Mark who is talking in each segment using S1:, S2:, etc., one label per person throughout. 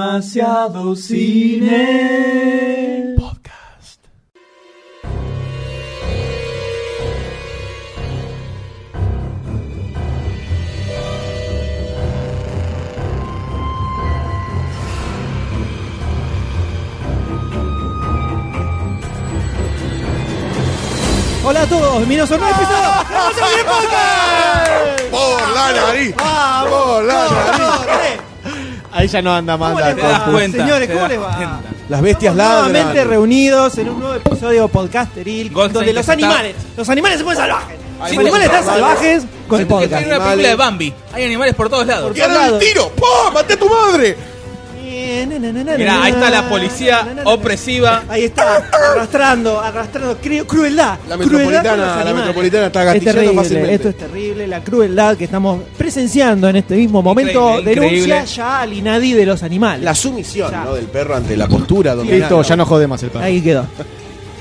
S1: Demasiado cine.
S2: Podcast.
S1: Hola a todos, bienvenidos a un nuevo episodio.
S3: ¡Por la nariz! ¡Por la nariz!
S2: Ahí ya no anda más
S1: ¿Cómo
S2: la
S1: les va,
S2: confusión.
S4: cuenta,
S1: señores?
S4: te
S1: ¿Cómo
S4: das
S1: les va?
S4: cuenta.
S2: Las bestias
S1: Estamos nuevamente
S2: ladran.
S1: reunidos en un nuevo episodio podcasteril
S4: Goldstein
S1: donde los
S4: que se está-
S1: animales, los animales se ponen salvajes. Los
S4: Sí,
S1: animales
S4: porque-
S1: están salvajes con el
S4: Siento que estoy
S1: podcast.
S4: en una
S2: Animales.
S4: película de Bambi. Hay animales por todos lados.
S3: ¡Y ahora el tiro! ¡Pah! ¡Maté a tu madre!
S4: Mirá,
S1: Mira,
S4: ahí está la policía opresiva.
S1: Ahí está, arrastrando, arrastrando cri- crueldad. crueldad
S3: La
S1: con los
S3: metropolitana, la
S1: animales.
S3: metropolitana está
S1: Es
S3: gatillando
S1: terrible,
S3: fácilmente.
S1: esto es terrible, la crueldad que estamos presenciando en este mismo momento.
S4: Increíble, increíble.
S1: Denuncia ya al INADI de los animales.
S3: La sumisión
S1: Ya.
S3: ¿no? del perro ante la postura dominante.
S2: Listo, ya no jode más el perro.
S1: Ahí quedó.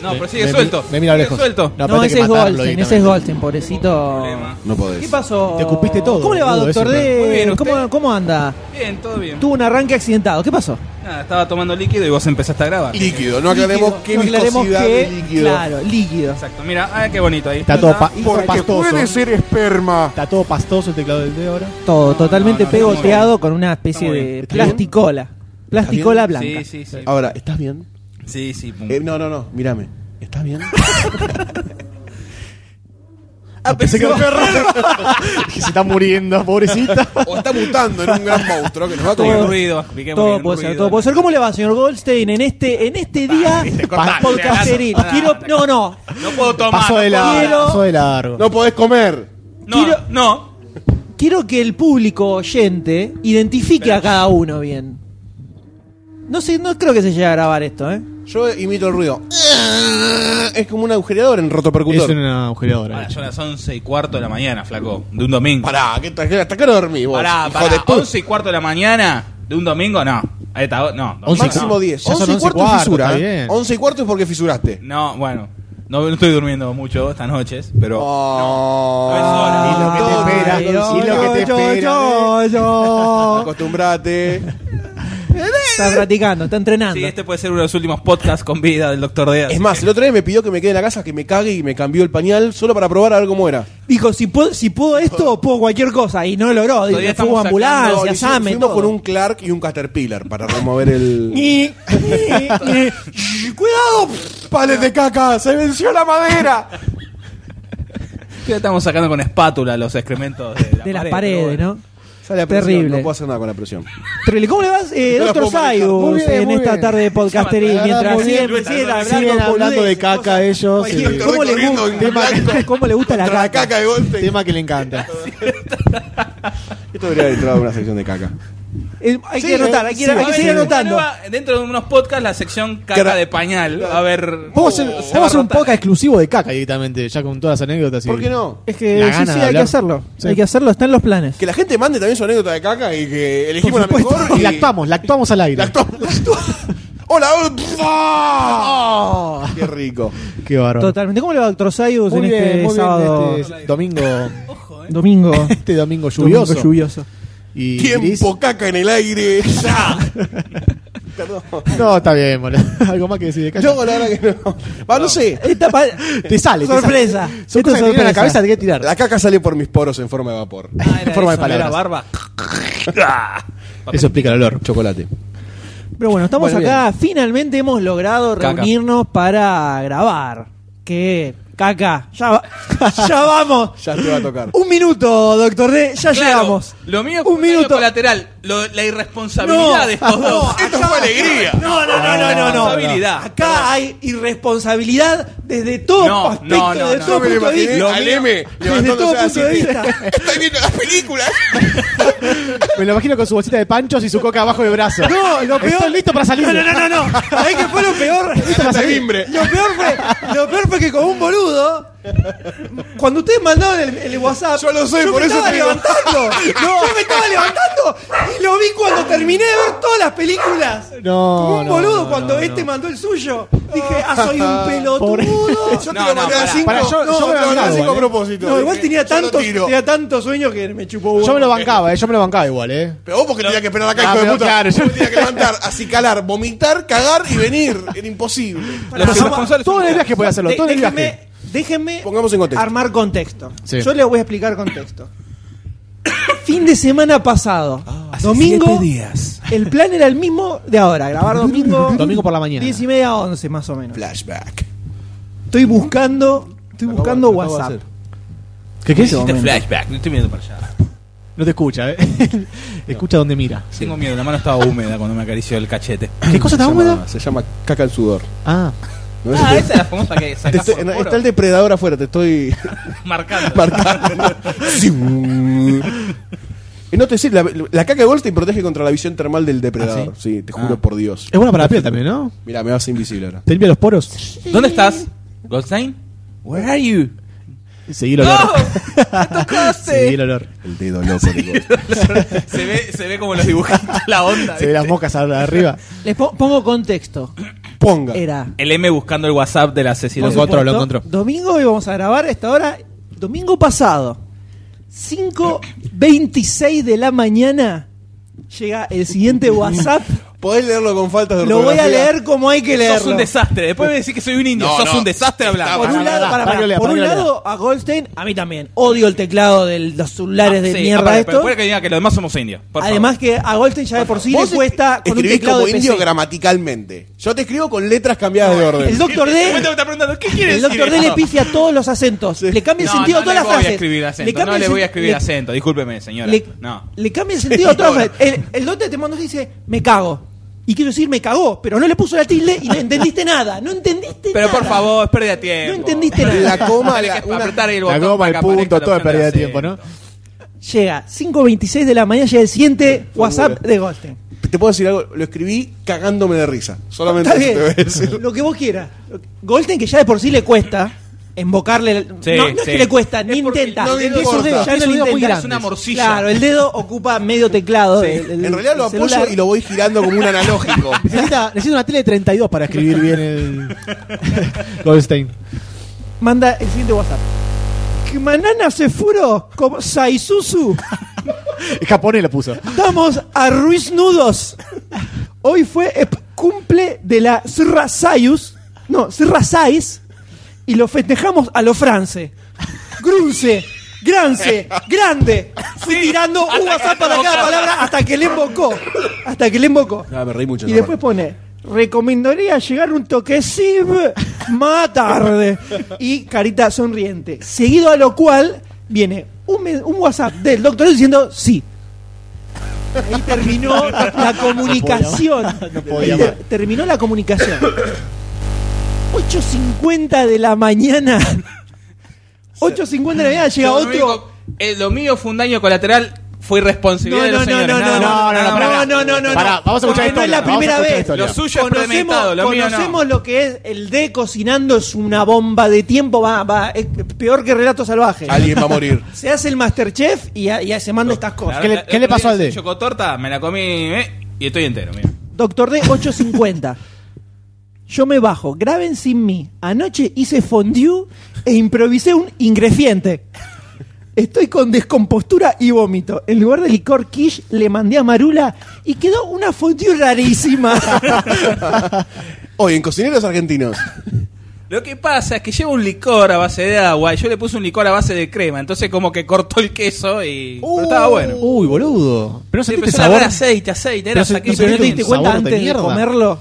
S4: No, pero sigue
S2: me-
S4: suelto.
S2: me mira
S4: Sigue
S2: lejos.
S4: suelto.
S2: No,
S1: No,
S2: aparte
S1: ese
S2: que
S1: es
S2: matarlo
S1: Golsen, ese es
S2: directamente.
S1: Golsen, pobrecito.
S4: Problema.
S3: No podés.
S1: ¿Qué pasó?
S2: Te escupiste todo,
S1: ¿Cómo le va,
S2: boludo,
S1: doctor
S2: ese
S1: D?
S2: plan.
S4: Muy bien, ¿usted?
S1: ¿Cómo, cómo anda?
S4: Bien, todo bien.
S1: Tuvo un arranque accidentado. ¿Qué pasó?
S4: Nada, estaba tomando líquido y vos empezaste a grabar.
S3: Líquido, no aclaremos
S1: Líquido.
S3: qué
S1: No
S3: viscosidad
S1: aclaremos
S3: de
S1: qué-
S3: líquido.
S1: Claro, líquido.
S4: Exacto. Mira, ah, qué bonito ahí.
S2: Está todo, pa-
S3: Porque
S2: pastoso.
S3: puede ser esperma.
S2: Está todo pastoso el teclado del dedo ahora.
S1: Todo,
S4: No,
S1: totalmente
S4: no, no, está muy
S1: pegoteado
S4: bien.
S1: con una especie
S4: Está muy
S1: de
S4: bien.
S1: plasticola. Plasticola blanca.
S4: Sí, sí, sí.
S3: Ahora, ¿estás bien?
S4: Sí, sí. pum.
S3: Ah. Eh, no, no, no, mírame. ¿Estás bien?
S4: Ah, pensé que-
S2: Que se está muriendo, pobrecita.
S3: o está mutando en un gran monstruo que nos va a
S4: Bien,
S1: Todo.
S3: comer.
S4: ruido, expliquemos
S1: Todo
S4: bien,
S1: puede
S4: ruido.
S1: ser, todo puede ser. ¿Cómo le va, señor Goldstein, en este, en este día
S2: cortá,
S1: podcasteril?
S4: pará,
S1: Quiero,
S4: pará.
S1: no, no,
S4: No puedo tomar.
S2: Pasó
S4: no
S2: de
S4: puedo
S2: largo.
S1: Quiero-
S2: Pasó de largo.
S3: No podés comer.
S4: No,
S1: Quiero-
S4: no.
S1: quiero que el público oyente identifique a cada uno bien. No sé, no creo que se llegue a grabar esto, ¿eh?
S3: Yo imito el ruido. Es como un agujereador en
S2: es
S3: rotopercutor.
S2: una eh. agujeradora.
S4: Ahora son las 11 y cuarto de la mañana, flaco. De un domingo.
S3: Pará, ¿qué tal- ¿hasta qué hora dormís vos?
S4: Pará,
S3: hijo
S4: pará.
S3: de puta?
S4: 11 y cuarto de la mañana de un domingo, no. A esta hora, no. domingo
S3: Máximo
S4: no.
S3: 10.
S2: Ya son
S3: 11 y
S2: 11 y
S3: cuarto es
S2: cuarto,
S3: fisura.
S2: está
S3: ¿eh?
S2: bien.
S3: 11 y cuarto es porque fisuraste.
S4: No, bueno. No, no estoy durmiendo mucho estas noches, pero.
S3: Oh.
S4: No,
S2: Y lo que te espera,
S1: Ay,
S2: y lo
S1: yo,
S2: que te
S1: yo,
S2: espera,
S1: yo, yo.
S3: Acostumbrate.
S1: Está practicando, está entrenando.
S4: Sí, este puede ser uno de los últimos podcasts con vida del Doctor D. así
S3: Es más, el otro día me pidió que me quede en la casa, que me cague y me cambió el pañal solo para probar a ver cómo era.
S1: Dijo, si puedo, si puedo esto, puedo cualquier cosa. Y no logró. Dijo,
S4: Todavía
S1: fue
S4: estamos
S1: ambulancia,
S3: No, le hizo-
S1: SAME,
S3: fuimos
S1: Ah, todo.
S3: con un Clark y un Caterpillar para remover el.
S1: Ñi, Ñi, Ñi. Shh, ¡Cuidado!
S3: ¡Pales de caca! ¡Se venció la madera!
S4: que Ya estamos sacando con espátula los excrementos de, la
S1: De las
S4: pared,
S1: paredes,
S4: pero
S1: ¿no?
S4: bueno.
S3: Sale la presión,
S1: Terrible.
S3: no puedo hacer nada con la presión.
S1: Terrible. ¿Cómo le vas, eh,
S3: No la
S1: Doctor
S3: puedo manejar.
S1: Sayus,
S3: Muy bien,
S1: en
S3: muy
S1: esta
S3: bien.
S1: tarde de Podcasteril?
S2: La verdad,
S1: Mientras
S2: muy bien,
S1: siempre
S4: Luis,
S1: siguen
S4: la verdad,
S1: hablando,
S2: siguen hablando de
S1: boludeces,
S2: caca
S1: cosas.
S2: ellos,
S1: Cualquier-
S2: eh,
S1: ¿Cómo le
S3: corriendo en
S1: gusta?
S3: blanco.
S1: ¿Cómo le gusta la
S3: Contra
S1: caca?
S3: de golpe.
S2: Tema que le encanta.
S3: Esto debería haber entrado en una sección de caca.
S1: Eh, Hay
S3: Sí,
S1: que anotar, hay
S3: eh,
S1: que
S3: sí,
S1: hay que
S3: sí.
S1: seguir
S3: Bueno,
S1: anotando.
S4: Nueva- dentro de unos podcasts, la sección
S3: Cara-
S4: caca de pañal. A ver.
S2: Vamos a hacer,
S4: Oh,
S2: vamos a hacer un
S4: rotar.
S2: podcast exclusivo de caca directamente, ya con todas las anécdotas. y-
S3: ¿Por qué no?
S1: Es que
S2: La
S1: sí,
S2: gana
S1: sí,
S2: de
S1: hay que
S2: hablar.
S1: hacerlo.
S2: Sí.
S1: Hay que hacerlo, está en los planes.
S3: Que la gente mande también su anécdota de caca y que elegimos la
S1: Por supuesto.
S3: mejor.
S2: Y la actuamos, la actuamos al aire.
S3: La actuamos. ¡Hola! ¡Ah! ¡Qué rico!
S2: Qué bárbaro.
S1: Totalmente. ¿Cómo le va, Doctor Sayus, en
S2: Muy bien,
S1: este
S2: muy bien,
S1: sábado,
S2: este domingo,
S4: Ojo, eh.
S1: domingo,
S2: este domingo lluvioso.
S1: domingo lluvioso?
S2: y gris.
S3: Tiempo caca en el aire. Ya. Perdón.
S2: No, está bien, boludo. Algo más que decir de caca.
S3: Yo la verdad que no. Va, no sé.
S1: Esta pa-
S2: te sale. te
S1: Sorpresa.
S2: sale.
S1: Esto
S2: Son cosas que
S1: es
S2: te vienen a la
S1: sorpresa.
S2: cabeza, te que tirar.
S3: La caca sale por mis poros en forma de vapor.
S4: Ah, era
S2: Forma de
S4: eso, no era
S2: palabras.
S4: barba.
S2: Eso explica el olor.
S3: Chocolate.
S1: Pero bueno, estamos
S3: Bueno,
S1: acá. Finalmente hemos logrado
S4: Caca.
S1: reunirnos para grabar. Que caca, ya, va- ya vamos.
S3: Ya te va a tocar.
S1: Un minuto, doctor D, ya
S4: Claro,
S1: llegamos.
S4: Lo mío es
S1: un minuto.
S4: colateral. Lo- la irresponsabilidad
S1: No,
S4: de estos
S1: no,
S4: dos.
S3: Esto fue alegría.
S1: No, no, no, no, no, no.
S4: Responsabilidad.
S1: Acá hay irresponsabilidad desde todo
S4: No,
S1: aspecto,
S4: no, no,
S1: desde
S4: no.
S1: todo
S3: Yo me
S1: punto de
S3: imaginé
S1: vista.
S3: al M
S1: Desde todo
S3: levantándose
S1: punto de
S3: así.
S1: vista.
S3: Estoy viendo las películas.
S2: Me lo imagino con su bolsita de panchos y su coca abajo del brazo.
S1: No, lo peor-
S2: Estoy listo para salir.
S1: No, no, no, no, no. ¿Sabés qué fue lo peor?
S3: La mimbre.
S1: Lo peor fue, lo peor fue que con un boludo Cuando ustedes mandaban el, el WhatsApp,
S3: Yo lo sé, por
S1: me
S3: eso
S1: estaba
S3: te digo.
S1: levantando. Yo me estaba levantando y lo vi cuando terminé de ver todas las películas.
S2: No,
S1: Como un
S2: no,
S1: boludo
S2: no,
S1: cuando
S2: no,
S1: este mandó el suyo. Dije, ah, soy un pelotudo.
S3: Yo te
S4: No,
S3: lo
S4: no,
S3: mandé a
S4: pará.
S3: cinco.
S2: Pará, yo- yo me lo
S3: no, te lo mandé a
S2: mandaba,
S3: cinco
S2: eh.
S3: propósito.
S1: No, igual tenía
S3: Yo lo
S1: tanto,
S3: tiro.
S1: tenía tanto sueño que me chupó huevo.
S2: Yo me lo bancaba, eh, yo me lo bancaba igual, ¿eh?
S3: Pero vos porque tenías que esperar acá,
S2: Ah,
S3: hijo de
S2: pero
S3: puta.
S2: claro, yo-
S3: Vos tenías que levantar, acicalar, vomitar, cagar y venir. Era imposible.
S4: Los
S1: Pará,
S4: irresponsables
S2: Todo
S4: son-
S2: en el viaje podía hacerlo,
S1: De-
S2: todo en el
S1: déjenme,
S2: viaje.
S1: déjenme
S3: Pongamos en contexto.
S1: armar contexto.
S2: Sí.
S1: Yo les voy a explicar contexto. fin de semana pasado,
S2: Ah,
S1: domingo,
S4: Siete días.
S1: el plan era el mismo de ahora, grabar domingo,
S2: Domingo por la mañana.
S1: 10 y media a 11 más o menos.
S3: Flashback.
S1: Estoy buscando, estoy
S3: Lo acabo-
S1: buscando
S3: lo acabo de
S1: WhatsApp.
S3: hacer.
S2: ¿Qué, qué es
S4: Hiciste flashback, no estoy mirando para allá.
S2: No te escucha, ¿eh? escucha donde mira.
S4: Tengo miedo, la mano estaba húmeda cuando me acarició el cachete.
S2: ¿Qué cosa estaba
S3: Se llama-
S2: húmeda?
S3: Se llama caca en sudor.
S2: Ah,
S3: ¿No es
S4: Ah,
S3: este?
S4: esa es la famosa que
S3: Te
S4: sacás
S1: Este,
S3: estoy-
S4: por poro,
S3: está el depredador afuera, te estoy
S4: marcando.
S3: marcando. Zium. Y no te decir, la, la caca de Goldstein protege contra la visión termal del depredador. sí? te juro
S4: Ah.
S3: por Dios.
S2: es buena para la piel también, ¿no?
S3: Mira, me vas invisible ahora.
S2: ¿Te limpia los poros?
S4: ¿Dónde estás? Goldstein? Where are you?
S2: Seguí el olor.
S4: ¡Me
S2: Seguí
S4: tocaste!
S2: el olor.
S3: El dedo loco de Goldstein.
S4: se, ve, se ve como los dibujitos, la onda.
S2: Se ve las moscas ahora arriba.
S1: Les po- pongo contexto.
S3: Ponga.
S1: Era.
S4: El M buscando el WhatsApp del asesino.
S2: Lo
S1: por
S2: encontró, lo
S1: supuesto,
S2: encontró.
S1: Domingo íbamos a grabar a esta hora, domingo pasado, 5.26 de la mañana, llega el siguiente WhatsApp.
S3: Podés leerlo con faltas de
S1: Lo voy a
S3: ortografía.
S1: leer como hay que
S4: Sos
S1: leerlo.
S4: un desastre. Después me decís que soy un indio.
S3: No,
S4: Sos
S3: no.
S4: un desastre hablando.
S1: Por
S2: Pará,
S1: un
S2: pará, pará,
S1: lado, pará,
S2: pará que lea,
S1: pará. Por
S2: pará
S1: un
S2: que lea.
S1: lado, a Goldstein, a mí también. Odio el teclado de los celulares de
S4: Ah, Sí,
S1: mierda
S4: aparte,
S1: esto.
S4: Después que digan que los demás somos indios. por favor.
S1: Además que a Goldstein ya de por sí le
S3: Vos
S1: cuesta con un
S3: escribís
S1: teclado
S3: como
S1: de
S3: indio
S1: PC.
S3: gramaticalmente. Yo te escribo con letras cambiadas de orden.
S1: El Doctor
S4: Y después te
S1: D,
S4: Este está preguntando, ¿qué quiere
S1: el
S4: decir
S1: Doctor D
S4: esto?
S1: le pifia todos los acentos. Le cambia el
S4: No,
S1: sentido a
S4: no
S1: todas
S4: le
S1: las
S4: voy a
S1: frases.
S4: escribir acento.
S1: cambia
S4: No
S1: el
S4: le voy a
S1: sen-
S4: escribir
S1: le-
S4: acento. Discúlpeme, señora.
S1: Le,
S4: No.
S1: le cambia el sentido a todas las frases. El, el Doctor te mandó y dice, me cago. Y quiero decir, me cagó, pero no le puso la tilde y no entendiste nada. No entendiste
S4: Pero
S1: nada.
S4: por favor, es pérdida de tiempo.
S1: No entendiste nada.
S3: La coma,
S4: Tenés
S3: la,
S4: que
S3: una-
S4: apretar el
S2: La
S4: botón
S2: goma,
S4: para
S2: el
S4: que aparezca
S2: punto,
S4: la
S2: todo es
S4: opción
S2: pérdida de
S4: acento.
S2: tiempo, ¿no?
S1: Llega, 5.26 de la mañana, llega el siguiente WhatsApp de Goldstein.
S3: Te puedo decir algo, lo escribí cagándome de risa. Solamente
S1: Está
S3: eso te voy a
S1: bien,
S3: decir.
S1: lo que vos quieras. Golden, que ya de por sí le cuesta invocarle. el-
S4: Sí,
S1: no, no es
S4: sí.
S1: que le cuesta, ni
S4: Es porque
S1: intenta.
S3: el dedo
S1: Esos
S3: corta.
S1: dedos ya
S2: Tiene
S1: no lo
S2: dedos muy
S1: intenta.
S4: Es una morcilla.
S1: Claro, el dedo ocupa medio teclado. del- del-
S3: En realidad lo
S1: del
S3: apoyo
S1: celular.
S3: y lo voy girando como un analógico.
S2: Necesita, necesita una tele de 32 para escribir bien el Goldstein.
S1: Manda el siguiente WhatsApp. Que manana se furó como Saisuzu.
S2: El japonés lo puso.
S1: Estamos a Ruiz Nudos. Hoy fue el cumple de la Sirra Sayus. No, Sirra Sais. Y lo festejamos a lo france. Grunce, grance, grande. Fui tirando un WhatsApp para cada palabra hasta que le invocó. Hasta que le invocó.
S3: Ah, me reí mucho.
S1: Y
S3: esa
S1: después
S3: parte.
S1: pone, recomendaría llegar un toque sib más tarde. Y carita sonriente. Seguido a lo cual viene un, me- un WhatsApp del doctor diciendo sí. Ahí terminó la comunicación.
S2: No podía
S1: Ahí te-
S2: más.
S1: terminó la comunicación. 8.50 de la mañana. 8.50 de la mañana llega
S4: Lo
S1: otro.
S4: único- eh, lo mío fue un daño colateral. Fue irresponsabilidad de los señores. Nada
S1: no, no,
S4: más. Nada
S1: no,
S4: más.
S1: no, no, no,
S2: Pará, vamos a escuchar
S1: Porque no
S2: historia,
S1: es la
S2: vamos a
S1: primera
S2: escuchar
S1: vez.
S2: historia.
S4: Lo suyo es premeditado, lo mío no.
S1: conocemos lo que es el D cocinando es una bomba de tiempo, va, va, es peor que relato salvaje.
S3: Alguien va a morir.
S1: Se hace el Masterchef y, a- y a- se manda estas
S4: La
S1: cosas.
S2: ¿Qué le-
S4: verdad,
S2: qué le
S4: el otro
S2: pasó
S4: día
S2: al
S4: hice
S2: D?
S4: Chocotorta, me la comí eh, y estoy entero, mira.
S1: Doctor D 850. Yo me bajo, graben sin mí. Anoche hice fondue e improvisé un ingrediente. Estoy con descompostura y vómito. En lugar de licor quiche le mandé a Marula y quedó una fondue rarísima.
S3: Hoy en Cocineros Argentinos.
S4: Lo que pasa es que lleva un licor a base de agua y yo le puse un licor a base de crema, entonces como que cortó el queso y pero estaba
S2: Uh,
S4: bueno.
S2: Uy, boludo. Pero no
S4: Sí,
S2: sentiste
S4: empezó a
S2: sabor.
S4: dar aceite, aceite,
S2: Pero
S4: era
S2: se-
S4: saqué
S2: no
S1: Pero no te
S2: Tiene
S1: diste
S2: un
S1: cuenta
S2: sabor de
S1: antes de,
S2: mierda.
S1: comerlo.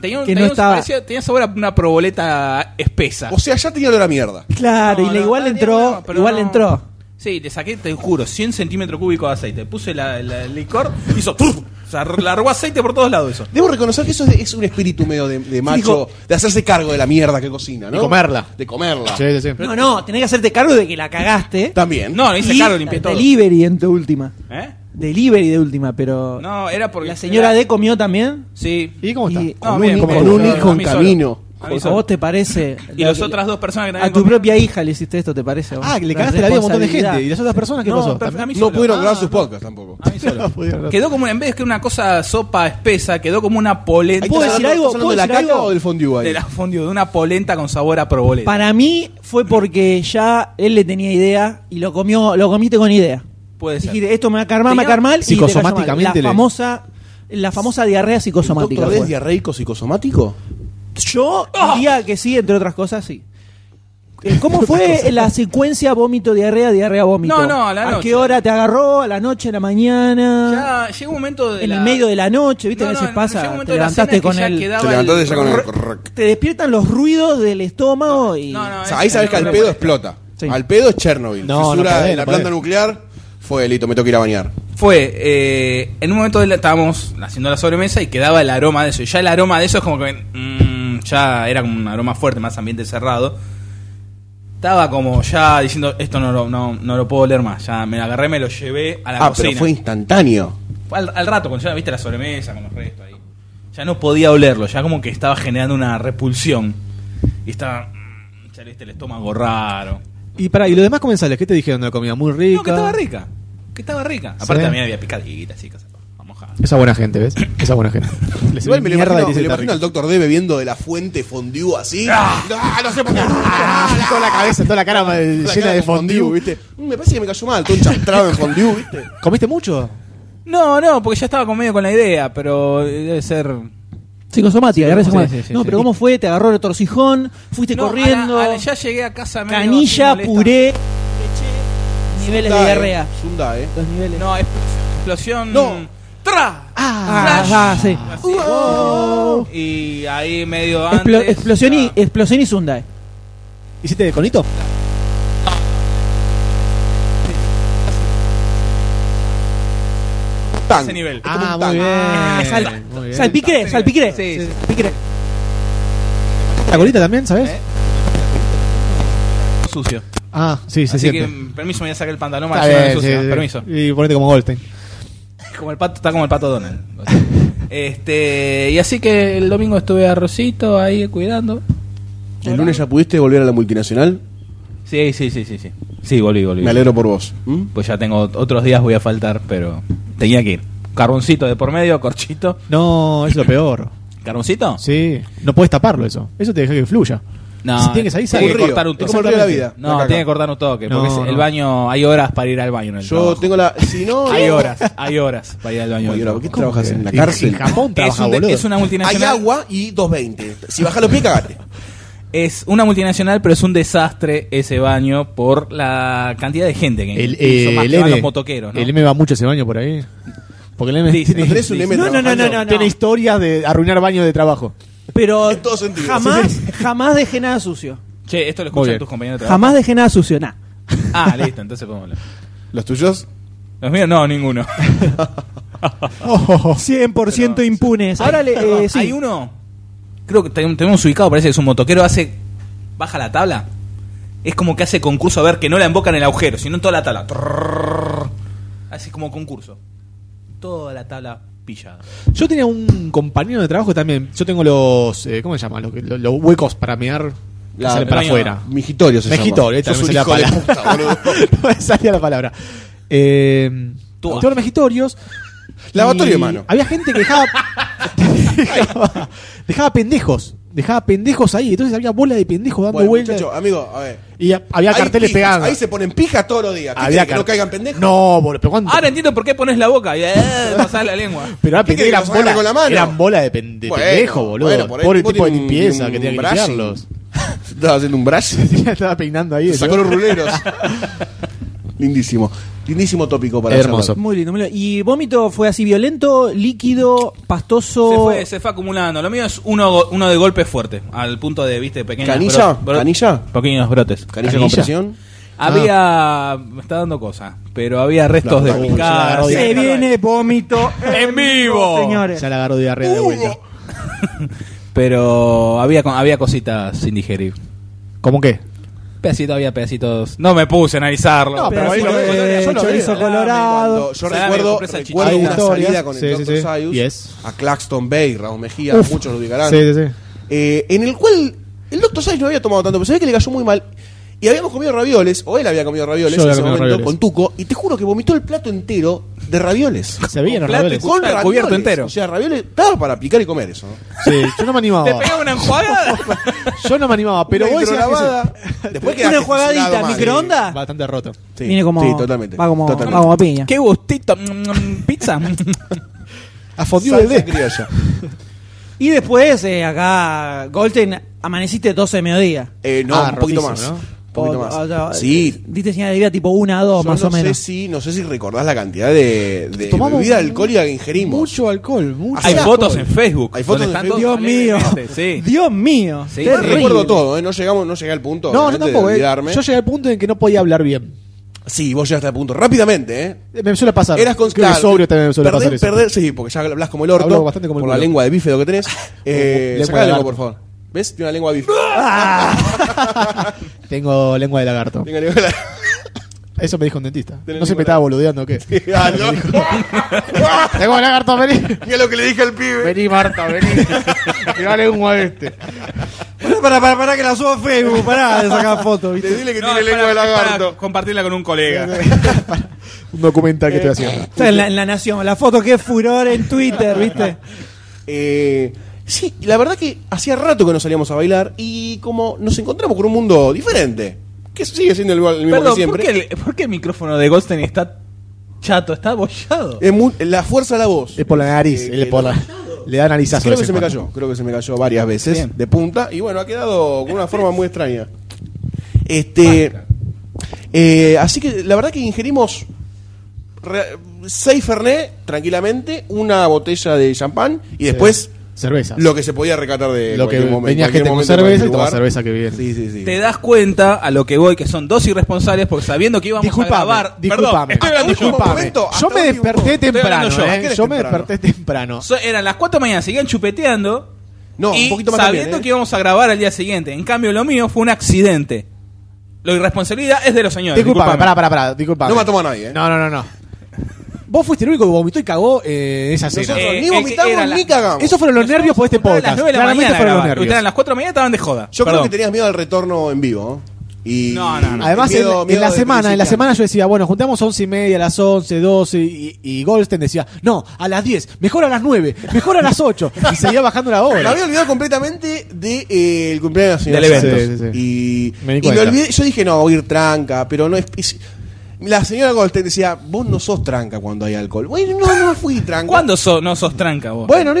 S4: Tenía, un,
S1: que no
S4: tenía un-
S1: estaba.
S4: parecía- tenía sabor a una proboleta espesa.
S3: O sea, ya tenía olor a mierda.
S1: Claro,
S4: No,
S1: y la
S4: no,
S1: igual
S4: no,
S1: entró.
S4: no, pero
S1: igual
S4: no.
S1: entró.
S4: Sí, le saqué, te juro, 100 centímetros cúbicos de aceite. Puse la- la- el licor, hizo... ¡puf! O sea, largó aceite por todos lados eso.
S3: Debo reconocer que eso es, es un espíritu medio de, de macho,
S1: Dijo-
S3: de hacerse cargo de la mierda que cocina, ¿no?
S2: De comerla.
S3: De comerla.
S2: Sí, sí, sí.
S1: No, no, tenés que hacerte cargo de que la cagaste.
S3: También.
S4: No, le hice
S1: Y
S4: cargo, limpié todo.
S1: Delivery en tu última.
S4: ¿Eh?
S1: Delivery de última, pero.
S4: No, era porque...
S1: ¿La señora D comió también?
S4: Sí.
S2: ¿Y cómo está?
S1: Y-
S4: No,
S3: Con
S4: bien,
S3: un,
S4: bien.
S3: con un
S4: No,
S3: hijo
S4: a
S3: en
S4: mí solo.
S3: camino.
S1: Ah, ¿A vos te parece?
S4: Y
S1: La-
S4: las otras dos personas que
S1: A
S4: también
S1: tu
S4: comi-
S1: propia hija le hiciste esto, ¿te parece? a vos?
S2: Ah, que le cagaste la vida a un montón de gente. ¿Y las otras personas qué
S4: No,
S2: pasó?
S4: pero a mí
S3: No
S4: solo.
S3: pudieron
S4: Ah,
S3: grabar sus podcasts tampoco.
S4: a mí solo.
S2: No pudieron hablar.
S4: Quedó como una, en vez de que una cosa sopa espesa, quedó como una polenta.
S1: ¿Puedo
S3: ¿Estás
S1: decir
S3: hablando-
S1: algo?
S3: estás hablando
S1: ¿Puedo
S3: de la
S1: decir
S3: caca
S1: algo?
S3: o del fondue ahí?
S4: De la fondio, de una polenta con sabor a proboleta.
S1: Para mí fue porque ya él le tenía idea y lo comió, lo comiste con idea.
S4: Puede ser.
S1: Dijiste, esto me va a caer mal, me va a caer mal. y te cayó mal.
S2: Psicosomáticamente le-
S1: La famosa, la famosa diarrea psicosomática.
S3: ¿Doctor es
S1: fue.
S3: diarreico psicosomático?
S1: Yo
S2: Ah.
S1: diría que sí, entre otras cosas, sí. Eh, ¿Cómo fue la secuencia vómito, diarrea, diarrea, vómito?
S4: No, no, a la noche.
S1: qué hora te agarró? ¿A la noche, a la mañana?
S4: Ya llega un momento de
S1: en
S4: la-
S1: el medio de la noche, ¿viste?
S4: No,
S1: a
S4: no,
S1: veces
S4: no,
S1: pasa,
S4: llega un momento
S1: te
S4: de la
S1: levantaste
S4: cena que
S1: con
S4: ya
S1: el...
S4: quedaba
S3: Te levantaste
S4: el-
S3: ya con el...
S1: Te despiertan los ruidos del estómago y...
S4: No, no,
S3: O sea, ahí sabes que al pedo explota.
S1: Sí.
S3: Al pedo es Chernobyl.
S2: No, no
S3: Fisura
S2: podés,
S3: de la
S2: no
S3: planta
S2: podés.
S3: nuclear fue delito, me tengo que ir a bañar.
S4: Fue, eh, en un momento de la- estábamos haciendo la sobremesa y quedaba el aroma de eso. Y ya el aroma de eso es como que. mm, ya era como un aroma fuerte, más ambiente cerrado. Estaba como ya diciendo, esto no lo, no, no lo puedo leer más. Ya me lo agarré, me lo llevé a la
S3: Ah,
S4: cocina.
S3: pero fue instantáneo.
S4: Al, al rato, cuando ya viste la sobremesa con los restos ahí. Ya no podía olerlo, ya como que estaba generando una repulsión. Y estaba. mm, Ya le viste el estómago raro.
S2: Y para, y los demás comensales, ¿qué te dijeron de la comida? Muy rica.
S4: No, que estaba rica. Que estaba rica. Aparte
S2: Sí.
S4: también había picadita, así, cosas. Vamos a
S2: Esa buena gente, ¿ves? Esa buena gente. Les
S3: Igual me lo imagino, me lo
S2: la
S3: imagino al doctor D bebiendo de la fuente fondue así.
S4: Ah.
S3: ¡Ah, no sé por qué!
S2: Toda Ah, la cabeza, toda la cara eh,
S3: La
S2: llena
S3: cara
S2: de
S3: con
S2: fondue.
S3: ¿viste? Mm, Me parece que me cayó mal, todo enchastrado en fondue, ¿viste?
S2: ¿Comiste mucho?
S4: No, no, porque ya estaba con medio con la idea, pero eh, debe ser.
S1: Psicosomática, diarrea
S2: sí,
S1: psicosomática.
S2: sí, sí,
S1: no,
S2: sí.
S1: pero ¿cómo fue? Te agarró el torcijón, fuiste
S4: No,
S1: corriendo,
S4: a la- a la- ya llegué a casa medio
S1: canilla,
S4: así molesta.
S1: puré, leche, niveles de
S3: Zunda, eh.
S1: diarrea.
S3: Zunda, eh.
S1: Los niveles.
S4: No, expl- explosión.
S3: No.
S4: ¡Tra!
S1: Ah,
S4: Flash.
S1: ah, sí.
S4: Así.
S1: Wow.
S4: Y ahí medio antes.
S1: oh. Explo- explosión, y,
S4: ya-
S1: explosión y Sundae.
S2: ¿Hiciste conito?
S3: Tan.
S4: ese nivel.
S2: Ah,
S3: muy
S2: muy
S1: Ah,
S2: bien.
S1: sal- salpicré,
S4: Sí,
S1: salpicré.
S4: sí, sí.
S1: salpicré.
S2: ¿La colita también, sabes?
S4: ¿Eh? Sucio.
S2: Ah, sí, se
S4: Así que,
S2: siente.
S4: mm, permiso, me voy a sacar el pantalón
S2: Está
S4: para llevarme
S2: bien,
S4: sucio.
S2: sí, sí.
S4: Permiso.
S2: Y ponete como Goldstein.
S4: Como el pato, está como el pato Donald. este, y así que el domingo estuve a Rosito ahí cuidando.
S3: ¿El lunes ya pudiste volver a la multinacional?
S4: Sí, sí, sí, sí, sí. Sí, volví, volví.
S3: Me alegro por vos. ¿Mm?
S4: Pues ya tengo otros días, voy a faltar, pero tenía que ir. Carboncito de por medio, corchito.
S2: No, es lo peor.
S4: ¿Carboncito?
S2: Sí. No puedes taparlo eso. Eso te deja que fluya.
S4: No,
S2: Si tiene que salir,
S4: tiene
S2: sale.
S4: que cortar un
S3: Es
S4: toque.
S3: como el río de la vida.
S4: No,
S3: La caca.
S4: tiene que cortar un toque, porque
S2: No,
S4: es- el
S2: no.
S4: baño, hay horas para ir al baño en el
S3: Yo
S4: trabajo.
S3: tengo la. Si no.
S4: Hay horas, hay horas para ir al baño. en el
S3: Oye, ¿por
S4: trabajo.
S3: qué trabajas en la
S2: En-
S3: cárcel?
S2: En Japón
S4: Es,
S2: trabaja,
S4: un de-
S2: boludo.
S4: es una
S3: Hay
S4: multinacional.
S3: agua y 220. Si bajas los pies, cagate.
S4: Es una multinacional, pero es un desastre ese baño por la cantidad de gente que
S2: El,
S4: incluso
S2: eh,
S4: más
S2: el
S4: que van
S2: M.
S4: los motoqueros. ¿no?
S2: El M va mucho ese baño por ahí. Porque el M
S4: Sí, sí,
S2: tiene,
S3: ¿No tenés un M
S1: No, no, no,
S3: trabajando?
S1: no, no,
S2: tiene historias de arruinar baños de trabajo.
S1: Pero
S3: En todo sentido.
S1: jamás, jamás dejé nada sucio.
S4: Che, esto lo
S2: Muy
S4: escuchan
S2: bien.
S4: tus compañeros de trabajo.
S1: Jamás dejé nada sucio, nada.
S4: Ah, listo, entonces podemos hablar.
S3: ¿Los tuyos?
S4: Los míos no, ninguno.
S2: Oh,
S1: 100% impunes. Ahora le, eh, sí.
S4: Hay uno, creo que ten- tenemos ubicado, parece que es un motoquero, hace, baja la tabla. Es como que hace concurso a ver que no la emboca en el agujero, sino en toda la tabla. Trrrr. Hace como concurso. Toda la tabla pillada.
S2: Yo tenía un compañero de trabajo también. Yo tengo los. eh, ¿Cómo se llama? Los, los- los huecos para mear. que
S3: La-
S2: salen para
S4: la-
S2: afuera.
S3: Migitorio se
S2: Ah. Mejitorio,
S3: llama.
S2: ahí
S3: Sos un
S2: también
S3: hijo
S2: me
S3: de
S2: salía la
S3: puta, boludo.
S2: no me salía la palabra. Eh,
S4: Tua.
S2: todos los mejitorios.
S3: Lavatorio
S2: Y
S3: de mano.
S2: Había gente que dejaba, dejaba. dejaba pendejos. Dejaba pendejos ahí. Entonces había bola de pendejos dando
S3: Bueno,
S2: vueltas.
S3: muchacho, amigo, a ver.
S2: Y a- había
S3: Hay
S2: carteles
S3: pijas,
S2: pegados.
S3: Ahí se ponen pijas todos los días. ¿Qué
S2: había
S3: querés, que no
S2: car-
S3: caigan pendejos.
S2: No, boludo, pero cuánto.
S4: Ahora entiendo por qué pones la boca y eh, pasás la lengua.
S2: Pero eran
S3: ¿Qué querés,
S2: eran
S3: que los agarre
S2: bola,
S3: con la mano?
S2: eran bola de, pen- de
S3: Bueno,
S2: pendejo, boludo.
S3: bueno, por ahí
S2: Pobre
S3: tipo
S2: tipo de
S3: tiene un-
S2: limpieza
S3: un
S2: que tenía que
S3: brushing.
S2: limpiarlos.
S3: Estaba haciendo un brush.
S2: Estaba peinando ahí.
S3: Sacó
S2: yo.
S3: los ruleros. Lindísimo. Lindísimo tópico para
S2: Hermoso.
S3: charlar.
S1: Muy lindo, muy lindo. ¿Y vómito fue así violento, líquido, pastoso?
S4: Se fue, se fue acumulando. Lo mío es uno, go- uno de golpe fuerte, al punto de, viste, pequeños
S3: ¿Canilla?
S4: bro- bro-
S3: ¿Canilla?
S4: Pequeños brotes.
S3: Canilla,
S2: Canilla.
S3: con presión.
S4: Había. Me está dando cosas, pero había restos
S3: La
S4: de
S3: puta,
S2: la
S4: picadas.
S2: agarró
S1: Se
S2: Bien.
S1: viene vómito
S4: En vivo.
S1: señores.
S2: Ya la agarró diarrea de vuelta.
S4: Pero había, co- había cositas sin digerir.
S2: ¿Cómo qué?
S4: Pedacitos, había pedacitos. No me puse a analizarlo.
S3: No,
S1: pero ahí lo
S4: Pedacito
S1: veo,
S4: de-
S1: yo lo chorizo
S4: Salame,
S1: colorado.
S4: cuando-
S3: Cuando yo
S4: Salame,
S3: recuerdo,
S4: compré salchicha.
S3: recuerdo
S2: Hay
S3: una
S2: historias.
S3: salida con
S2: Sí,
S3: el
S2: sí,
S3: Dr.
S2: sí.
S3: Sayus
S2: Yes.
S3: a Claxton Bay, Raúl Mejía, muchos lo ubicarán.
S2: Sí, sí, sí.
S3: eh, en el cual el Dr. Sáenz no había tomado tanto, pero se ve que le cayó muy mal. Y habíamos comido ravioles, o él había comido ravioles
S2: Yo
S3: en
S2: había
S3: ese
S2: comido
S3: momento
S2: ravioles.
S3: con Tuco, y te juro que vomitó el plato entero de ravioles.
S2: Se veían los
S4: plato y
S2: ravioles.
S4: con- Claro, cubierto entero.
S3: O sea, ravioles estaba para picar y comer eso.
S2: Sí, yo no me
S4: ¿Te
S2: animaba.
S4: pega una enjuagada?
S2: Yo no me animaba, pero
S3: Una
S2: vos decías que Ah.
S3: hidrolabada, Después quedaste
S1: Una jugadita,
S3: fusilado mal.
S2: se-
S1: microondas.
S2: bastante roto.
S3: Sí,
S1: Viene como.
S3: sí, totalmente.
S1: Va como,
S3: totalmente.
S1: va como piña.
S4: ¡Qué gustito! Mm, mm, ¿Pizza?
S2: A fondió
S3: Salsa
S2: bebé.
S3: criolla.
S1: Y después, eh, acá, Golden, amaneciste 12 de mediodía.
S3: Eh, no,
S2: Ah,
S3: un poquito más.
S2: rotísimo, ¿no?
S3: Un poquito
S1: O-
S3: más.
S1: o sea, eh,
S3: sí.
S1: Diste señal de vida tipo 1 a 2,
S3: Yo
S1: más
S3: no
S1: o menos.
S3: Sé si, no sé si recordás la cantidad de, de
S2: Tomamos
S3: bebida alcohólica que ingerimos.
S2: Mucho alcohol, mucho
S4: Hay
S3: Así,
S2: alcohol.
S4: fotos en Facebook.
S3: Hay fotos
S4: donde
S3: en
S4: están
S3: Facebook.
S1: Dios
S4: todos
S1: mío.
S4: alegremente, Sí.
S1: Dios mío.
S4: Sí.
S3: No
S1: terrible.
S3: recuerdo todo, ¿eh? No, llegamos, no llegué al punto.
S2: No, yo
S3: obviamente, de
S2: tampoco. eh.
S3: olvidarme.
S2: Yo llegué al punto en que no podía hablar bien.
S3: Sí, vos llegaste al punto rápidamente, ¿eh?
S2: Me suele pasar.
S3: Eras
S2: Creo que
S3: constante.
S2: sobrio también me suele
S3: Perder-
S2: pasar eso.
S3: perder- sí, porque ya hablas como el orto.
S2: Hablo bastante como el
S3: por la
S2: culo.
S3: lengua de bife lo que tenés. Eh,
S2: Lengua
S3: sacá la
S2: de Ah.
S3: lengua, por
S2: lagarto.
S3: favor. ¿Ves? Tiene una lengua de bife.
S2: Tengo lengua de lagarto.
S3: Tengo lengua de lagarto.
S2: Eso me dijo un dentista.
S3: Tenés
S2: No sé,
S3: lengua de
S2: me estaba boludeando o qué.
S3: Ah, ¿no?
S2: Tengo de lagarto, vení.
S3: Mira lo que le dije al pibe.
S2: Vení, Marta, vení. Tirá lengua a este.
S1: Pará, pará, pará, pará, que la suba a Facebook. Pará de sacar fotos,
S3: Le
S1: ¿viste?
S3: dile que
S4: No,
S3: tiene
S4: es
S3: lengua
S4: para-
S3: de
S4: es para
S3: lagarto.
S4: compartirla con un colega.
S2: Un documental que estoy haciendo.
S1: Está en la, en la Nación, la foto que es furor en Twitter, ¿viste?
S3: Eh, sí, la verdad que hacía rato que no salíamos a bailar y como nos encontramos con un mundo diferente, que sigue siendo el, el mismo que
S4: Perdón, ¿por
S3: siempre.
S4: qué, el, por qué el micrófono de Goldstein está chato? Está abollado.
S3: Es mu- la fuerza de la voz.
S2: Es por la nariz.
S3: Eh,
S2: es
S3: que
S2: por
S3: lo-
S2: la- Le da narizazo.
S3: Creo
S2: de
S3: que
S2: vez
S3: se
S2: en
S3: me
S2: cuando.
S3: cayó, creo que se me cayó varias veces
S4: Bien.
S3: de punta y bueno, ha quedado con una forma muy extraña. Este, eh, así que la verdad que ingerimos re- seis Fernet tranquilamente, una botella de champán y después
S2: Cerveza.
S3: lo que se podía recatar de
S2: Lo que
S3: cualquier momen-
S2: venía
S3: cualquier
S2: gente con
S3: momento,
S2: cerveza
S3: cualquier
S2: y tomaba
S3: lugar.
S2: cerveza que viene.
S3: Sí, sí, sí.
S4: Te das cuenta a lo que voy, que son dos irresponsables, porque sabiendo que íbamos a
S2: Disculpame,
S4: grabar. Perdón,
S2: disculpame,
S4: estoy hablando yo.
S2: disculpame.
S3: momento, hasta
S2: yo me
S3: hoy hubo-
S2: desperté
S3: Estoy
S2: temprano,
S4: hablando yo.
S2: ¿eh?
S3: ¿A qué eres
S2: yo me
S3: temprano?
S2: desperté temprano.
S4: So- eran las 4 de la mañana, seguían chupeteando.
S3: No,
S4: y
S3: un poquito más
S4: sabiendo
S3: también, ¿eh?
S4: que íbamos a grabar al día siguiente. En cambio, lo mío fue un accidente. La irresponsabilidad es de los señores.
S2: Disculpame,
S4: disculpame.
S2: pará, pará, pará, disculpame.
S3: No matamos a nadie, ¿eh?
S2: No, no, no, no. Vos fuiste el único que vomitó y cagó eh, en esa cena.
S4: Eh,
S3: Nosotros ni
S4: el que era
S3: vomitamos
S4: la-
S3: ni cagamos.
S2: Esos fueron los nervios por este
S4: Estaban a
S2: podcast.
S4: las 9 de la
S2: Claramente
S4: mañana
S2: fueron los
S4: grabar.
S2: nervios.
S4: Ustedes a las 4 de la mañana estaban de joda.
S3: Yo creo
S4: Perdón.
S3: que tenías miedo al retorno en vivo. Y
S4: No, no, no.
S2: ¿eh? Además,
S3: Miedo-
S2: en, en
S3: miedo
S2: la
S3: de
S2: semana, en la
S3: principiante.
S2: semana yo decía, bueno, juntamos 11 y media, a las 11, 12, y, y Goldstein decía, no, a las 10, mejor a las 9, mejor a las 8, y seguía bajando la
S3: Me
S2: hora.
S3: había olvidado completamente del de, eh, el cumpleaños de la
S2: Del
S3: señora
S2: evento.
S3: Santos.
S2: Sí, sí,
S3: Y,
S2: Me di
S3: y
S2: cuenta.
S3: me olvidé, yo dije, no, voy a ir tranca, pero no es... es- la señora Goldstein decía, vos no sos tranca cuando hay alcohol. Bueno, no, no fui tranca.
S4: ¿Cuándo so- no sos tranca vos?
S3: Bueno, no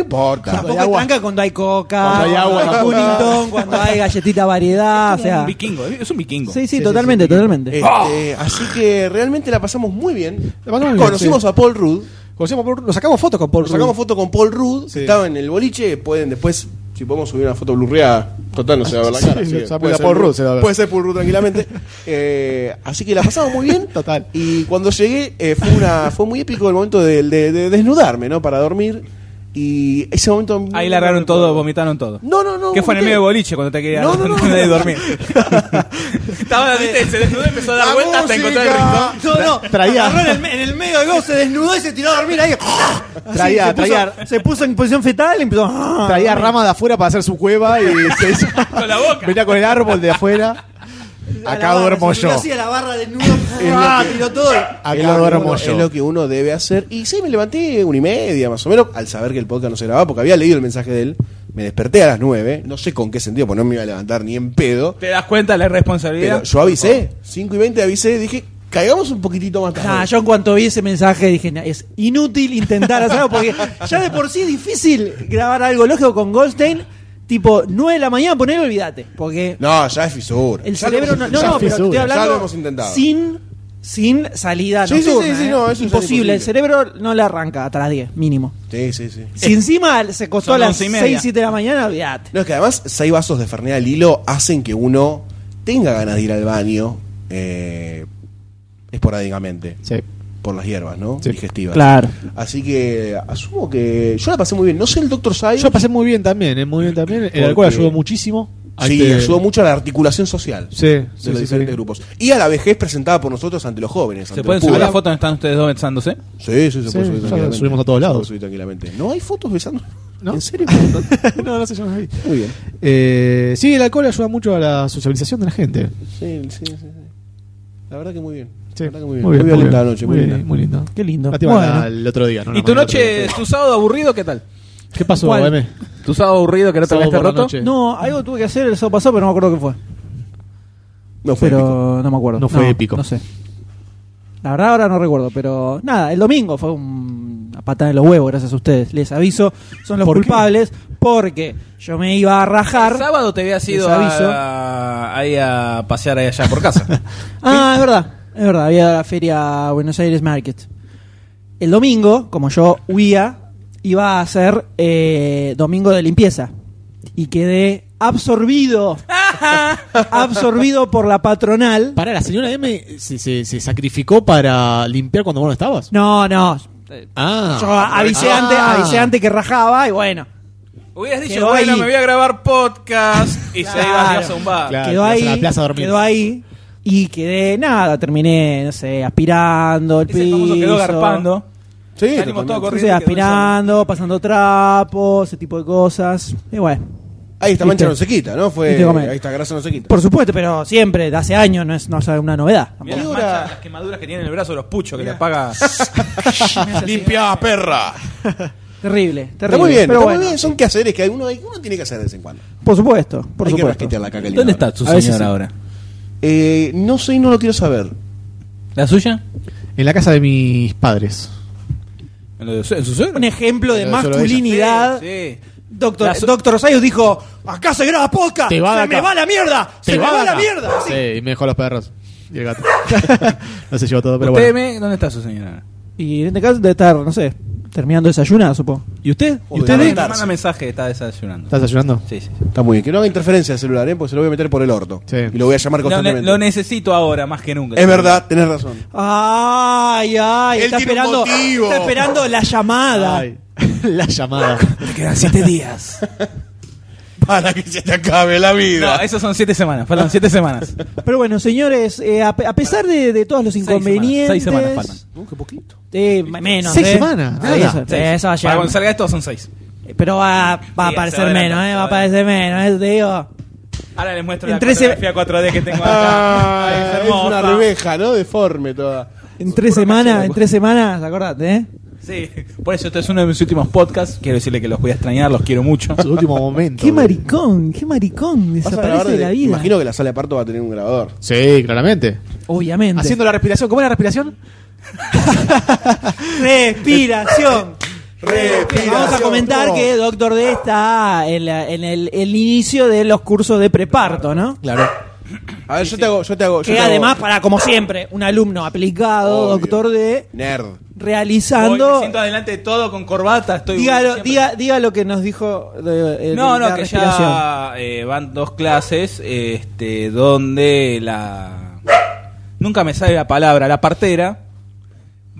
S3: importa.
S1: Tampoco
S2: hay
S1: es
S2: agua.
S1: tranca cuando hay coca,
S2: Cuando hay agua,
S1: cuando hay
S2: tampoco.
S1: Huntington, cuando hay galletita variedad, ah, o
S4: es un
S1: sea.
S4: vikingo, es un vikingo.
S1: Sí, sí, totalmente, totalmente.
S3: Este, Así que realmente la pasamos muy bien.
S2: ¡Ah! La pasamos muy bien,
S3: Conocimos
S2: sí.
S3: a Paul Rudd.
S2: Conocimos por- nos sacamos fotos con Paul
S3: Nos sacamos
S2: Rudd.
S3: foto con Paul Rudd,
S2: Sí.
S3: que estaba en el boliche. Pueden después, si podemos subir una foto blurreada, total no se va a ver la
S2: Sí,
S3: cara. así
S2: se
S3: que
S2: va a
S3: puede
S2: ver
S3: ser
S2: Paul Rudd, se va a ver.
S3: Puede ser Paul Rudd tranquilamente. Eh, así que la pasamos muy bien.
S2: Total.
S3: Y cuando llegué, eh, fue, una, fue muy épico el momento de, de- de desnudarme, ¿no? Para dormir. Y ese momento.
S4: Ahí largaron todo, vomitaron todo.
S3: No, no, no.
S4: ¿Qué fue en el
S3: vomité.
S4: medio boliche cuando te querías
S3: No, no, no.
S4: de dormir? Estaba, viste, se desnudó y empezó a dar
S3: La
S4: vueltas hasta encontrar el
S3: música.
S4: rincón.
S1: Eh, No, no,
S2: Traía-
S1: agarró en el, me- en el medio del gozo, se desnudó y se tiró a dormir ahí. Así,
S2: Traía-
S1: se puso,
S2: traía-
S1: Se puso en posición fetal y empezó.
S2: Traía rama de afuera para hacer su cueva y se hizo.
S4: Con la boca.
S2: Venía con el árbol de afuera.
S1: A
S2: Acá
S1: la barra,
S2: duermo
S1: se subió
S2: yo.
S1: Así a la barra desnudo, ¡ah! tiró todo.
S3: Es
S2: Acá
S3: lo, que
S2: duermo
S3: uno, es
S2: yo.
S3: lo que uno debe hacer. Y sí, me levanté una y media más o menos, al saber que el podcast no se grababa, porque había leído el mensaje de él. Me desperté a las nueve, no sé con qué sentido, porque no me iba a levantar ni en pedo.
S4: ¿Te das cuenta de la irresponsabilidad?
S3: Pero yo avisé, 5 y 20 avisé, dije, caigamos un poquitito más tarde.
S1: Ah, yo en cuanto vi ese mensaje dije, "No, es inútil intentar hacerlo porque ya de por sí es difícil grabar algo lógico con Goldstein, tipo 9 de la mañana, poner olvídate, porque
S3: No, ya es fisura.
S1: el
S3: Ya
S1: cerebro
S3: lo
S1: no,
S3: hemos
S1: no, no,
S3: intentado.
S1: pero te estoy
S2: Ya
S1: hablando
S3: lo hemos intentado.
S1: sin sin salida
S3: Sí, sí, sí,
S1: nocturna,
S3: sí,
S1: ¿eh?
S3: no, eso es imposible.
S1: imposible, el cerebro no le arranca hasta las 10 mínimo.
S3: Sí, sí, sí.
S1: Si encima se costó
S4: Eh, Son
S1: a las
S4: once y media.
S1: 6, 7 de la mañana, olvídate.
S3: No, es que además seis vasos de Fernet al hilo hacen que uno tenga ganas de ir al baño eh, esporádicamente
S2: Sí.
S3: por las hierbas, ¿no?
S2: Sí.
S3: Digestivas.
S1: Claro.
S3: Así que asumo que yo la pasé muy bien. No sé el Dr. Sai.
S2: Yo pasé muy bien también, eh, muy bien también. El
S3: Porque-
S2: alcohol ayudó muchísimo. a
S3: Sí,
S2: este-
S3: ayudó mucho a la articulación social
S2: Sí,
S3: de
S2: sí,
S3: los
S2: sí,
S3: diferentes
S2: sí.
S3: grupos. Y a la vejez presentada por nosotros ante los jóvenes.
S4: ¿Se
S3: ante
S4: pueden
S3: el
S4: subir
S3: público.
S4: las fotos donde están ustedes dos besándose?
S3: Sí, sí, se
S2: Sí,
S3: puede subir
S2: ya
S3: tranquilamente.
S2: subimos a todos
S3: Se puede
S2: lados.
S3: subir tranquilamente. No hay fotos besando.
S2: ¿No?
S3: ¿En serio?
S2: no, no sé, yo no la vi.
S3: Muy bien.
S2: Eh, sí, el alcohol ayuda mucho a la socialización de la gente.
S3: Sí, sí, sí, sí. La verdad que muy bien.
S2: Sí,
S3: La verdad que muy bien. Muy, violenta la noche, muy,
S2: muy,
S3: linda.
S2: muy lindo.
S1: Qué lindo.
S2: Lástima que
S1: Bueno.
S2: la- el otro día, ¿no?
S4: ¿Y
S2: La
S4: tu
S2: mandé el otro día.
S4: noche, tu sábado aburrido, qué tal?
S2: ¿Qué pasó,
S1: ¿Cuál?
S2: M?
S4: ¿Tu sábado aburrido que no te
S2: Sábado
S4: habías
S2: por la
S4: roto?
S2: noche.
S1: No, algo tuve que hacer el sábado pasado, pero no me acuerdo qué fue.
S3: No fue
S1: pero
S3: épico.
S1: no me acuerdo.
S2: No fue épico.
S1: No sé. La verdad ahora no recuerdo, pero nada, el domingo fue un- una patada en los huevos, gracias a ustedes. Les aviso, son los
S2: ¿Por qué?
S1: culpables porque yo me iba a
S4: El
S1: rajar.
S4: sábado te habías ido
S1: Les aviso.
S4: a, ahí a pasear ahí allá por casa.
S1: Ah, es verdad, es verdad, había ido a la feria Buenos Aires Market. El domingo, como yo huía, iba a ser eh, domingo de limpieza y quedé absorbido, absorbido por la patronal.
S2: Pará, la señora M se, se- se sacrificó para limpiar cuando vos no estabas.
S1: No, no,
S2: Ah.
S1: Yo avisé,
S2: Ah.
S1: antes, avisé antes que rajaba y bueno.
S4: Hubieras dicho,
S1: Quedó
S4: bueno,
S1: ahí.
S4: me voy a grabar podcast y se iba a un bar.
S2: Claro,
S1: quedó
S2: te vas a
S1: ahí.
S2: la plaza a dormir.
S1: Quedó ahí. Y quedé nada, terminé, no sé, aspirando el
S4: Ese famoso
S1: piso.
S4: quedó garpando.
S3: Sí,
S4: Salimos todos
S3: totalmente.
S1: No
S4: corriendo.
S1: sé, aspirando, pasando trapos, ese tipo de cosas. Y bueno.
S3: Ahí esta mancha
S1: Viste.
S3: no se quita, ¿no? Fue,
S1: Viste cómo es.
S3: ahí esta grasa no se quita.
S1: Por supuesto, pero siempre, de hace años, no es, no es una novedad.
S4: Mirá
S3: ¿Qué
S4: las,
S3: hora?
S4: manchas, las quemaduras que tiene en el brazo, los puchos que le apaga.
S3: Limpia, perra.
S1: Terrible, terrible.
S3: Está muy bien,
S1: pero
S3: está
S1: bueno,
S3: muy bien. Son quehaceres que uno, uno tiene que hacer de vez en cuando.
S1: Por supuesto, por
S3: Hay que
S1: supuesto.
S3: rasquetear la caca linda
S4: ¿Dónde
S3: ahora.
S4: está su
S2: A veces
S4: señora
S2: sí.
S4: ahora?
S3: Eh, no sé y no lo quiero saber.
S4: ¿La suya?
S2: En la casa de mis padres.
S4: ¿En, lo de su- en su suegra?
S1: Un ejemplo de
S2: Pero solo ella.
S1: masculinidad.
S4: Sí,
S1: Doctor, Doctor Sayus dijo, acá se graba podcast,
S2: Te va de
S1: se
S2: acá.
S1: me va la mierda, se me va la mierda.
S2: Sí, y me dejó a los perros. Y el gato. no se llevó todo, pero
S4: ¿Usted
S2: bueno.
S4: me- ¿Dónde está su señora?
S1: Y en este caso debe estar, no sé, terminando desayunar, supongo.
S4: ¿Y usted?
S3: Joder,
S4: ¿Y usted? Me
S3: levantarse.
S4: manda mensaje, está desayunando.
S2: ¿Estás desayunando?
S4: Sí, sí.
S3: Está muy bien. Que no haga interferencia el celular, ¿eh? Porque se lo voy a meter por el orto.
S2: Sí.
S3: Y lo voy a llamar
S4: Lo, ne-
S3: constantemente.
S4: lo necesito ahora más que nunca.
S3: es verdad, tenés razón.
S1: Ay, ay,
S3: Él
S1: está
S3: tiene un
S1: esperando,
S3: motivo.
S1: está esperando la llamada.
S2: Ay, la llamada.
S4: Te quedan siete días.
S3: Para que se te acabe la vida.
S4: No, esos son siete semanas. Faltan siete semanas.
S1: Pero bueno, señores, eh, a, pe- a pesar de, de todos los
S4: semanas,
S1: inconvenientes,
S4: seis semanas faltan.
S3: Uh, qué poquito.
S1: eh, me- menos,
S2: Seis
S1: eh.
S2: semanas,
S1: Ahí
S2: nada.
S1: eso,
S4: Seis.
S1: eh, eso va a
S4: Para
S1: llegar.
S4: cuando salga esto son seis.
S1: Pero va, va a
S4: Sí,
S1: aparecer
S4: se adelanta,
S1: menos, eh,
S4: se
S1: va a
S4: adelanta.
S1: aparecer menos, eh, te digo.
S4: Ahora les muestro
S1: En
S4: la
S1: trece-
S4: fotografía 4D que tengo acá. Ay,
S3: Ah, es
S4: hermosa.
S3: una arveja, ¿no? Deforme toda.
S1: En tres
S4: Puro
S1: semanas,
S4: cacho,
S1: en tres semanas, acordate, eh.
S4: Sí, por eso este es uno de mis últimos podcasts. Quiero decirle que los voy a extrañar, los quiero mucho.
S2: Su último momento.
S1: Qué maricón, qué maricón,
S3: Vas a
S1: desaparece
S3: grabar
S1: de
S3: de-
S1: la vida.
S3: Imagino que la sala de parto va a tener un grabador.
S2: Sí, claramente.
S1: Obviamente.
S2: Haciendo la respiración. ¿Cómo era la respiración?
S1: Respiración.
S3: Respiración.
S1: Vamos a comentar que Doctor D está en, la- en el, el inicio de los cursos de preparto, ¿no?
S2: Claro.
S3: A ver, yo te hago. Yo te hago yo
S1: Que
S3: te hago-
S1: además, para como siempre, un alumno aplicado,
S3: Obvio.
S1: Doctor D,
S3: Nerd.
S4: Hoy me
S1: realizando.
S4: siento adelante de todo con corbata. Estoy
S1: Dígalo,
S4: siempre-
S1: diga, diga lo que nos dijo de, de-
S4: No,
S1: de
S4: no,
S1: la
S4: que
S1: respiración.
S4: ya eh, van dos clases este, donde la. Nunca me sale la palabra, la partera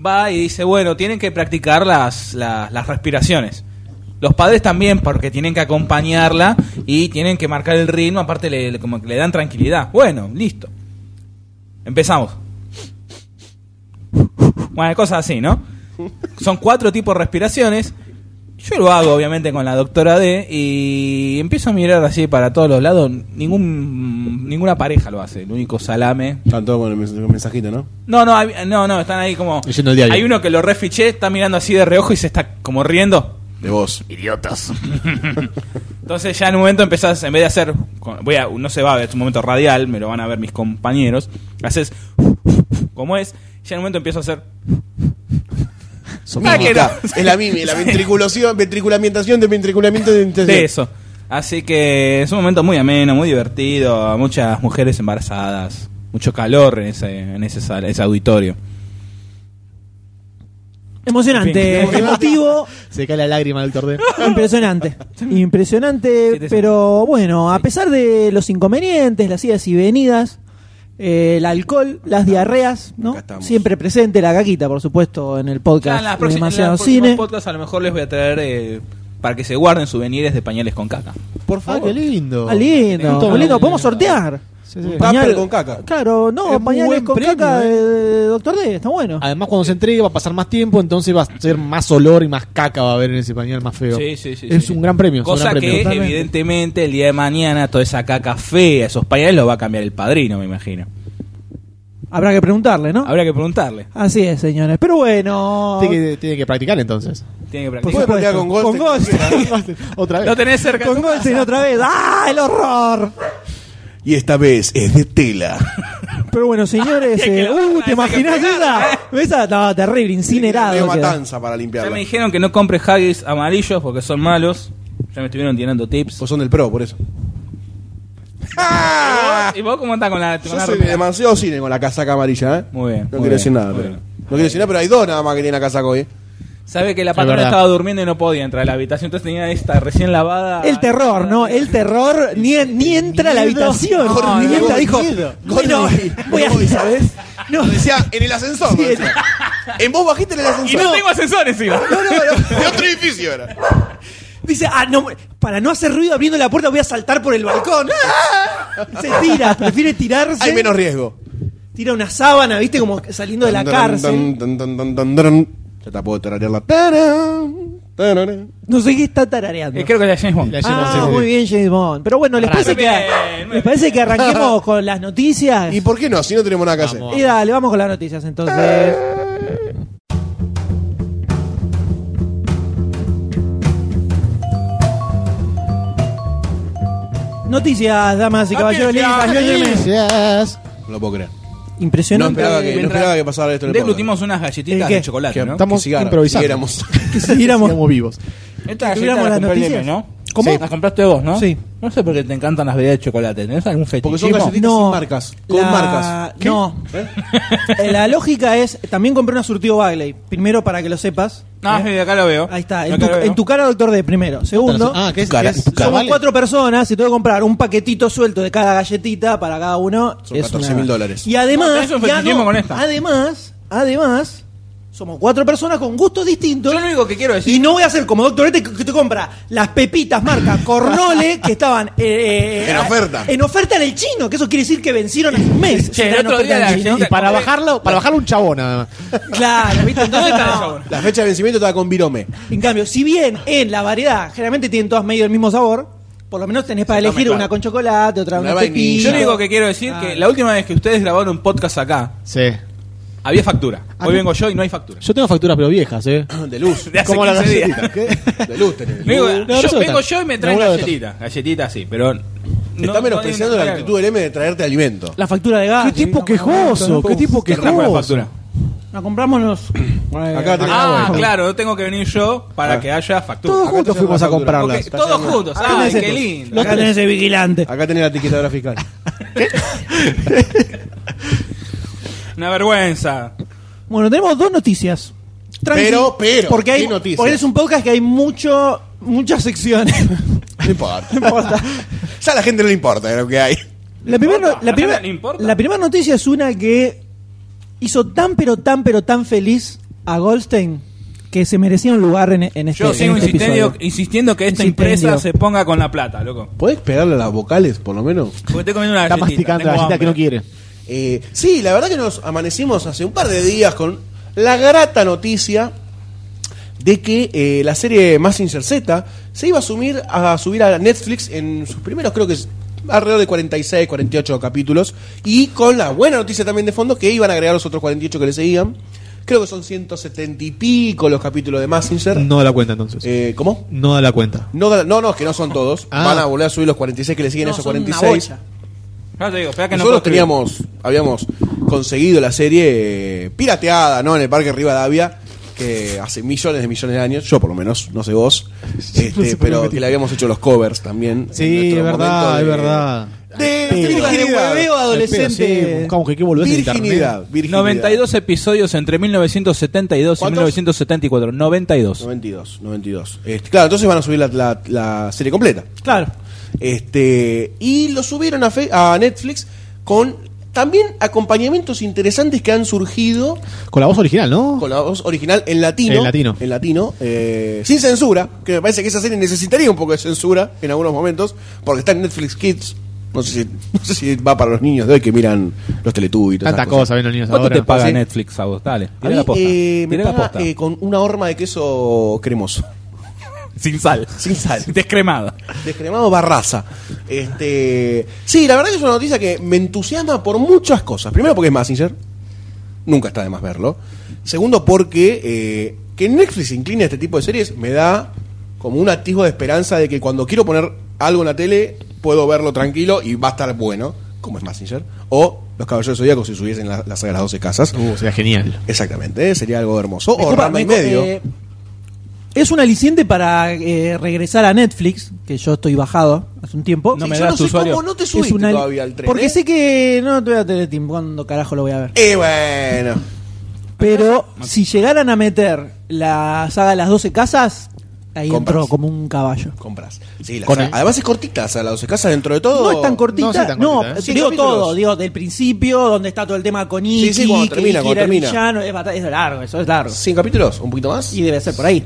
S4: va y dice: Bueno, tienen que practicar las, las, las respiraciones. Los padres también, porque tienen que acompañarla y tienen que marcar el ritmo, aparte le, le- como que le dan tranquilidad. Bueno, listo. Empezamos. Bueno, cosas así, ¿no? Son cuatro tipos de respiraciones. Yo lo hago, obviamente, con la doctora D y empiezo a mirar así para todos los lados. Ningún, ninguna pareja lo hace. El único salame.
S3: Están todos con el mens- el mensajito, ¿no?
S4: No, no, hay- no, no, están ahí como.
S2: Leyendo el diario.
S4: Hay uno que lo refiché, está mirando así de reojo y se está como riendo.
S3: De vos.
S4: Entonces ya en un momento empezás, en vez de hacer, con- voy a, no se va a ver, es un momento radial, me lo van a ver mis compañeros, haces como es, ya en un momento empiezo a hacer, Ah, que no.
S3: Es la mimi, la ventriculación, ventriculamientación de ventriculamiento de
S4: de eso. Así que es un momento muy ameno, muy divertido, muchas mujeres embarazadas, mucho calor en ese, en ese, sal- ese auditorio.
S1: Emocionante,
S4: En fin.
S1: emotivo,
S2: Se cae la lágrima del tordeo.
S1: impresionante. Impresionante,
S4: Siete
S1: pero bueno, a pesar de los inconvenientes, las idas y venidas, eh, el alcohol, las diarreas, ¿no?
S3: Acá estamos.
S1: Siempre presente, la gaquita, por supuesto, en el
S4: Ya
S1: podcast
S4: en las
S1: de
S4: próximas en
S1: Demasiado
S4: los próximos
S1: Cine.
S4: podcasts a lo mejor les voy a traer eh, para que se guarden souvenirs de pañales con caca.
S2: Por favor. qué lindo.
S1: Ah, lindo,
S2: Justo
S1: muy
S2: me-
S1: lindo, podemos sortear. Sí, sí.
S3: Un tupper con caca.
S1: Claro, no,
S2: Es un
S1: pañales
S2: buen
S1: con
S2: premio,
S1: caca
S2: eh.
S1: de, de Doctor D, está bueno.
S4: Ah.
S2: Además, cuando se entregue va a pasar más tiempo, entonces va a ser más olor y más caca va a haber en ese pañal más feo.
S4: Sí, sí, sí,
S2: es
S4: sí.
S2: un gran premio. es un
S4: Cosa
S2: gran premio.
S4: que evidentemente el día de mañana toda esa caca fea, esos pañales los va a cambiar el padrino, me imagino.
S1: Habrá que preguntarle, ¿no?
S4: Habría que preguntarle.
S1: Así es, señores. Pero bueno.
S2: Tiene Este que, tiene que practicar entonces.
S4: Tiene que
S1: Por
S4: practicar.
S3: Puede
S1: supuesto.
S3: pelear con Goldstein.
S2: Otra vez.
S4: Lo tenés cerca. de
S1: Con
S4: tu
S1: Goldstein
S4: casa.
S1: otra vez. ¡Ah, el horror!
S3: Y esta vez es de tela.
S1: Pero bueno, señores.
S4: Ah, que
S1: eh,
S4: la
S1: ¡Uh!
S4: otra
S1: ¿Te
S4: esa que ¿eh?
S1: imaginas
S4: pegada,
S1: esa? Esa estaba terrible, incinerado.
S3: Medio
S1: queda.
S3: matanza para
S4: Ya
S3: limpiarla.
S4: me dijeron que no compre haggis amarillos porque son malos. Ya me estuvieron tirando tips.
S3: Pues son del pro, por eso.
S4: ¿Y vos cómo estás con la, con
S3: Ah. Yo
S4: la
S3: soy de
S4: ropa?
S3: demasiado cine con la casaca amarilla, ¿eh?
S4: Muy bien,
S3: No
S4: muy
S3: quiero
S4: bien,
S3: decir nada,
S4: muy
S3: pero.
S4: bien.
S3: No quiero decir nada, pero hay dos nada más que tienen la casaca hoy. ¿eh?
S4: Sabe que la
S2: Es
S4: patrona
S2: verdad.
S4: estaba durmiendo y no podía entrar a la habitación, entonces tenía esta recién lavada.
S1: El terror, ¿no? El terror ni, ni entra a la habitación.
S4: No,
S1: Ni
S4: no,
S1: entra,
S3: no,
S1: dijo.
S2: miedo.
S1: Bueno, voy a. ¿sabes? No, no,
S3: Decía, en el ascensor. me decía. En vos bajiste en el
S4: Y
S3: ascensor.
S4: no, tengo ascensores, encima.
S1: no, no.
S3: De otro edificio era.
S1: Dice, ah, no, para no hacer ruido abriendo la puerta voy a saltar por el balcón. ¡Ah! Se tira, prefiere tirarse.
S3: Hay menos riesgo.
S1: Tira una sábana, viste, como saliendo de la cárcel.
S3: Ya te puedo tararear la. Tarán, tarán.
S1: No sé qué está tarareando.
S4: Eh, creo que la James Bond.
S2: La James
S1: Ah,
S2: Sí, sí.
S1: muy bien, James Bond. Pero bueno, ¿les
S4: Muy
S1: parece, que,
S4: bien, muy
S1: ¿les parece que arranquemos con las noticias?
S3: ¿Y
S1: Y,
S3: por qué no? Si no tenemos nada que hacer.
S2: Vamos.
S1: dale, vamos con las noticias entonces. Noticias, damas y caballeros, ladies and gentlemen.
S2: Gracias.
S3: No lo puedo creer. No
S1: Impresionante.
S3: esperaba que, no
S4: Mientras-
S3: Eh, esperaba que pasara esto en el podcast.
S4: Deglutimos unas
S1: ¿El
S4: galletitas
S1: qué?
S4: de chocolate,
S3: Que-
S4: ¿no?
S2: Estamos
S3: que sigara-
S2: improvisando.
S3: siguiéramos.
S1: que siguiéramos.
S2: Sigamos vivos.
S4: Estas
S1: tuviéramos
S4: galletitas las
S1: las
S4: compré
S1: noticias.
S4: Leme, ¿no?
S1: ¿Cómo?
S4: Sí. Las compraste vos, ¿no?
S1: Sí.
S4: No sé por qué te encantan las bebidas de chocolate. ¿Tenés algún fetichismo?
S3: Porque son galletitas
S1: No.
S3: sin marcas. Con
S1: La-
S3: marcas.
S1: No. Eh, La lógica es, también compré una surtido Bagley. Primero, para que lo sepas.
S4: No, sí, acá lo veo.
S1: Ahí está.
S4: Acá
S1: En tu,
S4: lo veo.
S1: en tu cara, doctor D, primero. Segundo,
S2: Ah, ¿qué es?
S3: Cara-
S2: qué es?
S3: tu cara-
S1: somos
S2: ¿Vale?
S1: cuatro personas y tengo que comprar un paquetito suelto de cada galletita para cada uno.
S3: Son
S1: Es
S3: 14.000
S1: una-
S3: dólares.
S1: Y además,
S4: No, tenés un
S1: y
S4: fetichismo con esta.
S1: además, además, somos cuatro personas con gustos distintos.
S4: Yo lo único que quiero decir...
S1: Y no voy a hacer como Doctor Ete que te compra las pepitas marca Cornole que estaban eh,
S3: En
S1: eh,
S3: oferta.
S1: En oferta en el chino, que eso quiere decir que vencieron hace un mes.
S4: Che,
S1: Si
S4: el
S1: eran
S4: otro
S1: oferta
S4: día
S1: en
S4: la
S2: Y
S1: chino.
S2: para bajarlo, para bajarlo un chabón, además.
S1: Claro, ¿viste? Entonces,
S4: ¿Dónde está
S1: no.
S4: el sabor?
S3: La fecha de vencimiento estaba con virome.
S1: En cambio, si bien en la variedad generalmente tienen todas medio el mismo sabor, por lo menos tenés para
S3: está
S1: elegir
S3: mezclado.
S1: una con chocolate, otra
S3: Una
S1: una
S3: vainilla.
S1: pepita.
S4: Yo lo único que quiero decir
S1: Ah.
S4: que la última vez que ustedes grabaron un podcast acá,
S2: Sí.
S4: había factura.
S2: Ah,
S4: Hoy
S2: no.
S4: vengo yo y no hay factura.
S2: Yo tengo facturas, pero viejas, ¿eh?
S3: De luz.
S4: De hace
S2: Como la
S4: 15 días.
S2: galletita. ¿qué?
S3: De luz
S4: Lo
S3: tenés.
S4: único-
S2: No, no,
S4: yo
S2: eso
S4: vengo
S2: está.
S4: yo y me traen
S2: No, no, no.
S4: galletitas. Galletitas sí, pero...
S3: Te está menospreciando la actitud del M de traerte alimento.
S1: La factura de gas.
S2: Qué tipo quejoso, qué tipo
S4: que con la
S2: quejoso.
S4: factura.
S1: La compramos los...
S3: Acá tenés
S4: Ah,
S3: la vuelta.
S4: claro, no tengo que venir yo para
S3: Ah.
S4: que haya factura.
S2: Todos
S3: Acá
S2: juntos
S3: tenés
S2: fuimos
S3: la
S2: a
S3: factura.
S4: Ok,
S2: comprarlas.
S4: todos juntos.
S2: Ah,
S4: Ay, qué lindo.
S1: Acá tenés el vigilante.
S3: Acá tenés la etiquetadora fiscal.
S4: Una vergüenza.
S1: Bueno, tenemos dos noticias. Tranqui,
S3: Pero, pero,
S1: Porque, hay,
S3: ¿qué noticias?
S1: porque es un podcast que hay mucho, muchas secciones.
S3: No importa.
S1: No importa.
S3: Ya a la gente no le importa lo que hay.
S1: La primera,
S4: importa,
S1: la
S4: no
S1: primera-
S4: me importa.
S1: la primera noticia es una que hizo tan, pero tan, pero tan feliz a Goldstein que se merecía un lugar en, en este
S4: Yo sigo
S1: en este
S4: insistiendo,
S1: episodio.
S4: insistiendo que esta
S1: Insistiendo.
S4: empresa se ponga con la plata, loco.
S3: ¿Podés pegarle a las vocales, por lo menos?
S4: Porque estoy comiendo una
S2: Está
S4: galletita.
S2: masticando la
S4: tengo
S2: galleta que no
S4: hambre.
S2: quiere.
S3: Eh, sí, la verdad que nos amanecimos hace un par de días con la grata noticia de que eh, la serie Massinger Z se iba a, asumir, a subir a Netflix en sus primeros, creo que es alrededor de 46, 48 capítulos, y con la buena noticia también de fondo que iban a agregar los otros 48 que le seguían. Creo que son 170 y pico los capítulos de Massinger.
S2: No da la cuenta entonces.
S3: Eh, ¿Cómo?
S2: No da la cuenta.
S3: No, da- no, no, es que no son todos.
S2: Ah.
S3: Van a volver a subir los 46 que le siguen
S1: No,
S3: a esos
S1: son una
S3: 46.
S1: bocha.
S4: Ya te digo, espera que no
S3: Nosotros
S4: puedo escribir.
S3: teníamos, habíamos conseguido la serie eh, pirateada, ¿no? En el Parque Rivadavia, que hace millones de millones de años, yo por lo menos, no sé vos, este,
S2: sé por qué
S3: pero
S2: me
S3: que le habíamos hecho los covers también. en
S2: Sí,
S3: nuestro
S2: es verdad,
S3: momento
S2: es verdad.
S3: De
S2: Pero-
S3: virginidad.
S1: Películas de hueveo adolescente.
S2: Sí, buscamos que qué volvés en internet.
S3: Virginidad, virginidad.
S4: 92 episodios entre 1972
S3: ¿Cuántos?
S4: y 1974. 92.
S3: 92, 92. Este, claro, entonces van a subir la- la- la serie completa.
S1: Claro.
S3: Este, y lo subieron a, fe- a Netflix con también acompañamientos interesantes que han surgido
S2: Con la voz original, ¿no?
S3: con la voz original en latino.
S2: En latino.
S3: en latino, eh, sin censura, que me parece que esa serie necesitaría un poco de censura en algunos momentos, porque está en Netflix Kids. No sé, si, no sé si va para los niños de hoy que miran los Teletubbies. y todas esas
S5: Tanta
S3: cosas.
S5: cosa ven los niños
S4: ¿Cuánto
S5: ahora.
S4: te paga
S3: Sí.
S4: Netflix a vos? Dale,
S3: A
S4: tirá
S3: mí,
S4: la posta.
S3: eh, me
S4: Tirá la
S3: paga,
S4: posta.
S3: eh, con una horma de queso cremoso.
S4: Sin sal.
S3: Sin sal.
S4: Descremada.
S1: Ah,
S3: Descremado barraza. Este, sí, la verdad que es una noticia que me entusiasma por muchas cosas. Primero porque es Massinger. Nunca está de más verlo. Segundo porque eh, que Netflix incline a este tipo de series me da como un atisbo de esperanza de que cuando quiero poner algo en la tele puedo verlo tranquilo y va a estar bueno, como es Massinger. O Los Caballeros Zodíacos si subiesen la, la saga de las 12 casas.
S5: Uh, sería genial.
S3: Exactamente, ¿eh? sería algo hermoso. O
S1: Disculpa,
S3: Rama y
S1: me-
S3: Medio.
S1: eh, es un aliciente para eh, regresar a Netflix, que yo estoy bajado hace un tiempo.
S4: No
S3: Sí,
S4: me
S3: yo
S4: das
S3: no
S4: tu
S3: sé
S4: usuario.
S3: cómo no te
S1: Es
S3: subiste
S1: un ali-
S3: todavía al tren.
S1: Porque
S3: ¿eh?
S1: sé que no te voy a tener tiempo. ¿Cuándo carajo lo voy a ver?
S3: Y bueno.
S1: Pero si llegaran a meter la saga de las 12 casas, ahí
S3: Compras.
S1: entró como un caballo.
S3: compras. Sí, la
S5: Con
S3: saga-
S5: el-
S3: Además es cortita, o sea, la 12 casas dentro de todo.
S1: No es tan
S5: no soy
S1: cortita,
S5: tan
S1: no,
S5: cortita, ¿eh?
S3: Sí,
S1: digo
S3: capítulos.
S1: todo, digo del principio, donde está todo el tema con Iki,
S3: Sí, sí, cuando
S1: que
S3: termina,
S1: Iki
S3: cuando
S1: era el
S3: termina.
S1: villano, es, bata- es largo, eso es largo.
S3: 100 capítulos, un poquito más.
S1: Y debe ser por ahí.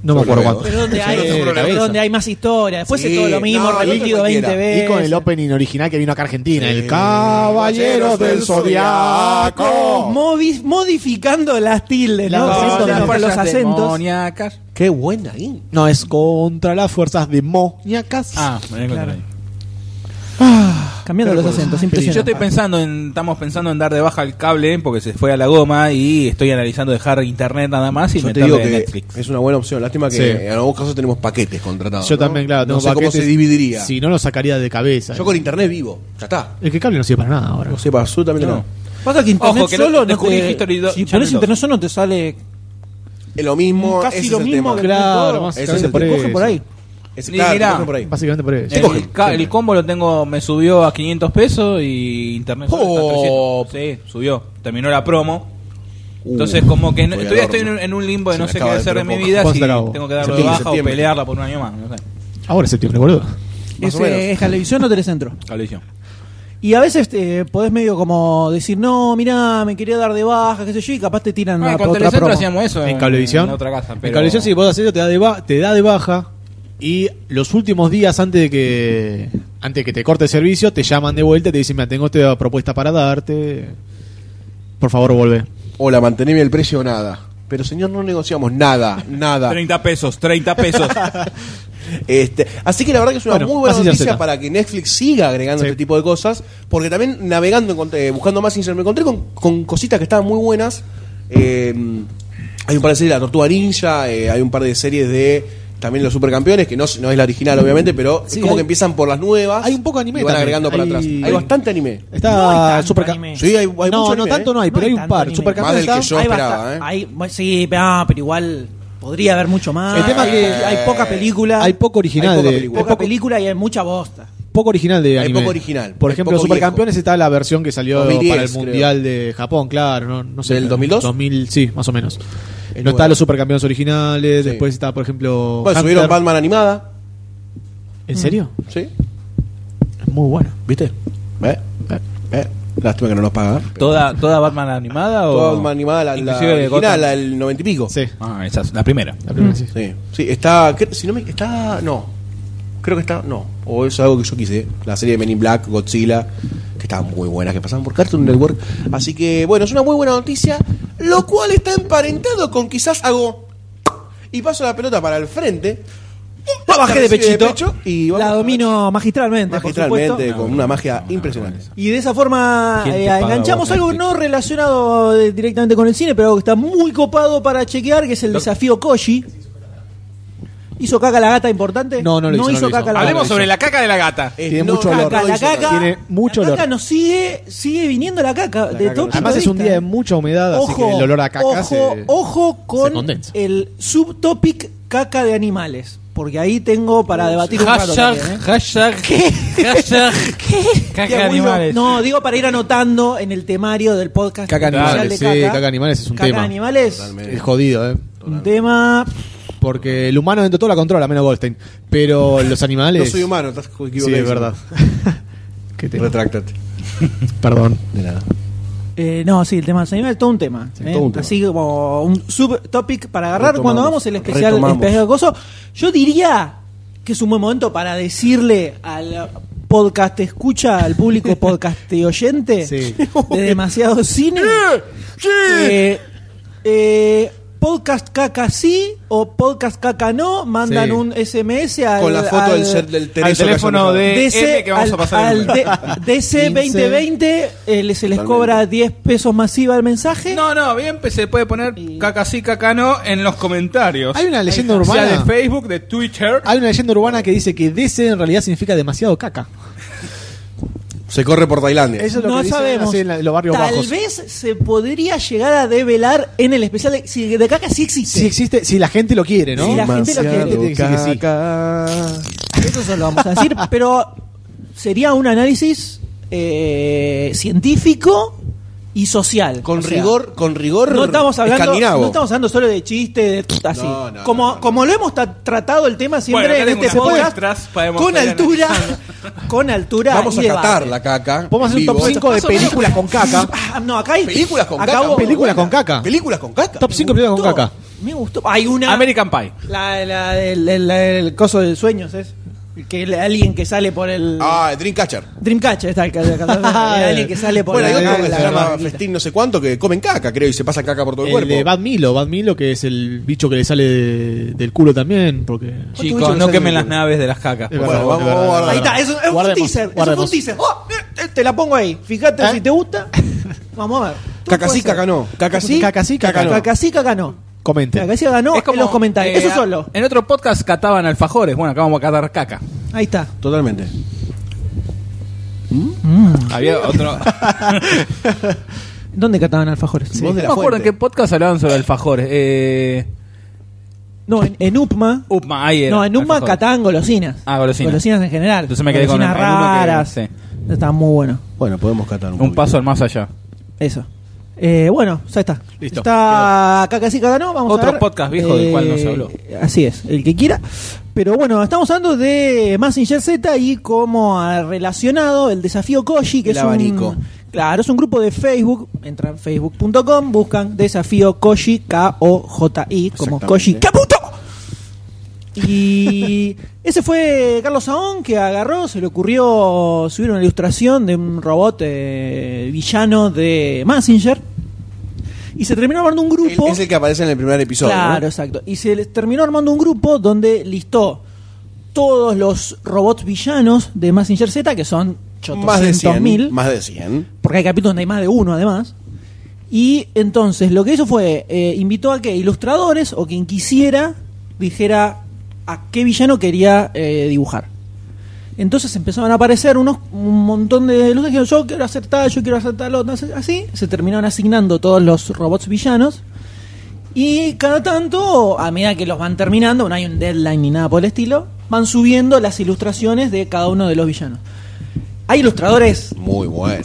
S5: No me
S3: Yo
S5: acuerdo
S3: lo veo.
S5: cuánto.
S1: Pero donde
S3: Sí,
S1: hay,
S3: no tengo
S1: pero
S5: cabeza.
S1: donde hay más historia, después
S3: Sí,
S1: es todo lo mismo,
S3: no, no,
S1: repetido
S3: no,
S1: 20 veces.
S2: Y con el opening original que vino acá a Argentina.
S3: Sí.
S2: El Caballero del Zodiaco.
S1: Movi- modificando las tildes,
S4: Ah,
S1: ¿no?
S2: Las
S1: Sí,
S2: fuerzas
S1: con los- con los acentos.
S4: demoníacas.
S3: Qué buena ahí.
S2: No, es contra las fuerzas demoníacas.
S4: Ah, me voy a encontrar
S1: Claro.
S4: ahí.
S1: Cambiando los acentos,
S4: Sí,
S1: impresionante.
S4: yo estoy pensando en, estamos pensando en dar de baja el cable porque se fue a la goma y estoy analizando dejar internet nada más y
S3: Yo te
S4: meterle
S3: digo que
S4: Netflix.
S3: es una buena opción. Lástima que
S5: Sí.
S3: en algunos casos tenemos paquetes contratados.
S5: Yo
S3: ¿no?
S5: también, claro.
S3: No
S5: tengo
S3: sé cómo
S5: paquetes.
S3: se dividiría.
S5: Si no, lo sacaría de cabeza.
S3: Yo con internet vivo. Ya está.
S5: El que cable no sirve para nada ahora.
S3: No sé, para absolutamente
S4: No.
S3: nada.
S1: Pasa que internet
S4: Ojo, que no-
S1: solo no
S4: descubrí
S1: te...
S4: History do-
S1: si
S4: Channel
S1: pones internet solo no te sale
S3: Es lo mismo.
S1: casi
S3: ese
S1: lo
S3: es el
S1: mismo
S3: tema.
S1: que
S5: Claro,
S1: Ese
S3: es el
S5: básicamente por
S3: tema.
S5: eso.
S1: cogen por ahí.
S3: Ese-
S4: Ni-
S3: claro,
S4: mirá.
S3: te cogen por ahí.
S5: Básicamente por eso.
S4: El, ca- el combo lo tengo, me subió a 500 pesos y internet solo está
S3: Oh.
S4: 300. Sí, subió. Terminó la promo.
S3: Uh,
S4: Entonces, como que no-
S3: voy al
S4: todavía estoy en
S3: horno.
S4: un- en un limbo de
S3: Se
S4: no sé
S3: me
S4: qué
S3: acaba de
S4: hacer de mi
S3: poner
S4: vida,
S5: poco.
S4: si
S5: ¿Cuándo se acabó?
S4: tengo que darlo de
S3: Septiembre,
S4: baja o
S3: septiembre.
S4: pelearla por un año más. No sé.
S5: Ahora es septiembre, boludo.
S3: Más o menos.
S1: Ese es Este, televisión o telecentro.
S4: Cablevisión.
S1: Y a veces te podés medio como decir, no, mirá, me quería dar de baja, qué sé yo, y capaz te tiran
S4: Ah,
S1: la
S4: con
S1: otra
S4: Telecentro
S1: promo.
S4: hacíamos eso.
S5: en cablevisión.
S4: En otra casa.
S5: En
S4: pero-
S5: cablevisión, si vos haces eso, te da, de ba- te da de baja. Y los últimos días antes de que antes de que te corte el servicio, te llaman de vuelta y te dicen: Mira, tengo esta propuesta para darte. Por favor, vuelve.
S3: Hola, manteneme el precio o nada. Pero señor, no negociamos nada, nada.
S4: 30 pesos, 30 pesos.
S3: Este, así que la verdad que es una
S5: Bueno,
S3: muy buena
S5: Mazinger
S3: noticia
S5: Z.
S3: para que Netflix siga agregando
S5: Sí.
S3: este tipo de cosas, porque también navegando, encontré- buscando más Instagram, me encontré con, con cositas que estaban muy buenas. Eh, hay un par de series de La Tortuga Ninja, eh, hay un par de series de también Los Supercampeones, que no, es- no es la original obviamente, pero
S2: Sí,
S3: es como
S2: hay-
S3: que empiezan por las nuevas.
S2: hay un poco de anime
S3: Y van
S2: también.
S3: agregando para
S2: Hay-
S3: atrás. Hay bastante anime.
S1: No hay
S2: Está
S1: tanto
S2: super.
S1: anime.
S3: Sí, hay, hay
S2: no,
S3: mucho
S2: no
S3: anime,
S2: tanto
S3: ¿eh?
S2: no hay, pero hay un
S1: tanto
S2: par.
S1: anime.
S3: Más
S2: Supercampeones
S3: del que
S2: está-
S3: yo
S1: Hay
S3: esperaba,
S1: basta-
S3: ¿eh?
S1: hay- bueno, sí, ah, pero igual podría haber mucho más.
S2: El tema
S1: hay,
S2: que-
S1: hay poca película.
S2: Hay poco original.
S3: Hay poca
S2: de,
S3: película.
S1: poca
S2: hay poco,
S1: película y hay mucha bosta.
S2: poco original de
S3: Hay
S2: anime.
S3: poco original,
S2: Por
S3: hay
S2: ejemplo,
S3: poco
S2: Supercampeones está la versión que salió
S3: 2010,
S2: para el Mundial de Japón, claro. No, no sé.
S3: ¿Del 2002?
S2: 2000, sí, más o menos.
S3: Es
S2: no
S3: nueva.
S2: están los Supercampeones originales.
S3: Sí.
S2: Después está, por ejemplo.
S3: Bueno, subieron
S2: Hunter.
S3: Batman animada,
S2: ¿En serio?
S3: ¿sí?
S2: Muy bueno.
S3: ¿Viste? ¿Eh? ¿Eh? Lástima que no nos paga.
S4: ¿Toda, ¿Toda Batman animada o.?
S3: Toda Batman animada, la, la
S4: Inclusive de
S3: original,
S4: Gotham.
S3: la del noventa y pico.
S2: Sí.
S4: Ah, esa es la primera.
S2: La
S1: Mm.
S2: primera, sí.
S3: Sí, sí, está. cre- Si no me. Está. No. Creo que está. No. O eso es algo que yo quise. La serie de Men in Black, Godzilla, que estaban muy buenas, que pasaban por Cartoon Network. Así que, bueno, es una muy buena noticia. Lo cual está emparentado con quizás hago. Y paso la pelota para el frente.
S1: La bajé de
S3: recibe
S1: pechito.
S3: pecho y vamos
S1: la
S3: a-
S1: domino magistralmente. por
S3: magistralmente,
S1: supuesto.
S3: con una magia impresionante.
S1: Y de esa forma
S4: ¿Quién te
S1: eh,
S4: paga
S1: enganchamos
S4: vos,
S1: algo
S4: Netflix?
S1: no relacionado eh, directamente con el cine, pero algo que está muy copado para chequear, que es el desafío Koji. ¿Hizo caca la gata importante?
S2: No, no lo hizo, no
S1: hizo
S2: lo hizo.
S1: caca la
S4: Hablemos
S1: gata.
S4: sobre la caca de la gata.
S3: Eh,
S2: Tiene mucho
S3: no,
S2: olor.
S1: Caca,
S3: no
S1: la
S3: hizo nada.
S1: caca,
S2: Tiene mucho
S1: la caca
S2: olor.
S1: nos sigue, sigue viniendo la caca. de todo punto
S2: Además
S1: de
S2: es un
S1: vista.
S2: día de mucha humedad, así que el olor a caca
S1: ojo,
S2: se-
S1: ojo
S5: se
S1: con
S5: condensa.
S1: el subtopic caca de animales, porque ahí tengo para debatir un rato también, ¿eh?
S4: Hashtag, hashtag, hashtag,
S1: Qué
S4: caca de
S1: aburrido.
S4: animales.
S1: No, digo para ir anotando en el temario del podcast.
S2: Caca
S1: especial
S2: animales,
S1: de
S2: sí, caca animales es un
S1: Caca
S2: tema.
S1: animales,
S2: Es jodido, ¿eh?
S1: un tema.
S2: Porque el humano dentro de todo la controla, menos Goldstein. Pero los
S3: No
S2: animales.
S3: soy humano, estás
S2: Sí,
S3: equivocado.
S2: es verdad. Qué tema.
S3: Retráctate.
S2: Perdón.
S3: De nada.
S1: eh, no, sí, el tema de los animales, todo un tema. ¿eh?
S3: todo un tema.
S1: Así como un subtopic para agarrar
S3: Retomamos,
S1: cuando hagamos el especial,
S3: retomamos.
S1: especial coso. Yo diría que es un buen momento para decirle al podcast escucha, al público podcast oyente
S2: Sí.
S1: de demasiado cine. Eh, eh, podcast caca sí o podcast caca no, mandan
S2: Sí.
S1: un SMS al,
S3: Con la foto
S1: al
S3: del, ser, del
S4: Al
S3: Tereso que
S4: teléfono
S3: hacemos
S2: Eh,
S4: de
S1: DC,
S4: M que vamos
S1: al-
S4: a pasar. el
S1: al
S4: número.
S1: D- DC 2020 eh, le- se les
S3: Totalmente.
S1: cobra 10 pesos masiva el mensaje.
S4: No, no, bien, pues, se puede poner caca sí, caca no en los comentarios.
S2: Hay una leyenda
S4: O sea,
S2: urbana.
S4: de Facebook, de Twitter.
S2: Hay una leyenda urbana que dice que DC en realidad significa demasiado caca.
S3: Se corre por Tailandia.
S2: Eso es lo
S1: no
S2: que dicen
S1: sabemos.
S2: así en la- los barrios
S1: Tal
S2: bajos.
S1: vez se podría llegar a develar en el especial de, si de caca sí existe.
S2: Si existe, si la gente lo quiere, ¿no?
S1: Si la gente lo quiere.
S2: Demasiado caca. Sí,
S1: Eso se lo vamos a decir, pero sería un análisis eh, científico y social.
S3: Con
S1: O sea,
S3: rigor, con rigor
S1: No estamos, hablando,
S3: escandinavo.
S1: no estamos hablando solo de chistes, de- así.
S3: No, no,
S1: como,
S3: no, no.
S1: como lo hemos tra- tratado el tema siempre
S4: Bueno, acá
S1: en
S4: tengo
S1: este
S4: unas
S1: podcast,
S4: muestras para
S1: con
S4: demostrar
S1: altura, con altura.
S3: Vamos
S1: y
S3: a catar
S1: debate.
S3: la caca.
S2: Podemos hacer un
S3: en
S2: top
S3: vivo.
S2: 5 de
S1: Más o menos.
S2: películas con caca.
S1: Ah, no, acá hay
S3: Películas con
S1: acá
S3: caca.
S1: hubo-
S3: muy
S2: Películas
S3: buena.
S2: con caca.
S3: Películas con caca.
S2: Top 5 películas con caca.
S1: Me gustó. Hay una.
S4: American Pie.
S1: La, la, del- del- el coso de sueños es. Que el alien que sale por el.
S3: Ah, Dreamcatcher.
S1: Dreamcatcher está el, que- el alien que sale por
S3: Bueno, hay
S1: la-
S3: otro que
S1: la-
S3: se llama
S1: la-
S3: Festín no sé cuánto que comen caca, creo, y se pasan caca por todo el,
S2: El de
S3: cuerpo.
S2: Bad Milo, Bad Milo que es el bicho que le sale de- del culo también, porque
S4: Chicos, no quemen las naves de las cacas.
S2: Es
S4: por
S2: verdad,
S3: Bueno,
S2: es
S3: vamos-
S2: verdad,
S3: vamos a
S2: es verdad.
S1: Ahí está, es, un- es un
S2: Guardemos,
S1: teaser. Es un
S2: guardemos.
S1: teaser. Oh, eh, te la pongo ahí. Fíjate
S2: ¿Eh?
S1: si te gusta. Vamos a ver. Todo
S3: Caca sí,
S1: puede ser.
S3: caca no. Caca sí,
S2: Caca sí, caca no.
S1: Caca sí, caca no.
S2: Comenten.
S1: Caca sí, caca no.
S4: Es como,
S1: en los comentarios.
S4: eh,
S1: Eso solo.
S4: En otro podcast cataban alfajores. Bueno, acá vamos a catar caca.
S1: Ahí está.
S3: Totalmente.
S4: Había otro.
S1: ¿Dónde cataban alfajores?
S3: Vos de
S4: no
S3: la
S4: me acuerdo en
S3: fuente.
S4: qué podcast hablaban sobre alfajores. Eh,
S1: No, en, en Upma.
S4: Upma, ahí era.
S1: No, en Upma
S4: alfajores.
S1: cataban golosinas.
S4: Ah, golosinas.
S1: Golosinas en general.
S4: Entonces me quedé con
S1: golosinas
S4: en uno que-
S1: raras.
S4: sí.
S1: Estaban muy bueno.
S3: Bueno, podemos catar un,
S4: Un
S3: poquito.
S4: paso al más allá.
S1: Eso. Eh, bueno, ya está.
S2: Listo.
S1: Está caca sí, caca no. Vamos
S4: Otro
S1: a ver. Eh,
S4: podcast viejo del cual no se habló.
S1: Así es, el que quiera. Pero bueno, estamos hablando de Massinger Z y cómo ha relacionado el desafío Koji, que
S3: El
S1: es
S3: abanico.
S1: un. Claro, es un grupo de Facebook. Entran en facebook.com, buscan desafío Koji, K-O-J-I, como
S3: Exactamente.
S1: Koji Kabuto. Y ese fue Carlos Saón que agarró, se le ocurrió subir una ilustración de un robot eh, villano de Massinger. Y se terminó armando un grupo.
S3: Es el que aparece en el primer episodio.
S1: Claro,
S3: ¿no?
S1: exacto. Y se les terminó armando un grupo donde listó todos los robots villanos de Massinger Z, que son
S3: Más de 100.
S1: 800.000,
S3: Más de 100.
S1: porque hay capítulos donde hay más de uno además. Y entonces lo que hizo fue, eh, invitó a que ilustradores o quien quisiera dijera a qué villano quería eh, dibujar. Entonces empezaban a aparecer unos un montón de luces que yo quiero hacer tal, yo quiero hacer tal, otra, así. Se terminaron asignando todos los robots villanos. Y cada tanto, a medida que los van terminando, no hay un deadline ni nada por el estilo, van subiendo las ilustraciones de cada uno de los villanos. Hay ilustradores
S3: Muy bueno.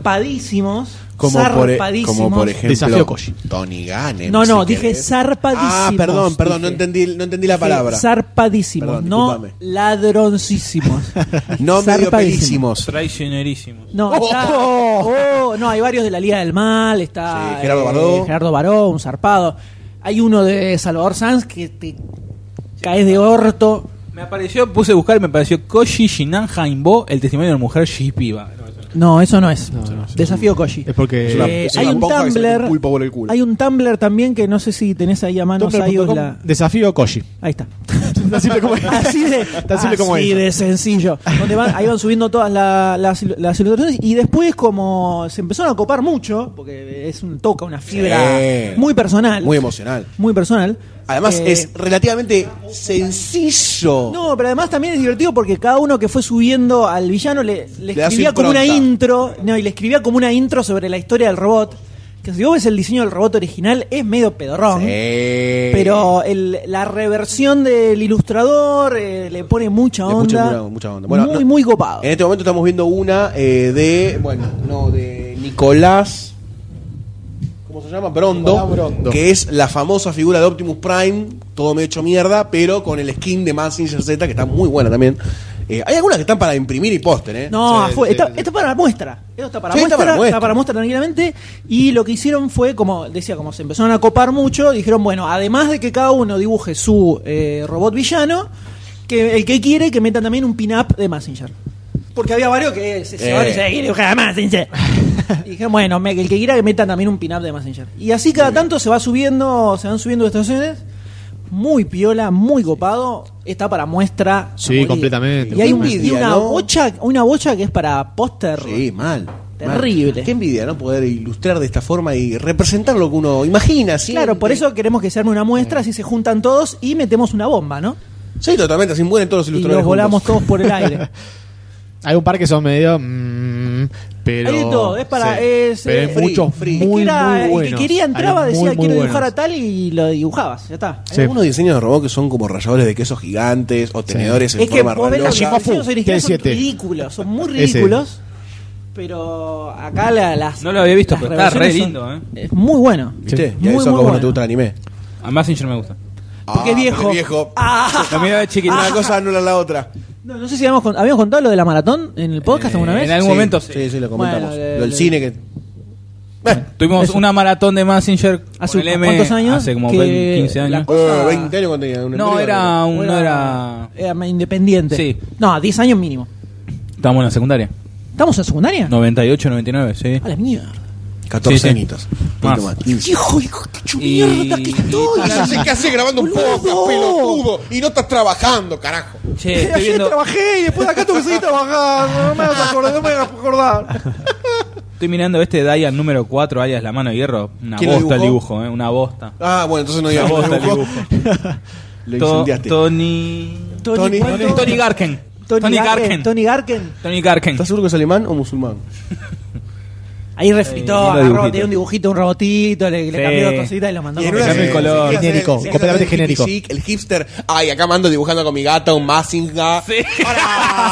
S1: zarpadísimos.
S3: Como por, e-
S1: zarpadísimos.
S3: como por ejemplo
S2: Desafío Koji.
S3: Tony Gannem.
S1: No, no,
S3: si
S1: dije
S3: querés.
S1: zarpadísimos,
S3: Ah, perdón, perdón, no
S1: dije.
S3: entendí, no entendí la
S1: Dije
S3: palabra.
S1: Zarpadísimos,
S3: Perdón,
S1: no
S3: discúlpame.
S1: ladroncísimos.
S3: no medio
S1: Zarpadísimos.
S3: pelísimos.
S4: Traicionerísimo.
S1: No, está- oh, no, hay varios de la Liga del Mal, está eh,
S3: Sí, Gerardo Bardó.
S1: Gerardo Baró, un zarpado. Hay uno de Salvador Sanz que te caes de orto.
S4: Me apareció, puse a buscar y me apareció Koji Shinan Haimbo, el testimonio de una mujer shipiba.
S1: No, eso no es. Desafío Koji.
S2: Es porque
S3: Es una-
S1: Eh,
S3: es
S1: hay
S3: una
S1: un
S3: ponja que se mete
S1: Tumblr.
S3: un pulpo por el culo.
S1: Hay un Tumblr también que no sé si tenés ahí a mano. Sayos,
S2: Tumblr.com,
S1: la-
S2: desafío Koji.
S1: Ahí está.
S2: Tan simple como es.
S1: Así de,
S2: Tan simple como
S1: así
S2: eso.
S1: de sencillo. Donde van, ahí van subiendo todas la- las, ilu- las ilustraciones y después como se empezaron a copar mucho, porque es un toca una fibra
S3: Sí.
S1: muy personal.
S3: Muy emocional.
S1: Muy personal.
S3: Además,
S1: Eh,
S3: es relativamente sencillo.
S1: No, pero además también es divertido porque cada uno que fue subiendo al villano le, le
S3: da su
S1: escribía como una
S3: impronta.
S1: intro, no, y le escribía como una intro sobre la historia del robot. Que si vos ves el diseño del robot original es medio pedorrón. Pero
S3: Eh,
S1: el- la reversión del ilustrador eh, le pone mucha
S3: Le
S1: onda.
S3: pone mucha- mucha onda. Bueno,
S1: muy,
S3: no-
S1: muy copado.
S3: En este momento estamos viendo una eh, de. Bueno, no, de Nicolás. ¿Cómo se llama? Brondo,
S2: Nicolás Brondo.
S3: Que es la famosa figura de Optimus Prime. Todo medio hecho mierda, pero con el skin de Massinger Z, que está muy buena también. Eh, hay algunas que están para imprimir y póster, ¿eh?
S1: No,
S2: Sí,
S1: fue-
S2: sí,
S1: está,
S2: sí.
S1: está para muestra. Esto está para,
S3: Sí,
S1: muestra,
S3: está
S1: está
S3: para
S1: para
S3: muestra.
S1: muestra tranquilamente. Y lo que hicieron fue, como decía, como se empezaron a copar mucho, dijeron, bueno, además de que cada uno dibuje su eh, robot villano, que el que quiere que meta también un pin-up de Messenger. Porque había varios que se llevaron y se "Quiero jugar a Messenger". Y dije, bueno, me- el que quiera que meta también un pin-up de Messenger. Y así cada tanto se va subiendo, se van subiendo estaciones. Muy piola, muy copado. Está para muestra.
S2: Sí,
S1: a morir.
S2: completamente,
S1: Y hay un-
S3: completamente.
S1: y una,
S3: ¿no?
S1: bocha, una bocha que es para póster.
S3: Sí, mal.
S1: Terrible.
S3: mal. Qué envidia, ¿no? Poder ilustrar de esta forma y representar lo que uno imagina, ¿sí?
S1: Claro, por eso queremos que se arme una muestra, así se juntan todos y metemos una bomba, ¿no?
S3: Sí, totalmente, así mueren todos los
S1: Y
S3: ilustradores.
S1: los volamos
S3: juntos.
S1: todos por el aire.
S2: Hay un par que son medio. mm, pero.
S1: Hay de todo, es para-
S2: sí.
S1: es,
S2: Pero hay
S1: eh,
S2: muchos
S3: free, free.
S2: muy,
S1: el que, era-
S2: muy
S1: el que
S2: buenos.
S1: quería entraba,
S2: Hay
S1: decía
S2: muy, muy
S1: quiero
S2: buenos.
S1: dibujar a tal y lo dibujabas, ya está.
S3: Hay
S2: Sí.
S3: algunos diseños de robots que son como rayadores de quesos gigantes o tenedores en
S1: es que
S3: forma
S1: vos ves los
S3: redonda.
S2: Shimafu,
S1: diseños originales son
S2: T7.
S1: ridículos, son muy
S2: Ese.
S1: ridículos. Pero acá la- las.
S4: No lo había visto,
S1: las
S4: pero está re
S1: reversiones
S4: lindo, ¿eh?
S1: son- Es muy bueno.
S3: ¿Viste?
S1: Sí.
S3: Y a
S1: Muy, muy
S3: eso como no
S1: bueno.
S3: te gusta el anime.
S4: A Messenger me gusta.
S1: Porque es
S3: Ah,
S1: viejo.
S3: viejo.
S1: Ah.
S4: Lo miraba de chiquito.
S3: Una cosa anula la otra.
S1: No, no sé si habíamos, con- habíamos contado lo de la maratón en el podcast
S4: Eh,
S1: alguna vez.
S4: en algún
S3: Sí,
S4: momento sí.
S3: Sí, sí, lo comentamos.
S1: Bueno, le-
S3: Lo del
S1: le-
S3: cine que. Bueno,
S4: Tuvimos una maratón de Messenger
S1: ah, ¿Hace
S4: con el M
S1: ¿cuántos años?
S4: Hace como
S1: Que
S4: 20, 15
S1: la
S4: años.
S1: cosa-
S3: eh, 20 años cuando tenía. un
S4: No,
S3: embrión,
S4: era
S1: O
S4: un. No era.
S1: era independiente.
S4: Sí.
S1: No, 10 años mínimo.
S4: Estábamos en la secundaria.
S1: ¿Estamos en secundaria?
S4: 98, 99, sí.
S1: A la mierda.
S3: 14
S4: Sí, sí.
S3: añitos. Un poquito
S4: Más.
S3: más. 15.
S1: Hijo, hijo, qué
S4: Y-
S1: chumierda que
S4: y-
S1: estoy.
S3: Así que hace grabando un
S1: Boludo.
S3: podcast, pelotudo. Y no estás trabajando, carajo.
S4: Che, estoy
S1: Ayer
S4: viendo.
S1: trabajé y después de acá tuve que seguir trabajando. No me vas a acordar, no me vas a acordar.
S4: Estoy mirando este Dial número 4, alias La Mano de Hierro. Una
S3: ¿Quién lo
S4: bosta el
S3: dibujó?
S4: dibujo, ¿eh? Una bosta.
S3: Ah, bueno, entonces no
S4: Una
S3: digamos.
S4: bosta el
S3: dibujo.
S4: dibujo.
S3: Lo
S4: To-
S3: incendiaste.
S4: Tony.
S1: Tony,
S3: Tony-
S1: ¿cuánto?
S4: Tony Garken.
S1: Tony,
S4: Tony
S1: Garken.
S4: Garken.
S1: Tony Garken.
S4: Tony Garken.
S3: ¿Estás seguro que es alemán o musulmán?
S1: Ahí refritó,
S4: Eh,
S1: agarró,
S4: dibujito.
S1: tenía un dibujito, un robotito, le, le
S4: Sí.
S1: cambió cositas y lo mandó.
S3: Y en
S1: con-
S3: una-
S4: cambia el color.
S3: sí, sí,
S2: Genérico,
S3: sí, sí, sí,
S2: completamente
S3: sí, sí,
S2: genérico.
S3: sí, El hipster, ay, acá mando dibujando con mi gata un Mazinga.
S4: Sí.
S3: Para,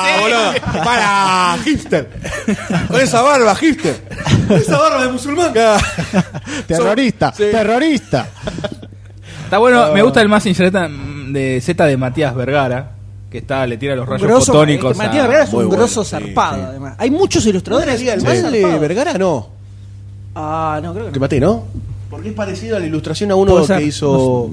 S4: Sí.
S3: boludo. Para, hipster. Con esa barba, hipster. Con esa barba de musulmán.
S2: Terrorista,
S3: Sí.
S2: terrorista.
S4: Está bueno, me gusta el Messenger esta- de Z de Matías Vergara. Que está, le tira los
S1: un
S4: rayos
S1: grosso-
S4: fotónicos.
S1: es que
S4: a-
S1: Matías Vergara es un
S3: Muy bueno,
S1: grosso
S3: sí,
S1: zarpado,
S3: sí.
S1: además. Hay muchos ilustradores.
S3: el
S1: muy
S3: mal de
S1: zarpados.
S3: Vergara? No.
S1: Ah, no, creo que
S3: Te
S1: no.
S3: maté, ¿no? Porque es parecido a la ilustración a uno
S1: Puede
S3: que
S1: ser.
S3: hizo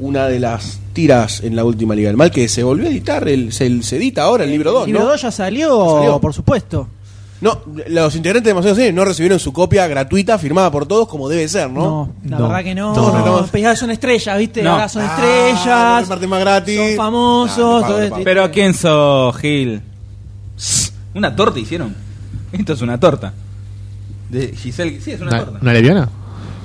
S3: una de las tiras en la última Liga del Mal, que se volvió a editar, el, se, se edita ahora el libro 2,
S1: El libro
S3: ¿no?
S1: 2 ya salió,
S3: Salió.
S1: por supuesto.
S3: No, los integrantes de Demasiado Cine no recibieron su copia gratuita firmada por todos como debe ser, ¿no?
S1: No, la
S2: No.
S1: verdad que no.
S3: No, no, no.
S1: Pero ya son estrellas, ¿viste?
S4: No.
S1: Ahora son
S3: Ah, no
S1: estrellas.
S3: me parte más gratis.
S1: Son famosos.
S3: Ah, no pago,
S1: todo
S3: no
S1: esto.
S3: pago.
S4: Pero ¿quién sos, Gil? Una torta hicieron. Esto es una torta. De Giselle. Sí, es una
S2: ¿Una,
S4: torta.
S2: una lesbiana?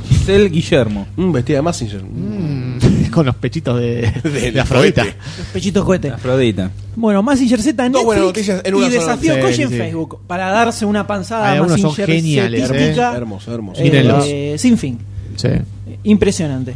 S4: Giselle Guillermo.
S3: Mm, vestida de Massinger.
S2: Mm, Con los pechitos de, de,
S3: Del
S2: Afrodita.
S3: cohete.
S1: Pechito
S4: Ah.
S1: cohete.
S4: Afrodita.
S1: Bueno, Massinger Z en
S3: Dos buenas
S1: Netflix
S3: noticias en una
S1: y
S3: sola
S1: Desafío
S2: noticia.
S1: Koji
S2: Sí,
S1: en
S2: sí.
S1: Facebook para darse una panzada
S2: Hay
S1: a
S2: algunos son
S1: Mazinger
S2: geniales,
S1: zetística,
S3: ¿eh? Hermoso, hermoso.
S1: eh, sin fin.
S2: Sí.
S1: Impresionante.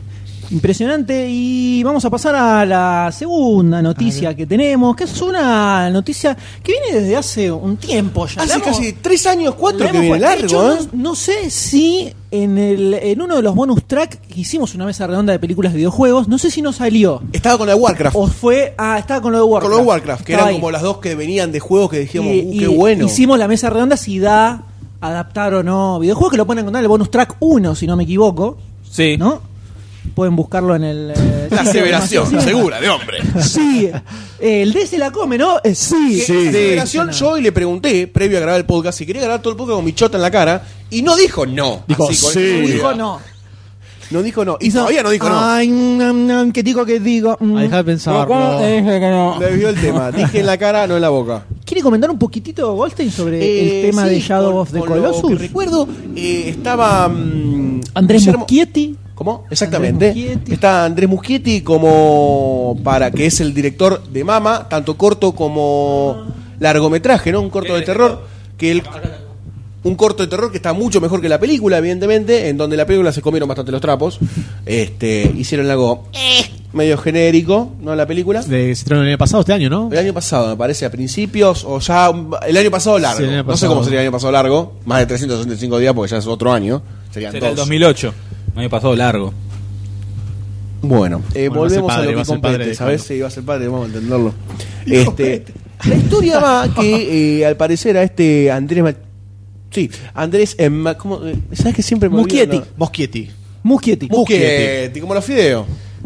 S1: Impresionante y vamos a pasar a la segunda noticia que tenemos, que es una noticia que viene desde hace un tiempo ya. La
S3: Hace
S1: hemos-
S3: casi tres años, cuatro
S1: la
S3: que
S1: hemos-
S3: viene
S1: de hecho,
S3: largo, ¿eh?
S1: no, no sé si en, el, en uno de los bonus track que hicimos una mesa redonda de películas de videojuegos, no sé si no salió.
S3: Estaba con la de Warcraft.
S1: O fue. Ah, estaba con lo de Warcraft.
S3: Con los Warcraft, que
S1: Estaba
S3: eran
S1: ahí.
S3: como las dos que venían de juegos que
S1: Y-
S3: dijimos, uh,
S1: y
S3: qué bueno.
S1: Hicimos la mesa redonda si da adaptar o no videojuegos, que lo pueden encontrar en el bonus track 1, si no me equivoco.
S4: Sí.
S1: ¿No? Pueden buscarlo en el. eh,
S3: La
S1: sitio
S3: aseveración,
S1: de animación.
S3: segura, de hombre.
S1: Sí. Eh, el D se la come, ¿no? Eh, sí.
S3: Sí.
S1: No.
S3: yo hoy le pregunté, previo a grabar el podcast, si quería grabar todo el podcast con mi chota en la cara, y no dijo no.
S2: Dijo,
S3: Así, con
S2: sí.
S3: seguridad.
S1: Dijo no.
S3: No dijo no. Y todavía no dijo no.
S1: Ay, mm, mm, mm, ¿qué digo que digo? Mm.
S2: Deja de pensarlo.
S3: Le vio el tema. Dije en la cara, no en la boca.
S1: ¿Quiere comentar un poquitito, Goldstein, sobre
S3: Eh,
S1: el tema
S3: sí,
S1: de Shadow
S3: con-
S1: of the
S3: con lo que
S1: Colossus?
S3: recuerdo, eh, estaba. mm,
S1: Andrés
S3: Guillermo-
S1: Muschietti.
S3: ¿Cómo? Exactamente.
S1: Andrés Muschietti.
S3: Está Andrés Muschietti como. para que es el director de Mama, tanto corto como largometraje, ¿no? Un corto de terror. Que el, un corto de terror que está mucho mejor que la película, evidentemente, en donde la película se comieron bastante los trapos. Este, hicieron algo eh, medio genérico, ¿no? La película.
S2: De, se estrenó el año pasado, este año, ¿no?
S1: Eh.
S3: El año pasado, me parece, a principios, o ya. El año pasado largo.
S2: Sí, el año
S3: No sé
S2: pasado.
S3: cómo sería el año pasado largo. Más de 365 días, porque ya es otro año. Serían
S4: Será el
S3: dos.
S4: 2008. Me año pasado largo.
S3: Bueno, eh,
S2: Bueno,
S3: volvemos
S2: va a ser
S3: a
S2: padre,
S3: lo
S2: va a
S3: que
S2: ser padre
S3: compete,
S2: de
S3: ¿sabes?
S2: Pablo.
S3: Sí, va a ser padre, vamos a entenderlo. Este, la historia va que, eh, al parecer, a este Andrés. Ma- Sí, Andrés. eh, Ma- ¿cómo? Eh, ¿Sabes que siempre me olvido,
S1: Muschietti.
S3: no?
S2: Moschietti.
S1: Muschietti.
S3: Muschietti, como los fideos.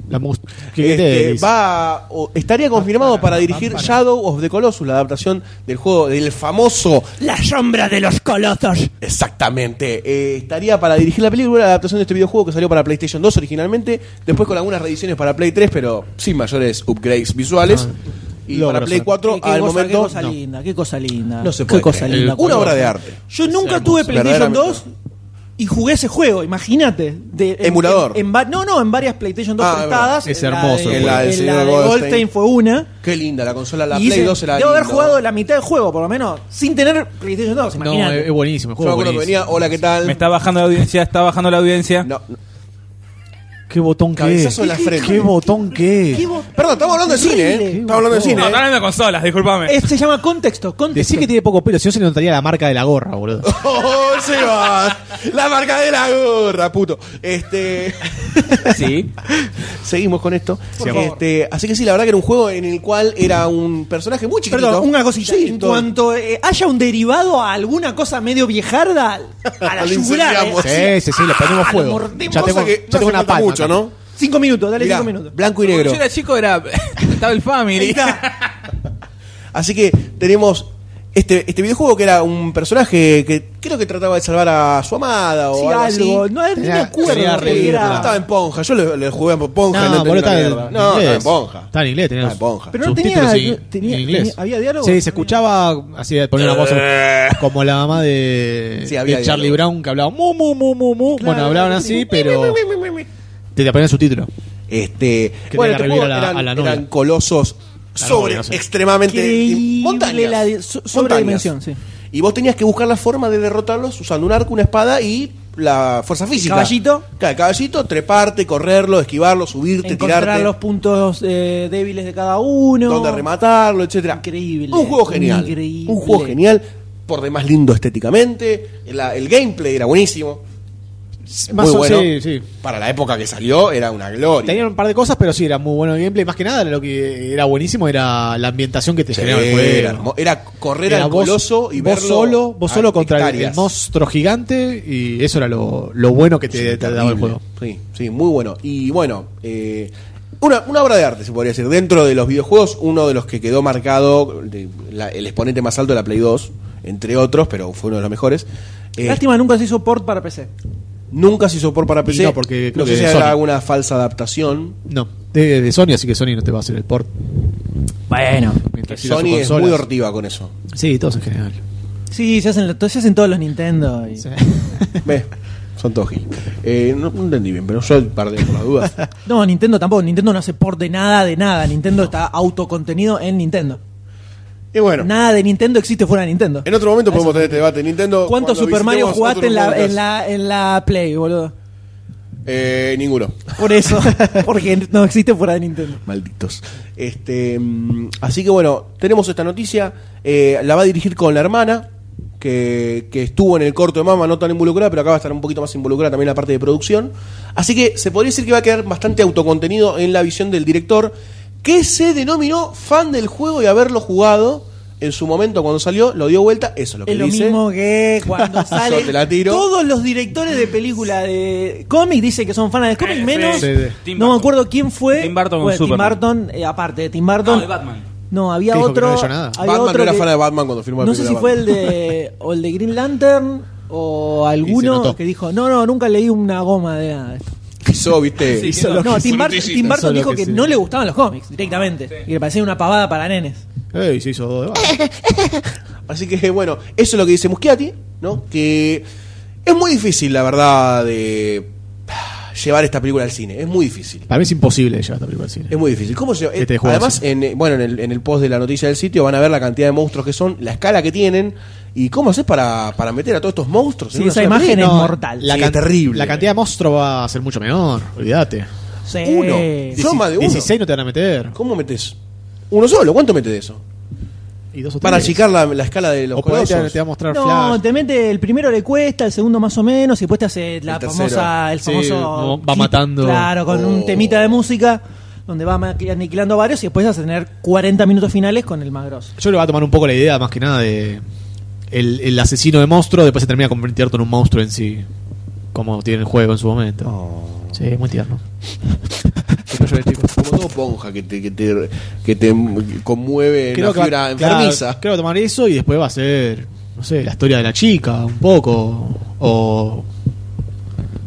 S2: La mus-
S3: Este,
S2: Quiquetelis.
S3: va, o- estaría confirmado para dirigir Shadow of the Colossus, la adaptación del juego del famoso
S1: La sombra de los colosos.
S3: Exactamente. Eh, estaría para dirigir la película la adaptación de este videojuego que salió para PlayStation 2 originalmente, después con algunas reediciones para Play 3, pero sin mayores upgrades visuales.
S1: Ah,
S3: y
S2: Logros,
S3: para Play
S2: ¿no?
S3: 4,
S6: Qué- qué
S3: al
S6: cosa- qué
S3: momento,
S6: cosa
S3: no.
S6: linda, qué cosa linda.
S3: No se
S6: Qué
S3: puede
S6: cosa
S3: creer. Eh,
S6: linda,
S3: Una
S6: cuando-
S3: obra de arte.
S1: Yo nunca tuve PlayStation 2
S3: verdaderamente.
S1: y jugué ese juego, imagínate. de- en-
S3: Emulador.
S1: en- en va- no, no, en varias PlayStation 2
S3: Ah, es verdad.
S1: prestadas.
S2: Es
S1: en la
S2: hermoso
S1: de-
S2: el
S1: En la,
S3: juego.
S1: de, la
S3: El
S1: de
S3: señor Goldstein.
S1: Goldstein fue una.
S3: Qué linda la consola, la
S1: y
S3: Play
S1: hice-
S3: 2 era
S1: debo haber
S3: lindo.
S1: jugado la mitad del juego, por lo menos, sin tener PlayStation 2,
S2: No,
S1: imagínate.
S2: es, es buenísimo. el
S3: Yo me
S2: juego
S3: acuerdo que
S2: es
S3: venía, hola, ¿qué tal?
S4: Me está bajando la audiencia, está bajando la audiencia.
S3: No, no.
S2: buenísimo. Qué botón que es.
S3: Cabezazo en la frente.
S2: Qué botón que es.
S1: Qué bo-
S3: Perdón, estamos hablando de cine, ¿eh?
S1: Terrible.
S3: Estamos hablando de cine.
S4: No,
S3: ¿eh?
S4: están hablando de consolas, discúlpame.
S1: Eh, se llama contexto, contexto.
S2: Decir que tiene poco pelo, si no se le notaría la marca de la gorra, boludo.
S3: ¡Oh, Sebas! La marca de la gorra, puto. Este.
S4: Sí.
S3: Seguimos con esto.
S1: Por favor.
S3: Este, así que sí, la verdad que era un juego en el cual era un personaje muy chiquitito.
S1: Perdón, una cosita.
S3: Sí,
S1: en
S3: todo.
S1: cuanto eh, haya un derivado a alguna cosa medio viejarda, a la
S3: Lo
S1: yugular.
S3: incendiamos.
S1: eh.
S2: Sí, sí, sí, le ponemos
S1: Ah, lo
S2: fuego.
S1: mordemos.
S2: Ya tengo,
S3: Cosa que
S2: ya
S3: no
S2: tengo
S3: hace
S2: una
S3: falta
S2: palma.
S3: mucho,
S2: acá.
S3: ¿no?
S1: Cinco minutos, dale
S3: Mirá,
S1: cinco minutos.
S3: Blanco y negro.
S4: Cuando yo era chico era estaba el
S1: Ahí
S4: Family.
S1: está.
S3: Así que tenemos este, este videojuego que era un personaje que creo que trataba de salvar a su amada o
S1: Sí,
S3: algo,
S1: algo.
S3: así.
S1: No, no me
S2: Tenía-
S1: acuerdo.
S2: tenía
S1: lo que
S2: ridícula.
S1: era.
S3: Estaba en Ponja. Yo le, le jugué a Ponja.
S2: No,
S3: No,
S2: boludo,
S3: no,
S2: está
S3: entendí
S2: en
S3: una mierda. no, estaba
S2: inglés.
S3: en Ponja.
S2: Está en inglés, tenía
S3: Estaba en
S2: los
S3: Ponja.
S1: Pero no
S2: subtítulos
S1: tenía-
S2: y-
S1: tenía-
S2: en inglés.
S1: tenía- ¿había diálogo?
S2: Sí, se escuchaba así, ponía una voz como la mamá de,
S3: Eh. Sí, había
S2: de Charlie
S3: diálogo.
S2: Brown que hablaba mu, mu, mu, mu, mu.
S1: Claro,
S2: bueno, hablaban
S1: sí,
S2: así,
S1: sí.
S2: pero te, te ponían subtítulo.
S3: Este,
S2: Que tenga
S3: bueno, este
S2: que revivir
S3: juego
S2: a la-
S3: eran,
S2: a la novia.
S3: eran colosos
S2: La
S3: sobre
S2: novia, no sé.
S3: extremadamente
S1: Increíble
S3: montañas.
S1: la de- so-
S3: Montañas.
S1: sobredimensión, sí.
S3: Y vos tenías que buscar la forma de derrotarlos usando un arco, una espada y la fuerza física.
S1: caballito?
S3: Claro, el caballito, treparte, correrlo, esquivarlo, subirte,
S1: Encontrar
S3: tirarte,
S1: los puntos eh, débiles de cada uno.
S3: dónde rematarlo, etcétera.
S1: Increíble,
S3: Un juego genial.
S1: increíble.
S3: Un juego genial, por demás lindo estéticamente, la- el gameplay era buenísimo.
S2: Más
S3: muy
S2: o-
S3: bueno.
S2: sí, sí.
S3: Para la época que salió era una gloria.
S2: Tenían un par de cosas, pero sí, era muy bueno el gameplay. Más que nada, lo que era buenísimo era la ambientación que te
S3: Sí,
S2: generaba el
S3: era,
S2: juego.
S3: hermo- era correr
S2: Era
S3: al
S2: vos-
S3: coloso y
S2: vos
S3: verlo
S2: solo, vos
S3: a
S2: solo contra el, el
S3: hectáreas.
S2: monstruo gigante y eso era lo, lo bueno que te, te daba el
S3: Terrible.
S2: juego.
S3: Sí, sí, muy bueno. Y bueno, eh, una, una obra de arte, se podría decir. Dentro de los videojuegos, uno de los que quedó marcado, de- la- el exponente más alto de la Play 2, entre otros, pero fue uno de los mejores. Eh,
S1: Lástima, nunca se hizo port para PC.
S3: Nunca se hizo por para PC.
S2: no, porque creo
S3: No sé
S2: que
S3: si
S2: Sony.
S3: habrá alguna falsa adaptación.
S2: No, de, de Sony, así que Sony no te va a hacer el port.
S1: Bueno.
S2: Mientras siga su
S3: Sony es
S2: consola.
S3: muy hortiva con eso.
S2: Sí, todos en general.
S1: Sí, se hacen, lo- se hacen todos los Nintendo. y-
S3: Ve, son todos gil. Eh, no, no entendí bien, pero yo perdí por las dudas.
S1: No, Nintendo tampoco. Nintendo no hace port de nada, de nada. Nintendo está autocontenido en Nintendo.
S3: Y bueno,
S1: Nada de Nintendo existe fuera de Nintendo.
S3: en otro momento podemos tener este debate. Nintendo.
S1: ¿Cuánto
S3: cuando
S1: Super Mario
S3: visitemos
S1: jugaste
S3: otro
S1: en la,
S3: podcast.
S1: en, la, en la Play, boludo?
S3: Eh, ninguno.
S1: Por eso, porque no existe fuera de Nintendo.
S3: Malditos. Este, mm, así que bueno, tenemos esta noticia. eh, la va a dirigir con la hermana, que, que estuvo en el corto de Mama, no tan involucrada, pero acá va a estar un poquito más involucrada también en la parte de producción. Así que se podría decir que va a quedar bastante autocontenido en la visión del director, que se denominó fan del juego y haberlo jugado en su momento cuando salió, lo dio vuelta. Eso es lo que
S1: Es lo
S3: dice.
S1: mismo que cuando sale.
S3: te la tiro.
S1: Todos los directores de película de cómic dicen que son fans de cómic,
S4: Eh,
S1: menos.
S2: sí, sí.
S4: Tim
S1: No me
S4: Burton.
S1: acuerdo quién fue.
S4: Tim Burton con
S1: Bueno, Tim
S4: Superman.
S1: Burton, eh, aparte de Tim Burton.
S4: No, de Batman.
S1: No, había
S2: Que dijo que
S1: otro.
S2: no leyó nada.
S1: había
S3: Batman
S1: otro
S3: no era
S1: que-
S3: fan de Batman cuando firmó la
S1: No sé si
S3: película
S1: fue
S3: de
S1: el de, o el de Green Lantern o alguno
S2: notó.
S1: que dijo, no, no, nunca leí una goma de nada. de esto".
S3: Quiso, viste.
S4: Sí,
S1: No, Tim, Bur- Tim Burton
S2: Solo
S1: dijo
S2: que
S1: que
S2: sí.
S1: no le gustaban los cómics directamente y le parecía una pavada para nenes.
S2: Ey, se hizo dos de baja.
S3: Así que bueno, eso es lo que dice Muschiati, ¿no? Que es muy difícil, la verdad, de ah, llevar esta película al cine. Es muy difícil.
S2: Para mí es imposible llevar esta película al cine.
S3: Es muy difícil. ¿Cómo se eh,
S2: Este juego
S3: Además,
S2: sí.
S3: en, eh, bueno, en el, en el post de la noticia del sitio van a ver la cantidad de monstruos que son, la escala que tienen y cómo haces para, para meter a todos estos monstruos.
S1: Sí,
S3: una
S1: esa
S3: sola
S1: imagen
S3: película.
S1: es mortal.
S2: La
S3: Sí,
S2: can-
S3: es terrible.
S2: La cantidad de monstruos va a ser mucho menor, olvídate.
S1: Sí.
S3: Uno. Son más de uno.
S2: 16 no te van a meter.
S3: ¿Cómo metes? Uno solo, ¿cuánto metes de eso?
S2: Y dos o
S3: Para
S2: tres.
S3: achicar la, la escala de los
S2: O por ahí te,
S3: colosos.
S2: te va a mostrar
S1: No,
S2: Flash.
S1: te mete, el primero le cuesta, el segundo más o menos, y después te hace la
S3: El tercero.
S1: famosa, el
S2: Sí,
S1: famoso
S2: no, va
S1: hit,
S2: matando.
S1: Claro, con
S3: Oh.
S1: un temita de música donde va ma- aniquilando varios y después vas a tener 40 minutos finales con el Magros.
S2: Yo le voy a tomar un poco la idea, más que nada, de. El, el asesino de monstruo después se termina convirtiendo en un monstruo
S3: Oh.
S2: en sí. Como tiene el juego en su momento. Sí, muy tierno.
S3: Qué
S7: mayores, chicos.
S3: Como todo ponja que te, que te, que te conmueve
S2: Creo
S3: Eh, una
S2: que va-
S3: fibra
S2: claro,
S3: enfermiza.
S2: creo que tomar eso y después va a ser, no sé, la historia de la chica, un poco. O.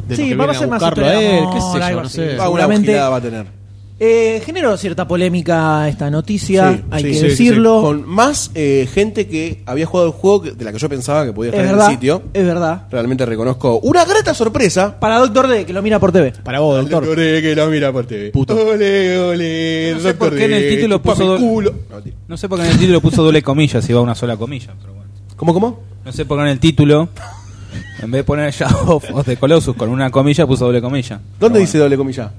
S2: de
S1: Sí,
S2: los que
S1: va a
S2: vienen
S1: ser más
S2: buscarlo
S1: historia de
S2: a él,
S1: amor,
S2: qué sé yo,
S1: algo
S2: no
S1: así.
S2: sé.
S1: Va,
S3: Ah, una
S1: seguramente-
S3: vigilada va a tener.
S1: Eh, generó cierta polémica esta noticia,
S3: Sí,
S1: hay
S3: sí,
S1: que
S2: sí, sí, sí.
S1: decirlo.
S3: Con más eh, gente que había jugado el juego que- de la que yo pensaba que podía
S1: Es
S3: estar en
S1: verdad,
S3: el sitio.
S1: es verdad.
S3: Realmente reconozco una grata sorpresa.
S1: Para Doctor D, que lo mira por TV.
S2: Para vos, doctor.
S3: que lo mira por TV.
S2: Puto.
S3: Ole, ole,
S4: Eh, No sé por qué en el
S3: Dre,
S4: título
S3: chupa
S4: puso
S3: mi
S4: do-
S3: culo. No, tío.
S4: No sé por qué en el título puso doble comillas si va una sola comilla. Pero bueno.
S3: ¿Cómo, cómo?
S4: No sé por qué en el título, en vez de poner Shadow of of the Colossus con una comilla, puso doble comilla.
S3: ¿Dónde dice doble comilla?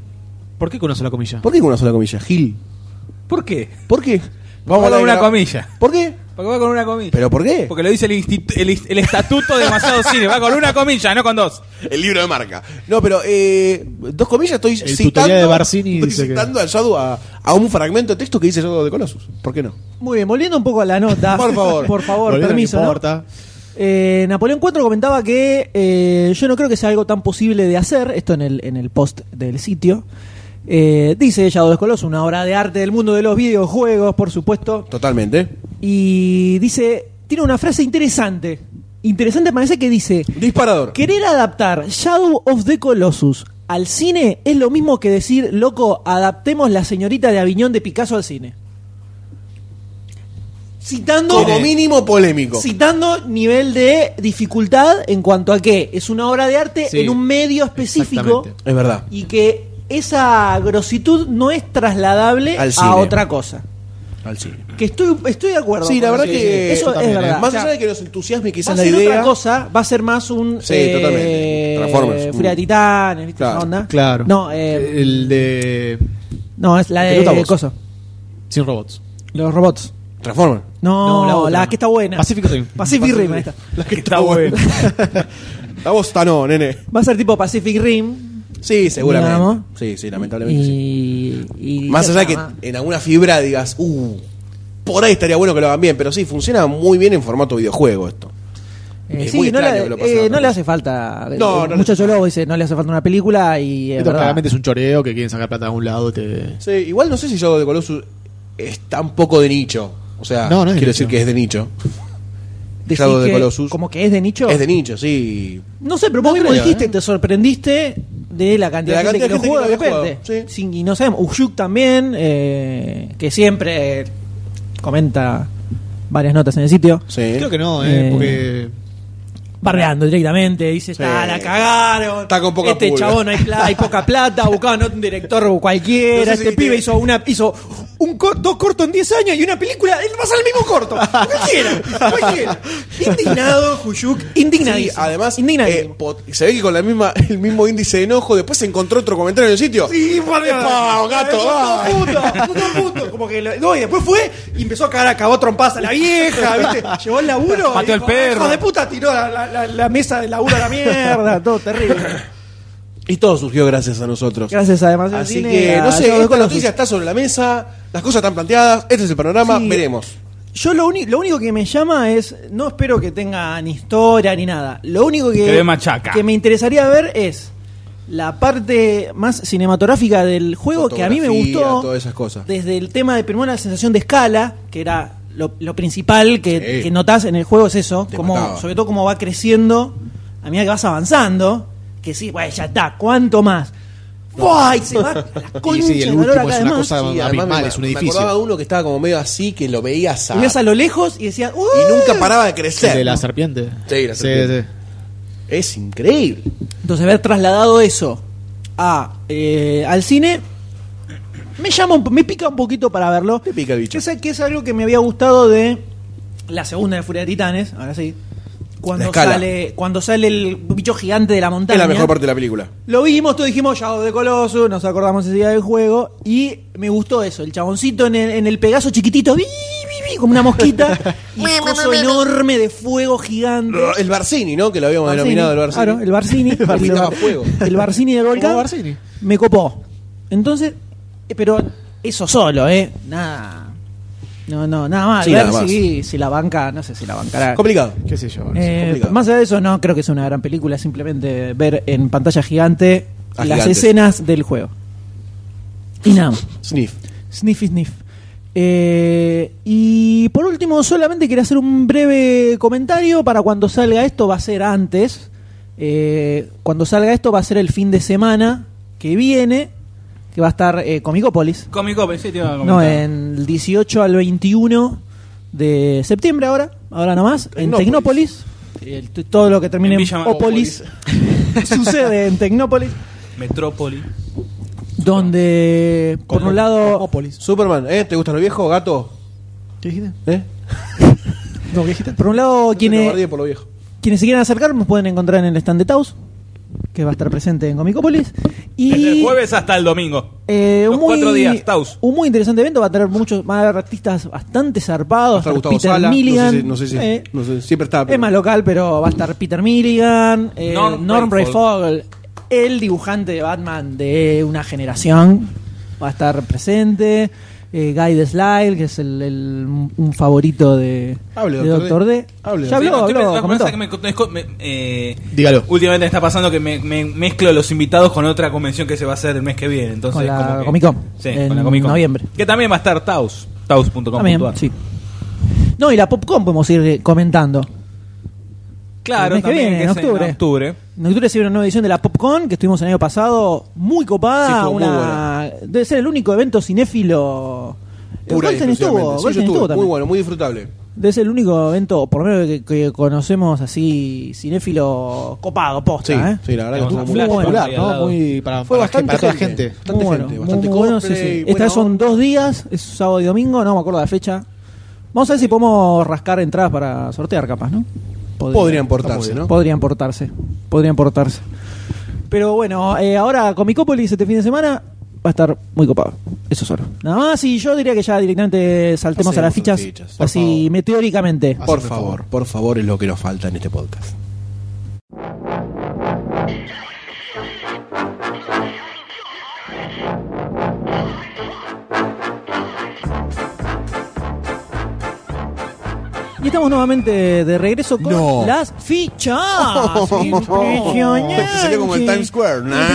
S2: ¿Por qué con una sola comilla?
S3: ¿Por qué con una sola comilla? Gil.
S4: ¿por qué?
S3: ¿Por qué?
S4: Vamos
S3: a
S4: con una
S3: grabar-
S4: comilla.
S3: ¿Por qué?
S4: Porque va con una comilla.
S3: ¿Pero por qué?
S4: Porque lo dice el, institu- el, is- el estatuto de demasiado cine. Va con una comilla, no con dos.
S3: El libro de marca. No, pero eh, dos comillas estoy
S2: El
S3: citando.
S2: tutorial de Barcini
S3: estoy
S2: dice que-
S3: citando al Shadow a, a un fragmento de texto que dice Shadow de Colossus. ¿Por qué no?
S1: Muy bien, volviendo un poco a la nota.
S3: Por favor.
S1: Por favor,
S2: Volviendo a lo que
S1: permiso. ¿no?
S2: importa.
S1: Eh, Napoleón IV comentaba que eh, yo no creo que sea algo tan posible de hacer, esto en el, en el post del sitio. Eh, dice Shadow of the Colossus, una obra de arte del mundo de los videojuegos, por supuesto.
S3: Totalmente.
S1: Y dice, tiene una frase interesante. Interesante parece que dice,
S3: Disparador.
S1: querer adaptar Shadow of the Colossus al cine es lo mismo que decir, loco, adaptemos la señorita de Aviñón de Picasso al cine. Citando
S3: Como mínimo polémico.
S1: Citando nivel de dificultad en cuanto a que es una obra de arte
S2: Sí,
S1: en un medio específico
S2: exactamente.
S3: Es verdad.
S1: y que esa grositud no es trasladable
S3: Al
S1: a
S3: cine.
S1: otra cosa.
S3: Al cine.
S1: Que estoy, estoy de acuerdo.
S3: Sí, la
S1: con
S3: verdad
S1: eso.
S3: que-
S1: Eso
S3: yo
S1: es
S2: también, ¿eh?
S1: verdad.
S3: Más
S1: O sea,
S3: allá de que nos entusiasme
S1: va a
S3: quizás la
S1: ser otra
S3: idea.
S1: cosa, va a ser más un. eh,
S3: Sí, totalmente. Transformers.
S1: Furia de Titanes, ¿viste?
S3: Claro,
S1: esa onda.
S2: Claro.
S1: No, eh,
S2: el de.
S1: no, es la
S2: el que nota
S1: de.
S2: vos.
S1: cosa,
S2: Sin robots.
S1: Los robots.
S3: Transformer.
S1: No,
S2: No, la
S1: la,
S2: otra.
S1: que está buena.
S2: Pacific Rim.
S1: Pacific Rim, ahí está.
S3: La que está buena. la voz está no, nene.
S1: Va a ser tipo Pacific Rim.
S3: Sí, seguramente.
S1: Digamos.
S3: Sí, sí, lamentablemente. sí.
S1: Y, y-
S3: Más allá de que
S1: Ah,
S3: en alguna fibra digas, uh, por ahí estaría bueno que lo hagan bien, pero sí, funciona muy bien en formato videojuego esto.
S1: eh,
S3: es
S1: sí,
S3: muy
S1: no,
S3: extraño
S1: le,
S3: que lo pasen a
S1: eh,
S3: otra
S1: no le
S3: cosa.
S1: hace falta. eh,
S3: No,
S1: el
S3: no le-
S1: muchacho lobo dice, no le hace falta una película y. es
S2: Esto
S1: verdad.
S2: claramente es un choreo que quieren sacar plata de algún lado. y Te...
S3: Sí, igual no sé si Shadow de Colossus es tan poco de nicho. O sea,
S2: No, no es de nicho.
S3: quiero decir que es de nicho.
S1: Decís
S3: Shadow de
S1: que-
S3: Colossus.
S1: Como que es de nicho.
S3: Es de nicho, sí.
S1: No sé, pero vos
S3: No
S1: mismo
S3: creo,
S1: dijiste,
S3: eh.
S1: te sorprendiste de la cantidad de,
S3: De la
S1: gente
S3: cantidad
S1: que lo
S3: de
S1: juega de
S3: gente que lo había
S1: repente.
S3: jugado, sí.
S1: Sin- y no sabemos. Ushuk también, eh, que siempre eh, comenta varias notas en el sitio.
S3: sí.
S2: Creo que no, eh,
S1: Eh.
S2: porque.
S1: Barreando directamente, dice,
S3: Sí.
S1: "Está, la cagaron.
S3: Está con poca
S1: este
S3: pulga".
S1: chabón hay, pla- hay poca plata, buscaban un director
S3: No
S1: cualquiera,
S3: sé si
S1: este
S3: te-
S1: pibe hizo una hizo un cor- dos cortos en 10 años y una película, él va a ser el mismo corto. Cualquiera, cualquiera. Indignado, Juyuk,
S3: Sí,
S1: indignadísimo.
S3: además,
S1: indignadísimo.
S3: eh, pot- se ve que con la misma, el mismo índice de enojo, después se encontró otro comentario en el sitio.
S1: Sí, por Dios.
S3: ¡Epa, gato!
S1: Todo puto, todo puto. Como que lo- no, y después fue y empezó a cagar, acabó a trompadas a la vieja, ¿viste? Llevó el laburo.
S4: Mató
S1: y
S4: al
S1: dijo,
S4: perro.
S1: "Hijo de puta, tiró la, la- la- la mesa del laburo a la mierda, todo terrible.
S3: Y todo surgió gracias a nosotros.
S1: Gracias además
S3: Así que, no sé, esta noticia está sobre la mesa, las cosas están planteadas, este es el panorama,
S1: Sí.
S3: veremos.
S1: Yo lo, uni- lo único que me llama es, no espero que tenga ni historia ni nada. Lo único que,
S4: Que dé machaca.
S1: que me interesaría ver es la parte más cinematográfica del juego que a mí me
S3: Fotografía,
S1: gustó.
S3: todas esas cosas.
S1: Desde el tema de primero la sensación de escala, que era lo, lo principal que,
S3: Sí.
S1: que notás en el juego es eso,
S3: Te
S1: como,
S3: mataba.
S1: sobre todo cómo va creciendo a medida que vas avanzando, que sí, bueno, ya está, ¿cuánto más? ¡Buah! Y se va la concha
S2: sí, el
S1: de
S2: último
S1: valor
S2: es
S1: acá
S2: una
S1: además.
S2: cosa
S3: Sí,
S2: Ah,
S3: además
S2: abismal,
S3: me-
S2: es un
S3: Me
S2: edificio.
S3: acordaba de uno que estaba como medio así, que lo veías a...
S1: Y ves a lo lejos y decías, ¡Uy!
S3: Y nunca paraba de crecer.
S2: El de la serpiente.
S3: Sí, la serpiente. Es increíble.
S1: Entonces, haber trasladado eso a, eh, al cine me llama, un- me pica un poquito para verlo.
S3: Te pica el bicho.
S1: Que es, que es algo que me había gustado de la segunda de Furia de Titanes, ahora sí.
S3: La
S1: Cuando
S3: escala.
S1: sale, cuando sale el bicho gigante de la montaña.
S3: Es la mejor parte de la película.
S1: Lo vimos, todos dijimos Shadow de Colossus, nos acordamos ese día del juego y me gustó eso, el chaboncito en el, en el Pegaso chiquitito, vi, vi, vi, como una mosquita y un coso enorme de fuego gigante.
S3: El Barcini, ¿no? Que lo habíamos
S1: Barcini,
S3: denominado el Barcini.
S1: Claro, el Barcini. el,
S3: Vomitaba fuego.
S1: el Barcini del volcán.
S2: Como Barcini.
S1: Me copó. Entonces, eh, pero eso solo, ¿eh? Nada. No, no, nada más.
S3: Sí,
S1: A ver
S3: nada más.
S1: Si, si la banca, no sé si la bancará.
S3: Complicado.
S2: ¿Qué sé yo?
S1: Eh,
S3: complicado.
S1: más allá de eso, no creo que sea una gran película. Simplemente ver en pantalla gigante
S3: A
S1: las
S3: gigantes.
S1: escenas del juego. Y nada.
S3: Sniff.
S1: Sniffy sniff. Eh, y por último, solamente quería hacer un breve comentario para cuando salga esto, va a ser antes. Eh, cuando salga esto va a ser el fin de semana que viene, que va a estar eh, Comicópolis.
S4: Comic sí, te iba a comentar.
S1: No, en el 18 al 21 de septiembre ahora, ahora nomás, en Tecnópolis.
S3: Tecnópolis.
S1: El- t- todo lo que termine
S4: En
S1: en,
S4: Villa
S1: Ópolis sucede en Tecnópolis,
S4: Metrópoli.
S1: donde por un lado
S3: Superman, ¿eh? ¿Te gusta lo viejo, gato?
S8: ¿Qué dijiste?
S3: ¿Eh?
S8: No, ¿qué dijiste?
S1: por un lado
S3: No te
S1: quienes
S3: bardíes por lo viejo.
S1: quienes se quieran acercar nos pueden encontrar en el stand de Taos que va a estar presente en Comicopolis
S4: Desde el
S1: y
S4: jueves hasta el domingo.
S1: Eh,
S4: Los
S1: un muy,
S4: cuatro días, Taos.
S1: Un muy interesante evento, va a tener muchos, van a haber artistas bastante zarpados.
S3: Va a estar
S1: va a estar
S3: Gustavo
S1: Peter
S3: Sala, no sé si-
S1: Milligan.
S3: no sé si-
S1: eh,
S3: no sé, siempre está, pero-
S1: Es más local, pero va a estar Peter Milligan, eh,
S4: Norm
S1: Norm
S4: Brayfogle.
S1: Brayfogle, el dibujante de Batman de una generación, va a estar presente. eh, Guy Deslyle, que es el, el- un favorito de,
S3: Hable,
S1: de
S3: Dr.
S1: Doctor D.
S3: Hable,
S1: ya
S3: Dr.
S1: habló,
S4: no, estoy
S1: habló,
S4: pensando-
S1: comentó.
S4: pasa que me- me- me- eh,
S2: Dígalo.
S4: Últimamente me está pasando que me, me mezclo los invitados con otra convención que se va a hacer el mes que viene. Entonces,
S1: Con la
S4: como que-
S1: Comic Con,
S4: Sí,
S1: en
S4: con la Comic Con.
S1: noviembre.
S4: Que también va a estar Taos. Taos.com.
S1: También, sí. No, y la Popcom podemos ir eh, comentando. El
S4: Claro,
S1: mes que
S4: también,
S1: viene,
S4: que
S1: en
S4: es
S1: octubre.
S4: En octubre.
S1: En octubre se viene una nueva edición de la PopCon que estuvimos el año pasado, muy copada,
S3: Sí, estuvo muy
S1: una-
S3: buena.
S1: debe ser el único evento cinéfilo.
S3: Pura y
S1: Goldstein
S3: exclusivamente.
S1: estuvo,
S3: Sí, yo
S1: Goldstein
S3: estuve.
S1: estuvo
S3: Muy
S1: también.
S3: bueno, muy disfrutable.
S1: Debe ser el único evento, por lo menos que, que conocemos así, cinéfilo copado, posta,
S3: Sí,
S1: ¿eh.
S3: sí, la verdad
S4: Vamos
S3: que estuvo
S4: a
S3: muy
S4: flash,
S3: bueno.
S1: bueno.
S4: vamos ahí al
S8: ¿no?
S4: lado.
S8: Muy para,
S3: Fue
S8: para-
S3: bastante
S8: para toda
S3: gente.
S8: gente.
S3: Bastante
S1: Muy bueno,
S3: gente,
S1: muy
S3: bastante
S1: bueno, sí,
S3: cosplay,
S1: sí.
S3: buena
S1: Esta vez son
S3: onda.
S1: dos días, es sábado y domingo, no me acuerdo la fecha. Vamos a ver si podemos rascar entradas para sortear, capaz, ¿no? Podría-
S3: Podrían portarse, ¿no?
S1: Podrían portarse, podrían portarse. Pero bueno, eh, ahora Comicópolis este fin de semana va a estar muy copado. Eso solo. Nada más, y yo diría que ya directamente saltemos a las fichas,
S3: Hacemos las fichas, por
S1: así
S3: favor.
S1: meteóricamente.
S3: Por favor, por favor, es lo que nos falta en este podcast.
S1: Y estamos nuevamente de regreso con las fichas. Impresionante.
S3: Salió como en Times Square. Nah,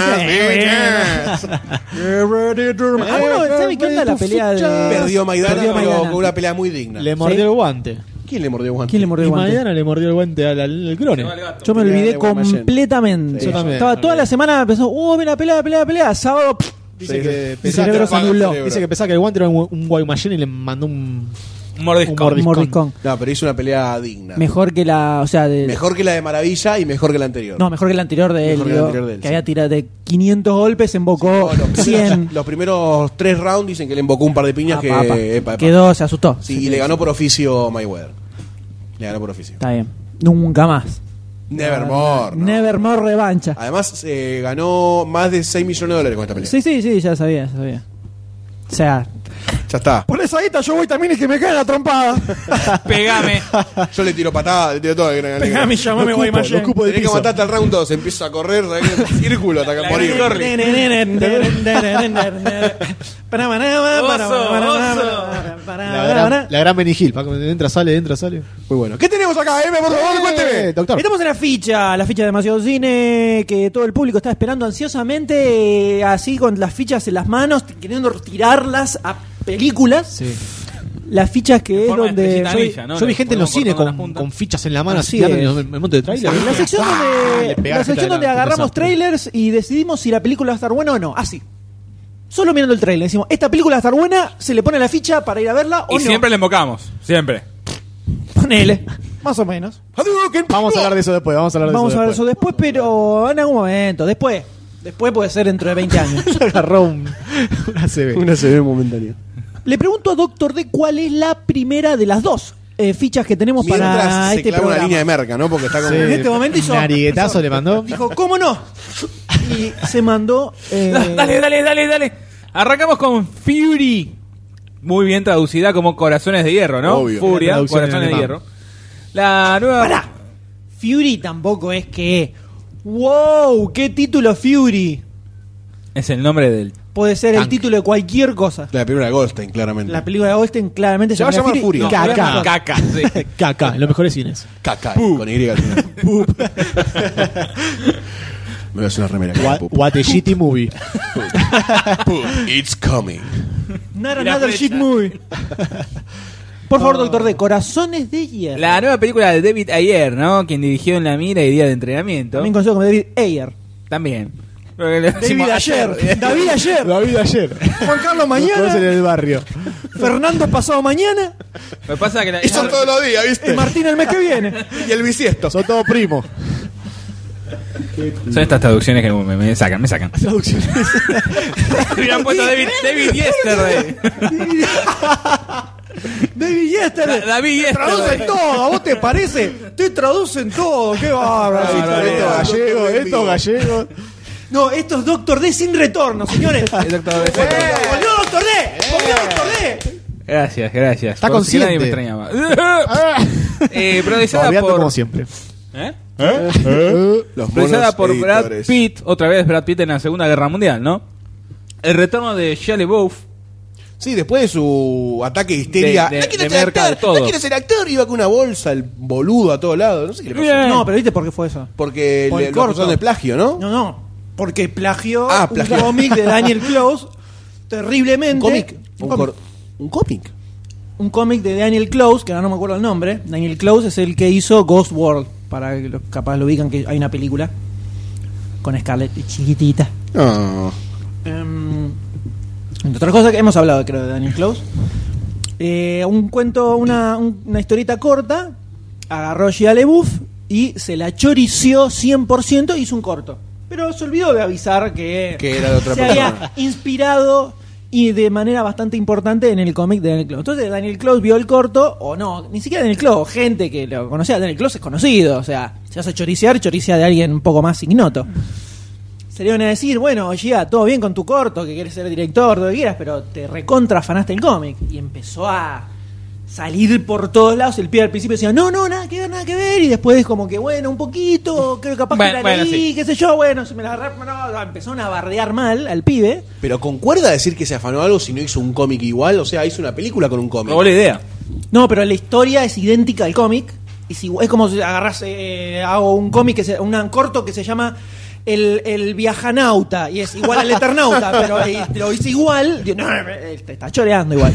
S1: Ah, bueno, ¿sabe qué onda la pelea de...
S3: Perdió Maidana,
S1: Perdió
S3: pero
S1: Maidana.
S3: con una pelea muy digna.
S2: Le mordió el guante.
S3: ¿Quién le mordió guante?
S1: ¿Quién le mordió
S2: Y
S1: el guante?
S2: mañana le mordió el guante al, al- al Crone.
S1: Yo me
S3: Pelea de
S1: olvidé
S3: Guaymallén.
S1: completamente.
S3: Sí, yo
S2: también.
S1: Estaba toda la semana pensando, oh, mira, pelea, pelea, pelea. Sábado, pff,
S2: Dice
S3: Sí,
S2: que
S3: sí.
S1: mi
S2: pensaba-
S1: cerebro
S3: te
S1: se
S3: apaga el
S1: anuló.
S3: cerebro.
S2: Dice que pensaba que el guante era un, un Guaymallén y le mandó un.
S4: Un mordisco.
S2: Un mordisco.
S1: Mordiscón.
S3: No, pero hizo una pelea digna.
S1: Mejor que la, o sea, de-
S3: Mejor que la de Maravilla y mejor que la anterior.
S1: no, mejor que la anterior de él,
S3: Mejor que la
S1: digo,
S3: anterior de él,
S1: que
S3: sí.
S1: había tirado de 500 golpes, embocó
S3: No, los, primeros,
S1: 100.
S3: los primeros tres rounds dicen que le invocó un par de piñas
S1: Ah,
S3: que
S1: pa, pa.
S3: epa, epa.
S1: Quedó, se asustó.
S3: Sí, y le ganó por oficio Mayweather. Le ganó por oficio.
S1: Está bien. Nunca más.
S3: Nevermore. ¿no?
S1: Nevermore revancha.
S3: Además, eh, ganó más de 6 millones de dólares con esta pelea.
S1: Sí, sí, sí, ya sabía, ya sabía. O sea,
S3: Ya está.
S1: por esa guita yo voy también y que me cae la trompada.
S4: Pegame.
S3: Yo le tiro patada, le tiro todo. Pegame,
S1: llamame
S2: Guaymallén. ocupo de
S3: Tenés que
S2: piso.
S3: matarte al round 2. Empieza a correr, ¿sabés? en círculo hasta que
S4: La
S3: morir.
S4: gran Gorri.
S1: Ah.
S2: La gran, la gran Benny Hill. va, Entra, sale, entra, sale.
S3: Muy bueno. ¿Qué tenemos acá, M? Por favor,
S2: Eh,
S3: cuénteme.
S2: doctor.
S1: Estamos en la ficha, la ficha de demasiado cine que todo el público está esperando ansiosamente, eh, así con las fichas en las manos, queriendo tirarlas a películas. Las fichas que es
S4: forma de
S1: donde.
S4: estrellita.
S2: Yo vi,
S4: Anilla, ¿no?
S2: yo vi
S4: Le
S2: gente en los
S4: ponemos
S2: cines
S4: cortando
S2: con,
S4: las puntas.
S2: con fichas en la mano
S1: Así
S2: así, dando
S1: es.
S2: en Ah, el monte de trailer.
S1: La sección
S2: Ah, Le
S1: donde,
S2: pegaba
S1: la
S2: gente
S1: sección
S2: adelante,
S1: donde agarramos
S2: empezaba.
S1: trailers y decidimos si la película va a estar buena o no. Así. Solo mirando el trailer decimos, esta película va a estar buena, se le pone la ficha para ir a verla o
S4: Y
S1: no.
S4: siempre le invocamos. Siempre.
S1: Ponele. Más o menos.
S2: Vamos a hablar de eso después. Vamos a hablar de
S1: Vamos
S2: eso
S1: a ver eso
S2: después.
S1: después, pero en algún momento. Después. Después puede ser dentro de 20 años.
S2: Agarró un, una CB.
S3: Una se ve momentánea.
S1: Le pregunto a Doctor D cuál es la primera de las dos eh, fichas que tenemos para
S3: Mientras se
S1: este
S3: clava una
S1: programa.
S3: línea de merca, ¿no? Porque está como...
S1: En este momento hizo-
S2: Nariguetazo le mandó.
S1: Dijo, ¿cómo no? Y se mandó. eh,
S4: Dale, dale, dale, dale. Arrancamos con Fury. Muy bien traducida como Corazones de Hierro, ¿no?
S3: Obvio.
S4: Furia,
S2: Traducción en
S4: Corazones de
S2: alemán.
S4: Hierro. La nueva.
S1: Pará. Fury tampoco es que. ¡Wow! ¡Qué título Fury!
S4: Es el nombre del.
S1: Puede ser el
S4: Tank.
S1: título de cualquier cosa.
S3: La primera de Goldstein, claramente.
S1: La película de Austin claramente
S3: Se va a
S1: llama
S3: llamar Fury.
S1: Caca.
S2: Caca.
S4: Caca, sí.
S2: Caca, en los mejores cines.
S3: Caca, con Y al final. Me voy a hacer una remera.
S2: What, what a shitty movie.
S3: Poop, It's coming.
S1: Not
S4: Mirá,
S1: another
S4: fecha.
S1: shit movie. Por favor, doctor D, corazones de hierro.
S4: La nueva película de David Ayer, ¿no? Quien dirigió en la mira y día de entrenamiento.
S1: También conocido como David Ayer.
S4: También. Porque le
S1: David
S4: decimos
S1: Ayer. David Ayer.
S2: David ayer.
S1: Juan
S2: Todos
S1: Carlos
S2: en
S1: mañana.
S2: el barrio.
S1: Fernando pasado mañana.
S4: Me pasa que la-
S3: Eso todos los días, ¿viste?
S1: Y Martín el mes que viene.
S3: Y el bisiesto.
S2: Son todos primos.
S4: son estas traducciones que me, me sacan, me sacan. Hubieran puesto David, David Yesterday.
S1: David
S4: Da-
S1: Yester.
S4: David
S1: Traducen
S4: Yesterday.
S1: todo, ¿a vos te parece? Te traducen todo, qué
S3: Ah,
S1: bárbaro. este
S3: no, no,
S2: Estos
S3: no.
S2: gallegos, estos gallegos.
S1: No, esto es Doctor D sin retorno, señores.
S3: Eh.
S1: ¡Volvió Doctor D! ¡Volvió Doctor D!
S4: Gracias, gracias.
S2: Está
S4: Por si que nadie me
S2: consciente.
S4: extrañaba. eh,
S2: Estaba
S4: Producida
S2: viendo como
S4: por.
S2: siempre.
S4: ¿Eh?
S3: Los
S4: Realizada
S3: monos
S4: por
S3: editores.
S4: Brad Pitt, otra vez Brad Pitt en la Segunda Guerra Mundial, ¿no? El retorno de Shia LaBeouf,
S3: Sí, después de su ataque de histeria.
S4: De- de-
S3: no quiero
S4: de
S3: ser
S4: merca de
S3: actor,
S4: todo.
S3: no quiero ser actor. Iba con una bolsa, el boludo a todos lados. No sé qué le pasó.
S4: Bien.
S1: No, pero ¿viste por qué fue eso?
S3: Porque
S1: Por
S3: le,
S1: el
S3: lo
S1: corto.
S3: acusaron de plagio, ¿no?
S1: No, no. Porque plagió,
S3: Ah, plagió.
S1: un cómic de Daniel Close terriblemente.
S3: Un cómic.
S1: Un
S3: Un
S1: cómic.
S3: cor- un cómic.
S1: Un cómic de Daniel Close, que ahora no me acuerdo el nombre. Daniel Close es el que hizo Ghost World. Para que los capaz lo ubican, que hay una película con Scarlett chiquitita.
S3: No.
S1: Em, entre otras cosas que hemos hablado, creo, de Daniel Close. Eh, un cuento, una, un- una historieta corta, agarró Shia LaBeouf y se la chorició 100% y hizo un corto. Pero se olvidó de avisar que,
S3: Que era de otra
S1: se
S3: persona.
S1: había inspirado y de manera bastante importante en el cómic de Daniel Close. Entonces Daniel Close vio el corto, o no, ni siquiera Daniel Close, gente que lo conocía, Daniel Close es conocido, o sea, se hace choriciar, choricia de alguien un poco más ignoto se le iban a decir, bueno, Gia, todo bien con tu corto, que quieres ser director, todo lo que quieras, pero te recontra afanaste el cómic. Y empezó a salir por todos lados. El pie al principio decía, no, no, nada que ver, nada que ver. Y después como que, bueno, un poquito, creo que capaz
S4: Bueno,
S1: que la
S4: bueno,
S1: leí,
S4: sí.
S1: qué sé yo, bueno, se me la rap- no, empezaron a bardear mal al pibe.
S3: Pero concuerda decir que se afanó algo si no hizo un cómic igual. O sea, hizo una película con un cómic.
S4: robó la idea.
S1: No, pero la historia es idéntica al cómic. Y si, es como si agarras, eh, hago un cómic, que se- un corto que se llama el, el viajanauta. Y es igual al eternauta, pero eh, lo hice igual. Digo, no, eh, te está choreando igual.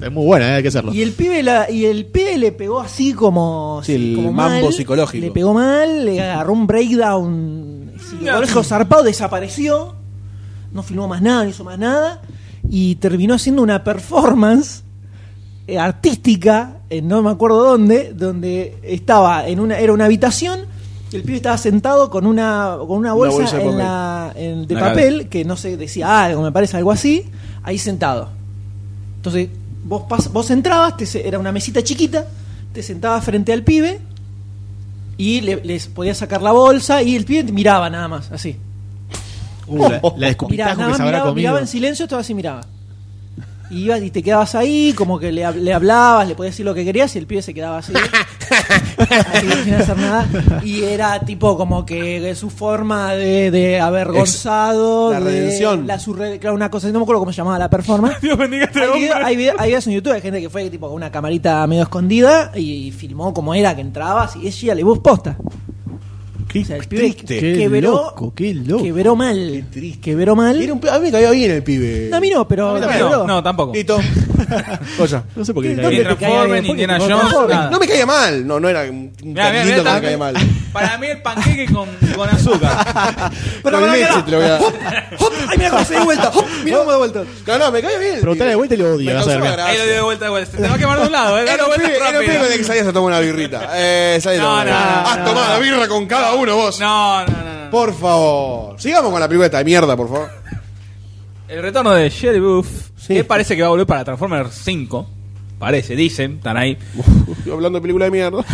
S2: Es muy buena, eh, hay que hacerlo.
S1: Y el pibe, la- y el pibe le pegó así como.
S3: Sí, el
S1: como
S3: mambo psicológico.
S1: Le pegó mal, le agarró un breakdown. Psicológico zarpado, desapareció. No filmó más nada, no hizo más nada. Y terminó haciendo una performance eh, artística, en no me acuerdo dónde, donde estaba en una era una habitación. y El pibe estaba sentado con una, con una bolsa,
S3: bolsa de
S1: en
S3: papel.
S1: la- en- de
S4: Una
S1: papel, que no sé, decía algo, me parece algo así, ahí sentado. Entonces, vos, pas- vos entrabas, te se- era una mesita chiquita, te sentabas frente al pibe y le- les podías sacar la bolsa y el pibe te miraba nada más, así.
S2: Uh, la, la
S1: Miraba,
S2: escupitajo
S1: nada
S2: que
S1: más
S2: se habrá
S1: miraba, miraba
S2: comido.
S1: en silencio, estaba así, miraba. Y, ibas, y te quedabas ahí, como que le, hab- le hablabas, le podías decir lo que querías y el pibe se quedaba así. así, sin hacer nada. Y era tipo como que de su forma de, de avergonzado.
S3: la
S1: de-
S3: redención.
S1: la surre- claro, una cosa, no me acuerdo cómo se llamaba la performance.
S4: Dios bendiga a este
S1: Hay, video-
S4: hombre.
S1: hay video- hay videos en YouTube de gente que fue tipo con una camarita medio escondida y filmó cómo era que entrabas y es Gia Lebus posta.
S3: Qué
S1: O sea, el pibe
S3: triste.
S2: Qué
S1: quebró,
S2: loco, qué loco.
S1: quebró mal.
S3: Qué triste.
S1: Quebró mal.
S3: Era un pi- a mí me caía bien el pibe.
S1: No, a mí no, pero
S4: No,
S1: quebró.
S4: no, tampoco.
S3: Listo. Cosa.
S2: No sé por qué.
S1: ¿Qué-
S2: le
S1: dónde
S4: Ni
S2: caí.
S1: te caía bien?
S4: Transformers, ni
S1: ¿Por qué
S4: Indiana
S1: te
S4: Jones.
S1: transformas?
S4: nada.
S3: No me caía mal. No, no era un un
S4: Mirá, mirá,
S3: tan lindo
S4: mirá,
S3: que me
S4: también-
S3: caía mal.
S4: Para mí el panqueque con, con azúcar.
S1: Pero
S3: Con
S1: pará,
S3: leche
S1: pará.
S3: te lo voy a dar.
S1: ¡Hop! ¡Ay, mira cómo se dio vuelta! ¡Hop! ¡Mira cómo de vuelta!
S3: No, no, me caía bien. el
S2: Preguntale
S3: pibe.
S2: de vuelta y lo odia,
S3: Me
S2: vas a ver,
S3: causaba
S2: mirá.
S4: Ahí lo dio de
S3: gracia.
S4: vuelta de vuelta. Se te va a quemar de un lado, eh.
S3: Era
S4: Dale
S3: un
S4: vuelta
S3: pibe, era un pibe con el que
S4: rápido.
S3: salías a tomar una birrita. Eh, salí a
S4: No,
S3: tomar una
S4: no,
S3: birra.
S4: no,
S3: Has
S4: no,
S3: tomado la birra con cada uno vos.
S4: No, no, no, no.
S3: Por favor. Sigamos con la película de esta mierda, por favor.
S4: El retorno de Shelley Buff, que parece que va a volver para Transformers 5. Parece, dicen, están ahí.
S3: Estoy hablando de película de mierda.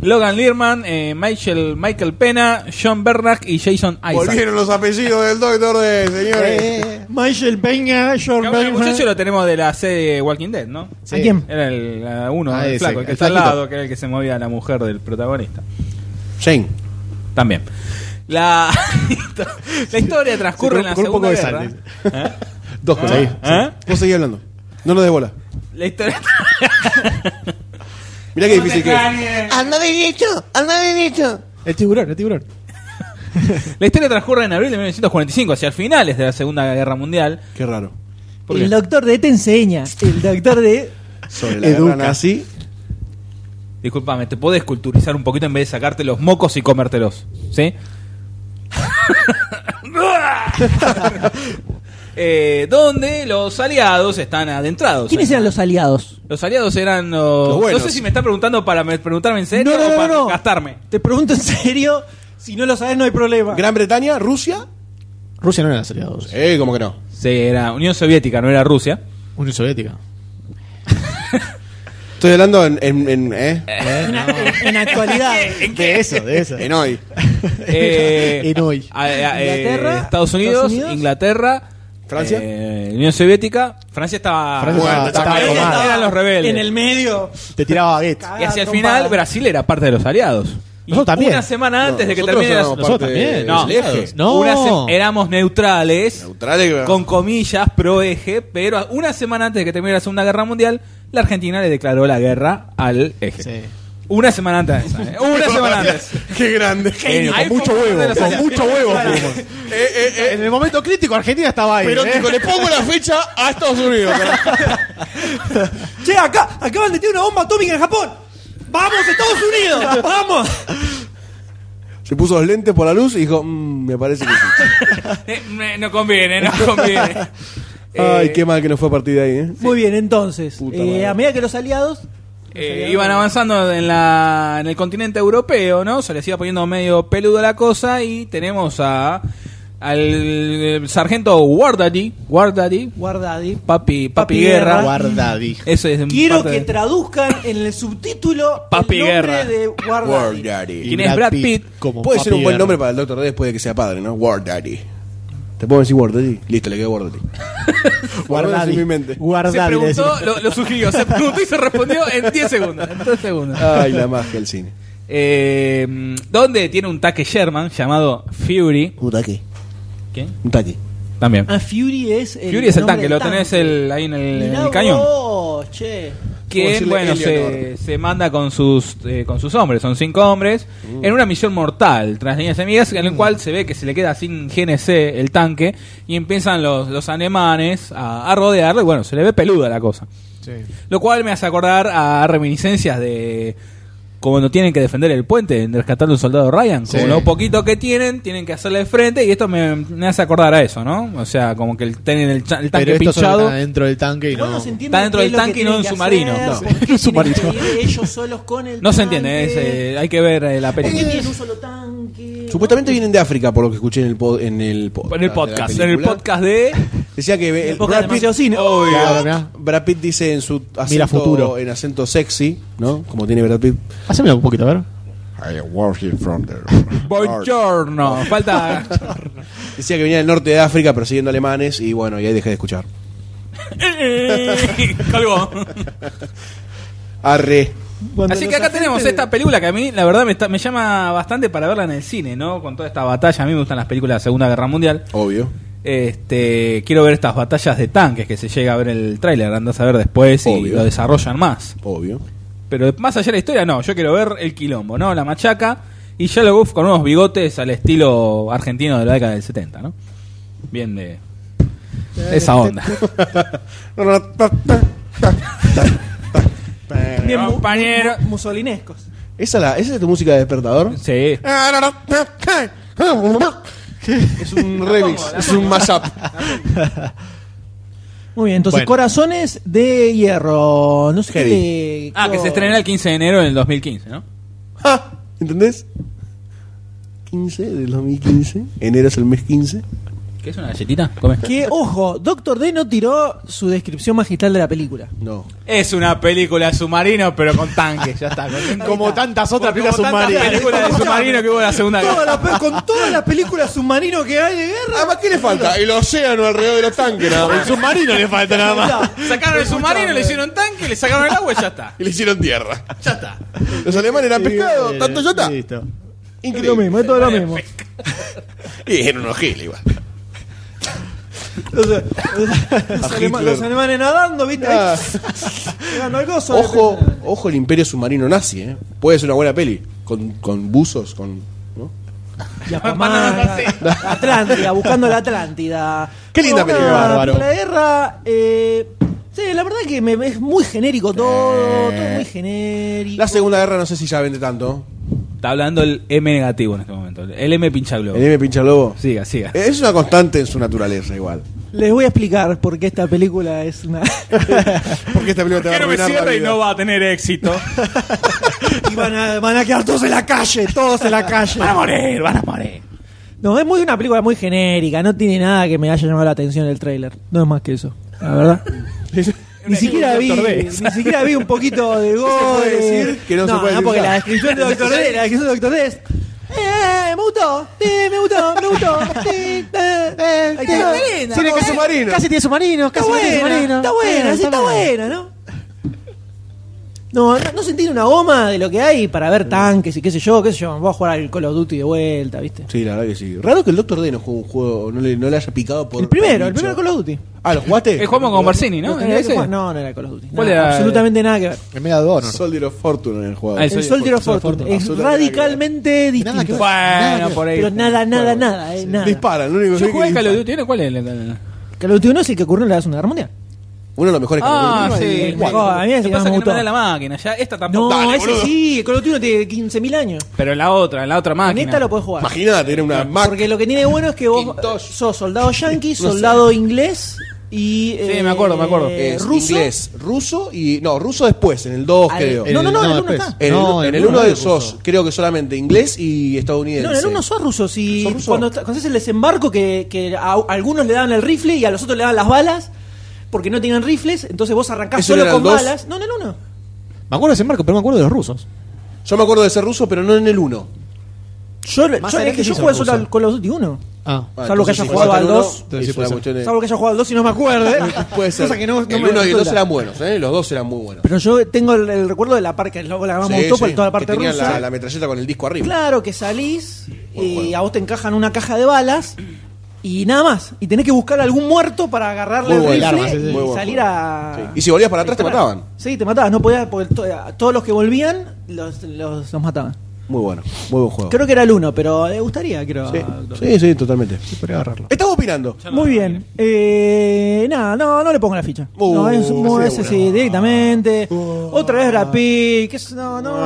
S4: Logan Learman, eh, Michael, Michael Pena, John Bernach y Jason Isaac.
S3: Volvieron los apellidos del Doctor D, señores.
S2: Eh,
S1: Michael Benga, George
S4: Que a este muchacho lo tenemos de la serie Walking Dead, ¿no?
S2: Sí.
S1: ¿A quién?
S4: Era el la uno,
S2: Ah,
S4: el
S2: ese,
S4: flaco, el que
S2: el
S4: está al
S2: flaquito.
S4: lado, que era el que se movía la mujer del protagonista.
S3: Shane.
S4: También. La, la historia transcurre
S2: con-
S4: en la
S2: con un
S4: Segunda
S2: poco de
S4: Guerra.
S2: sal,
S4: ¿Eh?
S2: Dos cosas ahí.
S4: ¿Eh?
S3: Vos seguís hablando. No lo des bola.
S4: La historia.
S3: Mirá qué difícil que es.
S4: Dale.
S9: Anda derecho, anda derecho.
S2: ah. El tiburón, el tiburón.
S4: La historia transcurre en abril de 1945, hacia finales de la Segunda Guerra Mundial.
S3: Qué raro.
S4: ¿Por
S1: el
S4: qué?
S1: doctor de E te enseña. El doctor de.
S3: Sobre la
S10: Educa.
S3: guerra nazi.
S4: Disculpame, te podés culturizar un poquito en vez de sacarte los mocos y comértelos, ¿sí? Eh, donde los aliados están adentrados.
S1: ¿Quiénes
S4: en-
S1: eran los aliados?
S4: Los aliados eran los-
S3: Los buenos.
S4: No sé si me está preguntando para me- preguntarme en serio
S1: No, no,
S4: o
S1: no,
S4: para
S1: no.
S4: gastarme.
S1: Te pregunto en serio. Si no lo sabes, no hay problema.
S3: Gran Bretaña, Rusia.
S2: Rusia no era los aliados.
S3: Eh, ¿cómo que no?
S4: Sí, era Unión Soviética, no era Rusia.
S2: Unión Soviética.
S3: Estoy hablando en, en, en, eh,
S1: En, en actualidad.
S2: De eso, de eso.
S3: en hoy.
S4: Eh,
S2: En hoy.
S4: a- a- eh,
S1: Inglaterra,
S4: Estados Unidos,
S1: Estados Unidos.
S4: Inglaterra,
S3: Francia.
S4: eh, Unión Soviética. Francia estaba.
S2: Francia
S4: Bueno,
S2: estaba-
S4: estaba-
S2: estaba
S4: eran,
S2: tomada.
S4: los rebeldes.
S1: En el medio.
S2: Te tiraba a Goethe.
S4: Y hacia el
S1: Ah,
S4: final,
S1: tomada.
S4: Brasil era parte de los aliados. Y
S2: Nosotros también.
S4: Una semana antes de que
S3: Nosotros
S4: termine la.
S3: éramos
S2: nosotros
S3: parte
S2: también.
S3: del
S4: No,
S3: eje.
S2: No.
S4: una se- éramos neutrales.
S3: Neutrales,
S4: con comillas, pro eje, pero una semana antes de que termine la Segunda Guerra Mundial, la Argentina le declaró la guerra al eje. Una semana antes. de esa, ¿eh? Una semana antes.
S3: Qué grande.
S4: Genio, con mucho huevo, con
S2: mucho huevo.
S3: Eh, eh, eh,
S2: En el momento crítico, Argentina estaba ahí.
S3: Pero
S2: ¿eh?
S3: le pongo la fecha a Estados Unidos.
S1: Che, acá, acaban de tirar una bomba atómica en Japón. ¡Vamos, Estados Unidos! ¡Vamos!
S3: Se puso los lentes por la luz y dijo, "Mm, me parece que sí.
S4: Eh, me- no conviene, no conviene.
S3: Ay,
S4: Eh,
S3: qué mal que no fue a partir de ahí, ¿eh?
S1: Muy bien, entonces.
S3: Puta
S1: eh,
S3: madre.
S1: a medida que los aliados. los
S4: eh,
S1: aliados-
S4: iban avanzando en, la, en el continente europeo, ¿no? Se les iba poniendo medio peludo la cosa y tenemos a al eh, sargento Guardadi, Guardadi,
S1: Guardadi.
S4: papi, papi,
S1: Papi
S4: guerra.
S1: Guerra.
S2: Guarda, dije.
S4: Eso es
S1: Quiero
S4: parte
S1: que
S4: de-
S1: traduzcan en el subtítulo
S4: Papi
S1: el nombre
S4: Guerra.
S1: de Guardadi.
S3: Daddy.
S4: ¿Quién es Brad Pitt?
S2: como
S3: Puede ser
S2: papi
S3: un buen
S2: Guerra.
S3: nombre para el Doctor D después de que sea padre, ¿no? War Daddy. ¿Te puedo decir War Daddy? Listo, le quedo War Daddy. Guardalo
S2: Guardadi.
S3: en mi mente.
S2: Guardadi,
S4: Se preguntó,
S2: decía.
S4: lo, lo sugirió, se preguntó y se respondió en 10 segundos. En 10 segundos. Ah,
S3: Ay, la magia del cine.
S4: Eh, donde tiene un taque Sherman llamado Fury.
S3: Un taque.
S4: ¿Quién?
S3: Un taque.
S4: También.
S1: Ah, Fury es el.
S4: Fury es
S1: nombre
S4: el tanque,
S1: del
S4: lo tenés el- ahí en el- en el
S1: Mirá
S4: cañón.
S1: vos, che.
S3: Como
S4: Que
S3: decirle
S4: bueno, se,
S3: Eleanor.
S4: se manda con sus eh, con sus hombres, son cinco hombres,
S1: Uh.
S4: en una misión mortal tras líneas enemigas, en el cual se ve que se le queda sin GNC el tanque y empiezan los, los alemanes a, a rodearlo y bueno, se le ve peluda la cosa. Lo cual me hace acordar a reminiscencias de cuando tienen que defender el puente, en rescatar a un soldado Ryan.
S2: Sí.
S4: Con lo poquito que tienen, tienen que hacerle frente y esto me, me hace acordar a eso, ¿no? O sea, como que el, tienen el, cha- el tanque
S2: Pero esto solo
S4: pinchado.
S2: está dentro del tanque y
S1: Igual
S2: no.
S1: se entiende
S4: Está dentro
S1: qué
S4: del
S1: es lo que
S4: tanque y no
S1: tienen
S4: en
S1: que
S4: submarino.
S1: hacer,
S2: En un
S1: por qué tienen
S4: No.
S2: submarino.
S1: que ir ellos solos con el
S4: No se
S1: tanque.
S4: entiende, es, eh, hay que ver eh, la
S1: ¿Por qué
S4: película.
S1: tienen un solo tanque?
S3: Supuestamente vienen de África, por lo que escuché en el, pod- en el, pod-
S4: En el
S3: de Ah, la
S4: podcast,
S3: película.
S4: en el podcast de...
S3: Decía que el
S1: podcast
S3: Brad
S1: de
S3: Pitt,
S1: Demasiado Cine.
S3: Obvio.
S2: Claro, mirá.
S3: Brad Pitt dice en su acento,
S2: Mira futuro.
S3: en acento sexy, ¿no? Como tiene Brad Pitt.
S2: Hacémelo un poquito, a ver.
S11: I am working from there.
S4: Buongiorno. Falta...
S3: Decía que venía del norte de África persiguiendo alemanes y bueno, y ahí dejé de escuchar.
S4: Colgó.
S3: Arre.
S1: Cuando
S4: Así
S1: los
S4: que acá
S1: agentes
S4: tenemos
S1: de-
S4: esta película que a mí, la verdad, me, está- me llama bastante para verla en el cine, ¿no? Con toda esta batalla. A mí me gustan las películas de la Segunda Guerra Mundial.
S3: Obvio.
S4: Este, quiero ver estas batallas de tanques que se llega a ver en el tráiler, andás a ver después y
S3: Obvio.
S4: lo desarrollan más.
S3: Obvio.
S4: Pero más allá de la historia, no, yo quiero ver el quilombo, ¿no? La machaca y Yellow Buff con unos bigotes al estilo argentino de la década del 70, ¿no? Bien de esa onda.
S1: Bien, mu-
S4: Compañero.
S1: mu- Musolinescos.
S3: ¿Esa, la, ¿Esa es tu música de despertador?
S4: Sí.
S3: Es un remix, es un mashup.
S1: Muy bien, entonces
S2: Bueno.
S1: corazones de hierro. No sé
S3: Heavy.
S1: qué.
S4: Ah, que
S1: co-
S4: se estrena el 15 de enero del 2015, ¿no?
S3: Ja, ¿Entendés? 15 del 2015. Enero es el mes 15.
S4: ¿Qué es una galletita? Come.
S1: Que, ojo, Doctor D no tiró su descripción magistral de la película.
S3: No.
S4: Es una película submarino, pero con tanques, ya está. con-
S2: Como tantas otras
S4: Como
S2: películas
S4: tantas
S2: submarinas.
S4: películas de submarino que hubo en la Segunda Guerra.
S1: Toda la pe- con todas las películas submarino que hay de guerra.
S4: Ah,
S3: Además, Ah, ¿qué le falta? El océano alrededor de los tanques, nada
S2: El
S3: más.
S2: submarino le falta nada más.
S4: Sacaron el submarino, le hicieron tanque, le sacaron el agua y ya está.
S3: Y le hicieron tierra. Ya está. Los alemanes eran pescado, tanto ya está.
S2: Listo.
S1: Es lo
S3: Increíble.
S1: mismo, es todo lo mismo.
S3: Y eran unos giles igual.
S1: O sea, los, alema- los alemanes nadando, ¿viste?
S3: Ah.
S1: Llegando al gozo.
S3: Ojo, ojo el imperio submarino nazi, ¿eh? Puede ser una buena peli. Con, con buzos, con. ¿no?
S1: Y a Pomar, la Atlántida, buscando la Atlántida.
S3: Qué linda película,
S2: bárbaro.
S1: La guerra. eh, sí, la verdad que me, es muy genérico todo, todo muy genérico.
S3: La Segunda Guerra no sé si ya vende tanto.
S4: Está hablando el M negativo en este momento. El M pincha globo.
S3: El M pincha lobo.
S4: Siga, siga.
S1: Este
S3: Eh, Es una constante en su naturaleza igual.
S1: Les voy a explicar por qué esta película es una.
S3: Porque esta película te va
S4: Quiero
S3: a
S4: que
S3: arruinar la
S4: cierre y
S3: vida.
S4: no va a tener éxito.
S1: y van a, van a quedar todos en la calle, todos en la calle.
S4: Van a morir, van a morir.
S1: No, es muy una película muy genérica, no tiene nada que me haya llamado la atención el tráiler. No es más que eso, la verdad. ni siquiera vi, ni siquiera vi un poquito de gol.
S3: puede decir que no se puede decir
S1: porque
S3: nada.
S1: la descripción de Doctor D, la descripción de Doctor D es eh, eh, me gustó, sí, me gustó, me gustó. sí, eh, eh, ahí está.
S3: Tiene
S1: eh,
S3: que submarino.
S12: Casi tiene submarino,
S1: Está
S12: casi tiene submarino.
S1: buena, está buena,
S12: Eh,
S1: sí, está buena, ¿no? No, no, no se entiende una goma de lo que hay para ver tanques y qué sé yo, qué sé yo. Voy a jugar al Call of Duty de vuelta, ¿viste?
S3: Sí, la verdad que sí. Raro que el Doctor D no juegue un juego, no le, no le haya picado por.
S1: El primero, el
S3: bicho.
S1: primero Call of Duty.
S3: Ah, ¿lo jugaste?
S4: Eh, jugamos con Marcini,
S1: No,
S4: ¿no?
S1: tenía que
S4: ¿Ese?
S1: jugar- no, no era Call of Duty.
S4: ¿Cuál
S1: Nada,
S4: era?
S1: absolutamente nada que ver.
S2: En medio de Honor.
S3: Soldier of Fortune en el juego.
S4: Ah, el
S1: El
S4: Soldier
S1: Soldier of
S3: Fortune.
S1: Fortune es
S3: Absolutamente
S1: radicalmente distinto.
S2: Nada que ver.
S4: Bueno, por ahí.
S1: pero nada, nada, nada, eh, nada.
S3: Disparan, lo único que
S4: Yo
S3: sé
S4: jugué
S3: que
S4: a Call of
S3: disparan.
S4: Duty, ¿no? ¿Cuál es? la- la- la-
S1: Call of Duty 1 es el que ocurrió en la Segunda Guerra Mundial.
S3: Uno de los mejores Call of
S4: Ah,
S3: Duty.
S4: sí.
S1: el mejor. A mí es el que
S4: Lo que pasa
S1: más
S4: es
S1: me
S4: que no me
S1: gustó.
S4: da la máquina, ya esta
S1: No,
S4: tampoco. Dale,
S1: ese
S4: boludo.
S1: sí, Call of Duty 1 tiene 15.000 años.
S4: Pero en la otra, en la otra
S1: En
S4: máquina.
S1: esta lo podés jugar.
S3: Imagínate, era una Mac.
S1: Porque lo que tiene bueno es que vos
S3: Macintosh.
S1: sos soldado yankee, soldado inglés y.
S4: Sí, me acuerdo, me acuerdo.
S1: eh,
S3: Es
S1: ruso.
S3: inglés, ruso y. No, ruso después, en el 2,
S1: Al-
S3: creo.
S1: No, no, no,
S2: El-
S1: en
S2: no,
S1: el 1
S2: después.
S1: está.
S3: En el-
S2: No,
S3: en
S2: el
S3: el
S2: uno
S3: 1
S2: no
S3: de
S2: es
S3: sos,
S2: ruso.
S3: creo que solamente inglés y estadounidense.
S1: No, en el uno sos ruso. Si
S3: ¿Sos ruso?
S1: Cuando, ta- cuando haces el desembarco, que, que a a algunos le daban el rifle y a los otros le daban las balas, porque no tenían rifles, entonces vos arrancás
S3: ¿Eso
S1: solo
S3: eran
S1: con
S3: dos?
S1: balas. No, en el uno.
S2: Me acuerdo de ese marco, pero no me acuerdo de los rusos.
S3: Yo me acuerdo de ser ruso, pero no en el
S1: Yo,
S3: 1.
S2: Más
S1: yo, es
S2: adelante
S1: que
S2: sí
S1: yo
S2: sos
S1: jugué solo
S2: ruso.
S1: al Call of Duty 1.
S2: Ah.
S1: Salvo que haya jugado al dos.
S2: Sí, puede ser.
S1: Salvo que haya jugado al 2 y no me acuerdo.
S3: Puede ser.
S1: Cosa que no, no
S3: el
S1: me
S3: 1 y el 2
S1: resulta.
S3: eran buenos, ¿eh? Los dos eran muy buenos.
S1: Pero yo tengo el, el recuerdo de la parte que la la más
S3: Sí,
S1: me gustó,
S3: sí,
S1: por toda la parte
S3: que tenían
S1: rusa.
S3: La, la metralleta con el disco arriba.
S1: Claro que salís y
S3: juego.
S1: a vos te encajan una caja de balas y nada más. Y tenés que buscar algún muerto para agarrarle
S3: Muy
S1: el
S3: buen
S1: rifle
S2: arma, sí, sí.
S1: y
S3: Muy buen
S1: salir
S3: juego.
S1: a.
S3: Sí. Y si volvías para atrás, te mataban.
S1: Sí, te matabas, no podías, porque to- a todos los que volvían los, los, los mataban.
S3: Muy bueno, muy buen juego.
S1: Creo que era el uno, pero le gustaría, creo.
S3: Oh. Sí,
S1: a-
S3: sí, sí, totalmente.
S2: Podría agarrarlo.
S3: Estamos opinando.
S1: Muy bien. Eh, nada, no, no le pongo la ficha.
S3: Uh,
S1: no, es muy-
S3: sí,
S1: ese sí, directamente. Otra vez Brad Pitt, que es- no, no.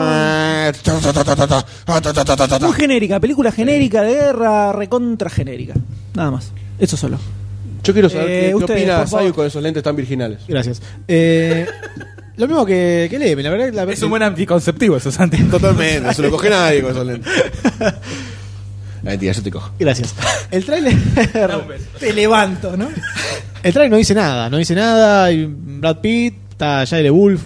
S1: Muy genérica, película genérica de guerra, recontra genérica. Nada más. Eso solo.
S3: Yo quiero saber
S1: Eh,
S3: qué- qué,
S1: ustedes,
S3: opina
S1: por favor.
S3: Sayu con esos lentes tan virginales.
S2: Gracias. Eh, lo mismo que, que Leme, la verdad que la
S4: Es un buen anticonceptivo eso, Santi.
S3: Totalmente, no se lo coge nadie con esos lentes. La mentira, yo te cojo.
S2: Gracias. El trailer.
S1: Te levanto, ¿no?
S2: El trailer no dice nada, no dice nada. y Brad Pitt, está Jaire Wolf,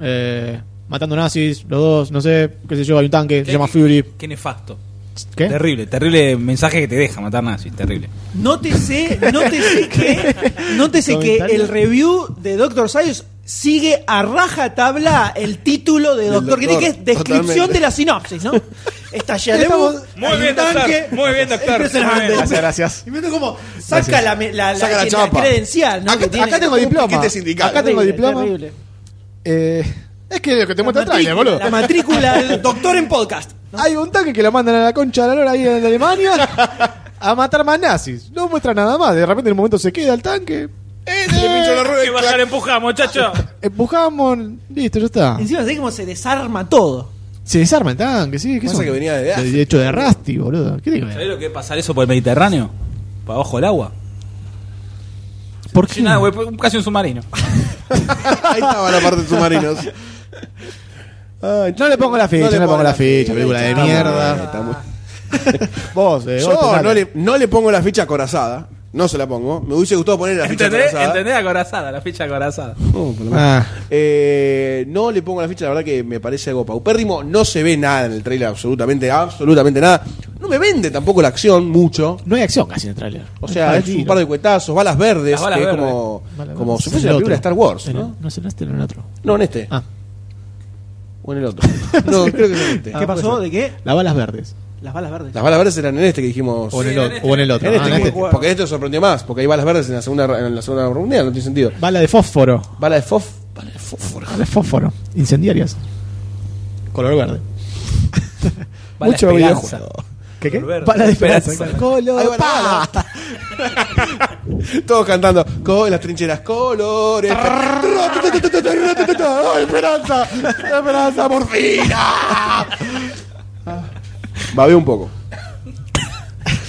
S2: eh, matando nazis, los dos, no sé, qué sé yo, hay un tanque, se llama Fury.
S4: Qué nefasto.
S2: ¿Qué?
S4: Terrible, terrible mensaje que te deja matar nazis, terrible.
S1: Nótese, nótese que, nótese que
S2: Comentario.
S1: el review de Doctor Science sigue a raja tabla el título de Doctor, que
S3: doctor,
S1: que es descripción
S3: totalmente.
S1: de la sinopsis, ¿no? Está ya
S4: Muy bien, doctor, muy bien,
S2: Este
S4: doctor, muy bien.
S1: Gracias,
S4: Gracias,
S2: gracias.
S1: Y me meto como saca la, me- la, la-
S3: Saca la
S1: la
S3: chapa.
S1: credencial, ¿no?
S3: Acá-
S1: Que tiene-
S3: acá tengo
S1: Como
S3: diploma.
S1: un paquete sindical.
S2: Acá tengo diploma.
S1: terrible.
S2: Eh, es que lo que te
S1: La
S2: muestra el trailer,
S1: matrícula,
S2: boludo.
S1: la matrícula del doctor en podcast.
S2: Hay un tanque que lo mandan a la concha de la lora ahí en Alemania a matar más nazis. No muestra nada más. De repente en un momento se queda el tanque.
S3: ¡Eh, le pincho la rueda! clac.
S4: empujar, muchacho.
S2: eh, Empujamos. Listo, ya está.
S1: Encima, ¿sabés cómo se desarma todo?
S2: Se desarma el tanque, sí. ¿Qué
S3: Pasa
S2: son?
S3: que venía de Asia.
S2: De hecho de Rusty, boludo. ¿Qué tiene que
S4: ¿Sabés
S2: ver?
S4: lo que es pasar eso por el Mediterráneo? ¿Para abajo del agua?
S2: ¿Por qué?
S4: Nada, güey, pues, casi un submarino.
S3: Ahí estaba la parte de submarinos.
S2: Ay, no le pongo la ficha, no le pongo la ficha. Película de
S3: Está muy bien,
S2: mierda.
S3: está muy-
S2: Vos, eh, vos,
S3: Yo
S2: tomate.
S3: no le, no le pongo la ficha acorazada. No se la pongo. Me hubiese gustado poner la ficha
S4: ¿Entendés?
S3: acorazada.
S4: ¿Entendés? Acorazada, la ficha acorazada.
S2: Ah,
S3: Eh, no le pongo la ficha, la verdad que me parece algo paupérrimo. No se ve nada en el trailer, absolutamente, absolutamente nada. No me vende tampoco la acción mucho.
S2: no hay acción casi en el Ah, trailer.
S3: O sea, es un par de cuetazos, balas verdes,
S4: Las balas
S3: que es
S4: verdes.
S3: como, como si fuese la película de Star Wars, ¿no?
S2: No se este, en el otro.
S3: No, en este.
S2: Ah.
S3: O en el otro. No, creo que es en este.
S2: Ah,
S1: ¿Qué pasó? ¿De qué?
S2: Las balas verdes.
S1: Las balas verdes.
S3: Las balas verdes eran en este que dijimos.
S2: O en el,
S4: en
S2: otro-
S4: este.
S2: o en el otro.
S3: En
S2: Ah,
S3: este,
S2: en
S3: que-
S2: este.
S3: porque en este sorprendió más, porque hay balas verdes en la segunda en la segunda reunión, no tiene sentido.
S2: Bala de fósforo.
S3: Bala de fof, bala de fósforo.
S2: Bala de fósforo. Incendiarias. Color verde.
S4: Bala
S2: Mucho
S4: esperanza.
S2: videojuego.
S13: ¿Qué qué?
S4: Volver.
S13: Pala de esperanza.
S4: Esperanza.
S13: Colo,
S3: Ahí va la
S13: pa.
S3: Todos cantando con las trincheras colores. ¡Ay, esperanza! ¡Esperanza, morfina! Babé un poco.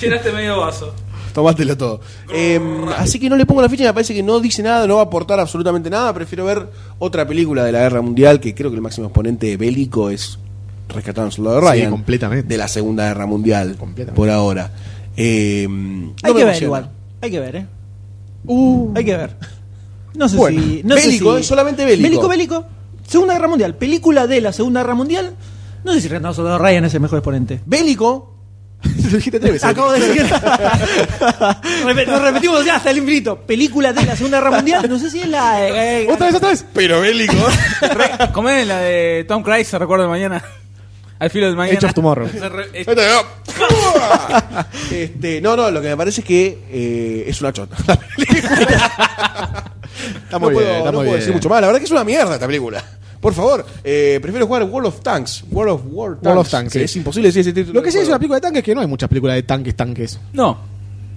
S4: Llenaste este medio vaso.
S3: Tomátelo todo. Eh, así que no le pongo la ficha, me parece que no dice nada, no va a aportar absolutamente nada. Prefiero ver otra película de la guerra mundial, que creo que el máximo exponente bélico es Rescatado en el Soldado de
S2: Sí,
S3: Ryan.
S2: completamente.
S3: De la Segunda Guerra Mundial,
S2: Completamente.
S3: por ahora. Eh, no
S1: Hay
S3: me
S1: que ver
S3: emociona. Uh.
S1: igual. Hay que ver, ¿eh? Hay que ver. No sé
S3: Bueno,
S1: si. No
S3: bélico,
S1: sé
S3: eh,
S1: si-
S3: solamente bélico.
S1: Bélico, bélico. Segunda Guerra Mundial. Película de la Segunda Guerra Mundial. No sé si Renato Soldado Ryan es el mejor exponente.
S3: Bélico. Lo dijiste tres veces.
S1: Acabo de decir. Repe- Nos repetimos ya hasta el infinito. Película de la Segunda Guerra Mundial. No sé si es la. eh, eh,
S2: Otra vez, otra vez.
S3: Pero bélico.
S4: ¿Cómo es la de Tom Cruise? Se recuerda mañana. Al filo del mañana.
S2: Edge of Tomorrow.
S4: Se re- eh,
S3: este, no, no, lo que me parece es que eh, es una chota.
S2: Está
S3: La película. no
S2: muy
S3: puedo,
S2: bien, está
S3: no
S2: muy
S3: puedo
S2: bien.
S3: decir mucho más. La verdad que es una mierda esta película. Por favor, eh, prefiero jugar World of Tanks. World of War Tanks.
S2: World of Tanks,
S3: que
S2: sí.
S3: Es imposible decir ese título.
S2: Lo que sí
S3: del
S2: es una
S3: juego.
S2: película de tanques que no hay muchas películas de tanques, tanques.
S4: No.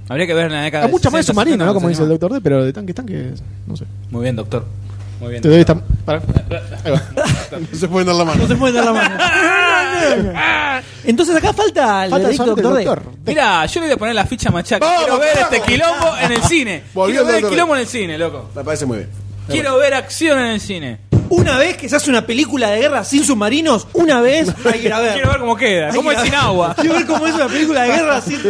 S4: Habría que ver en la década.
S3: Ah,
S2: Hay muchas Ah, más de
S4: 60,
S2: submarinos, ¿no? Como
S4: 70,
S2: dice el doctor D, pero de tanques, tanques. No sé.
S4: Muy bien, doctor. Muy bien.
S2: Te doy esta. Para.
S3: No se pueden dar la
S1: No
S3: mano.
S1: se pueden dar la mano. Entonces acá falta el
S2: Falta
S1: veredicto,
S2: solamente el
S1: doctor D.
S2: doctor.
S4: Mira, yo le voy a poner la ficha a machaca.
S3: Vamos,
S4: Quiero ver
S3: vamos.
S4: este quilombo en el cine.
S3: Volvió
S4: Quiero
S3: el
S4: ver el
S3: doctor.
S4: quilombo en el cine, loco.
S3: Me parece muy bien.
S4: Quiero ver acción en el cine.
S1: Una vez que se hace una película de guerra sin submarinos, una vez hay que ir a ver.
S4: Quiero ver cómo queda.
S1: Hay
S4: ¿Cómo
S1: que
S4: es
S1: ir a ver.
S4: sin agua?
S1: Quiero ver cómo es una película de guerra sin.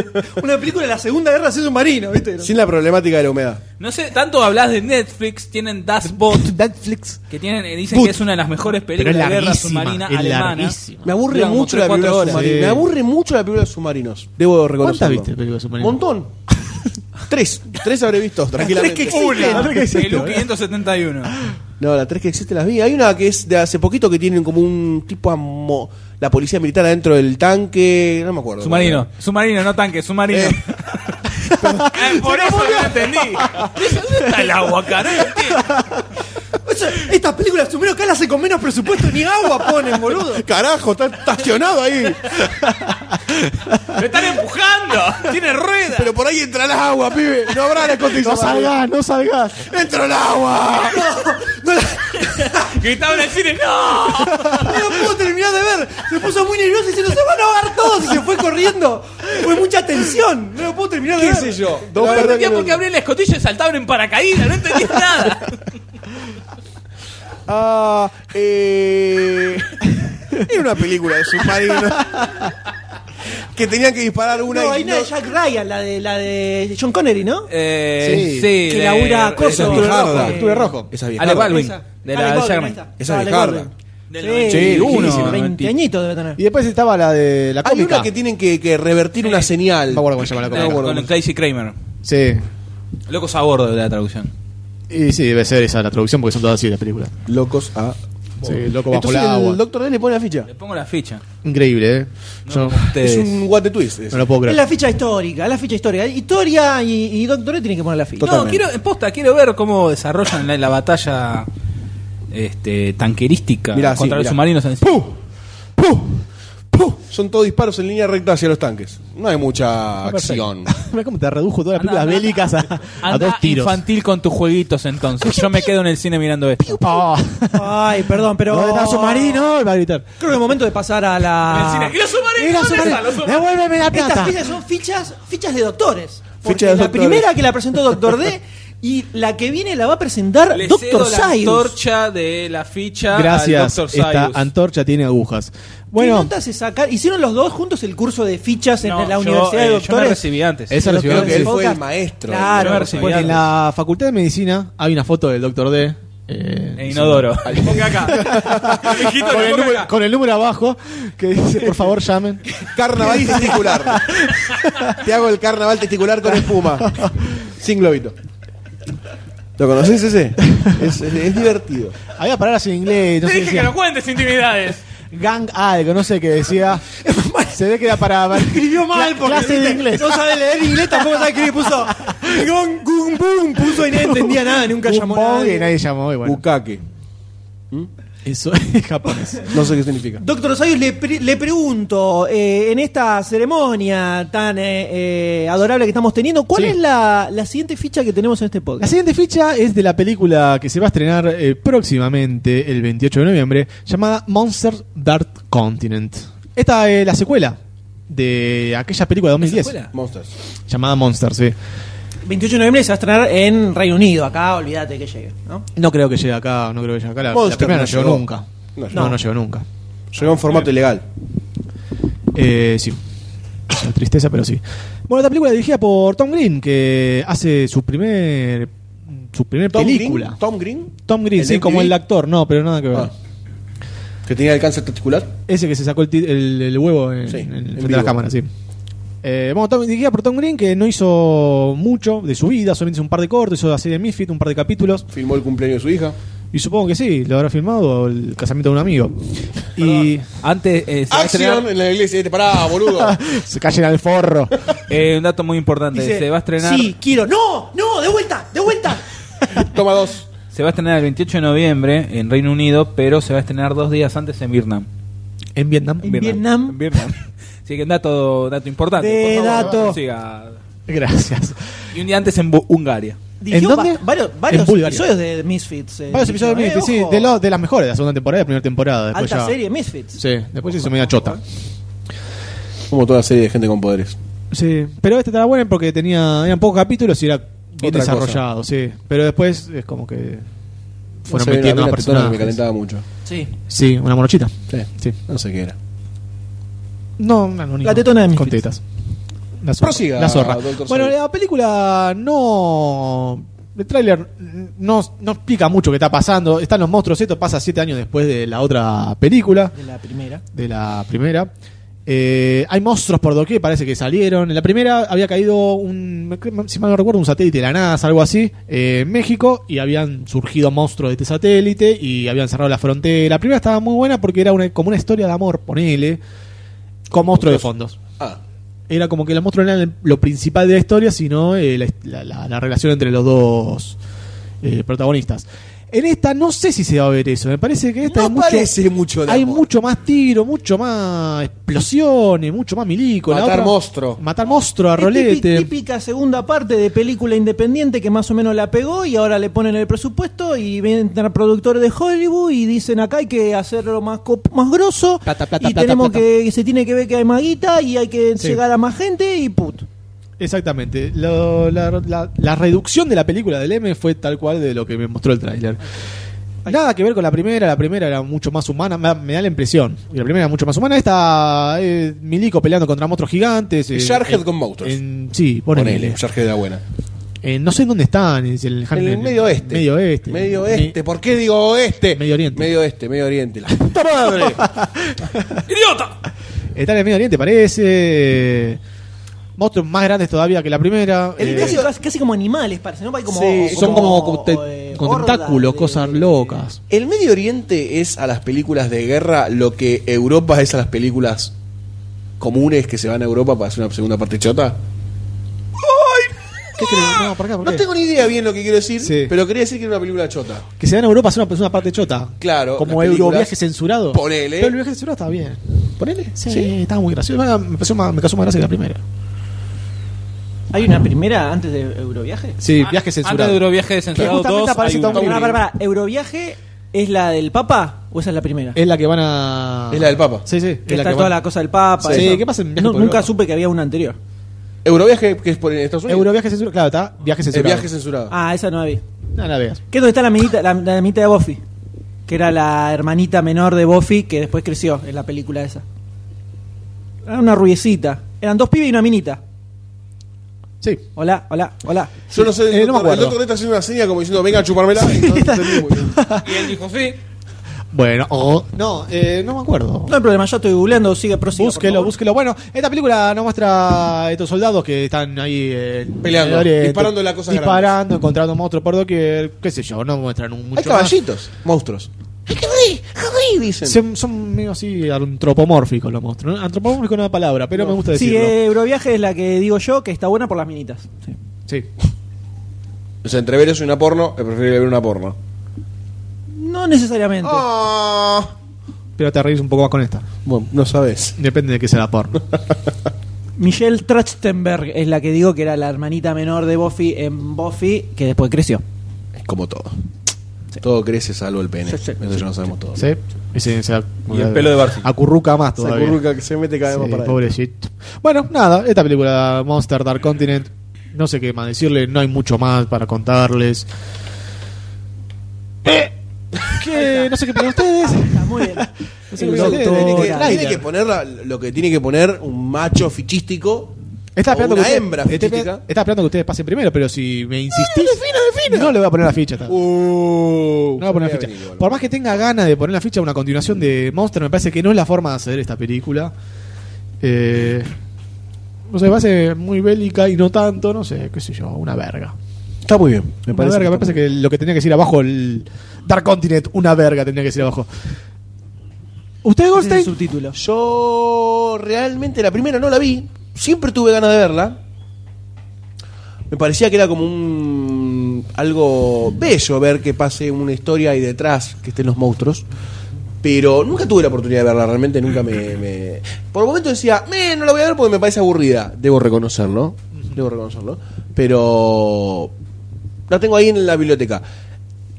S1: Una película de la Segunda Guerra sin submarinos, ¿viste?
S3: Sin la problemática de la humedad.
S4: No sé, tanto hablas de Netflix, tienen Das Boot,
S2: Netflix.
S4: que tienen, eh, dicen que es una de las mejores películas
S2: Pero es
S4: de guerra
S2: larguísima,
S4: submarina
S2: es
S4: alemana.
S2: larguísima.
S3: Me aburre
S4: Dura como
S3: mucho
S4: tres,
S3: la
S4: cuatro
S3: película
S4: horas.
S3: submarina.
S2: Sí.
S3: Me aburre mucho la película de submarinos. Debo reconocerlo.
S2: ¿Cuántas viste de películas de submarinos?
S3: Montón. Tres. Tres habré visto, tranquilamente.
S1: que existen.
S2: Una. ¿Qué hiciste,
S4: El
S2: eh?
S4: U-571.
S3: No, las tres que existen las vi. Hay una que es de hace poquito que tienen como un tipo amo, la policía militar adentro del tanque. No me acuerdo.
S4: Submarino, submarino, no tanque, submarino.
S3: Eh.
S4: Eh, por eso no entendí. ¿Dónde está el agua, cara? No entiendo.
S1: Estas esta película de submarinos acá la hacen con menos presupuesto ni agua ponen, boludo.
S3: Carajo, está estacionado ahí.
S4: ¡Me están empujando! ¡Tiene rueda!
S3: Pero por ahí entra el agua, pibe. No habrá la
S2: No
S3: cotización.
S2: salgas, no salgas.
S3: ¡Entra el agua!
S4: Gritaban en el cine, ¡No!
S1: No lo pudo terminar de ver. Se puso muy nervioso y se nos van a ahogar todos y se fue corriendo. Fue mucha tensión. No lo puedo terminar de ver.
S3: sé yo?
S4: No
S3: Dos perros que
S4: entendía
S3: no-
S4: por qué abrí la escotilla y saltaban en paracaídas, no entendí nada.
S3: Ah, eh... Era una película de submarinos. que tenían que disparar una
S1: No,
S3: y
S1: hay una de
S3: no-
S1: Jack Ryan, la de, la de John Connery, ¿no?
S2: Sí.
S4: Eh, sí,
S1: Que
S4: de-
S1: labura
S4: de-
S1: Corso.
S4: de-
S1: Octubre
S3: viejarda.
S1: Rojo.
S2: Octubre Rojo.
S3: Esa
S4: Ale
S3: viejarda.
S4: eh, Baldwin,
S1: Esa.
S4: de
S1: Alec
S4: la
S1: Baldwin,
S4: Jackman.
S1: ahí está.
S3: Esa
S1: Alec
S3: viejarda.
S1: Baldwin.
S4: Del
S1: Sí,
S4: 91,
S1: viejísimo,
S4: 90.
S1: 20 añitos debe tener.
S2: Y después estaba la de la
S3: Hay
S2: cómica.
S3: una que tienen que, que revertir una señal.
S2: No me acuerdo cómo se llama la
S4: Eh,
S2: cómica.
S4: con el Tracy Kramer.
S2: Sí.
S4: Locos a bordo de la traducción.
S2: Y sí, debe ser esa la traducción porque son todas así las películas.
S3: Locos a.
S2: Sí, loco bajo el
S3: Entonces el
S2: agua.
S3: doctor D le pone la ficha.
S4: Le pongo la ficha.
S2: Increíble, ¿eh?
S4: No,
S2: Yo
S4: como
S3: Es
S4: ustedes.
S3: un what the twist. es.
S2: no lo puedo
S1: Es
S2: creer.
S1: la ficha histórica, es la ficha histórica. Historia y, y Doctor E tienen que poner la ficha.
S4: No, quiero, en posta, quiero ver cómo desarrollan la, la batalla este, tanquerística
S3: Mirá, sí,
S4: contra los
S3: mirá.
S4: submarinos en sí.
S3: ¡Puh! ¡Puh! ¡Puh! Son todos disparos en línea recta hacia los tanques. No hay mucha
S4: Perfecto.
S3: acción.
S2: Mira cómo te redujo todas las
S4: Anda,
S2: películas
S4: anda,
S2: bélicas a, a
S4: Anda
S2: dos tiros.
S4: infantil con tus jueguitos entonces. Yo me quedo en el cine mirando esto.
S2: Ah,
S1: Ay, perdón, pero.
S2: ¡No detrás submarino! Y Va a gritar.
S1: Creo que es momento de pasar a la.
S4: En el cine. ¡Y los submarinos!
S2: Mira,
S4: ¿Dónde
S2: submarino,
S4: están los submarinos?
S2: ¡Devuélveme la
S1: Estas
S2: plata!
S1: fichas son fichas, fichas de doctores. Porque
S3: Fichas de
S1: la
S3: doctores.
S1: primera que la presentó Doctor D y la que viene la va a presentar
S4: Le
S1: Doctor
S4: cedo la
S1: Sayus.
S4: antorcha de la ficha
S2: Gracias.
S4: al Dr.
S2: Esta
S4: Sayus.
S2: antorcha tiene agujas.
S1: ¿Qué
S2: Bueno,
S1: nota se sacar? Hicieron los dos juntos el curso de fichas
S4: No,
S1: en la
S4: yo,
S1: Universidad de
S4: eh, Yo me
S1: Doctores.
S4: recibí antes.
S2: esa la
S3: Creo
S2: ciudad.
S3: que él fue el maestro.
S1: Claro,
S4: Yo me
S1: por
S4: recibí
S1: supuesto.
S2: en la Facultad de Medicina hay una foto del doctor D. eh,
S4: En inodoro. Ponga acá. Mijito,
S2: Con
S4: le
S2: el,
S4: ponga
S2: número,
S4: acá.
S2: con el número abajo que dice, por favor, llamen.
S3: Carnaval testicular. Te hago el carnaval testicular con espuma. Sin globito. ¿Lo conoces ese? Es, es- es divertido.
S2: Había palabras en inglés, no
S4: Te
S2: sé
S4: dije que no
S2: decía,
S4: cuentes intimidades.
S2: gang algo, no sé qué decía. Se ve que era para
S1: Escribió mal
S2: Cla-
S1: porque
S2: clase de
S1: ¿viste?
S2: inglés.
S1: no sabe leer inglés, tampoco sabe escribir. Puso gong, gung, boom, puso y nadie entendía nada, nunca
S2: Un
S1: llamó a
S2: bong
S1: nadie.
S2: y nadie llamó. y bueno.
S3: Bukake.
S2: Eso es japonés.
S3: No sé qué significa.
S1: Doctor Sayus, le, pre- le pregunto, eh, en esta ceremonia tan eh, eh, adorable que estamos teniendo, ¿cuál
S2: Sí.
S1: es la, la siguiente ficha que tenemos en este
S2: La
S1: podcast?
S2: siguiente ficha es de la película que se va a estrenar eh, próximamente, el 28 de noviembre, llamada Monster Dark Continent. Esta es la secuela de aquella película de 2010
S1: secuela?
S3: Monsters.
S2: llamada Monster, sí.
S1: 28 de noviembre se va a estrenar en Reino Unido, acá olvídate que llegue, ¿no?
S2: No creo que llegue acá, no creo que llegue acá. La, la
S3: Monster
S2: primera
S3: no
S2: no llegó,
S3: llegó.
S2: nunca.
S3: No
S2: No,
S3: llegó.
S2: no, llegó nunca.
S3: Llegó en formato ilegal.
S2: Eh, sí. Es una tristeza, pero sí. Bueno, esta película es dirigida por Tom Green, que hace su primer su primer
S3: Tom
S2: película.
S3: Green, Tom Green,
S2: Tom Green,
S3: ¿El
S2: sí,
S3: MTV?
S2: como el actor, no, pero nada que ver.
S3: Ah. que tenía el cáncer testicular.
S2: Ese que se sacó el, ti- el- el huevo en,
S3: Sí,
S2: en
S3: en
S2: frente de
S3: vivo.
S2: las cámaras, sí. Eh, bueno, Tom- dirigida por Tom Green, que no hizo mucho de su vida, solamente hizo un par de cortos, hizo así de Misfit, un par de capítulos.
S3: Filmó el cumpleaños de su hija.
S2: Y supongo que sí, lo habrá filmado el casamiento de un amigo. Y.
S4: Antes, eh, se va a
S3: Acción
S4: estrenar,
S3: en la iglesia. Te pará, boludo.
S2: se callen al forro.
S4: eh, un dato muy importante.
S1: Dice,
S4: se va a estrenar.
S1: Sí, quiero. ¡No! ¡No! ¡De vuelta! ¡De vuelta!
S3: Toma dos.
S4: Se va a estrenar el 28 de noviembre en Reino Unido, pero se va a estrenar dos días antes en Vietnam.
S2: en Vietnam.
S1: En Vietnam.
S4: En Vietnam. Así que un dato, dato importante.
S1: De
S4: por favor,
S1: dato.
S4: siga.
S2: Gracias.
S4: Y un día antes en Bu- Hungaria.
S1: Dirigió va-
S2: dónde?
S1: varios varios
S2: En Bulgaria.
S1: episodios de Misfits. eh,
S2: Varios episodios de
S1: dirigió,
S2: Misfits,
S1: eh,
S2: sí,
S1: ojo.
S2: de, lo- de las mejores, de la segunda temporada y la primera temporada. Después
S1: Alta
S2: ya-
S1: serie Misfits.
S2: Sí, después se hizo media chota.
S3: Como toda serie de gente con poderes.
S2: Sí, pero esta estaba buena porque tenía eran pocos capítulos y era bien
S3: Otra
S2: desarrollado, sí. Pero después es como que fueron
S3: No sé,
S2: metiendo más
S3: había una tetona que me
S2: personajes.
S3: calentaba mucho.
S1: Sí.
S2: Sí, una morochita.
S3: Sí.
S2: Sí.
S3: No sé qué era.
S2: No, una no,
S1: La tetona de
S2: Con
S1: Misfits.
S2: tetas. La zorra.
S3: Prosiga,
S2: La zorra.
S3: doctor
S2: Bueno,
S3: Sabe.
S2: la película no... El tráiler no, no explica mucho qué está pasando. Están los monstruos, esto pasa siete años después de la otra película.
S1: De la primera.
S2: de la primera. Eh, hay monstruos por doquier, parece que salieron. En la primera había caído un, si mal no recuerdo, un satélite de la NASA, algo así, eh, en México, y habían surgido monstruos de este satélite y habían cerrado la frontera. La primera estaba muy buena porque era una, como una historia de amor, ponele, con monstruos de fondos.
S3: Ah,
S2: Era como que los monstruos no eran lo principal de la historia, sino eh, la, la- la- la relación entre los dos eh, protagonistas. En esta no sé si se va a ver eso. Me parece que esta
S3: no
S2: es mucho-
S3: parece mucho de
S2: hay
S3: amor.
S2: mucho más tiro, mucho más explosiones, mucho más milico. La
S3: Matar
S2: otra-
S3: monstruo.
S2: Matar monstruo a
S1: Es típi-
S2: rolete.
S1: típica segunda parte de película independiente que más o menos la pegó y ahora le ponen el presupuesto y vienen a productores de Hollywood y dicen acá hay que hacerlo más cop- más grosso
S2: Plata, plata,
S1: y
S2: plata,
S1: tenemos
S2: plata.
S1: que se tiene que ver que hay más guita y hay que
S2: Sí.
S1: llegar a más gente y put.
S2: Exactamente. Lo- la, la- la reducción de la película del M fue tal cual de lo que me mostró el tráiler. Nada que ver con la primera, la primera era mucho más humana, me, da- me da la impresión. Y la primera era mucho más humana, esta eh, Milico peleando contra monstruos gigantes. eh,
S3: Jarhead
S2: en-
S3: con monstruos.
S2: en- sí,
S3: Ponele.
S2: ponele.
S3: Jarhead de la buena.
S2: Eh, no sé en dónde están. es el-
S3: En el medio oeste.
S2: Medio oeste.
S3: Medio
S2: Ni-
S3: oeste. ¿Por qué digo oeste?
S2: Medio Oriente.
S3: Medio oeste, medio oriente. La puta madre.
S2: Está en el Medio Oriente, parece. Monstruos más grandes todavía que la primera.
S1: El
S2: Eh,
S1: casi, casi- casi como animales parece, ¿no? Hay como,
S3: Sí,
S2: son como, con, te-
S1: eh,
S2: con
S1: hordas
S2: tentáculos,
S1: de-
S2: cosas locas.
S3: El Medio Oriente es a las películas de guerra lo que Europa es a las películas comunes que se van a Europa para hacer una segunda parte chota.
S2: ¿Qué crees? No, ¿por qué? ¿Por
S3: No
S2: qué?
S3: tengo ni idea bien lo que quiero decir,
S2: Sí.
S3: pero quería decir que era una película chota.
S2: Que se van a Europa es una, es una parte chota.
S3: Claro,
S2: Como
S3: las películas-
S2: Euroviaje censurado.
S3: Ponele.
S2: Pero el viaje censurado estaba bien.
S3: Ponele.
S2: Sí, estaba muy gracioso. Bueno, Me, pasó más, me causó más gracia que la primera.
S1: ¿Hay una primera antes de Euroviaje?
S2: Sí,
S4: Ah,
S2: viaje
S4: Antes
S2: censurado.
S4: de Euroviaje
S2: Que
S4: censurado
S2: justamente
S4: 2.
S2: aparece
S4: hay
S2: Tom
S4: una.
S2: Green.
S1: Pará, pará, pará. ¿Euroviaje es la del Papa o esa es la primera?
S2: Es la que van a.
S3: Es la del Papa.
S2: Sí, sí. es
S1: Que
S2: la
S1: está
S2: que
S1: toda
S2: van-
S1: la cosa del Papa.
S2: Sí,
S1: eso.
S2: ¿qué pasa en Viaje
S1: No,
S2: por
S1: Nunca
S2: Europa?
S1: supe que había una anterior.
S3: Euroviaje, que es por en Estados Unidos.
S2: Euroviaje censurado. Claro, está. Viaje
S3: El
S2: censurado.
S3: viaje censurado.
S1: Ah, esa no la vi.
S2: No, no la veas.
S1: ¿Qué es donde está la amiguita, la, la amiguita de Buffy? Que era la hermanita menor de Buffy que después creció en la película esa. Era una rubiecita. Eran dos pibes y una minita.
S2: Sí.
S1: Hola, hola, hola.
S3: Yo no sé,
S2: Eh,
S3: el,
S2: no me
S3: doctor, el
S2: acuerdo.
S3: doctor está haciendo una seña como diciendo, venga, chupármela. Y no entendí muy bien.
S4: Y él dijo sí.
S2: Bueno, o- no, eh, no me acuerdo.
S1: No hay problema, ya estoy googleando, sigue, prosigue. por
S2: Búsquelo,
S1: favor.
S2: búsquelo. Bueno, esta película nos muestra a estos soldados que están ahí eh, en
S3: Peleando,
S2: el oriente,
S3: disparando las cosas
S2: Disparando, encontrando monstruos por doquier, qué sé yo, no muestran un- mucho
S3: Hay caballitos, monstruos. ¡Ay, caballi! ¡Caballi! Dicen.
S2: más. Son, son medio así antropomórficos los monstruos. ¿no? Antropomórfico no es una palabra, pero me gusta
S1: Sí,
S2: decirlo.
S1: eh, Euroviaje es la que digo yo que está buena por las minitas. Sí.
S2: Sí.
S3: O sea, entre ver eso y una porno, es preferible ver una porno.
S1: No No necesariamente.
S3: Ah.
S2: Pero te reís un poco más con esta.
S3: Bueno, no sabes.
S2: Depende de qué sea la porno.
S1: Michelle Trachtenberg es la que digo que era la hermanita menor de Buffy en Buffy, que después creció.
S3: Es como todo. Todo crece salvo el pene.
S1: Sí, sí,
S3: Eso ya no sabemos todo.
S2: ¿Sí? Y, se- se ac-
S4: Y el pelo de Barsi.
S2: Acurruca más
S3: Esa
S2: todavía.
S3: curruca que se mete cada vez más
S2: Sí,
S3: para adentro.
S2: pobrecito. Bueno, nada, esta película Monster Dark Continent, no sé qué más decirle, no hay mucho más para contarles. Eh, ¿qué? No sé qué opinan ustedes.
S1: Ah, Está muy bien.
S2: No sé qué
S1: El
S2: opinan ustedes.
S1: doctor.
S3: Tiene que-
S1: Trailer.
S3: Tiene que poner la- lo que tiene que poner un macho fichístico.
S2: Estaba
S3: o una
S2: esperando que ustedes-
S3: hembra
S2: estaba-
S3: fichística.
S2: estaba esperando que ustedes pasen primero, pero si me insistís, no le voy a poner la ficha. está.
S3: Uh,
S2: No voy a poner la
S3: podría
S2: ficha.
S3: venir, boludo.
S2: Por más que tenga ganas de poner la ficha a una continuación de Monster, me parece que no es la forma de hacer esta película. Eh, no sé, me parece muy bélica y no tanto, no sé, qué sé yo, una verga.
S3: Está muy bien. Me
S2: Una verga,
S3: parece. que
S2: me
S3: está
S2: parece que lo que tenía que decir abajo, el Dark Continent, una verga tenía que decir abajo. ¿Usted,
S1: Ese es el
S2: Goldstein?
S1: subtítulo.
S3: Yo realmente la primera no la vi. Siempre tuve ganas de verla. Me parecía que era como un algo bello ver que pase una historia y detrás que estén los monstruos. Pero nunca tuve la oportunidad de verla, realmente nunca me. me- Por el momento decía, "Meh, no la voy a ver porque me parece aburrida. Debo reconocerlo. Debo reconocerlo. Pero. La tengo ahí en la biblioteca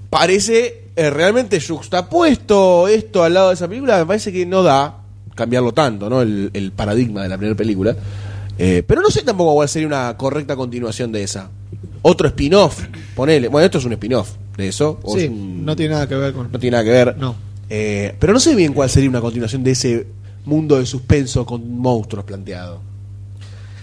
S3: parece eh, realmente juxtapuesto esto al lado de esa película. Me parece que no da cambiarlo tanto, ¿no? El, el paradigma de la primera película. Eh, pero no sé tampoco cuál sería una correcta continuación de esa. Otro spin-off, ponele. Bueno, esto es un spin-off de eso. o
S2: Sí,
S3: es un-
S2: no tiene nada que ver con.
S3: no tiene nada que ver.
S2: No.
S3: Eh, pero no sé bien cuál sería una continuación de ese mundo de suspenso con monstruos planteado.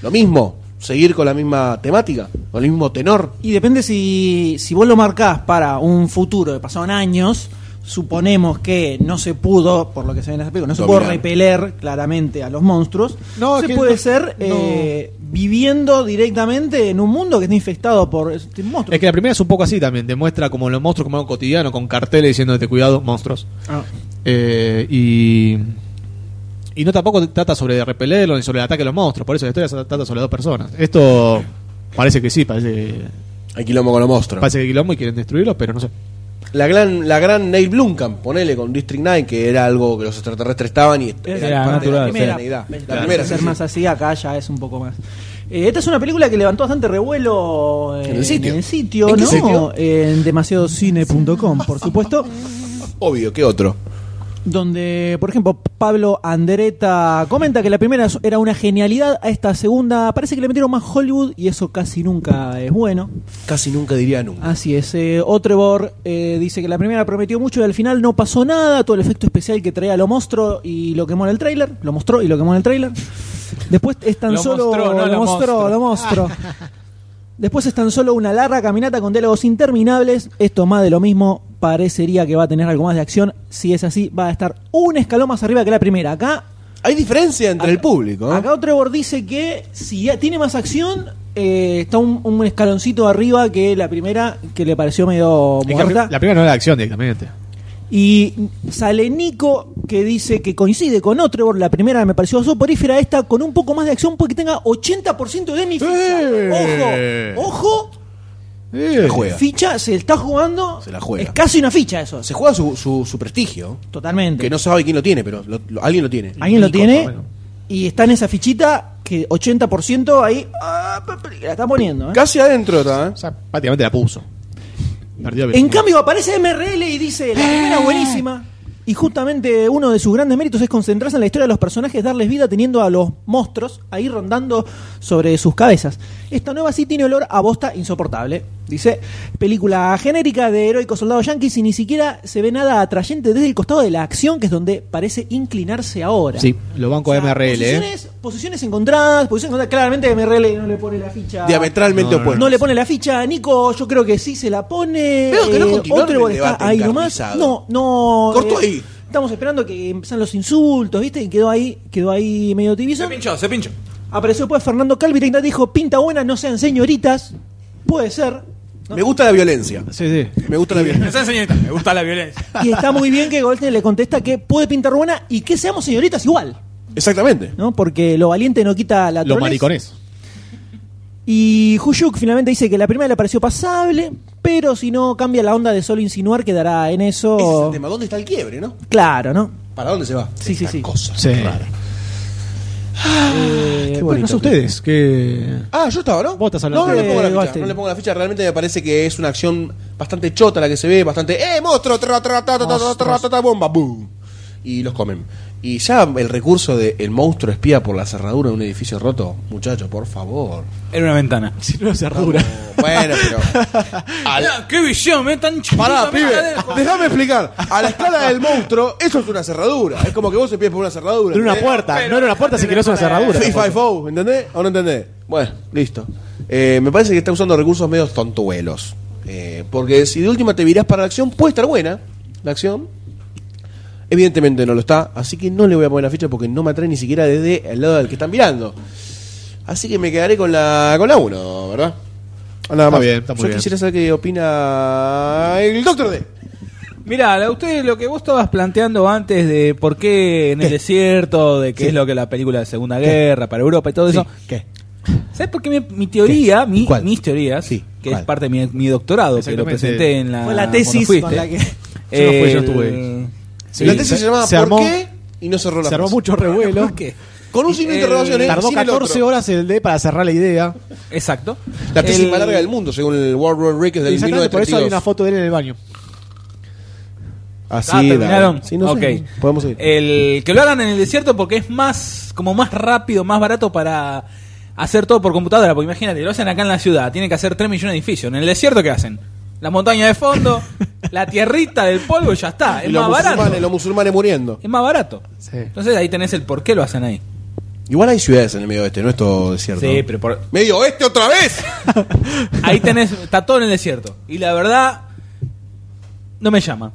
S3: Lo mismo, seguir con la misma temática, con el mismo tenor.
S1: Y depende si, si vos lo marcás para un futuro de pasaron años, suponemos que no se pudo, por lo que se ve en ese película, no se pudo
S3: Dominar.
S1: repeler claramente a los monstruos.
S2: No,
S1: se
S2: que
S1: puede
S2: no-
S1: ser eh, viviendo directamente en un mundo que está infectado por este monstruo.
S2: Es que la primera es un poco así también. Demuestra como los monstruos como algo cotidiano, con carteles diciéndote cuidado, monstruos.
S1: Ah.
S2: Eh, y. Y no tampoco trata sobre repelerlo ni sobre el ataque a los monstruos. Por eso la historia se trata sobre dos personas. Esto parece que sí, parece que,
S3: Hay quilombo con los monstruos.
S2: parece que quilombo y quieren destruirlo, pero no sé.
S3: La gran, la gran Neil Blomkamp, ponele con District 9, que era algo que los extraterrestres estaban y
S1: Es
S14: Era
S1: parte de
S14: natural,
S1: la primera.
S3: sí. La primera,
S1: Claro,
S3: primera,
S1: ser
S3: sí,
S1: más
S3: sí.
S1: así, acá ya es un poco más. Eh, esta es una película que levantó bastante revuelo eh,
S3: En el sitio.
S1: sitio,
S3: ¿En qué
S1: ¿no?
S3: sitio?
S1: En demasiadocine.com, por supuesto.
S3: obvio, ¿qué otro?
S1: donde, por ejemplo, Pablo Andereta comenta que la primera era una genialidad, a esta segunda parece que le metieron más Hollywood y eso casi nunca es bueno.
S3: Casi nunca diría nunca.
S1: Así es. Eh, Otrebor eh, dice que la primera prometió mucho y al final no pasó nada. Todo el efecto especial que traía lo mostró y lo quemó en el tráiler. Lo mostró y lo quemó en el tráiler. Después es tan
S14: Lo
S1: solo.
S14: mostró, no
S1: lo,
S14: lo
S1: mostró,
S14: mostró.
S1: lo mostró. Después es tan solo una larga caminata con diálogos interminables. Esto más de lo mismo. Parecería que va a tener algo más de acción. Si es así, va a estar un escalón más arriba que la primera. Acá
S3: Hay diferencia entre
S1: Acá-
S3: el público. ¿eh?
S1: Acá Trevor dice que si ya tiene más acción, eh, está un, un escaloncito arriba que la primera, que le pareció medio
S2: Es que la pri-
S1: muerta.
S2: la primera no era de acción directamente.
S1: Y sale Nico, que dice que coincide con Otrevor, la primera me pareció soporífera, esta con un poco más de acción porque tenga 80% de mi ficha.
S2: ¡Eh!
S1: Ojo,
S3: se
S1: ojo,
S3: juega.
S1: ficha se está jugando.
S3: Se la juega.
S1: Es casi una ficha eso.
S3: Se juega su, su, su prestigio,
S1: Totalmente.
S3: que no sabe quién lo tiene, pero lo- lo- alguien lo tiene.
S1: Alguien lo
S2: Nico,
S1: tiene
S2: por lo menos.
S1: y está en esa fichita que 80% ahí ah, pa, pa, la está poniendo. ¿eh?
S3: Casi adentro está, ¿eh?
S2: O sea, prácticamente la puso. Perdió la
S1: En
S2: película.
S1: cambio aparece MRL y dice,
S2: ¡Eh!
S1: la primera buenísima. Y justamente uno de sus grandes méritos es concentrarse en la historia de los personajes, darles vida teniendo a los monstruos ahí rondando sobre sus cabezas. Esta nueva sí tiene olor a bosta insoportable. Dice, película genérica de heroicos soldados yankees y ni siquiera se ve nada atrayente desde el costado de la acción, que es donde parece inclinarse ahora.
S2: Sí, lo banco
S1: O sea,
S2: MRL, ¿eh?
S1: Posiciones, posiciones encontradas, posiciones encontradas. Claramente MRL no le pone la ficha.
S3: Diametralmente
S2: No, no,
S3: opuesto.
S1: No le pone la ficha, Nico, yo creo que sí se la pone.
S3: Veo que no continuaron
S1: Otrebol
S3: el
S1: está
S3: debate
S1: ahí nomás.
S3: encarnizado.
S1: No, no. eh,
S3: Cortó ahí.
S1: Estamos esperando que empiezan los insultos, ¿viste? Y quedó ahí, quedó ahí medio
S4: Se
S1: tibizo.
S4: pinchó, se pinchó.
S1: Apareció después Fernando Calvi y dijo, pinta buena, no sean señoritas. Puede ser. ¿no?
S3: Me gusta la violencia.
S2: Sí, sí.
S3: Me gusta la
S4: No
S3: violencia.
S4: sean señoritas, me gusta la violencia.
S1: Y está muy bien que Goldstein le contesta que puede pintar buena y que seamos señoritas igual,
S3: Exactamente.
S1: ¿no? Porque lo valiente no quita la
S2: Los
S1: trolez.
S2: maricones.
S1: Y Huyuk finalmente dice que la primera le pareció pasable, pero si no cambia la onda de solo insinuar, quedará en
S3: Ese es
S1: eso.
S3: el tema. ¿Dónde está el quiebre, no?
S1: Claro, ¿no?
S3: ¿Para dónde se va?
S1: Sí, sí,
S3: Esta
S1: sí.
S3: cosa
S2: Sí.
S3: rara.
S1: Eh,
S2: ¿Qué
S1: bueno,
S2: opinan ustedes? Que...
S3: Ah, yo estaba, ¿no?
S2: Vos estás hablando.
S3: No, no le
S1: Eh,
S3: pongo la ficha.
S1: Goldstein.
S3: No le pongo la ficha. Realmente me parece que es una acción bastante chota la que se ve. Bastante. ¡Eh, monstruo! Tra, tra, ta, ta, ta, ta, tra, ta, ta, bomba! ¡Boom! Y los comen. Y ya el recurso de el monstruo espía por la cerradura de un edificio roto. Muchachos, por favor.
S4: Era una ventana.
S2: Si no, cerradura.
S3: Bueno, pero. al-
S4: Mirá, ¡Qué visión! ¡Me tan chiquita, mirá,
S3: Pará, pibe,
S4: dale.
S3: déjame explicar. A la escala del monstruo, eso es una cerradura. Es como que vos empiezas por una cerradura.
S2: Era una
S3: ¿entendés?
S2: puerta. No era una puerta, si querés una cerradura.
S3: Free Five O, ¿entendés? ¿O no entendés? Bueno, listo. Eh, me parece que está usando recursos medio tontuelos. Eh, porque si de última te virás para la acción, puede estar buena la acción. Evidentemente no lo está, así que no le voy a poner la ficha porque no me atrae ni siquiera desde el lado del que están mirando. Así que me quedaré con la con la 1, ¿verdad? Nada
S2: Está
S3: más.
S2: bien, Ah, está muy
S3: Yo
S2: bien.
S3: quisiera saber qué opina el Doctor D.
S4: Mirá, la- usted lo que vos estabas planteando antes de por qué en el desierto, de qué es lo que la película de Segunda Guerra para Europa y todo eso.
S2: ¿Qué?
S4: ¿Sabes por qué mi, mi teoría, mi-
S2: ¿Cuál?
S4: mis teorías,
S2: Sí,
S4: que
S2: ¿cuál?
S4: es parte de mi, mi doctorado, que lo
S2: Exactamente.
S4: presenté
S2: Ah,
S4: en la.
S1: Fue la
S4: cuando
S1: tesis
S4: fuiste,
S1: con la que.
S2: Yo no fui, yo
S4: el-
S2: estuve. Sí,
S3: la tesis se, llamaba
S2: se
S3: ¿Por
S2: armó-
S3: qué? Y no cerró la
S2: Se armó
S3: frase.
S2: mucho revuelo.
S4: ¿Por qué?
S3: Con un signo de
S4: Eh,
S3: interrogación, ¿eh?
S2: Tardó
S3: Sin el otro.
S2: 14 horas el D para cerrar la idea.
S4: Exacto.
S3: La tesis
S4: El-
S3: más larga del mundo, según el World War Ricketts del
S2: Exactamente, por eso hay
S3: 1932.
S2: una foto de él en el baño.
S3: Así,
S4: Ah, terminaron.
S3: dale. Sí, no
S4: ok. Eh,
S3: sé. Podemos seguir.
S4: El, que lo hagan en el desierto porque es más, como más rápido, más barato para hacer todo por computadora. Porque imagínate, lo hacen acá en la ciudad, tienen que hacer 3 millones de edificios. En el desierto, ¿qué hacen? La montaña de fondo, la tierrita del polvo y ya está.
S3: y
S4: Es
S3: los
S4: más barato.
S3: musulmanes, los musulmanes muriendo.
S4: Es más barato. Entonces ahí tenés el por qué lo hacen ahí.
S3: Igual hay ciudades en el medio oeste, no es todo desierto.
S4: Sí, pero por-
S3: ¡Medio oeste otra vez!
S4: ahí tenés, está todo en el desierto. Y la verdad, no me llama.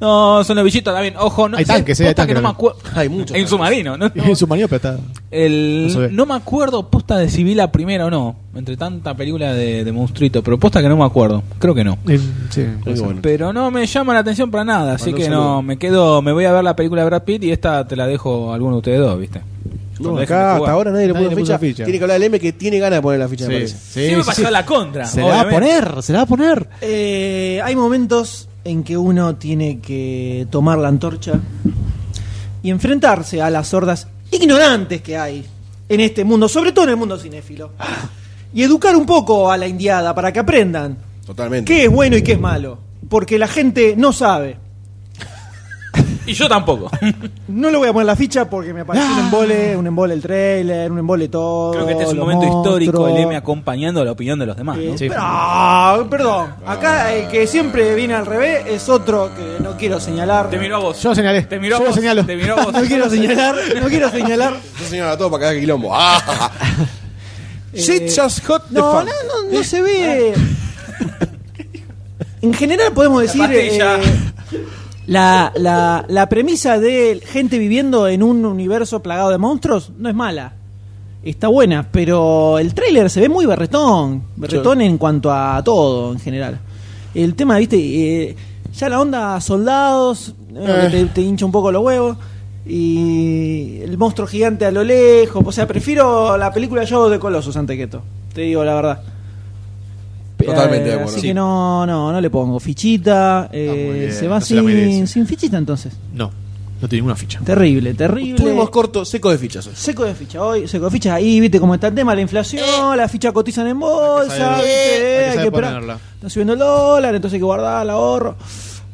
S4: No, son los bichitos también. Ojo, no
S2: Hay tanques, eh, hay
S4: posta que
S2: tanques
S4: no me
S2: también.
S4: acuerdo.
S3: Hay muchos
S4: En submarino, ¿no?
S2: En su maniobra está.
S4: El,
S2: No se
S4: no,
S2: ve.
S4: me acuerdo posta de si vi la primera o no. Entre tanta película de, de monstruito, pero posta que no me acuerdo. Creo que no.
S2: En- eh, sí, puede ser.
S3: bueno.
S4: Pero no me llama la atención para nada, así
S3: Mandó
S4: que
S3: un
S4: no,
S3: saludo.
S4: me quedo, me voy a ver la película de Brad Pitt y esta te la dejo a alguno de ustedes dos, ¿viste?
S3: No,
S4: Cuando dejen de
S3: acá
S4: jugar.
S3: hasta ahora nadie le
S2: Nadie
S3: puso
S2: le puso
S3: ficha.
S2: ficha.
S3: Tiene que hablar el M que tiene ganas de poner la ficha, me parece.
S2: Sí,
S4: Siempre
S2: sí,
S4: pasó
S2: sí.
S4: la contra.
S2: Se la va a
S4: obviamente.
S2: poner, se la va a poner.
S1: Eh, hay momentos en que uno tiene que tomar la antorcha y enfrentarse a las hordas ignorantes que hay en este mundo, sobre todo en el mundo cinéfilo.
S2: Ah.
S1: Y educar un poco a la indiada para que aprendan
S3: Totalmente.
S1: qué es bueno y qué es malo. Porque la gente no sabe.
S4: Y yo tampoco.
S1: No le voy a poner la ficha porque me parece un embole, un embole el trailer, un embole todo.
S4: Creo que este es un
S1: los
S4: momento histórico, el
S1: monstruos.
S4: M acompañando la opinión de los demás,
S1: Eh,
S4: ¿no?
S2: Sí.
S1: pero- ah, perdón, acá el que siempre viene al revés es otro que no quiero señalar.
S4: Te miró a vos.
S2: Yo lo señalé.
S4: Te miró a
S2: Yo lo
S4: vos.
S2: señalo.
S4: Te miró a vos.
S1: No quiero señalar, no quiero señalar.
S3: Yo señalo a todo para que haga quilombo. ¡Ah! Shit
S1: Eh,
S3: just hot the
S1: No, no,
S3: fuck.
S1: no, no se ve. En general podemos decir
S4: pastilla.
S1: eh, la, la, la premisa de gente viviendo en un universo plagado de monstruos no es mala. Está buena, pero el tráiler se ve muy berretón. Berretón en cuanto a todo en general. El tema, viste, Eh, ya la onda soldados, eh,
S2: Ah.
S1: que Te, te hincha un poco los huevos. Y el monstruo gigante a lo lejos. O sea, prefiero la película Yo de Colossus antes que esto. Te digo la verdad. Eh,
S3: Totalmente de acuerdo.
S1: Así
S3: Sí.
S1: que no, no, no le pongo fichita. eh,
S2: Ah, muy bien,
S1: se va
S2: no se la
S1: sin,
S2: merece.
S1: sin fichita entonces.
S2: No, no tiene ninguna ficha.
S1: Terrible, terrible.
S3: Tuvimos corto, seco de fichas. hoy.
S1: Seco de ficha hoy, seco de ficha ahí, viste cómo está el tema, la inflación, las fichas cotizan en bolsa,
S2: saber-
S1: viste,
S2: Eh. hay que
S1: hay que
S2: saber
S1: esperar.
S2: ponerla.
S1: Está subiendo el dólar, entonces hay que guardar el ahorro.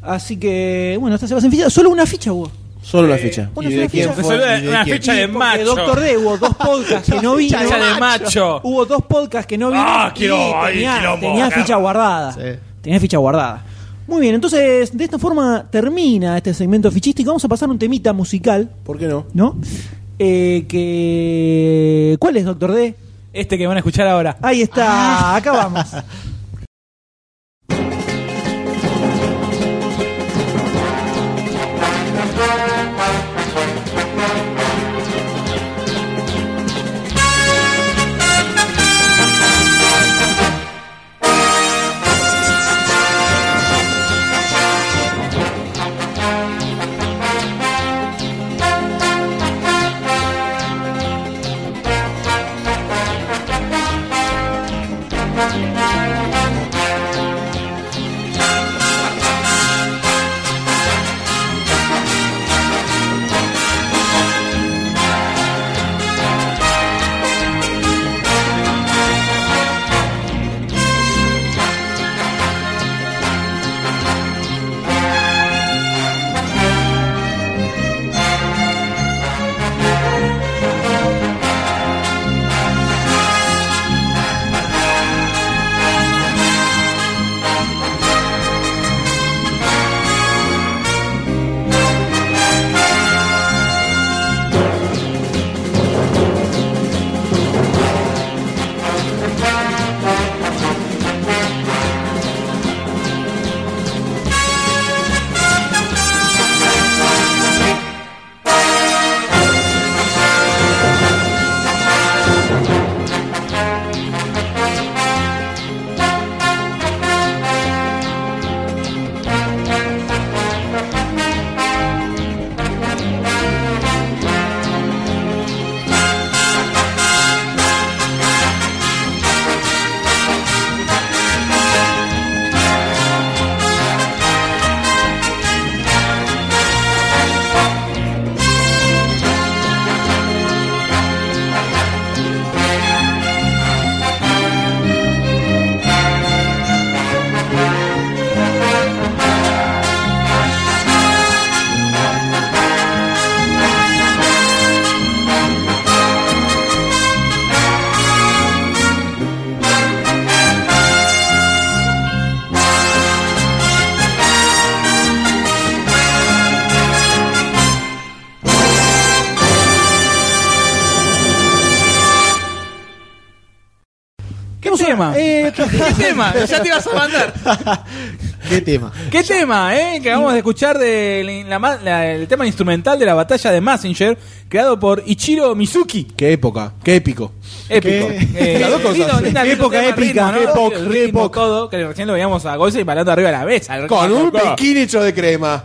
S1: Así que, bueno, esta se va sin ficha, solo una ficha hubo.
S3: Solo la ficha.
S1: Una sola ficha.
S4: Me salió una ficha de
S1: Porque
S4: macho.
S1: Doctor D hubo dos podcasts que no vino.
S4: Ficha de macho.
S1: Hubo dos podcasts que no vino.
S4: Ah,
S1: y
S4: quilombo, ahí,
S1: tenía,
S4: quilombo,
S1: tenía
S4: acá.
S1: ficha guardada.
S2: Sí.
S1: Tenía ficha guardada. Muy bien, entonces de esta forma termina este segmento fichístico. Vamos a pasar un temita musical,
S3: ¿Por qué no?
S1: ¿no? Eh, que... ¿Cuál es, Doctor D?
S4: Este que van a escuchar ahora.
S1: Ahí está,
S4: Ah.
S1: acá vamos.
S15: Thank
S16: vamos a-
S4: tema?
S16: eh,
S4: ¿Qué tema? Ya te ibas a mandar.
S2: ¿Qué tema?
S4: ¿Qué tema, eh? Que acabamos de escuchar del la ma- la- el tema instrumental de la batalla de Massinger, creado por Ichiro Mizuki.
S3: Qué época, qué épico.
S4: Épico. Eh,
S3: Las dos cosas.
S4: lindo,
S3: Sí.
S4: linda,
S16: Qué
S4: lindo
S16: época
S4: tema,
S16: épica,
S4: ritmo,
S16: qué
S4: ¿no?
S16: época,
S4: Ritmo,
S16: qué época.
S4: todo, que recién lo veíamos a Golsey balando arriba de la mesa.
S3: Con un piquín hecho de crema.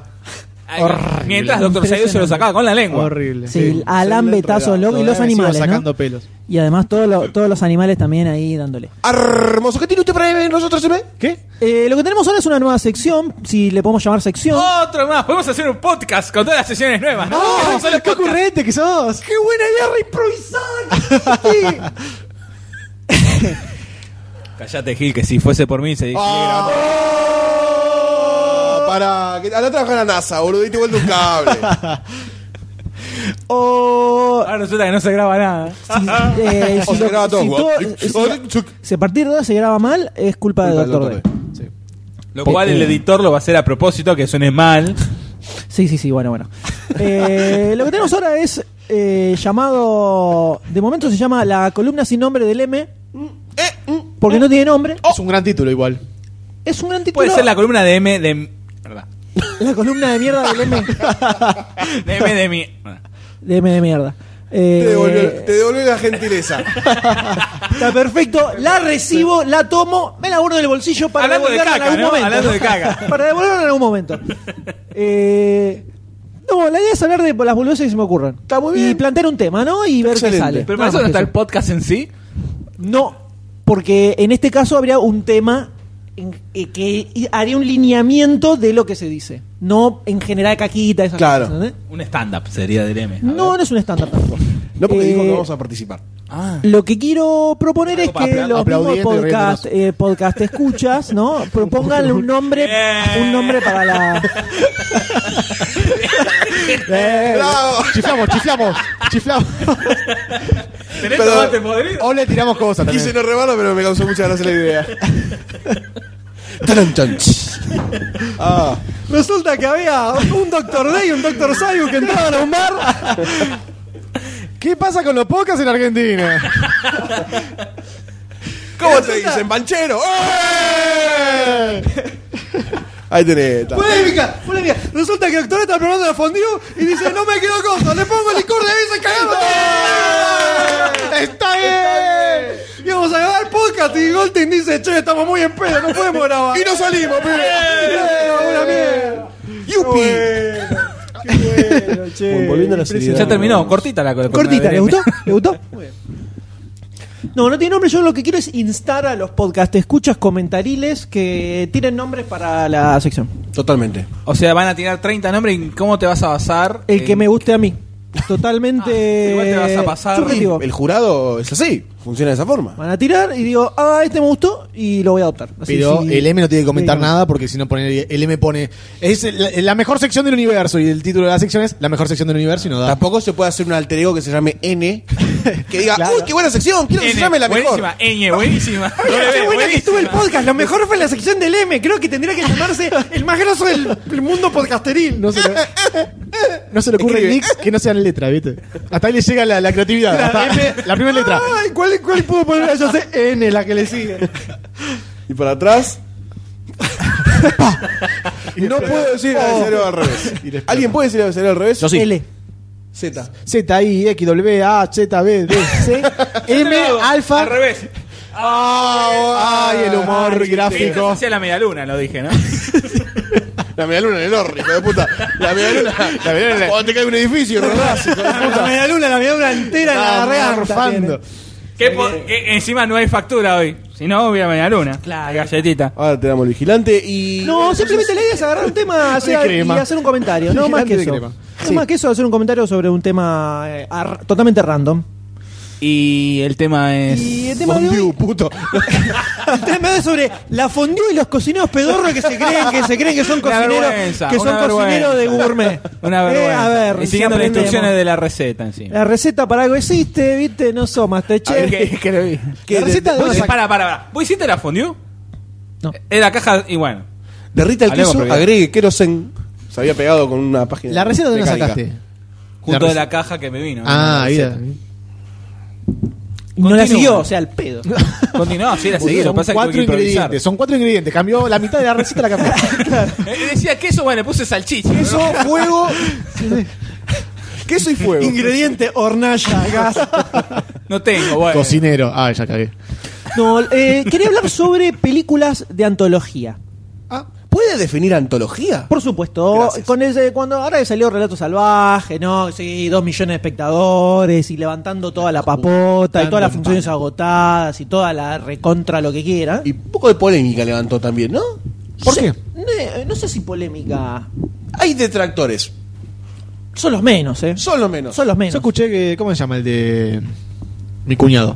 S4: Ay, Mientras Doctor Sayus se lo sacaba con la lengua.
S2: Horrible.
S1: Sí, alambetazos, loco, y los animales. ¿no?
S2: sacando pelos.
S1: Y además todos los- todos los animales también ahí dándole.
S3: Arr, Hermoso, ¿qué tiene usted para nosotros, M?
S2: ¿Qué?
S1: Eh, lo que tenemos ahora es una nueva sección, si le podemos llamar sección.
S4: Otro más, podemos hacer un podcast con todas las sesiones nuevas. ¿no? Un solo
S2: ¡Ah! ¡Qué
S4: podcast.
S2: ocurrente que sos!
S16: ¡Qué buena idea reimprovisar! Sí.
S4: Callate, Gil, que si fuese por mí se dice.
S3: Oh. Para, Ah, que andá a trabajar en la NASA, boludo, y te vuelve un cable.
S1: O
S4: Ahora resulta que no se graba nada.
S1: si, eh,
S3: O
S1: si
S3: se
S1: lo-
S3: graba todo.
S1: si todo- si a partir de ahora se graba mal, es culpa de Doctor D.
S4: Lo cual el editor lo va a hacer a propósito, que suene mal.
S1: Sí, sí, sí, bueno, bueno. Eh, lo que tenemos ahora es eh, llamado. De momento se llama la columna sin nombre del M. Porque no tiene nombre.
S2: Es un gran título igual.
S1: Es un gran título.
S4: Puede ser la columna de M de. Verdad.
S1: la columna de mierda del M.
S4: De M de mi.
S1: De M de mierda. Eh,
S3: Te devolvió, te devolvió la gentileza.
S1: Está perfecto, la recibo, la tomo, me la guardo en el bolsillo para
S4: Hablando de
S1: devolverla en
S4: caca,
S1: algún
S4: ¿no?
S1: momento.
S4: Hablando de caca.
S1: Para devolverla en algún momento. Eh, no, la idea es hablar de las boludeces que se me ocurran. Y plantear un tema, ¿no? Y ver
S3: Excelente.
S1: qué sale.
S4: Pero para
S1: Nada
S4: eso no
S1: más
S4: está
S1: que
S4: el podcast en sí.
S1: No, porque en este caso habría un tema en- eh, que i- haría un lineamiento de lo que se dice. No en general caquita, esas
S3: Claro.
S1: cosas. ¿entendés?
S4: Un stand-up sería del M.
S1: No, no es un estándar tampoco.
S3: No porque dijo
S1: Eh,
S3: que vamos a participar.
S4: Ah.
S1: Lo que quiero proponer es
S2: para
S1: que
S2: apla-
S1: los mismos
S2: aplaudiendo y
S1: podcast, eh, podcast escuchas, ¿no? Propongan un nombre,
S16: Eh.
S4: Bien.
S1: un nombre para la.
S3: ¡Bravo!
S2: Eh, Chiflamos, chiflamos, chiflamos.
S4: ¿Tenés
S3: Pero-
S4: tomate podrido?
S2: O le tiramos cosas
S3: Quise
S2: también.
S3: no remarlo, pero me causó mucha gracia la idea. Ah,
S16: Resulta que había un Doctor D y un Doctor Sayu que entraban a un bar.
S2: ¿Qué pasa con los podcasts en Argentina?
S3: ¿Cómo te dicen, panchero? ¡Eh! Ahí tenés. ta.
S16: Polémica, polémica. Resulta que el Doctor D está probando la fondue y dice: No me quedó cosa, le pongo licor de ahí y se cagaron.
S2: ¡Está bien!
S16: Y vamos a grabar podcast y Golden dice: Che, estamos muy en pedo, no podemos grabar.
S3: Y no salimos,
S16: Eh, una
S3: pibe.
S16: mierda.
S3: ¡Yupi!
S17: Volviendo a la
S4: Ya terminó, cortita la columna.
S1: Cortita,
S4: del
S1: ¿le
S4: M.
S1: gustó? ¿Le gustó? No, no tiene nombre. Yo lo que quiero es instar a los podcast escuchas comentariles que tiren nombres para la sección.
S3: Totalmente.
S4: O sea, van a tirar 30 nombres y ¿cómo te vas a basar?
S1: El
S4: en-
S1: que me guste a mí. Totalmente.
S4: Ah, igual te vas a pasar.
S1: subjetivo.
S3: El jurado es así, funciona de esa forma.
S1: Van a tirar y digo, ah, este me gustó y lo voy a adoptar. Así,
S2: Pero
S1: Ah, sí.
S2: el M no tiene que comentar
S1: Sí, no.
S2: nada porque si no pone el M pone es la, la mejor sección del universo y el título de la sección es la mejor sección del universo y no da.
S3: Tampoco se puede hacer un alter ego que se llame N, que diga,
S2: Claro.
S3: uy, qué buena sección, quiero que se
S4: N,
S3: llame la mejor.
S4: Buenísima, Ñ, buenísima.
S16: Mira, qué
S4: W,
S16: buena que estuvo el
S4: buenísima.
S16: podcast. Lo mejor fue la sección del M. Creo que tendría que llamarse el más grosso del del mundo podcasteril.
S2: No se le, no se le ocurre
S3: Escribe.
S2: nicks que no sean letras, ¿viste? Hasta ahí le llega la, la creatividad. hasta- La, primera letra.
S16: Ay, ¿cuál, ¿Cuál puedo poner? Yo sé N, la que le sigue.
S3: Y para atrás. no puedo decir abecedario al revés. ¿Alguien puede decir abecedario al revés?
S1: L.
S3: Z.
S2: Z, I, X, W, A, Z, B, D, C, M,
S4: Este Al
S2: alfa.
S4: revés.
S2: Ah, oh,
S4: Ah,
S2: Ay, el humor
S4: Esto
S2: gráfico.
S4: hacía la media luna, lo dije, ¿no?
S3: La medialuna en el horno, hijo de puta. La medialuna. la medialuna. Cuando te cae un edificio, rodás, hijo de
S16: La
S3: puta.
S16: media luna, la media luna entera en
S2: Ah,
S16: la garganta.
S2: Arfando.
S4: que, po- que encima no hay factura hoy. Si no, hubiera media luna. Claro. Galletita.
S3: Ahora te damos el vigilante y.
S1: No, simplemente la idea es agarrar un tema hacer-
S2: De
S1: y
S2: crema.
S1: hacer un comentario. No más que
S2: Gigante de
S1: eso.
S2: crema.
S1: No más que eso, hacer un comentario sobre un tema eh, ar- totalmente random.
S4: Y el tema es.
S1: Y el tema de hoy,
S3: puto.
S1: el tema de hoy sobre la fondue y los cocineros pedorros que se creen que se creen que son
S4: Una
S1: cocineros
S4: vergüenza,
S1: que son
S4: una
S1: cocineros de
S4: vergüenza.
S1: gourmet.
S4: Una
S1: Eh,
S4: vergüenza.
S1: a ver,
S4: y
S1: si
S4: siguiendo las
S1: aprendemos.
S4: instrucciones de la receta encima.
S1: La receta para algo existe, ¿viste? No este, sos Masterchef.
S4: que, que lo vi.
S3: Que
S2: La receta
S3: de-
S2: de
S4: Vos-
S2: una sac-
S4: Para, para, para. ¿Vos hiciste la fondue?
S1: No.
S4: En la caja, y bueno.
S3: Derrita el
S4: Hablemos
S3: queso,
S4: propiedad.
S3: agregue querosen. Se había pegado con una página.
S2: La Ah, receta de dónde
S3: mecánica.
S2: sacaste.
S4: Junto de
S2: receta.
S4: la caja que me vino.
S2: Ah,
S4: La
S2: ahí.
S4: receta.
S1: Y no la
S4: Continúa.
S1: siguió, o sea, al pedo.
S4: Continuaba, sí, era seguido. Lo que
S2: son
S4: pasa es que tuve que
S2: cuatro
S4: improvisar.
S2: ingredientes. Son cuatro ingredientes. Cambió la mitad de la receta la cambió.
S4: Eh, Decía queso, bueno, le puse salchicha.
S3: Queso, fuego. Queso y fuego.
S16: Ingrediente, hornalla, gas.
S4: No tengo, bueno.
S2: Cocinero. Ah, ya cagué.
S1: No, eh, quería hablar sobre películas de antología.
S3: Ah, ¿Puede definir antología?
S1: Por supuesto,
S3: Gracias.
S1: con ese, cuando ahora que salió Relato Salvaje, ¿no? Sí, dos millones de espectadores y levantando toda la papota y todas las funciones agotadas y toda la recontra lo que quiera.
S3: Y un poco de polémica levantó también, ¿no?
S1: ¿Por qué? No, no sé si polémica.
S3: Hay detractores.
S1: Son los menos, ¿eh?
S3: Son los menos.
S1: Son los
S2: Yo
S1: menos.
S2: escuché que. ¿Cómo se llama el de. Mi cuñado?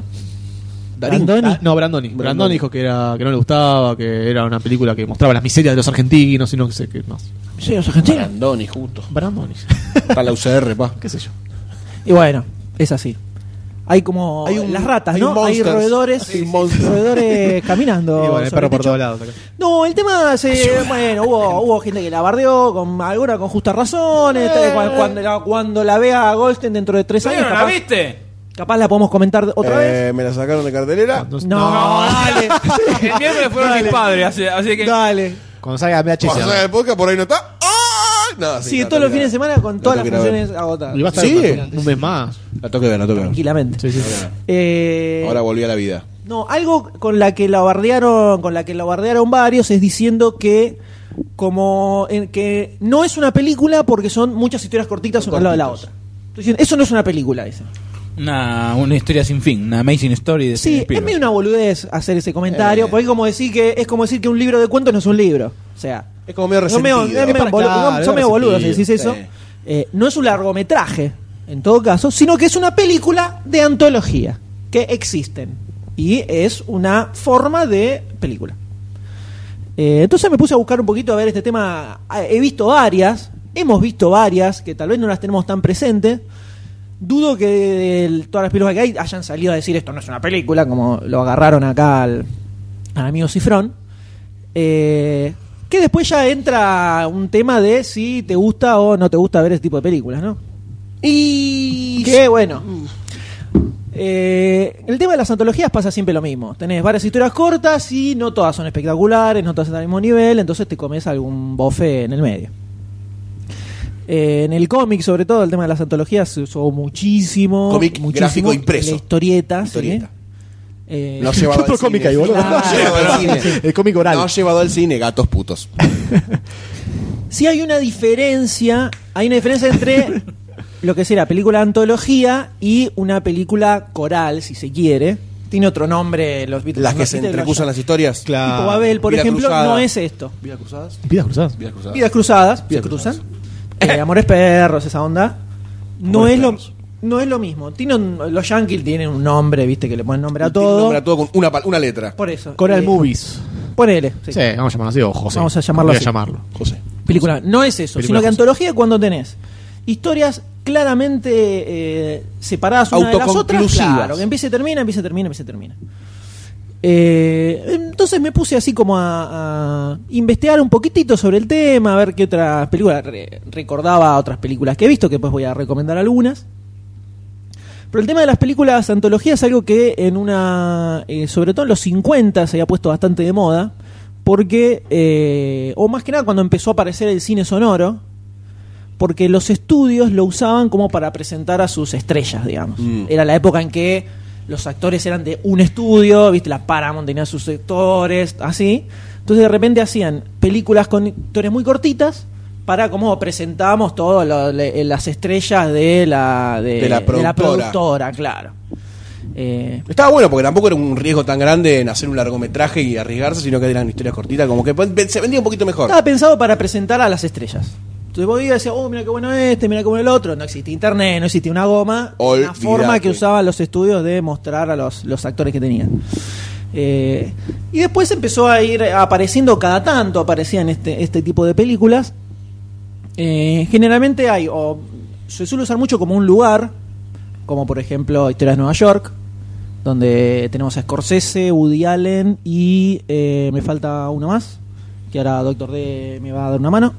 S3: Darín.
S1: Brandoni.
S2: Ah, no, Brandoni. Brandoni. dijo que, era, que no le gustaba, que era una película que mostraba las miserias de los argentinos y no sé qué más.
S1: Sí, los argentinos.
S3: Brandoni, justo.
S2: Brandoni.
S3: Para la UCR, pa.
S2: ¿Qué sé yo?
S1: Y bueno, es así. Hay como
S3: Hay un-
S1: las ratas,
S3: hay
S1: ¿no? Hay
S3: monsters.
S1: roedores,
S3: Hay monsters.
S1: roedores caminando.
S2: Y bueno, el
S1: sobre
S2: perro por
S1: techo.
S2: todos lados. acá.
S1: No, el tema se, bueno, hubo, hubo gente que la bardeó con alguna con justas razones.
S3: Eh.
S1: tal, cuan- cuando, la- cuando la vea a Goldstein dentro de tres años,
S4: Bueno, ¿La
S1: capaz,
S4: viste?
S1: capaz la podemos comentar otra
S3: Eh,
S1: vez.
S3: Me la sacaron de cartelera.
S2: Entonces,
S1: No, dale,
S4: El miércoles fueron mis padres, así, así que.
S1: dale.
S2: Cuando salga VHS.
S3: Cuando salga el podcast, por ahí no está. ¡Ah! No, sí,
S1: Sigue
S3: la
S1: todos los
S3: tengo que
S1: fines de
S3: ver.
S1: semana con todas
S3: La
S1: las
S3: tengo que ir a ver.
S1: funciones agotadas.
S2: Y va a estar
S3: Sí.
S2: un- un mes más.
S3: La tengo que ver, la tengo que ver.
S1: Tranquilamente. Eh,
S3: Ahora volví a la vida.
S1: No, algo con la que la bardearon, con la que la bardearon varios es diciendo que como en- que no es una película porque son muchas historias cortitas una al lado de la otra.
S3: cortitas.
S1: Entonces dicen, eso no es una película, dicen.
S4: Una, una historia sin fin, una amazing story de
S1: Sí,
S4: Steven
S1: es medio
S4: Spielberg.
S1: una boludez hacer ese comentario,
S3: Eh.
S1: porque es como decir que es como decir que un libro de cuentos no es un libro. O sea,
S3: Es como medio
S1: son medio,
S3: resentido.
S1: es medio
S2: para
S1: bolu-
S2: aclarar,
S1: son
S2: es
S1: medio boludos si
S2: resentido,
S1: decís eso.
S3: sí.
S1: Eh, no es un largometraje, en todo caso, sino que es una película de antología que existen. Y es una forma de película. Eh, entonces me puse a buscar un poquito a ver este tema. Ah, He visto varias, hemos visto varias, que tal vez no las tenemos tan presentes. Dudo que de todas las películas que hay hayan salido a decir esto no es una película, como lo agarraron acá al, al amigo Cifrón. Eh, que después ya entra un tema de si te gusta o no te gusta ver ese tipo de películas, ¿no? Y... Que bueno. Eh, el tema de las antologías pasa siempre lo mismo. Tenés varias historias cortas y no todas son espectaculares, no todas están al mismo nivel, entonces te comes algún bofe en el medio. Eh, en el cómic, sobre todo, el tema de las antologías se usó muchísimo.
S3: Cómic
S1: muchísimo.
S3: gráfico impreso.
S1: La historieta. ¿sí?
S3: Historieta.
S1: Eh,
S3: No llevado
S2: Otro
S3: al cine.
S2: cómic ahí, boludo.
S1: Claro.
S3: No llevado al cine.
S2: El cómic oral.
S3: No llevado al cine, gatos putos.
S1: Si hay una diferencia, hay una diferencia entre lo que será película antología y una película coral, si se quiere. Tiene otro nombre los Beatles.
S3: Las
S1: ¿no?
S3: que se
S1: Beatles,
S3: entrecruzan
S1: los-
S3: las historias.
S1: Tipo Babel, por
S3: Vida
S1: ejemplo,
S3: cruzada.
S1: no es esto.
S3: Vidas cruzadas.
S2: Vidas cruzadas.
S3: Vidas cruzadas.
S1: Vidas cruzadas, se cruzan. Eh, Amores perros, esa onda. No
S3: Amores
S1: es lo
S3: perros.
S1: no es lo mismo. Tiene un- los Yankees tienen un nombre, viste, que le ponen nombre a
S3: Tiene un
S1: todo.
S3: nombre a todo con una, pal- una letra.
S1: Por eso.
S2: Coral
S1: Eh,
S2: Movies.
S1: Ponele. sí.
S2: Sí. vamos a llamarlo así. O José.
S1: Vamos a llamarlo
S2: Voy
S1: así.
S2: a llamarlo.
S3: José.
S1: Película, no es eso,
S2: Película
S1: sino que
S2: José.
S1: antología es cuando tenés historias claramente eh, separadas una de las otras.
S3: Autoconclusivas.
S1: Claro, que empieza y termina, empieza y termina, empieza y termina. Eh, entonces me puse así como a, a investigar un poquitito sobre el tema, a ver qué otras películas. re- recordaba otras películas que he visto, que después voy a recomendar algunas. Pero el tema de las películas de antología es algo que en una. eh, sobre todo en los 50 se había puesto bastante de moda. Porque. eh, o más que nada cuando empezó a aparecer el cine sonoro. Porque los estudios lo usaban como para presentar a sus estrellas, digamos.
S3: Mm.
S1: Era la época en que los actores eran de un estudio, viste, la Paramount tenía sus sectores, así. Entonces de repente hacían películas con historias muy cortitas para como presentábamos todas las estrellas de la, de,
S3: De la productora.
S1: productora, claro. Eh,
S3: Estaba bueno porque tampoco era un riesgo tan grande en hacer un largometraje y arriesgarse, sino que eran historias cortitas, como que pen- se vendía un poquito mejor.
S1: estaba pensado para presentar a las estrellas. Entonces vos ibas y decías, oh, mira qué bueno este, mira qué bueno el otro. No existía internet, no existía una goma. La
S3: Olvídate.
S1: forma que usaban los estudios de mostrar a los, los actores que tenían. Eh, y después empezó a ir apareciendo cada tanto, aparecían este, este tipo de películas. Eh, generalmente hay, o se suele usar mucho como un lugar, como por ejemplo Historias de Nueva York, donde tenemos a Scorsese, Woody Allen y eh, me falta una más, que ahora Doctor D me va a dar una mano.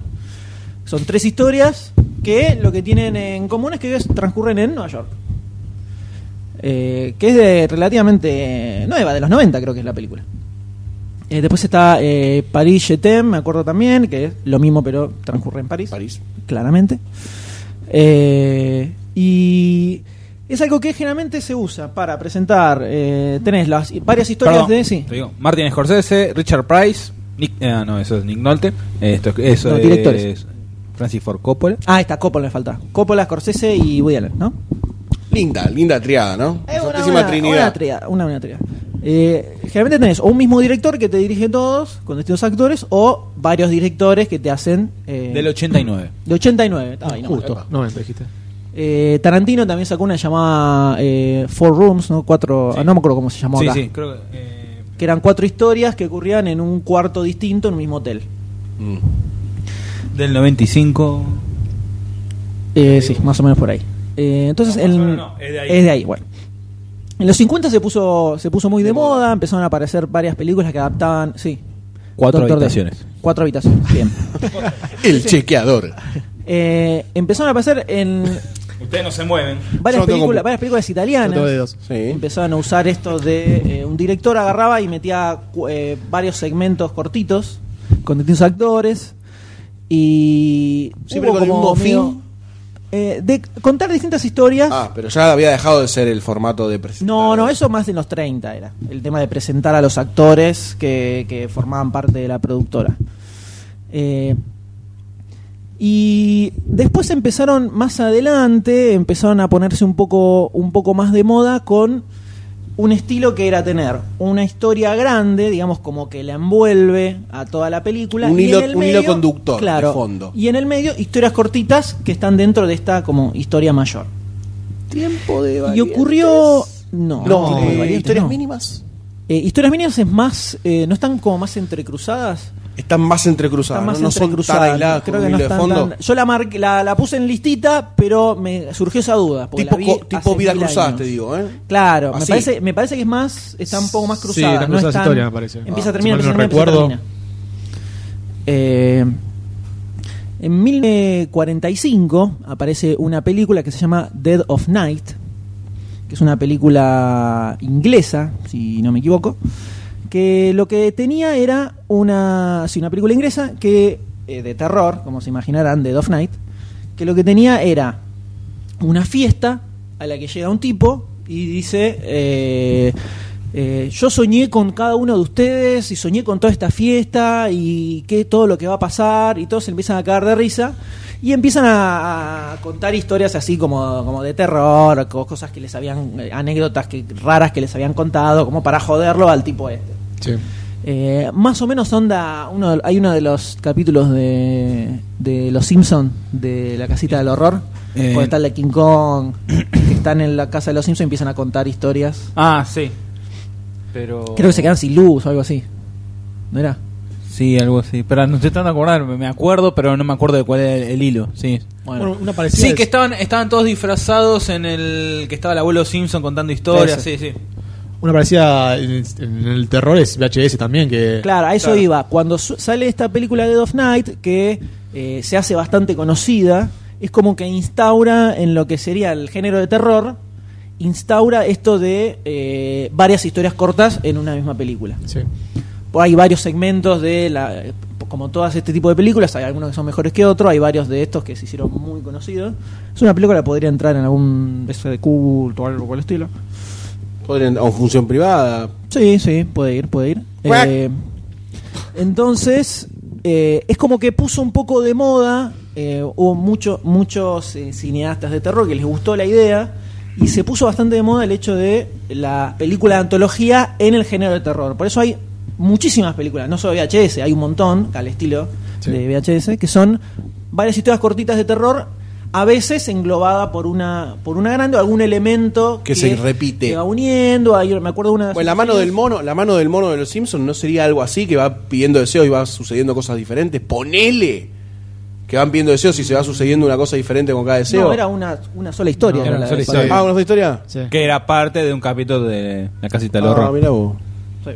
S1: Son tres historias que lo que tienen en común es que ellas transcurren en Nueva York. eh, que es de- relativamente nueva, de los 90 creo que es la película. Eh, después está eh, Paris Jetem, me acuerdo también, que es lo mismo pero transcurre en París
S3: París.
S1: claramente. Eh, y es algo que generalmente se usa para presentar. eh, tenés las varias historias
S4: Perdón,
S1: de. Sí,
S4: te digo, Martin Scorsese, Richard Price, Nick, eh, no, eso es Nick Nolte, esto, eso
S1: Los
S4: es
S1: directores.
S4: Francis Ford Coppola.
S1: Ah, está, Coppola le falta. Coppola, Scorsese y Woody Allen, ¿no?
S3: Linda, linda triada, ¿no?
S1: Es una,
S3: Santísima
S1: buena-
S3: Trinidad.
S1: una tria- una buena tria. Eh, generalmente tenés o un mismo director que te dirige todos con distintos actores o varios directores que te hacen. eh,
S4: Del 89.
S1: de 89. Ay, no.
S17: Justo, 90 dijiste.
S1: Eh, Tarantino también sacó una llamada eh, Four Rooms, ¿no? Cuatro. ah, No me acuerdo cómo se llamó
S4: Sí,
S1: acá.
S4: sí, creo que. eh,
S1: que eran cuatro historias que ocurrían en un cuarto distinto en un mismo hotel.
S3: Mm.
S4: del 95.
S1: Eh, sí, más o menos por ahí. Eh, entonces,
S4: No, más o
S1: en-
S4: menos no, es de ahí.
S1: bueno. En los 50 se puso, se puso muy de, moda. empezaron a aparecer varias películas que adaptaban, sí.
S4: Cuatro
S1: Doctor D.
S4: habitaciones.
S1: Cuatro habitaciones, bien.
S3: El chequeador.
S1: Eh, empezaron a aparecer en
S4: Ustedes no se mueven.
S1: varias
S3: Yo tengo
S1: películas,
S3: compu-
S1: varias películas
S17: Yo tengo de
S1: italianas.
S17: dos.
S3: Sí.
S1: Empezaron a usar esto de eh, un director agarraba y metía cu- eh, varios segmentos cortitos con distintos actores y
S3: Siempre
S1: hubo
S3: con el
S1: como
S3: mismo
S1: medio-
S3: fin.
S1: eh, de contar distintas historias.
S3: Ah, pero ya había dejado de ser el formato de presentar.
S1: No, no, eso más en los 30 era. El tema de presentar a los actores que, que formaban parte de la productora. Eh, y después empezaron, más adelante, empezaron a ponerse un poco, un poco más de moda con un estilo que era tener una historia grande, digamos, como que la envuelve a toda la película.
S3: Un
S1: y en
S3: hilo-
S1: el
S3: un hilo conductor, de
S1: claro,
S3: fondo.
S1: Y en el medio, historias cortitas que están dentro de esta como historia mayor.
S3: Tiempo de
S1: Y ocurrió. No,
S3: No,
S1: Tiempo de
S3: eh,
S1: Valientes,
S3: historias
S1: no.
S3: mínimas.
S1: Eh, historias mínimas es más. eh, ¿No están como más entrecruzadas?
S3: Están más entrecruzadas.
S1: Están más
S3: ¿no? no son tan aisladas
S1: Creo que
S3: con un
S1: no
S3: hilo de
S1: están
S3: fondo.
S1: tan- Yo la, marqué- la, la puse en listita, pero me surgió esa duda. porque
S3: Tipo,
S1: la vi
S3: co-
S1: hace
S3: tipo vida
S1: mil
S3: cruzada,
S1: años.
S3: te digo, ¿eh?
S1: Claro, me
S3: Así.
S1: parece, me parece que es más. Está un poco más
S17: Sí,
S1: cruzada.
S17: están
S1: no
S17: cruzadas
S1: es tan-
S17: historias, me parece.
S1: Empieza
S17: Ah,
S1: a terminar,
S17: si
S1: empieza
S17: mal
S1: a
S17: no
S1: terminar, empieza a
S17: recuerdo.
S1: terminar. Eh, en 1945 aparece una película que se llama Dead of Night, que es una película inglesa, si no me equivoco, que lo que tenía era una, sí, una película inglesa que eh, de terror, como se imaginarán, Dead of Night, que lo que tenía era una fiesta a la que llega un tipo y dice, eh, eh, yo soñé con cada uno de ustedes y soñé con toda esta fiesta y que todo lo que va a pasar y todos se empiezan a cagar de risa y empiezan a, a contar historias así como, como de terror, co- cosas que les habían, eh, anécdotas que, raras que les habían contado, como para joderlo al tipo este. Eh, más o menos onda, uno, de- hay uno de los capítulos de, de Los Simpson de la casita del horror,
S4: Eh,
S1: cuando está el de King Kong, que están en la casa de Los Simpson y empiezan a contar historias.
S4: Ah, sí. Pero.
S1: Creo que se quedan sin luz o algo así. ¿No era?
S4: Sí, algo así. Pero no estoy tratando de acordarme. Me acuerdo, pero no me acuerdo de cuál era el, el hilo. Sí.
S1: Bueno,
S17: una parecida.
S4: Sí, que estaban, estaban todos disfrazados en el que estaba el abuelo Simpson contando historias.
S1: Ese.
S4: Sí, sí.
S17: Una parecida en, en el terror es VHS también, que
S1: Claro, a eso iba. Cuando su- sale esta película Dead of Night, que eh, se hace bastante conocida, es como que instaura en lo que sería el género de terror, instaura esto de eh, varias historias cortas en una misma película.
S17: Sí.
S1: Por- Hay varios segmentos de la. Como todas este tipo de películas, hay algunos que son mejores que otros, hay varios de estos que se hicieron muy conocidos. Es una película que podría entrar en algún beso de culto o algo por el estilo.
S3: Podrían- o función privada.
S1: Sí, sí, puede ir, puede ir.
S3: Cuac.
S1: Eh, entonces, eh, es como que puso un poco de moda, eh, hubo mucho- muchos eh, cineastas de terror que les gustó la idea y se puso bastante de moda el hecho de la película de antología en el género de terror. Por eso hay muchísimas películas, no solo VHS, hay un montón al estilo
S17: Sí.
S1: de VHS, que son varias historias cortitas de terror. A veces englobada por una por una grande o algún elemento
S3: Que se repite.
S1: que va uniendo. Hay- me acuerdo una
S3: Pues la mano del mono, la mano del mono de los Simpsons no sería algo así que va pidiendo deseos y va sucediendo cosas diferentes. Ponele que van pidiendo deseos y se va sucediendo una cosa diferente con cada deseo.
S1: No, era una, una sola historia.
S17: No,
S1: era
S17: era
S1: la
S17: una
S1: de-
S17: sola
S3: Ah, ¿una historia?
S17: Sí.
S4: Que era parte de un capítulo de La Casita del
S3: Ah,
S4: Horror.
S3: mira vos.
S1: Sí.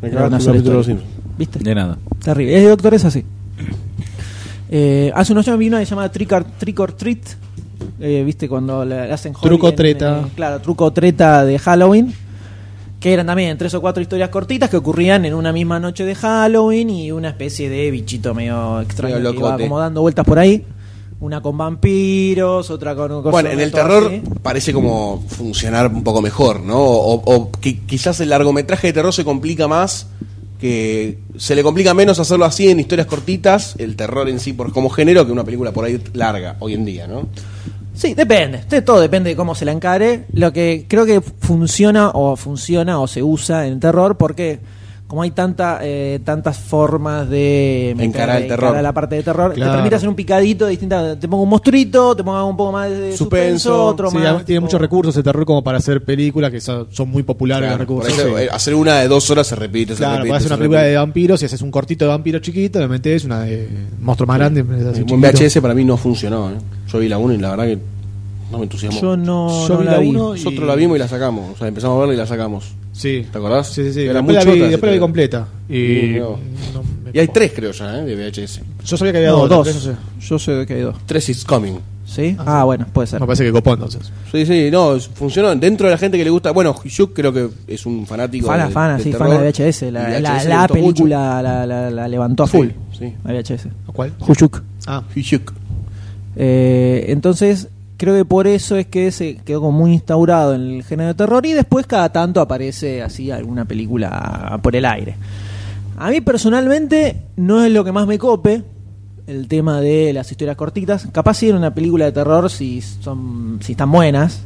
S3: Me
S1: Era
S3: cagaste
S1: una
S3: un
S1: sola
S3: capítulo de los
S1: historia.
S3: Simpsons.
S1: ¿Viste?
S4: De nada.
S1: Terrible. Es de Doctor, es así. Eh, hace unos años vi una que se llama Trick or, Trick or Treat, eh, viste cuando le le hacen
S2: Truco
S1: Halloween,
S2: treta.
S1: eh, claro, truco treta de Halloween, que eran también tres o cuatro historias cortitas que ocurrían en una misma noche de Halloween y una especie de bichito medio extraño
S18: Medio
S1: que iba
S18: locote.
S1: como dando vueltas por ahí. Una con vampiros, otra con cosas
S3: Bueno, en el
S1: todo
S3: terror
S1: así.
S3: parece como funcionar un poco mejor, ¿no? O, o qui- quizás el largometraje de terror se complica más, que se le complica menos hacerlo así en historias cortitas, el terror en sí por como género, que una película por ahí larga hoy en día, ¿no?
S1: Sí, depende. De todo depende de cómo se la encare. Lo que creo que funciona o funciona o se usa en terror porque como hay tanta, eh, tantas formas de meter-
S3: Encarar el
S1: de
S3: terror.
S1: la parte de terror,
S2: Claro.
S1: te permite hacer un picadito distinta. Te pongo un monstruito, te pongo un poco más de suspenso,
S3: Suspenso.
S1: otro
S2: Sí,
S1: más.
S2: además tiene
S1: tipo-
S2: muchos recursos de terror como para hacer películas que son, son muy populares
S3: Claro,
S2: los recursos.
S3: por eh, ah, ahí
S2: Sí.
S3: se- hacer una de dos horas se repite, se
S2: Claro,
S3: repite.
S2: podés hacer
S3: se
S2: una película de
S3: repite.
S2: vampiros y haces un cortito de vampiro chiquito, le metes una de monstruo más grande. le haces un
S3: Eh, En
S2: chiquito.
S3: VHS para mí no funcionó, ¿eh? Yo vi la 1 y la verdad que no me entusiasmó.
S1: Yo no,
S2: Yo
S1: no
S2: vi
S1: la
S2: la
S1: vi.
S2: uno y-
S3: Nosotros la vimos y la sacamos, o sea, empezamos a verla y la sacamos.
S2: Sí.
S3: ¿Te acordás?
S2: Sí, sí, sí. después
S3: Era
S2: la
S3: muy
S2: vi,
S3: chota
S2: después
S3: esa
S2: la vi
S3: película. Uh,
S2: completa. Y,
S3: Y no.
S2: no me-
S3: Y hay tres, creo ya, ¿eh? De VHS.
S2: Yo sabía que había
S1: No,
S2: dos.
S1: dos.
S2: tres, no sé.
S1: Yo sé que hay dos.
S3: Tres is coming.
S1: ¿Sí? Ah, bueno, puede ser.
S2: Me parece que copó entonces.
S3: Sí, sí, no, es- funcionó. Dentro de la gente que le gusta. Bueno, yo creo que es un fanático.
S1: Fana,
S3: de-
S1: fana,
S3: del
S1: sí,
S3: terror.
S1: fana de VHS. La,
S3: Y
S1: la-
S3: VHS le
S1: la
S3: gustó
S1: película la, la- la levantó a
S3: mucho.
S1: full.
S3: Sí,
S1: La VHS.
S2: ¿Cuál?
S1: Huyuk.
S2: Ah,
S3: sí. Hitchcock.
S1: Eh, entonces, creo que por eso es que se quedó como muy instaurado en el género de terror y después cada tanto aparece así alguna película por el aire. A mí personalmente no es lo que más me cope el tema de las historias cortitas. Capaz si era una película de terror si son si están buenas.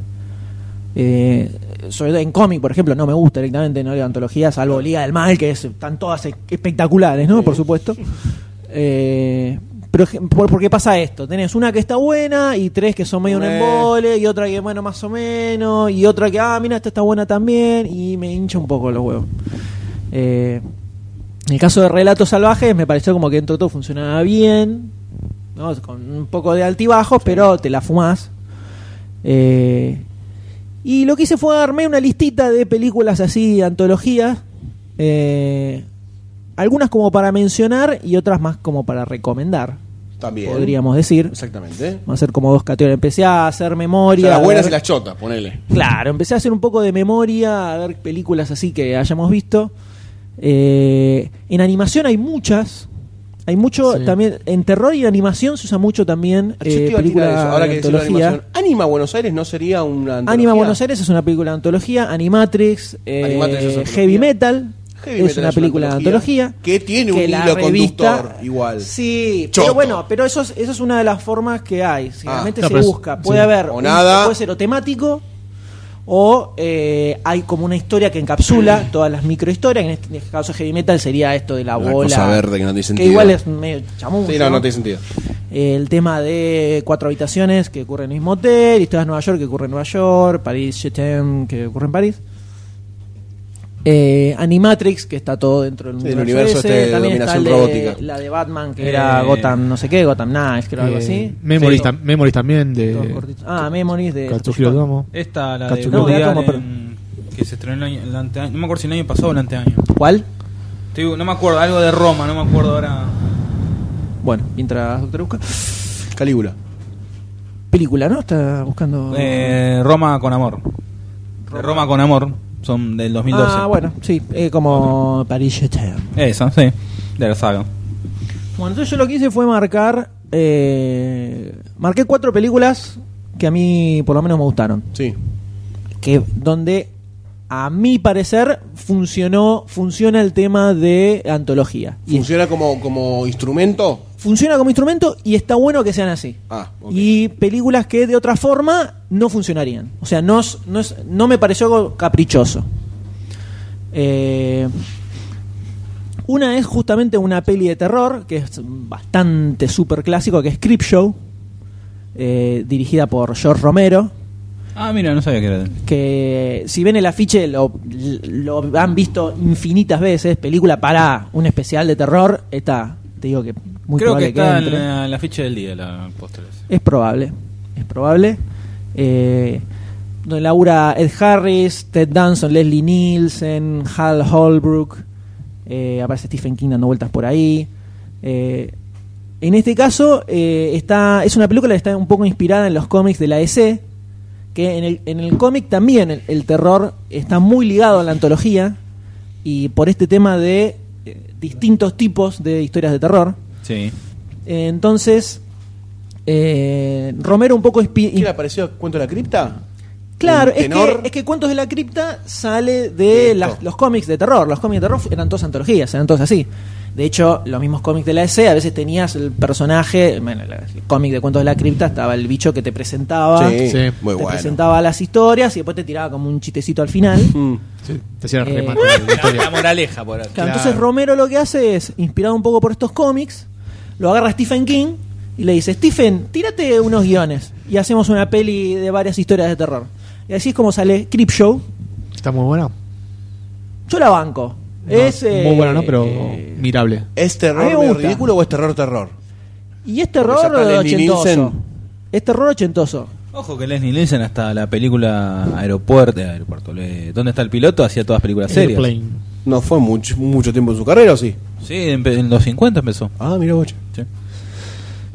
S1: Eh, sobre todo en cómic, por ejemplo, no me gusta directamente, no leo antologías, salvo Liga del Mal, que es- están todas e- espectaculares, ¿no? Por supuesto. Eh, pero je- por, porque pasa esto, tenés una que está buena y tres que son medio un
S3: Eh.
S1: embole y otra que bueno más o menos y otra que ah mira esta está buena también y me hincha un poco los huevos. Eh, en el caso de Relatos Salvajes me pareció como que dentro de todo funcionaba bien, ¿no? con un poco de altibajos, pero te la fumás. Eh, y lo que hice fue armé una listita de películas así, antologías, eh, algunas como para mencionar y otras más como para recomendar,
S3: También.
S1: podríamos decir.
S3: Exactamente.
S1: Vamos a hacer como dos categorías. Empecé a hacer
S3: O
S1: memoria.
S3: sea, las
S1: a
S3: buenas
S1: ver- Eh,
S3: y las chotas, ponele.
S1: Claro, empecé a hacer un poco de memoria, a ver películas así que hayamos visto. Eh, en animación hay muchas. Hay mucho también. En terror y en animación se usa mucho también.
S3: Yo te
S1: Eh,
S3: iba a
S1: película
S3: tirar eso, Ahora
S1: de
S3: que decís la
S1: antología.
S3: animación. Anima Buenos Aires no sería una. antología?
S1: Anima Buenos Aires es una película de antología. Animatrix, eh,
S3: Animatrix es antología.
S1: Heavy Metal.
S3: Heavy
S1: es
S3: Metal
S1: una película de antología
S3: Que tiene un
S1: la
S3: hilo
S1: revista-
S3: conductor igual.
S1: Sí,
S3: Choto. Ah.
S1: pero bueno, pero eso es, eso es una de las formas que hay. Generalmente
S2: No,
S1: se
S2: pero es-
S1: busca. Puede
S2: sí.
S1: haber.
S3: O
S1: un-
S3: nada.
S1: Puede ser o temático. O eh, hay como una historia que encapsula todas las microhistorias. que En este en este caso, Heavy Metal sería esto de la,
S3: La
S1: bola.
S3: cosa verde que no tiene sentido.
S1: igual es medio chamuyo.
S3: Sí, no, no tiene sentido.
S1: El tema de cuatro habitaciones que ocurre en el mismo hotel, historias de Nueva York que ocurre en Nueva York, París, Chetem que ocurre en París. Eh, Animatrix, que está todo dentro del
S3: Sí, el
S1: universo,
S3: universo
S1: ese.
S3: este de
S1: También está el
S3: dominación
S1: de-
S3: robótica.
S1: la de Batman, que
S4: Eh,
S1: era Gotham, no sé qué, Gotham Knives, creo algo
S2: eh,
S1: así.
S2: Memories,
S1: Sí,
S2: tam- Memories también
S1: todos
S2: de
S1: cortitos. Ah, Memories de.
S2: Katsuhiro Domo.
S4: Esta, la de
S2: Katsuki.
S4: Woody
S1: No, era como,
S4: Allen, que se estrenó el año, el anteaño- no me acuerdo si el año pasado o el anteaño.
S1: ¿Cuál?
S4: Te digo, no me acuerdo, algo de Roma, no me acuerdo ahora.
S1: Ah. Bueno, mientras Doctor busca.
S3: Calígula.
S1: Película, ¿no? Está buscando.
S4: Eh, Roma con amor. De Roma con amor, son del 2012.
S1: Ah, bueno, sí, eh, como París, Chetem.
S4: Esa, sí, de la saga.
S1: Bueno, entonces yo lo que hice fue marcar. eh, marqué cuatro películas que a mí por lo menos me gustaron.
S3: Sí.
S1: Que donde a mi parecer funcionó, funciona el tema de antología. Y
S3: ¿Funciona como, como instrumento?
S1: funciona como instrumento y está bueno que sean así.
S3: Ah, ok.
S1: Y películas que de otra forma no funcionarían. O sea, no, es- no, es- no me pareció algo caprichoso. Eh, una es justamente una peli de terror, que es bastante súper clásico, que es Creepshow, eh, dirigida por George Romero,
S4: Ah, mira, no sabía que era de
S1: que si ven el afiche lo, lo han visto infinitas veces, película para un especial de terror, está, te digo que muy
S4: Creo que
S1: probable
S4: está en
S1: entre.
S4: la, la ficha del día, la póster ese.
S1: Es probable, es probable. Eh, donde labura Ed Harris, Ted Danson, Leslie Nielsen, Hal Holbrook, eh, aparece Stephen King dando vueltas por ahí. Eh, En este caso, eh, está, es una película que está un poco inspirada en los cómics de la EC, que en el, en el cómic también el, el terror está muy ligado a la antología, y por este tema de eh, distintos tipos de historias de terror.
S4: Sí.
S1: Eh, entonces, eh, Romero un poco... inspi-
S3: ¿Qué le apareció Cuento de la Cripta?
S1: Claro,
S3: Un
S1: es que,
S3: tenor.
S1: es que Cuentos de la Cripta sale de
S3: Esto.
S1: las- los cómics de terror. Los cómics de terror eran todas antologías, eran todos así. De hecho, los mismos cómics de la EC, a veces tenías el personaje, bueno, la- el cómic de Cuentos de la Cripta estaba el bicho que te presentaba,
S3: Sí,
S2: sí.
S3: muy
S1: Ah, te
S3: bueno.
S1: presentaba las historias y después te tiraba como un chistecito al final.
S3: Mm.
S2: Te hacían
S1: Eh,
S2: remate de la
S4: La, la
S2: historia.
S4: moraleja, por ahí.
S1: Claro, Entonces Romero lo que hace es, inspirado un poco por estos cómics, lo agarra a Stephen King y le dice, Stephen, tírate unos guiones y hacemos una peli de varias historias de terror. Y así es como sale Creepshow.
S2: Está muy buena.
S1: Yo la banco.
S2: No,
S1: es, eh,
S2: muy buena, ¿no? Pero
S1: eh,
S2: mirable.
S1: A
S3: ¿Es
S1: mí
S3: terror
S1: me
S3: de
S1: gusta.
S3: ridículo o es terror terror?
S1: y es
S3: Porque
S1: terror
S3: ya está Leslie
S1: ochentoso.
S3: Nielsen.
S1: Es terror ochentoso.
S4: Ojo que Leslie Nielsen hasta la película Aeropuerto, eh, Aeropuerto, le- ¿dónde está el piloto? Hacía todas películas serias.
S2: Airplane.
S3: No fue mucho, mucho tiempo en su carrera, ¿o sí?
S4: Sí, en, en los 50 empezó.
S3: Ah, mira vos. che.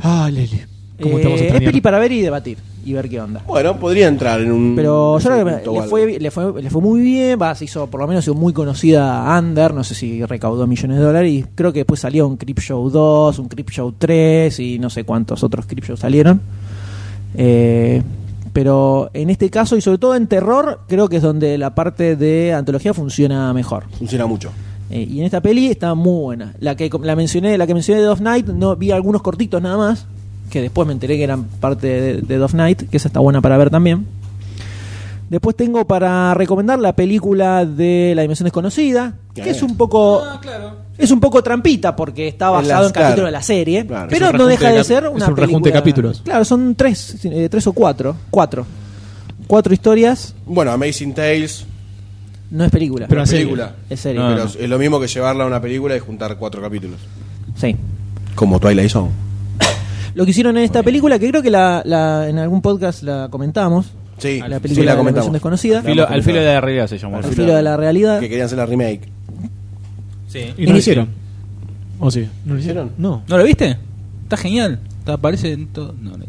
S2: Ah, Leli. ¿Cómo
S1: Eh,
S2: estamos
S1: es peli
S2: extrañando?
S1: para ver y debatir y ver qué onda.
S3: Bueno, podría entrar en un.
S1: Pero yo creo
S3: en un
S1: que le
S3: punto Mm, o algo.
S1: fue, le, fue, le fue muy bien, va, se hizo, por lo menos se hizo muy conocida Under, no sé si recaudó millones de dólares, y creo que después salió un Creep Show 2, un Creep Show 3 y no sé cuántos otros Creep Shows salieron. Eh, pero en este caso, y sobre todo en terror, creo que es donde la parte de antología funciona mejor.
S3: Funciona mucho.
S1: Eh, y en esta peli está muy buena. La que la mencioné, la que mencioné de Dove Night, no vi algunos cortitos nada más, que después me enteré que eran parte de, de Dove Night, que esa está buena para ver también. Después tengo para recomendar la película de La Dimensión Desconocida, que
S3: Bien.
S1: es un poco es un poco trampita porque está
S3: En las-
S1: basado en capítulos
S3: claro.
S1: de la serie,
S3: Claro,
S1: pero
S2: es un
S1: no
S2: rejunte
S1: deja
S2: de
S1: de
S2: cap-
S1: ser
S2: es
S1: una
S2: un rejunte de
S1: película-
S2: capítulos.
S1: Claro, son tres, eh, tres o cuatro, cuatro, cuatro historias.
S3: Bueno, Amazing Tales.
S1: No es película,
S2: Pero
S3: es
S2: es
S3: película.
S1: es serie.
S4: No,
S3: Pero
S4: no.
S3: es lo mismo que llevarla a una película y juntar cuatro capítulos.
S1: Sí.
S3: Como Twilight Zone.
S1: lo que hicieron en esta película, que creo que la, la- en algún podcast la comentamos.
S3: Sí,
S1: la
S3: sí,
S1: película
S3: la
S1: de la
S3: comentamos.
S1: versión desconocida.
S4: Al filo, al filo de la realidad se llamó.
S1: Al filo de la realidad.
S3: Que querían hacer la remake.
S4: Sí.
S2: Y no lo hicieron. ¿O sí? ¿No lo hicieron? No.
S4: ¿No lo viste? Está genial. Está- aparece en todo. No, no.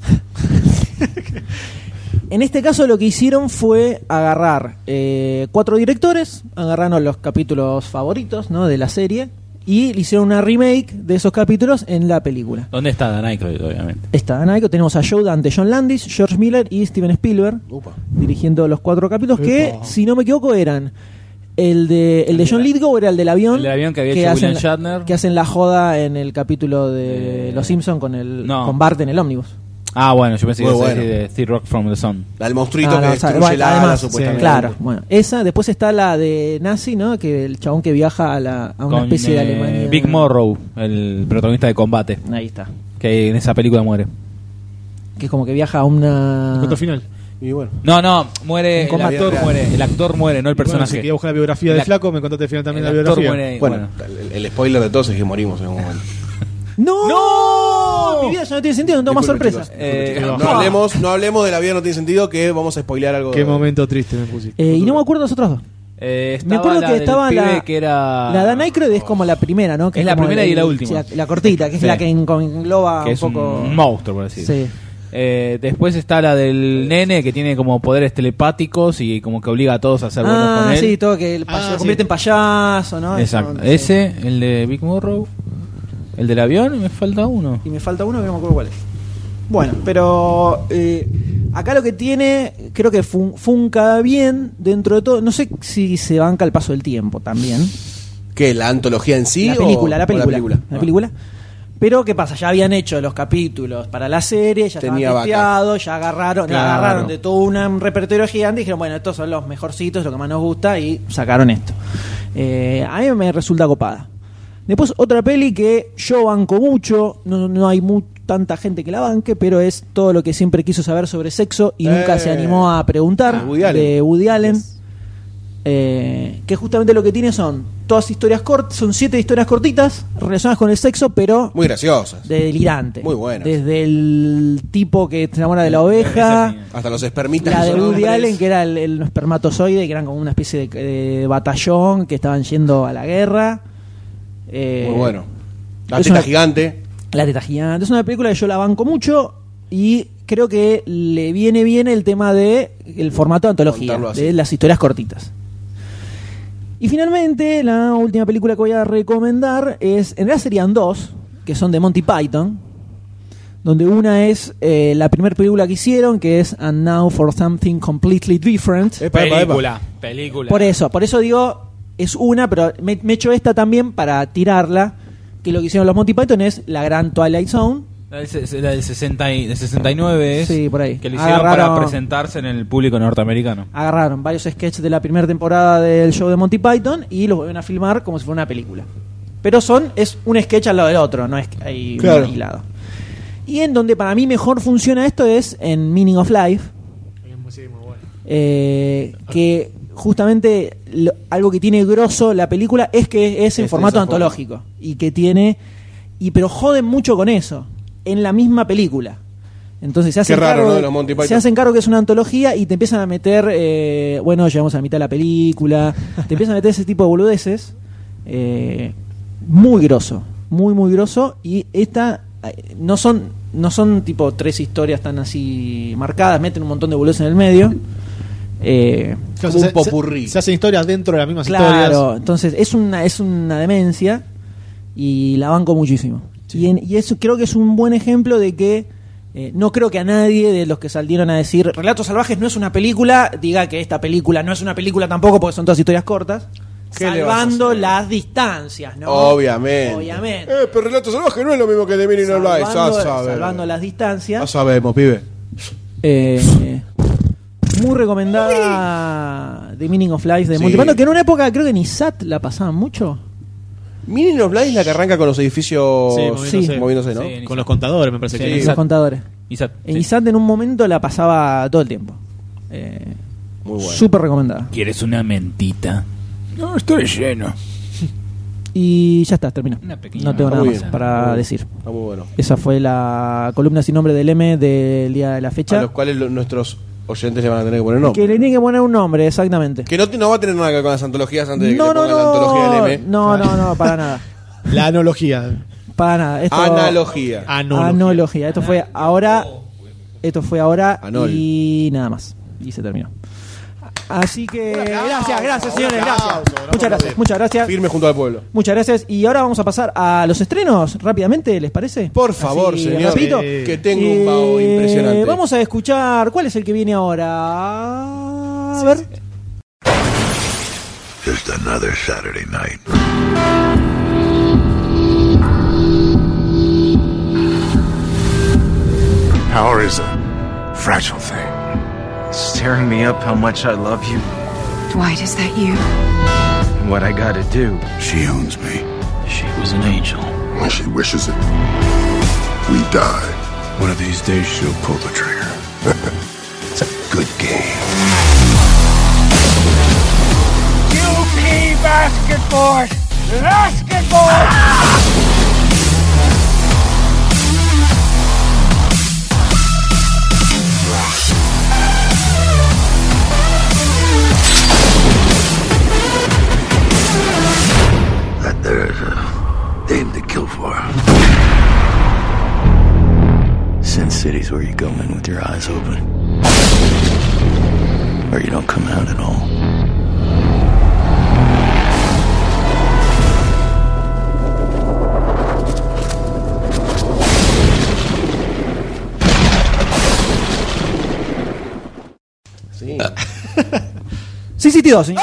S1: En este caso lo que hicieron fue agarrar eh, cuatro directores, agarraron los capítulos favoritos ¿no? de la serie y le hicieron una remake de esos capítulos en la película.
S4: ¿Dónde está Dan Aykroyd, obviamente?
S1: Está en algo, tenemos a Joe Dante, John Landis, George Miller y Steven Spielberg
S3: Upa.
S1: dirigiendo los cuatro capítulos que, si no me equivoco, eran el de, el de John Lithgow era el del avión,
S4: El del avión que había hecho
S1: hacen
S4: William
S1: la-
S4: Shatner.
S1: que hacen la joda en el capítulo de
S4: Eh,
S1: Los Simpson con el
S4: no.
S1: con Bart en el ómnibus.
S4: Ah, bueno, yo pensé
S3: Muy
S4: que ibas a
S3: bueno.
S4: decir de Sea Rock from the Sun.
S3: La del monstruito
S1: Ah,
S3: que
S1: no, o sea,
S3: destruye
S1: bueno,
S3: la ala,
S1: además,
S3: supuestamente.
S1: Claro, bueno, esa. Después está la de Nazi, ¿no? Que el chabón que viaja a, la, a una
S4: Con,
S1: especie de
S4: eh,
S1: Alemania.
S4: Big Morrow, el protagonista de combate,
S1: Ahí está.
S4: que en esa película muere.
S1: Que es como que viaja a una.
S2: Cuento final.
S3: Y bueno.
S4: No, no, muere. El
S3: combate.
S4: actor muere. El actor muere, no el
S2: Bueno, si
S4: personaje.
S2: quería buscar la biografía
S4: El
S2: del
S4: ac-
S2: flaco, me contaste al final también la
S4: el actor
S2: biografía.
S4: muere.
S3: Bueno, el, el spoiler de todos es que morimos en algún momento.
S1: ¡No!
S4: ¡Oh!
S1: Mi vida ya no tiene sentido, no tengo más
S3: Disculpen,
S1: sorpresas.
S3: chicos.
S4: Eh,
S3: Disculpen, chicos.
S4: no.
S3: no, hablemos, no hablemos de la vida, no tiene sentido que vamos a spoilear algo.
S2: Qué momento triste me pusiste.
S1: Eh, y no me acuerdo los otros dos.
S4: Eh,
S1: Me
S4: estaba
S1: acuerdo
S4: la
S1: que
S4: del
S1: estaba
S4: pibe
S1: la.
S4: que era.
S1: La Dan Aykroyd es como la primera, ¿no? Que
S4: Es la
S1: como
S4: primera y
S1: el-
S4: la última.
S1: La, la cortita, que es
S4: Sí.
S1: la que engloba
S4: que
S1: un
S4: es
S1: poco.
S4: un monstruo, por decir.
S1: Sí.
S4: Eh, después está la del nene que tiene como poderes telepáticos y como que obliga a todos a ser buenos
S1: Ah,
S4: con él.
S1: sí, todo que el payaso-
S2: Ah,
S1: lo
S2: sí.
S1: convierte en payaso, ¿no?
S4: Exacto.
S1: Eso, sí.
S4: Ese, el de Big Morrow, el del avión y me falta uno.
S1: Y me falta uno que no me acuerdo cuál es. Bueno, pero eh, acá lo que tiene, creo que fun- funca bien dentro de todo. No sé si se banca el paso del tiempo también.
S3: ¿Qué? ¿La antología en sí?
S1: la,
S3: o-
S1: película,
S3: o
S1: la película, la película.
S3: Ah.
S1: Pero ¿qué pasa? Ya habían hecho los capítulos para la serie, ya
S3: Tenía
S1: estaban testeados, ya agarraron, la
S4: Claro.
S1: agarraron de todo una- un repertorio gigante y dijeron, bueno, estos son los mejorcitos, lo que más nos gusta y sacaron esto. Eh, a mí me resulta copada. Después otra peli que yo banco mucho, no, no hay mu- tanta gente que la banque, pero es todo lo que siempre quiso saber sobre sexo y nunca
S3: Eh.
S1: se animó a preguntar
S3: Ah, Woody Allen.
S1: de Woody Allen. Eh, que justamente lo que tiene son todas historias cortas, son siete historias cortitas relacionadas con el sexo, pero
S3: Ah, Muy graciosas.
S1: delirante.
S3: Muy buenas.
S1: Desde el tipo que se enamora de la oveja,
S4: Esa es
S3: Hasta los espermitas.
S1: la
S3: que
S1: de
S3: son
S1: Woody
S3: hombres.
S1: Allen, que era el, el espermatozoide, que eran como una especie de, de batallón que estaban yendo a la guerra. Eh,
S3: Muy bueno. La
S1: es
S3: teta
S1: una-
S3: gigante.
S1: La teta gigante. Es una película que yo la banco mucho y creo que le viene bien el tema de el formato de antología,
S3: Contarlo así.
S1: de las historias cortitas. Y finalmente, la última película que voy a recomendar es. En realidad serían dos, que son de Monty Python. Donde una es eh, la primera película que hicieron, que es And Now for Something Completely Different.
S3: Epa, epa, epa.
S4: película, película.
S1: Por eso, por eso digo, es una, pero me, me echo esta también para tirarla. Que lo que hicieron los Monty Python es la gran Twilight Zone.
S4: La del, se- la del 60 y- del 69 es.
S1: Sí, por ahí.
S4: Que lo hicieron
S1: Agarraron-
S4: para presentarse en el público norteamericano.
S1: Agarraron varios sketches de la primera temporada del show de Monty Python y los vuelven a filmar como si fuera una película. Pero son, es un sketch al lado del otro, no es que hay un
S3: Claro.
S1: aislado. Y en donde para mí mejor funciona esto es en Meaning of Life. Eh, que justamente lo- algo que tiene grosso la película es que es en
S3: Es
S1: formato
S3: esa forma.
S1: antológico y que tiene y pero joden mucho con eso en la misma película entonces se hacen
S3: raro,
S1: cargo
S3: ¿no?
S1: de-
S3: de los Monty Python.
S1: se hacen cargo que es una antología y te empiezan a meter eh, bueno llegamos a la mitad de la película te empiezan a meter ese tipo de boludeces eh, muy grosso muy muy grosso y esta eh, no son no son tipo tres historias tan así marcadas meten un montón de boludeces en el medio eh,
S3: Como
S2: Se-
S3: un
S2: se-
S3: popurrí.
S2: Se, hacen historias dentro de las mismas
S1: Claro,
S2: historias.
S1: entonces es una, es una demencia y la banco muchísimo. Y, en- y eso creo que es un buen ejemplo de que eh, no creo que a nadie de los que salieron a decir Relatos Salvajes no es una película, diga que esta película no es una película tampoco porque son todas historias cortas,
S3: ¿Qué le vas a
S1: salvando
S3: hacer?
S1: las distancias, ¿no?
S3: Obviamente.
S1: Obviamente.
S3: Eh, pero Relato Salvaje no es lo mismo que The Meaning of Life. Ya
S1: Salvando,
S3: sabemos.
S1: salvando las distancias.
S3: Ya sabemos, pibe.
S1: Eh, eh, muy recomendada The Meaning of Life de
S3: Sí.
S1: Monty Python, que en una época creo que ni SAT la pasaban mucho.
S3: Meaning of Life es la que arranca con los edificios
S2: Sí, moviéndose.
S3: sí, moviéndose, ¿no?
S4: Sí.
S2: Con los contadores, me parece
S4: Sí.
S2: que
S1: Los
S2: es.
S1: contadores.
S4: Isaac,
S1: En
S4: sí.
S1: ISAT en un momento la pasaba todo el tiempo. Eh,
S3: Muy bueno.
S1: Súper recomendada.
S4: ¿Quieres una mentita? No, estoy lleno.
S1: Y ya está, termina.
S4: Una pequeña-
S1: No tengo
S3: Está
S1: nada
S3: muy
S1: más
S3: bien.
S1: para
S3: Muy bien.
S1: decir.
S3: Está muy bueno.
S1: Esa fue la columna sin nombre del M del día de la
S3: A
S1: fecha.
S3: los cuales lo- nuestros oyentes le van a tener que poner nombre.
S1: Que le tiene que poner un nombre, exactamente.
S3: Que no, te- no va a tener nada que ver con las antologías antes de que le
S1: No, no,
S3: pongan la antología
S1: no.
S3: del M.
S1: No, no, no, para nada.
S2: La analogía.
S1: Para nada. Esto-
S3: Analogía.
S4: Ah.
S2: Analogía.
S1: Analogía. Esto fue ahora. Esto fue ahora
S3: Anol.
S1: y nada más. Y se terminó. Así que. Gracias, gracias, señores. Gracias. Muchas gracias, muchas gracias.
S3: Firme junto al pueblo.
S1: Muchas gracias. Y ahora vamos a pasar a los estrenos rápidamente, ¿les parece?
S3: Por favor,
S1: Así,
S3: señor.
S1: Ah, rapidito.
S2: Sí.
S3: Que tengo un vaho
S1: Eh,
S3: impresionante.
S1: Vamos a escuchar. ¿Cuál es el que viene ahora? A ver.
S19: Just another Saturday night. Power is a fragile thing.
S18: Staring me up how much I love you
S20: Dwight, is that you?
S18: and what I gotta do.
S19: She owns me
S18: She was an angel.
S19: when she wishes it. We die. One of these days she'll pull the trigger. it's a good game. That there's a name to kill for. Sin City's where you go in with your eyes open. Or you don't come out at all.
S1: Ah. Sin City 2, señor.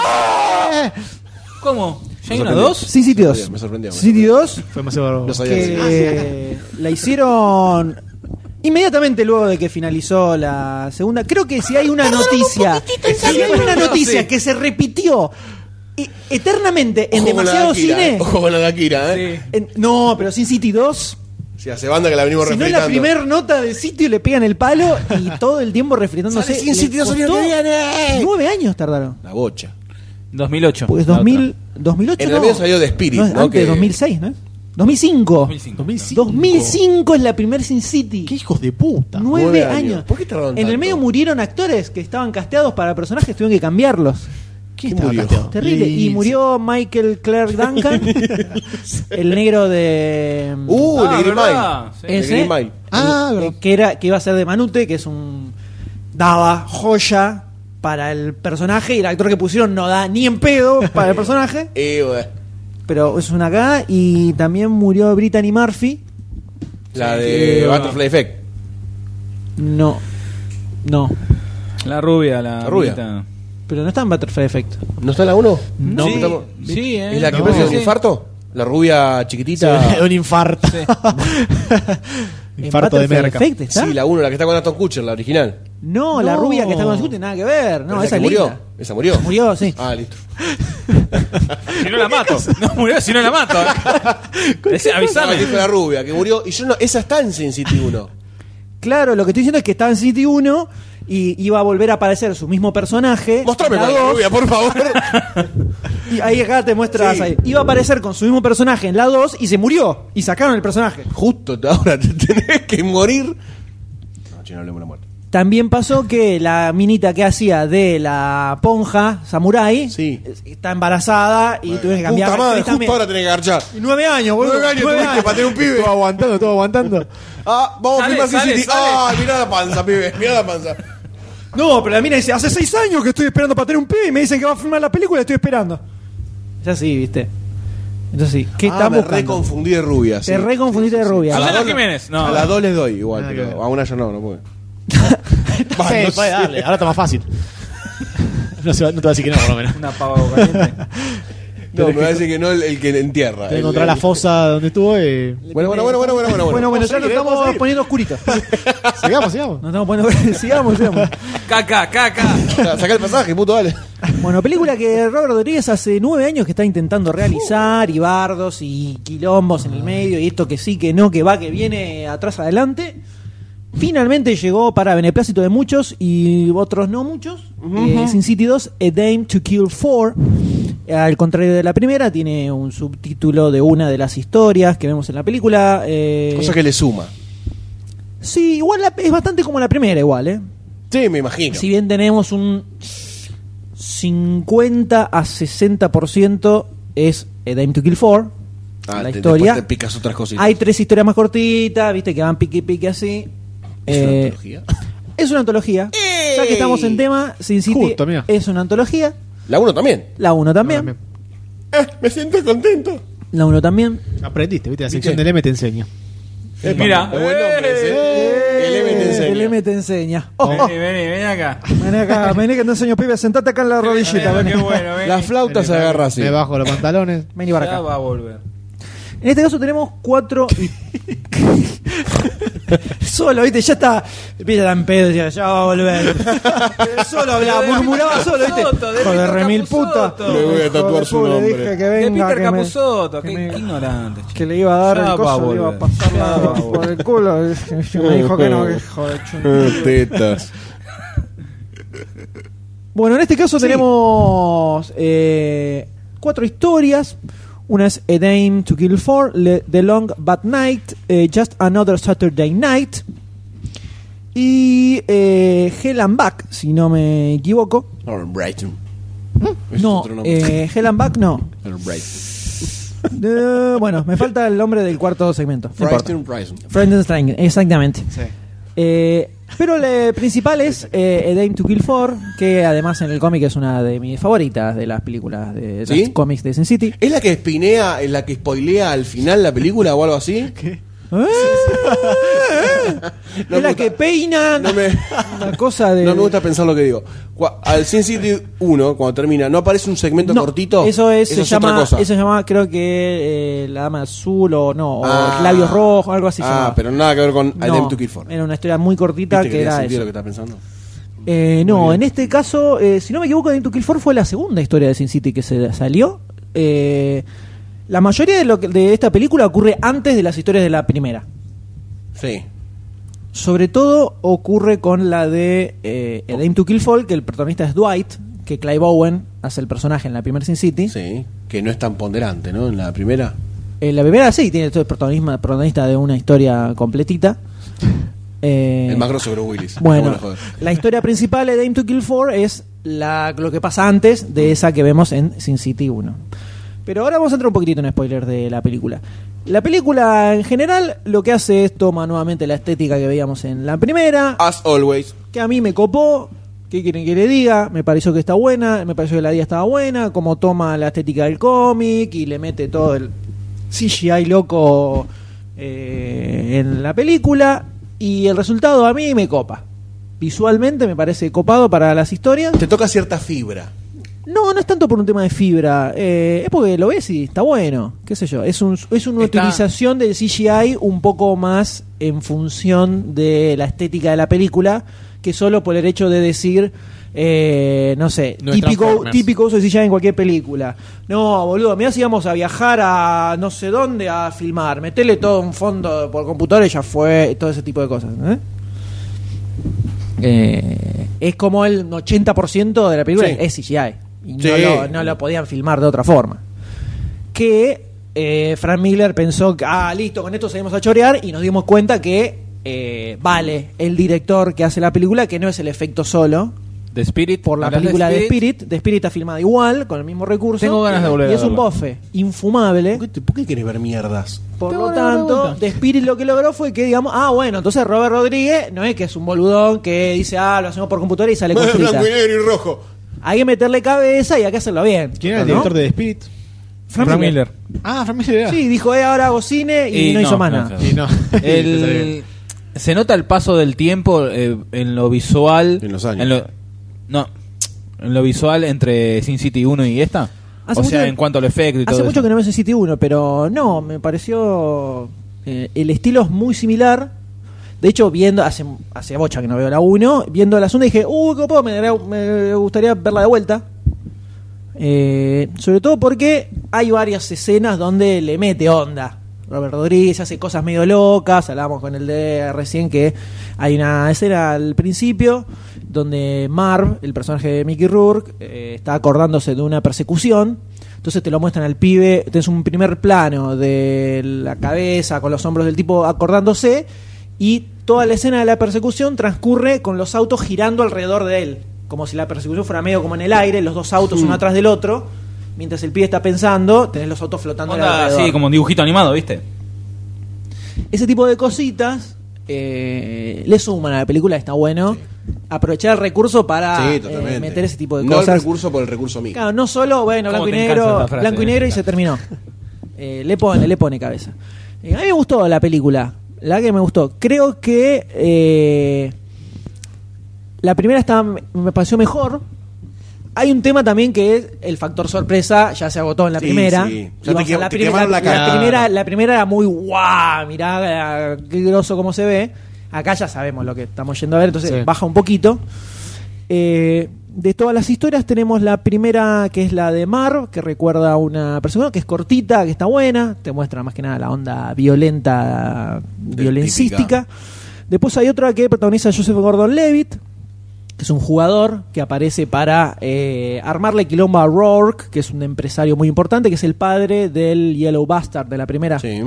S4: ¿Cómo? ¿Ya hay
S3: Me
S4: una
S3: sorprendió.
S4: Ah, dos?
S1: Sin City
S3: Me
S1: 2.
S3: sorprendió, Me sorprendió. me
S1: Sin City 2,
S2: Fue más bárbaro.
S3: No sabía decir.
S1: que Ah, la hicieron inmediatamente luego de que finalizó la segunda. Creo que si hay una noticia, si hay una noticia que se repitió e- eternamente en
S3: Ojo con la de
S1: demasiado
S3: Akira,
S1: cine.
S3: eh. Ojo con la de Akira, ¿eh?
S1: en- no, pero Sin City 2.
S3: Si hace banda que la venimos
S1: Si no es
S3: refritando.
S1: la primera nota de sitio le pegan el palo y todo el tiempo refritándose.
S3: Sale Sin
S1: Le
S3: City 2 el año
S1: costó
S3: que viene. eh.
S1: Nueve años tardaron.
S3: La bocha.
S4: 2008.
S1: Pues
S4: la
S1: 2000,
S4: otra.
S1: 2008
S3: En el
S1: no.
S3: medio salió The Spirit,
S1: No, es
S3: ¿no?
S1: Antes,
S3: Que-
S1: 2006, ¿no? 2005.
S4: 2005.
S1: 2005. 2005 es la primer Sin City.
S2: ¡Qué hijos de puta!
S1: Nueve,
S3: Nueve
S1: años.
S3: años. ¿Por qué tardaron
S1: En el
S3: tanto?
S1: medio murieron actores que estaban casteados para personajes, tuvieron que cambiarlos.
S3: ¿Quién murió?
S17: casteado?
S1: Terrible. Y murió Michael Clark Duncan, el negro de. mm,
S3: Uh,
S4: Ah,
S3: de Green
S4: ¿verdad?
S3: Mile.
S4: Sí.
S3: De
S1: Ese.
S3: Green Mile.
S17: Ah,
S1: eh,
S17: verdad.
S1: que, era, que iba a ser de Manute, que es un. daba joya para el personaje. Y el actor que pusieron no da ni en pedo para el personaje.
S3: Eh, bueno.
S1: Pero es una cagada. Y también murió Brittany Murphy.
S3: La de Butterfly Effect.
S1: No. No.
S4: La rubia, la,
S3: La rubia.
S4: bonita.
S1: Pero no está en Butterfly Effect.
S3: ¿No está la 1?
S4: No. Sí, sí, eh.
S3: ¿Es la que
S4: No.
S3: parece
S4: Sí,
S3: un
S4: sí.
S3: infarto? La rubia chiquitita.
S17: un infarto.
S1: En
S17: Infarto de
S1: Butterfly
S17: merca.
S1: Effect está.
S3: Sí, la 1, la que está con Aston Kutcher, la original.
S1: No, la rubia que está con el tiene nada que ver. No,
S3: Pero
S1: esa
S3: que
S1: es
S3: murió.
S1: linda.
S3: Esa murió.
S1: Murió, sí.
S3: Ah, listo.
S4: Si no la mato. No murió, si no la mato. Ese,
S3: No,
S4: avisame.
S3: dijo la rubia que murió. Y yo no, esa está en Sin City 1.
S1: Claro, lo que estoy diciendo es que estaba en City 1 y iba a volver a aparecer su mismo personaje.
S3: Mostrame
S1: La
S3: la
S1: dos,
S3: rubia, por favor.
S1: Y ahí acá te muestras
S3: Sí.
S1: ahí. Iba a aparecer con su mismo personaje en la 2 y se murió. Y sacaron el personaje.
S3: Justo ahora te tenés que morir. No, che, no hablemos de la muerte.
S1: También pasó que la minita que hacía de la ponja, Samurai, eh,
S3: Sí.
S1: está embarazada y tuvieron que cambiar.
S3: Puta
S1: actriz
S3: madre, justo
S1: también.
S3: ahora tenés que garchar.
S1: Y nueve años, boludo.
S3: Nueve años tuviste para tener un pibe.
S17: Todo aguantando, todo aguantando.
S3: Ah, vamos a
S4: Sale,
S3: filmar Sin
S4: sale,
S3: City.
S4: sale.
S3: Ah, mirá la panza, pibe. Mirá la panza. Ah,
S1: No, pero la mina dice, hace seis años que estoy esperando para tener un pibe y me dicen que va a filmar la película y estoy esperando. Es así, viste. Entonces sí, ¿qué
S3: Ah,
S1: estamos
S3: me reconfundí de rubia. sí.
S1: Te reconfundiste de rubia.
S3: A la
S4: Susana
S3: dos-
S4: Jiménez, no.
S3: A las dos les doy igual, pero a una yo no, no puedo.
S1: Ah,
S3: Va, no sé.
S17: ahora está más fácil. No, se va- no te va a decir que no, por lo menos.
S4: Una pava boca caliente.
S3: No, me va a decir que no el, el que entierra.
S17: Te
S3: el-
S17: encontrar la
S3: el-
S17: fosa donde estuvo
S2: eh,
S17: y.
S3: Bueno, bueno, bueno, bueno, bueno, bueno.
S1: Bueno, bueno,
S17: Vamos
S1: ya nos
S17: a seguir,
S1: estamos
S17: vamos a seguir.
S1: poniendo oscurito.
S17: Sigamos, sigamos.
S1: Nos estamos poniendo sigamos, sigamos.
S4: Caca, caca.
S3: Sacá el pasaje, puto, dale.
S1: Bueno, película que Robert Rodríguez hace nueve años que está intentando realizar, y bardos y quilombos en el medio, y esto que sí, que no, que va, que viene atrás adelante. Finalmente llegó para beneplácito de muchos y otros no muchos. Eh, Sin City 2, A Dame to Kill 4. Al contrario de la primera, tiene un subtítulo de una de las historias que vemos en la película. eh,
S3: Cosa que le suma.
S1: Sí, igual la- es bastante como la primera, igual, ¿eh?
S3: Sí, me imagino.
S1: Si bien tenemos un 50 a 60% es eh, Dame to Kill 4,
S3: Ah,
S1: la
S3: te-
S1: historia.
S3: después te picas otras cositas.
S1: Hay tres historias más cortitas, viste, que van pique y pique así.
S3: ¿Es una
S1: Eh,
S3: antología?
S1: es una antología. Ya que estamos en tema, Sin City
S17: Justo, mira.
S1: es una antología.
S3: La 1 también.
S1: La 1 también.
S17: también.
S3: Eh, me siento contento.
S1: La 1 también.
S17: Aprendiste, viste, la
S3: ¿Viste?
S17: sección del M te enseña.
S3: Epa,
S4: Mira.
S3: qué buen nombre ese. El M te enseña.
S1: Eh, El M te enseña. Oh, oh.
S4: Eh, Vení, vení, vení acá.
S1: Vení acá, vení que te enseño, pibe. Sentate acá en la rodillita. Vení,
S4: Vení, Qué bueno, vení.
S3: La flauta se agarra así.
S17: Me bajo los pantalones.
S1: Vení para
S4: Ya
S1: acá.
S4: va a volver.
S1: En este caso tenemos cuatro. y- solo, viste, ya está. Empieza a dar en pedo, ya, ya va a volver. Pero solo hablaba, murmuraba solo, viste.
S4: Capusotto, de
S1: Joder,
S4: Peter
S1: remil puta.
S4: Capusotto.
S3: Le voy a
S1: Hijo de
S3: tatuar su
S1: puta, le
S3: nombre.
S1: dije que
S4: De
S1: venga,
S4: Peter
S1: que me-
S4: Capusotto, qué
S1: que me-
S4: ignorante. che.
S1: que le iba a dar
S4: Ya
S1: el
S4: va a
S1: coso, le iba a
S4: volver.
S1: pasar
S4: Ya va a
S1: la- por el culo. y Me dijo que no, que hijo de chun-
S3: Eh, Tetas.
S1: Bueno, en este caso tenemos eh, cuatro historias. Una es A Dame to Kill For, Le- The Long Bad Night, eh, Just Another Saturday Night y eh, Hell and Back, si no me equivoco.
S3: Or Brighton. Es
S1: Mm, No,
S3: otro nombre.
S1: eh, Hell and Back no.
S3: Or Brighton.
S1: Eh, bueno, me falta el nombre del cuarto segmento. No importa.
S3: Brighton, Brighton.
S1: Frankenstein, exactamente. Eh, pero la principal es eh, A Dame to Kill 4, que además en el cómic es una de mis favoritas de las películas de los
S3: ¿Sí?
S1: cómics de Sin City.
S3: ¿Es la que espinea, es la que spoilea al final la película o algo así? No
S1: es la
S3: me gusta.
S1: que peina
S3: No me-
S1: una cosa de...
S3: No me gusta pensar lo que digo. Cua- Al Sin City 1, cuando termina, ¿no aparece un segmento
S1: No,
S3: cortito?
S1: Eso es, se,
S3: otra
S1: llama,
S3: cosa.
S1: eso se llama, creo que eh, La Dama Azul o no, o
S3: Ah.
S1: Labios Rojos, algo así. se
S3: Ah,
S1: llamaba.
S3: pero nada que ver con I
S1: No,
S3: Dame to Kill For.
S1: Era una historia muy cortita que,
S3: ¿Viste que tiene
S1: era
S3: sentido
S1: eso.
S3: lo que estás pensando?
S1: Eh, no, en este caso, eh, si no me equivoco, Dame to Kill 4 fue la segunda historia de Sin City que se salió. Eh, la mayoría de, lo que- de esta película ocurre antes de las historias de la primera.
S3: Sí.
S1: Sobre todo ocurre con la de eh, A Dame to Kill 4, que el protagonista es Dwight, que Clive Owen hace el personaje en la primera Sin City.
S3: Sí. Que no es tan ponderante, ¿no? En la primera.
S1: En Eh, la primera sí, tiene todo el protagonismo- protagonista de una historia completita. Eh,
S3: El más grosso Bruce Willis.
S1: Bueno,
S3: No me la jodas.
S1: la historia principal de Dame to Kill 4 es la- lo que pasa antes de esa que vemos en Sin City 1. Pero ahora vamos a entrar un poquitito en spoilers de la película. La película en general lo que hace es toma nuevamente la estética que veíamos en la primera,
S3: As always.
S1: que a mí me copó. ¿Qué quieren que le diga? Me pareció que está buena, me pareció que la idea estaba buena, como toma la estética del cómic y le mete todo el CGI loco eh, en la película. Y el resultado a mí me copa. Visualmente me parece copado para las historias.
S3: Te toca cierta fibra.
S1: No, no es tanto por un tema de fibra, eh, es porque lo ves y está bueno, qué sé yo. Es, un, es una
S4: Está-
S1: utilización del CGI un poco más en función de la estética de la película que solo por el hecho de decir, eh, no sé,
S2: No es
S1: típico,
S2: Transformers.
S1: típico uso de CGI en cualquier película. No, boludo, mirá si vamos a viajar a no sé dónde a filmar, metele todo un fondo por computador y ya fue, todo ese tipo de cosas. ¿eh? Eh, es como el 80% de la película
S3: Sí.
S1: es CGI. Y
S3: Sí.
S1: no, lo, no lo podían filmar de otra forma. Que eh, Frank Miller pensó que, ah, listo, con esto salimos a chorear y nos dimos cuenta que eh, vale el director que hace la película, que no es el efecto solo.
S4: The Spirit.
S1: Por la
S4: ¿hablas
S1: película de Spirit, de Spirit está filmada igual, con el mismo recurso.
S4: Tengo ganas de volver
S1: Y
S4: a
S1: es un
S4: verla.
S1: bofe infumable.
S3: ¿Por qué, por qué querés ver mierdas?
S1: Por lo tanto, The Spirit lo que logró fue que, digamos, ah, bueno, entonces Robert Rodríguez no es que es un boludón que dice, ah, lo hacemos por computadora y sale con frita.
S3: Blanco y negro y rojo.
S1: Hay que meterle cabeza y hay que hacerlo bien.
S2: ¿Quién era el
S1: ¿no?
S2: director de The Spirit?
S4: Frank, Miller.
S2: Ah, Frank Miller era.
S1: Sí, dijo, eh, ahora hago cine y,
S4: Y
S1: no, hizo
S4: no,
S1: más
S4: no,
S1: nada.
S4: claro.
S2: Y no. Te
S4: El-
S2: salió bien.
S4: se nota el paso del tiempo eh, en lo visual.
S3: En los años.
S4: lo- no, en lo visual entre Sin City 1 y esta.
S1: Hace
S4: o
S1: mucho
S4: sea,
S1: que-
S4: en cuanto al efecto y
S1: Hace
S4: todo
S1: mucho
S4: eso.
S1: que no ves en City 1, pero no, me pareció. eh, el estilo es muy similar. De hecho, viendo, hace, hace bocha que no veo la 1, viendo la 1 dije, uh, qué copado, me, daría- me gustaría verla de vuelta. Eh, sobre todo porque hay varias escenas donde le mete onda. Robert Rodríguez hace cosas medio locas. Hablábamos con el de recién que hay una escena al principio donde Marv, el personaje de Mickey Rourke, eh, está acordándose de una persecución. Entonces te lo muestran al pibe. Tienes un primer plano de la cabeza con los hombros del tipo acordándose. Y toda la escena de la persecución transcurre con los autos girando alrededor de él. Como si la persecución fuera medio como en el aire, los dos autos uno atrás del otro. Mientras el pibe está pensando, tenés los autos flotando
S4: Onda,
S1: alrededor.
S4: sí, como un dibujito animado, ¿viste?
S1: Ese tipo de cositas eh, le suman a la película, está bueno. Aprovechar el recurso para
S3: sí,
S1: eh,
S3: totalmente.
S1: meter ese tipo de
S3: no el
S1: cosas.
S3: recurso por el recurso mismo.
S1: Claro, no solo, bueno,
S4: ¿Cómo
S1: blanco y
S4: te encantan
S1: negro,
S4: esas frases?
S1: blanco y negro y se terminó. Eh, le pone, le pone cabeza. Eh, a mí me gustó la película, la que me gustó. Creo que eh, la primera estaba, me pareció mejor. Hay un tema también que es el factor sorpresa, ya se agotó en la
S3: Sí,
S1: primera.
S3: sí. Ya te
S1: Ibas a
S3: quem-
S1: la,
S3: te
S1: primera
S3: quemaron la cara.
S1: primera, la primera era muy guau, mirá eh, qué grosso cómo se ve. Acá ya sabemos lo que estamos yendo a ver, entonces
S2: Sí.
S1: baja un poquito. Eh, de todas las historias tenemos la primera que es la de Mar, que recuerda a una persona que es cortita, que está buena, te muestra más que nada la onda violenta, violencística. Después hay otra que protagoniza Joseph Gordon-Levitt, que es un jugador que aparece para eh, armarle quilombo a Rourke, que es un empresario muy importante, que es el padre del Yellow Bastard de la primera.
S3: Sí.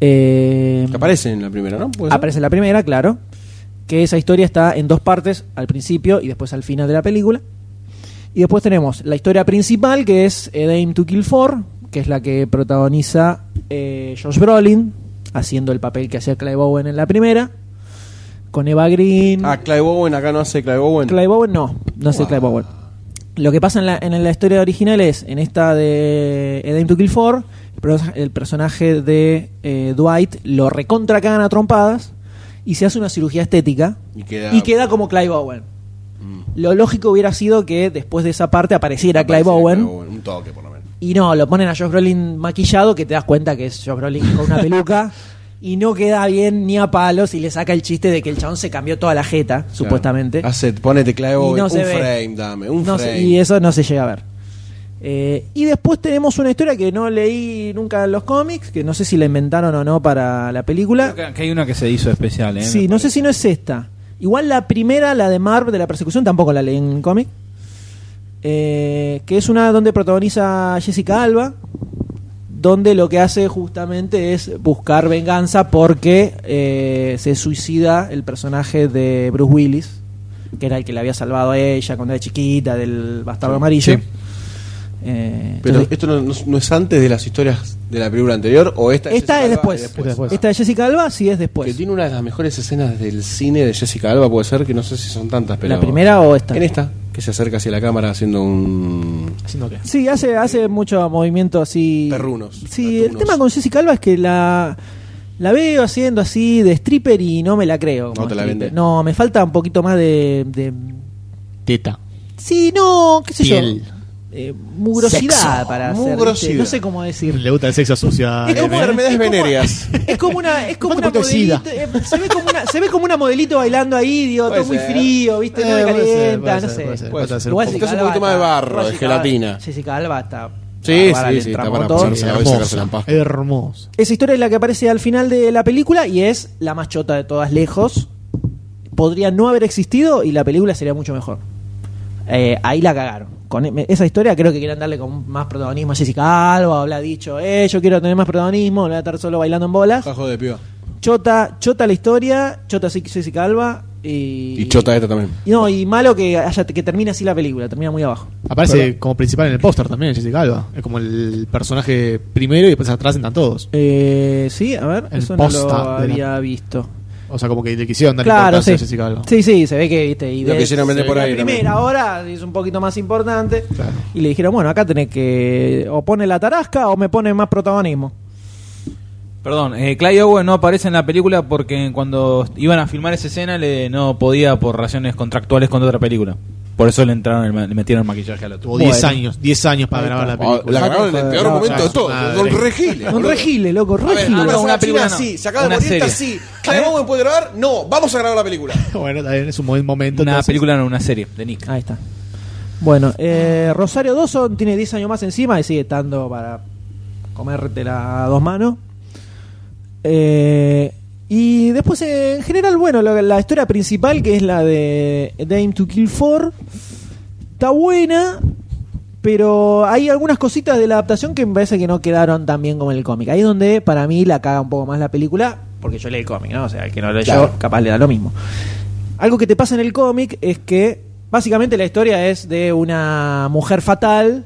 S1: Eh,
S3: Que Aparece en la primera, pues, ¿no? ¿Puede ser?
S1: aparece en la primera, claro. Que esa historia está en dos partes, al principio y después al final de la película. Y después tenemos la historia principal, que es A Dame to Kill For, que es la que protagoniza eh, Josh Brolin, haciendo el papel que hacía Clive Owen en la primera, con Eva Green.
S3: Ah, Clive Owen acá no hace Clive Owen.
S1: Clive Owen no, no sé
S3: Wow.
S1: Clive Owen. Lo que pasa en la, en la historia original es, en esta de A Dame to Kill 4, el, perso- el personaje de eh, Dwight lo recontra cagan a trompadas y se hace una cirugía estética
S3: Y queda-
S1: y queda como Clive Owen. Lo lógico hubiera sido que después de esa parte apareciera Clive Owen.
S3: Un toque, por lo menos.
S1: Y no, lo ponen a Josh Brolin maquillado que te das cuenta que es Josh Brolin con una peluca. Y no queda bien ni a palos y le saca el chiste de que el chabón se cambió toda la jeta, supuestamente.
S3: Hace, ponete Clive Owen.
S1: no
S3: un
S1: se ve.
S3: frame, dame. Un
S1: No se-
S3: frame.
S1: y eso no se llega a ver. Eh, y después tenemos una historia que no leí nunca en los cómics, que no sé si la inventaron o no para la película.
S4: Creo que- que hay una que se hizo especial, ¿eh?
S1: Sí,
S4: Me
S1: no
S4: parece.
S1: sé si no es esta. Igual la primera, la de Marv de la persecución, tampoco la leí en cómic. Eh, que es una donde protagoniza Jessica Alba, donde lo que hace justamente es buscar venganza porque eh, se suicida el personaje de Bruce Willis que era el que le había salvado a ella cuando era chiquita del bastardo amarillo.
S2: Sí.
S1: Eh,
S3: Pero
S1: entonces,
S3: esto no, no- no es antes de las historias de la película anterior o esta. de
S1: esta
S3: Jessica
S1: es
S3: Alba
S1: después. Esta de Jessica Alba sí es después.
S3: Que tiene una de las mejores escenas del cine de Jessica Alba, puede ser, que no sé si son tantas, pero.
S1: ¿La primera o esta?
S3: En esta, que se acerca hacia la cámara haciendo un.
S2: Haciendo qué.
S1: Sí, hace, hace mucho movimiento así.
S3: Perrunos.
S1: Sí, el
S3: Perrunos.
S1: tema con Jessica Alba es que la, la veo haciendo así de stripper y no me la creo. como
S3: No te la
S1: stripper.
S3: vende.
S1: No, me falta un poquito más de. de-
S2: Teta.
S1: sí, no, qué sé
S2: Piel.
S1: yo. Eh, mugrosidad para hacer. ¿viste?
S3: Mugrosidad.
S1: No sé cómo decir.
S2: Le gusta el sexo sucio.
S1: Es como-
S3: Enfermedades
S1: es como-
S3: venéreas.
S1: Es como una, es como
S2: ¿Cuánto
S1: una
S2: punto de
S1: modelito, eh, se ve como una, se ve como una modelito bailando ahí, digo,
S3: Puede
S1: todo muy
S3: ser.
S1: frío, viste,
S2: Eh,
S1: no me
S2: puede ser,
S1: calienta,
S2: puede
S1: no
S2: ser,
S1: sé.
S2: puede ser.
S3: Puede
S2: Falta hacer
S1: Igual
S2: un
S3: Estás
S1: Jessica
S3: un
S1: Alba
S3: poquito más de
S1: está-
S3: barro,
S1: igual
S3: de
S1: Jessica Alba-
S3: gelatina.
S1: Jessica Alba está.
S3: Sí,
S1: bárbara,
S3: sí,
S1: le
S3: sí,
S1: entra
S3: está
S1: un
S3: para
S1: montón.
S3: ponerse la cabeza y sacarse la
S2: hermosa.
S3: paja.
S2: Hermosa.
S1: Esa historia es la que aparece al final de la película y es la más chota de todas lejos. Podría no haber existido y la película sería mucho mejor. Eh, ahí la cagaron. Con e- esa historia creo que quieren darle con más protagonismo a Jessica Alba, habrá dicho, eh, yo quiero tener más protagonismo, no voy a estar solo bailando en bolas.
S3: Jajo de piba.
S1: Chota, chota la historia, chota sí- Jessica Alba y...
S3: Y chota esta también.
S1: Y No, y malo que, haya, que termine así la película, termina muy abajo.
S2: Aparece como principal en el póster también, Jessica Alba. Es como el personaje primero y después atrás entran todos.
S1: Eh, sí, a ver,
S2: El
S1: eso no lo
S2: posta de la-
S1: había visto.
S2: O sea, como que le quisieron dar
S1: Claro,
S2: importancia
S1: sí.
S2: a Jessica Alba.
S1: Sí, sí, se ve que viste. Y
S3: Lo
S1: de-
S3: quisieron vender
S1: se ve
S3: por
S1: que
S3: ahí
S1: La primera
S3: también.
S1: ahora es un poquito más importante.
S2: Claro.
S1: Y le dijeron, bueno, acá tenés que. O pone la tarasca o me pone más protagonismo.
S4: Perdón, eh, Clive Owen no aparece en la película porque cuando iban a filmar esa escena le, no podía por razones contractuales con otra película. Por eso le entraron el ma- le metieron el maquillaje al otro.
S2: Tuvo 10
S1: Bueno.
S2: años, 10 años para grabar la
S3: Oh,
S2: película.
S3: La grabaron en el peor
S1: Joder,
S3: momento de
S2: madre.
S3: todo. Don Regile.
S1: Un
S3: boludo.
S1: regile, loco,
S3: A ver, ah,
S1: regile.
S3: una,
S4: no, una
S3: película
S4: película
S3: así,
S4: no.
S3: sacada de
S4: Una
S3: morir, está
S4: serie.
S3: así.
S1: ¿Eh?
S3: Clive Owen puede grabar, no, vamos a grabar la película.
S2: Bueno, también es un buen momento.
S4: Una
S2: entonces.
S4: película, no, una serie de Nick.
S1: Ahí está. Bueno, eh, Rosario Dawson tiene 10 años más encima y sigue estando para comértela a dos manos. Eh, y después, eh, en general, bueno, la, la historia principal, que es la de Dame to Kill 4, está buena, pero hay algunas cositas de la adaptación que me parece que no quedaron tan bien como en el cómic. Ahí es donde para mí la caga un poco más la película, porque yo leí el cómic, ¿no? O sea, el que no lo leyó, capaz le da lo mismo. Algo que te pasa en el cómic es que básicamente la historia es de una mujer fatal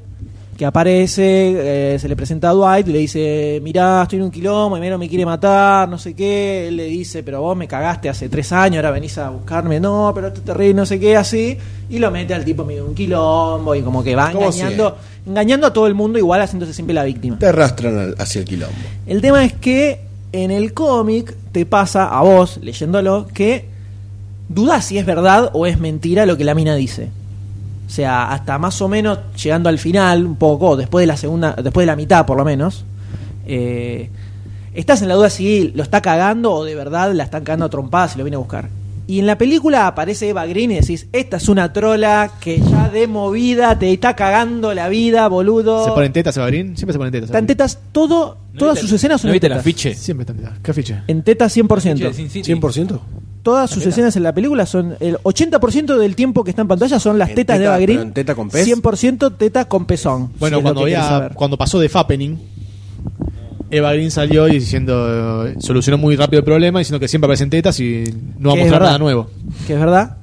S1: que aparece, eh, se le presenta a Dwight y le dice, mirá, estoy en un quilombo, mi mero me quiere matar, no sé qué. Él le dice, pero vos me cagaste hace tres años, ahora venís a buscarme, no, pero esto es terrible, no sé qué, así. Y lo mete al tipo medio en un quilombo y como que va
S3: ¿Cómo
S1: engañando, engañando a todo el mundo, igual haciéndose siempre la víctima.
S3: Te arrastran al- hacia el quilombo.
S1: El tema es que en el cómic te pasa a vos, leyéndolo, que dudás si es verdad o es mentira lo que la mina dice. O sea, hasta más o menos llegando al final, un poco, después de la segunda, después de la mitad por lo menos, eh, estás en la duda si lo está cagando o de verdad la están cagando a trompadas y lo viene a buscar. Y en la película aparece Eva Green y decís, esta es una trola que ya de movida te está cagando la vida, boludo.
S2: ¿Se ponen tetas, Sabrín? Siempre se ponen tetas.
S1: Están tetas, todo,
S4: ¿No
S1: todas
S4: viste-
S1: sus escenas son
S4: ¿No
S1: en
S4: viste el
S1: tetas.
S4: afiche?
S2: Sabrín. Siempre están tetas. ¿Qué afiche?
S1: En tetas 100%.
S4: Afiche de Sin City.
S3: ¿100%?
S1: Todas sus escenas en la película son. El 80% del tiempo que está en pantalla son las
S3: En
S1: tetas de
S3: teta,
S1: Eva Green.
S3: pero en teta con pez.
S1: 100% teta con pezón.
S2: Bueno,
S1: si es lo
S2: cuando,
S1: que
S2: había-
S1: querés saber.
S2: cuando pasó de Fappening, Eva Green salió y diciendo, eh, solucionó muy rápido el problema, diciendo que siempre aparecen tetas y no va a
S1: Que es
S2: mostrar
S1: verdad.
S2: nada nuevo.
S1: Que es verdad.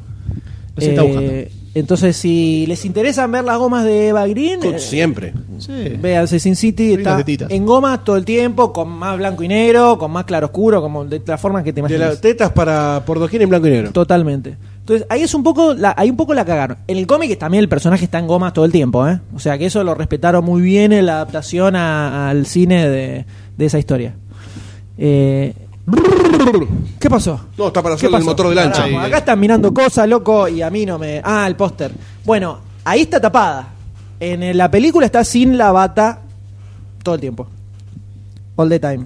S2: No se está
S1: Eh,
S2: buscando.
S1: entonces, si les interesan ver las gomas de Eva Green, eh,
S3: Siempre.
S2: Sí.
S1: véanse Sin City.
S2: Lindas
S1: Está
S2: tetitas.
S1: en gomas todo el tiempo, con más blanco y negro, con más claroscuro, como de la forma que te
S3: De
S1: imaginas.
S3: las tetas para por doquier en blanco y negro.
S1: Totalmente. Entonces, ahí es un poco la, ahí un poco la cagaron. En el cómic también el personaje está en gomas todo el tiempo, ¿eh? O sea que eso lo respetaron muy bien en la adaptación a- al cine de, de esa historia. Eh, ¿Qué pasó?
S3: No, está para
S1: ¿Qué
S3: hacerle el
S1: pasó?
S3: motor de lancha.
S1: Carajo, acá están mirando cosas, loco, y a mí no me. Ah, el póster. Bueno, ahí está tapada. En eh, la película está sin la bata todo el tiempo. All the time.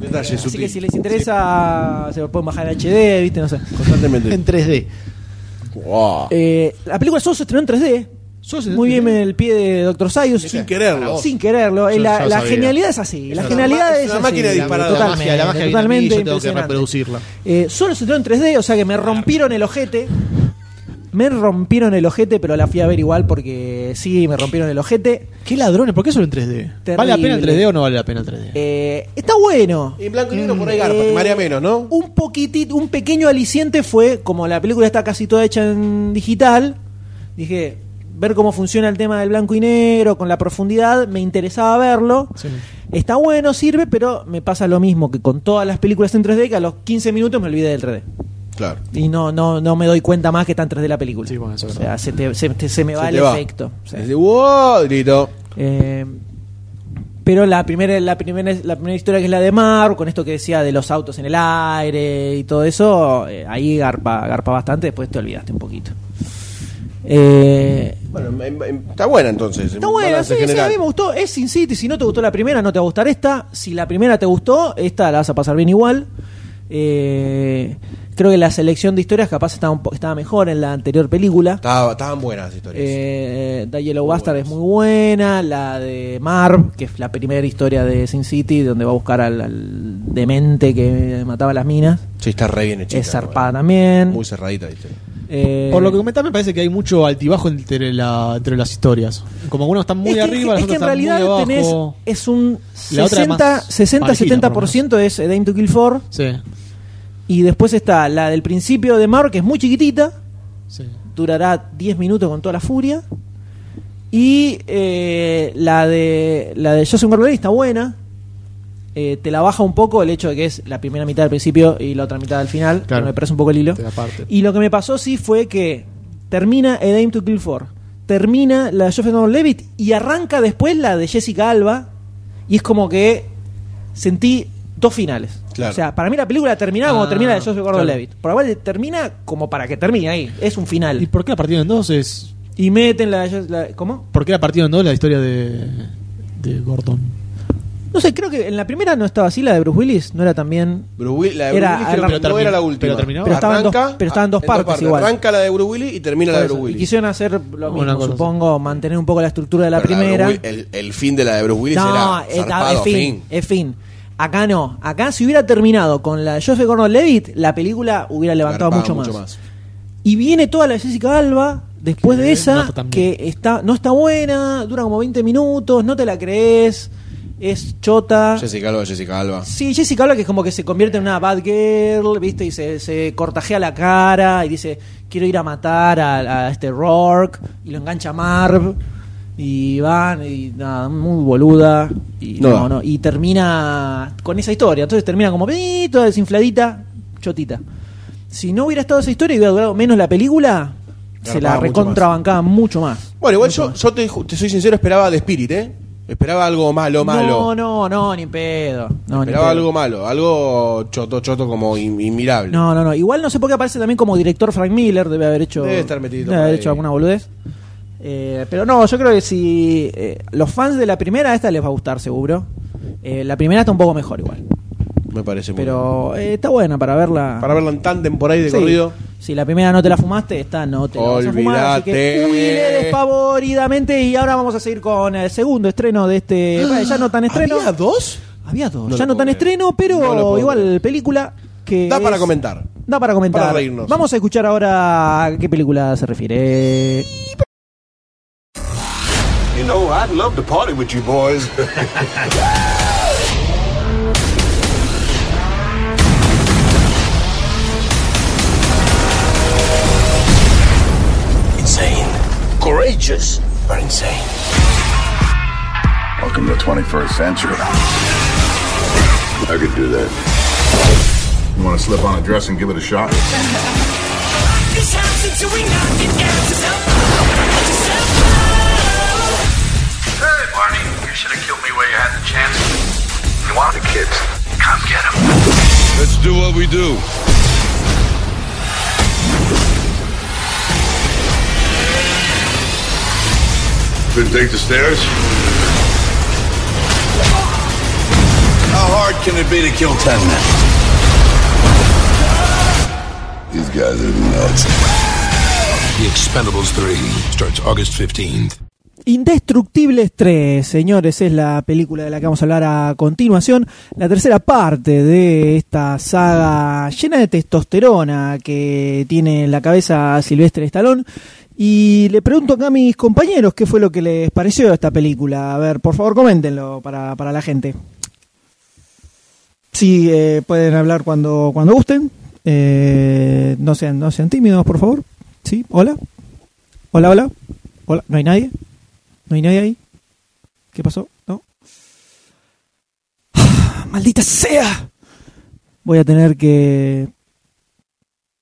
S3: Detalle
S1: Así
S3: sutil.
S1: que si les interesa, se lo pueden bajar en HD, ¿viste? No sé.
S3: Constantemente.
S2: En 3D.
S3: Wow.
S1: Eh, la película solo se estrenó en 3D. Muy bien el pie de Doctor Sayus.
S3: Sin quererlo.
S1: Sin quererlo. Eh,
S2: Yo ya
S1: la
S2: lo
S1: la
S2: sabía.
S1: genialidad es así. La
S3: una
S1: genialidad
S3: ma-
S1: es,
S3: es una
S1: así.
S3: máquina disparada.
S2: La
S1: Totalmente,
S2: magia, la magia viene a mí,
S1: totalmente
S2: yo tengo que
S1: impresionante.
S2: reproducirla.
S1: Eh, solo se estrenó en 3D, o sea que me rompieron el ojete. Me rompieron el ojete, pero la fui a ver igual porque sí, me rompieron el ojete.
S17: Qué ladrones, ¿por qué solo en 3D? ¿Vale la pena el 3D o no vale la pena el 3D?
S1: Eh, está bueno.
S3: En blanco y negro por ahí garpa,
S1: Eh,
S3: te marea menos, ¿no?
S1: Un poquitito, un pequeño aliciente fue, como la película está casi toda hecha en digital, dije, ver cómo funciona el tema del blanco y negro, con la profundidad, me interesaba verlo. Está bueno, sirve, pero me pasa lo mismo que con todas las películas en 3D, que a los 15 minutos me olvidé del 3D.
S3: Claro.
S1: Y no, no, no me doy cuenta más que está en 3D la película.
S17: Sí, bueno, eso
S1: o
S17: es
S1: sea, se, te- se te- se me
S3: Se
S1: va
S3: te
S1: el
S3: va.
S1: efecto. Sí.
S3: Es de, wow, grito.
S1: Eh, pero la primera, la primera, la primera historia que es la de Mar, con esto que decía de los autos en el aire y todo eso, eh, ahí garpa, garpa bastante, después te olvidaste un poquito. Eh,
S3: Bueno, em- em- está buena entonces.
S1: está
S3: en
S1: buena, sí,
S3: balance
S1: sí, a
S3: general.
S1: mí me gustó, es Sin City, si no te gustó la primera, no te va a gustar esta, si la primera te gustó, esta la vas a pasar bien igual. Eh, creo que la selección de historias capaz estaba, un po- estaba mejor en la anterior película.
S3: Estaba- estaban buenas las historias.
S1: Eh, The Yellow Bastard es muy buena, la de Marv, que es la primera historia de Sin City, donde va a buscar al, al demente que mataba las minas.
S3: sí, está re bien hecha.
S1: es zarpada también.
S3: Muy cerradita la historia.
S1: Eh,
S17: Por lo que comentás, me parece que hay mucho altibajo entre, la, entre las historias. Como algunos están muy
S1: es que-
S17: arriba,
S1: es
S17: las
S1: que
S17: otras
S1: en
S17: están muy
S1: realidad
S17: abajo.
S1: tenés, es un
S17: La otra es
S1: 60,
S17: más
S1: 60
S17: parejita,
S1: 70% es eh, Dame to Kill 4
S17: Sí,
S1: y después está la del principio de Marv, que es muy chiquitita,
S17: sí.
S1: durará 10 minutos con toda la furia. Y eh, la de la de Joseph Gordon está buena. Eh, te la baja un poco el hecho de que es la primera mitad del principio y la otra mitad al final.
S17: Claro.
S1: que Me parece un poco el hilo.
S17: Te la parte.
S1: Y lo que me pasó sí fue que termina A Dame to Kill 4. Termina la de Joseph Gordon Levitt y arranca después la de Jessica Alba. Y es como que sentí dos finales.
S3: Claro.
S1: O sea, para mí la película terminaba como
S17: Ah,
S1: termina la de Joseph Gordon
S17: claro.
S1: Levitt. Por lo cual eh, termina como para que termine ahí. Es un final.
S17: ¿Y por qué la partida en dos es.?
S1: Y meten la, la- ¿Cómo?
S17: ¿Por qué la partida en dos la historia de. de Gordon?
S1: No sé, creo que en la primera no estaba así, la de Bruce Willis, no era también.
S3: Bruce Willis- la de
S1: Era-
S3: Bruce Willis creo que
S17: pero
S3: no
S17: termi-
S3: era la última.
S17: pero terminó.
S1: Pero estaban dos- pero estaban dos partes igual.
S3: Arranca la de Bruce Willis y termina la de Bruce
S1: Y
S3: Willis.
S1: quisieron hacer lo
S17: Una
S1: mismo,
S17: cosa
S1: supongo, mantener un poco la estructura de la
S3: Pero de
S1: primera.
S3: Bruce Willis- el, el fin de la de Bruce Willis
S1: no,
S3: era
S1: es,
S3: zarpado,
S1: es fin,
S3: fin.
S1: es fin. Acá no, acá si hubiera terminado con la de Joseph Gordon Levitt, la película hubiera levantado
S3: Zarpado
S1: mucho, más. Y viene toda la Jessica Alba después
S17: Que
S1: de
S17: no
S1: esa
S17: está tan bien.
S1: que está no está buena, dura como 20 minutos, no te la crees, es chota.
S3: Jessica Alba, Jessica Alba.
S1: Sí, Jessica habla que es como que se convierte en una bad girl, ¿viste? Y se, se cortajea la cara y dice, quiero ir a matar a, a este Rourke. Y lo engancha a Marv. Y van, y nada, muy boluda. Y,
S3: No.
S1: no, no, y termina con esa historia. Entonces termina como, "Eh", toda desinfladita, chotita. Si no hubiera estado esa historia y hubiera durado menos la película, se la
S3: Garpaba mucho
S1: recontrabancaba mucho más.
S3: Bueno, igual yo, yo te, ju- te soy sincero, esperaba de Spirit, ¿eh? Esperaba algo malo, malo.
S1: No, no, no, ni en pedo. No, ni en
S3: esperaba
S1: pedo.
S3: algo malo, algo choto, choto como in- inmirable.
S1: No, no, no. Igual no sé por qué aparece también como director Frank Miller. Debe haber hecho.
S3: Debe estar metido
S1: debe haber
S3: por ahí.
S1: hecho alguna boludez. Eh, pero no, yo creo que si eh, los fans de la primera, esta les va a gustar seguro. Eh, la primera está un poco mejor igual.
S3: Me parece muy bien.
S1: Pero eh, está buena para verla.
S3: Para verlo en tándem por ahí de
S1: Sí.
S3: corrido.
S1: Si la primera no te la fumaste, esta no te la vas a fumar. Así que
S3: Olvídate.
S1: huile despavoridamente. Y ahora vamos a seguir con el segundo estreno de este. bueno, ya no tan estreno.
S3: ¿Había dos?
S1: Había dos.
S3: No
S1: ya no
S3: lo puedo
S1: tan
S3: creer.
S1: estreno, pero
S3: No lo puedo
S1: igual
S3: creer.
S1: película que.
S3: Da para
S1: es-
S3: comentar.
S1: Da para comentar.
S3: Para reírnos.
S1: Vamos a escuchar ahora a qué película se refiere.
S19: You know, I'd love to party with you boys.
S21: Insane. Courageous, but insane.
S19: Welcome to the 21st century. I could do that. You want to slip on a dress and give it a shot?
S21: Hey, Barney, you should have killed me where you had the chance. You want the kids? Come get 'em. them.
S19: Let's do what we do. Couldn't take the stairs?
S21: How hard can it be to kill ten men?
S19: These guys are nuts.
S21: The Expendables 3 starts August 15th.
S1: Indestructibles 3, señores, es la película de la que vamos a hablar a continuación. La tercera parte de esta saga llena de testosterona que tiene en la cabeza Silvestre Stallone. Y le pregunto acá a mis compañeros qué fue lo que les pareció esta película. A ver, por favor, coméntenlo para, para la gente. Sí, eh, pueden hablar cuando, cuando gusten. Eh, no, sean, no sean tímidos, por favor. Sí, hola. Hola, hola. Hola, ¿no hay nadie? ¿No hay nadie ahí? ¿Qué pasó? ¿No? Ah, ¡Maldita sea! Voy a tener que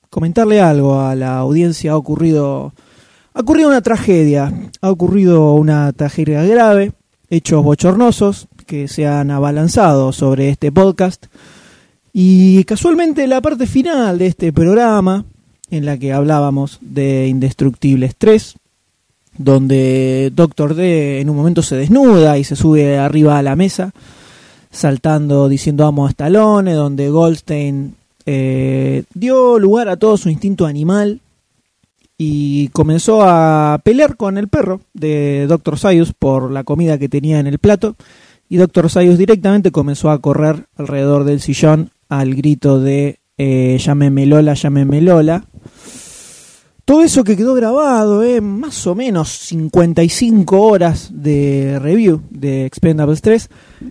S1: comentarle algo a la audiencia. Ha ocurrido, ha ocurrido una tragedia. Ha ocurrido una tragedia grave. Hechos bochornosos que se han abalanzado sobre este podcast. Y casualmente la parte final de este programa, en la que hablábamos de Indestructibles 3, donde Doctor D en un momento se desnuda y se sube arriba a la mesa, saltando diciendo amo a Stallone, donde Goldstein eh, dio lugar a todo su instinto animal y comenzó a pelear con el perro de Doctor Sayus por la comida que tenía en el plato y Doctor Sayus directamente comenzó a correr alrededor del sillón al grito de eh, llámeme Lola, llámeme Lola. Todo eso que quedó grabado en más o menos 55 horas de review de Expendables 3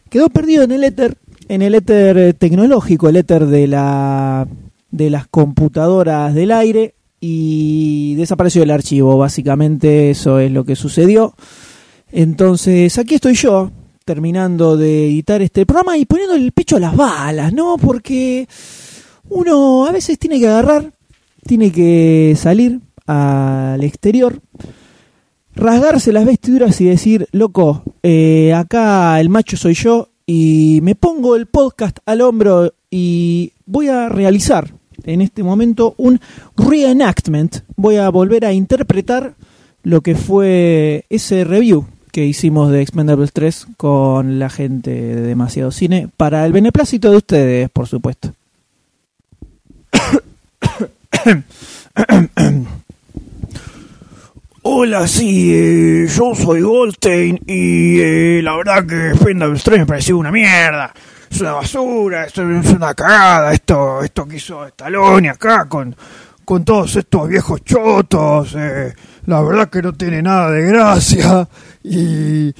S1: quedó perdido en el éter, en el éter eh, tecnológico, el éter de la de las computadoras del aire y desapareció el archivo, básicamente eso es lo que sucedió. Entonces, aquí estoy yo terminando de editar este programa y poniendo el pecho a las balas, ¿no? Porque uno a veces tiene que agarrar, tiene que salir al exterior, rasgarse las vestiduras y decir, loco, eh, acá el macho soy yo y me pongo el podcast al hombro y voy a realizar en este momento un reenactment, voy a volver a interpretar lo que fue ese review que hicimos de Expendables 3 con la gente de Demasiado Cine para el beneplácito de ustedes, por supuesto.
S16: Hola, sí, eh, yo soy Goldstein y eh, la verdad que Expendables 3 me pareció una mierda. Es una basura, es es una cagada esto, esto que hizo Stallone acá con, con todos estos viejos chotos. eh, la verdad que no tiene nada de gracia y, y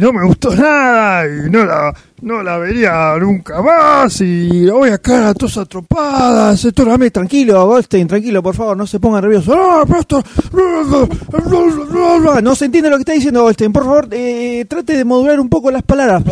S16: no me gustó nada y no la, no la vería nunca más y la voy a caer a todas atropadas. Esto no me
S1: Tranquilo, Goldstein, tranquilo, por favor, no se ponga nervioso.
S16: Ah, pero esto-
S1: No se entiende lo que está diciendo Goldstein. Por favor, eh, trate de modular un poco las palabras.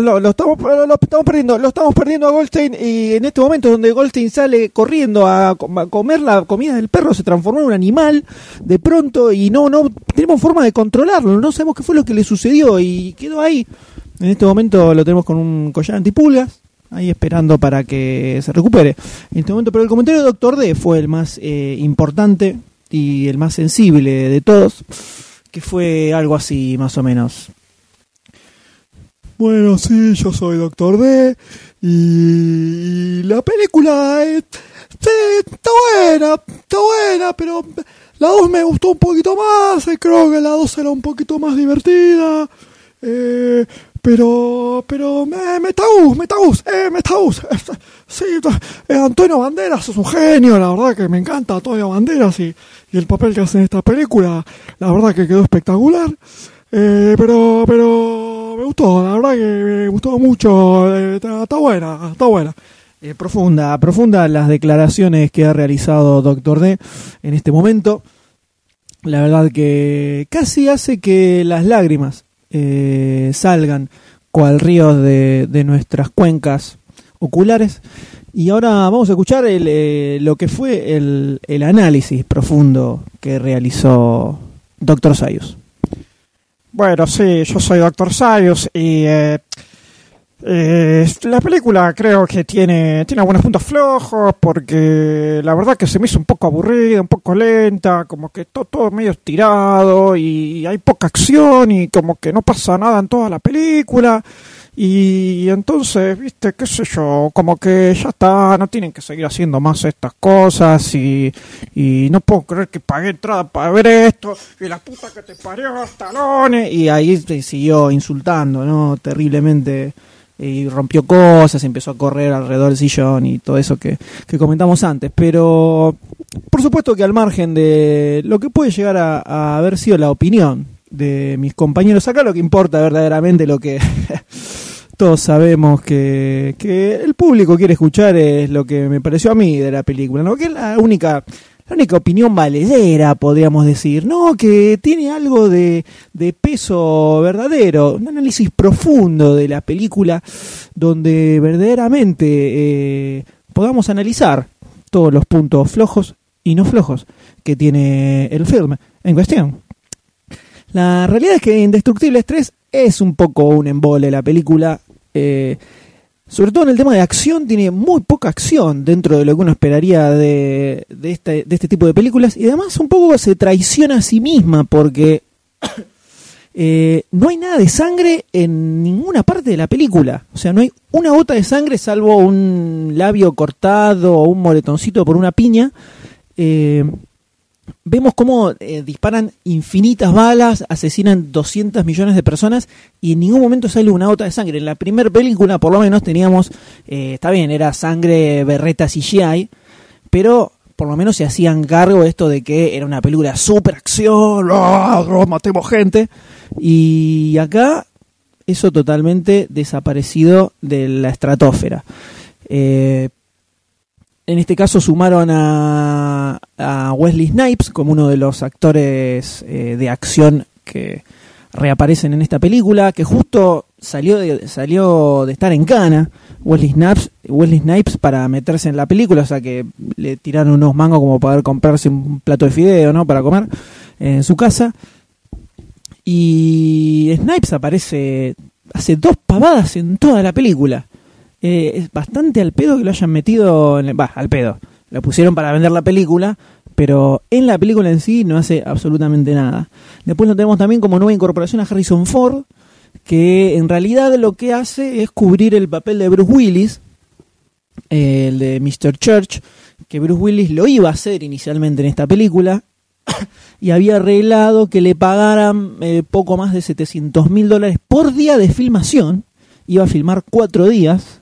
S1: Lo, lo estamos, lo- lo estamos perdiendo, lo estamos perdiendo a Goldstein. Y en este momento, donde Goldstein sale corriendo a, com- a comer la comida del perro, se transformó en un animal de pronto y no, no tenemos forma de controlarlo. No sabemos qué fue lo que le sucedió y quedó ahí. En este momento lo tenemos con un collar antipulgas. Ahí esperando para que se recupere. En este momento, pero el comentario de Doctor D fue el más eh, importante y el más sensible de todos, que fue algo así más o menos.
S16: Bueno, sí, yo soy Doctor D y, y la película eh, sí, está buena, está buena, pero la 2 me gustó un poquito más, eh, creo que la 2 era un poquito más divertida, eh, pero, pero, eh, Metaus, Metaus, eh, Metaus, eh, sí, eh, Antonio Banderas es un genio, la verdad que me encanta Antonio Banderas y, y el papel que hace en esta película, la verdad que quedó espectacular. Eh, pero, pero me gustó, la verdad que me gustó mucho. eh, está, está buena, está buena.
S1: Eh, profunda, profunda las declaraciones que ha realizado Doctor D en este momento. La verdad que casi hace que las lágrimas eh, salgan cual ríos de, de nuestras cuencas oculares. Y ahora vamos a escuchar el, eh, lo que fue el, el análisis profundo que realizó Doctor Sayus.
S16: Bueno, sí, yo soy Doctor Sayus y eh,
S22: Eh, la película creo que tiene, tiene algunos puntos flojos porque la verdad que se me hizo un poco aburrida, un poco lenta, como que todo, todo medio estirado y hay poca acción y como que no pasa nada en toda la película. Y entonces, viste, qué sé yo, como que ya está, no tienen que seguir haciendo más estas cosas y, y no puedo creer que pagué entrada para ver esto y la puta que te parió los talones.
S1: Y ahí te siguió insultando, ¿no? Terriblemente. Y rompió cosas, empezó a correr alrededor del sillón y todo eso que, que comentamos antes. Pero, por supuesto que al margen de lo que puede llegar a, a haber sido la opinión de mis compañeros acá, lo que importa verdaderamente, lo que todos sabemos que, que el público quiere escuchar es lo que me pareció a mí de la película, ¿no? Que es la única, la única opinión valedera, podríamos decir, ¿no? Que tiene algo de, de peso verdadero, un análisis profundo de la película donde verdaderamente eh, podamos analizar todos los puntos flojos y no flojos que tiene el film en cuestión. La realidad es que Indestructibles 3 es un poco un embole la película. eh, sobre todo en el tema de acción, tiene muy poca acción dentro de lo que uno esperaría de, de este, de este tipo de películas. Y además un poco se traiciona a sí misma porque eh, no hay nada de sangre en ninguna parte de la película. O sea, no hay una gota de sangre salvo un labio cortado o un moretoncito por una piña. Eh, vemos cómo eh, disparan infinitas balas, asesinan 200 millones de personas y en ningún momento sale una gota de sangre. En la primera película, por lo menos, teníamos, eh, está bien, era sangre berreta CGI, pero por lo menos se hacían cargo de esto de que era una película super acción, ¡ah, oh, matemos gente. Y acá, eso totalmente desaparecido de la estratosfera. Eh, en este caso sumaron a, a Wesley Snipes como uno de los actores eh, de acción que reaparecen en esta película, que justo salió de, salió de estar en Cana, Wesley Snipes, Wesley Snipes para meterse en la película, o sea que le tiraron unos mangos como poder comprarse un plato de fideo, ¿no? Para comer eh, en su casa. Y Snipes aparece, hace dos pavadas en toda la película. Eh, es bastante al pedo que lo hayan metido. en la- Va, al pedo. Lo pusieron para vender la película, pero en la película en sí no hace absolutamente nada. Después lo tenemos también como nueva incorporación a Harrison Ford, que en realidad lo que hace es cubrir el papel de Bruce Willis, eh, el de Mr. Church, que Bruce Willis lo iba a hacer inicialmente en esta película. Y había arreglado que le pagaran eh, poco más de 700 mil dólares por día de filmación. Iba a filmar cuatro días.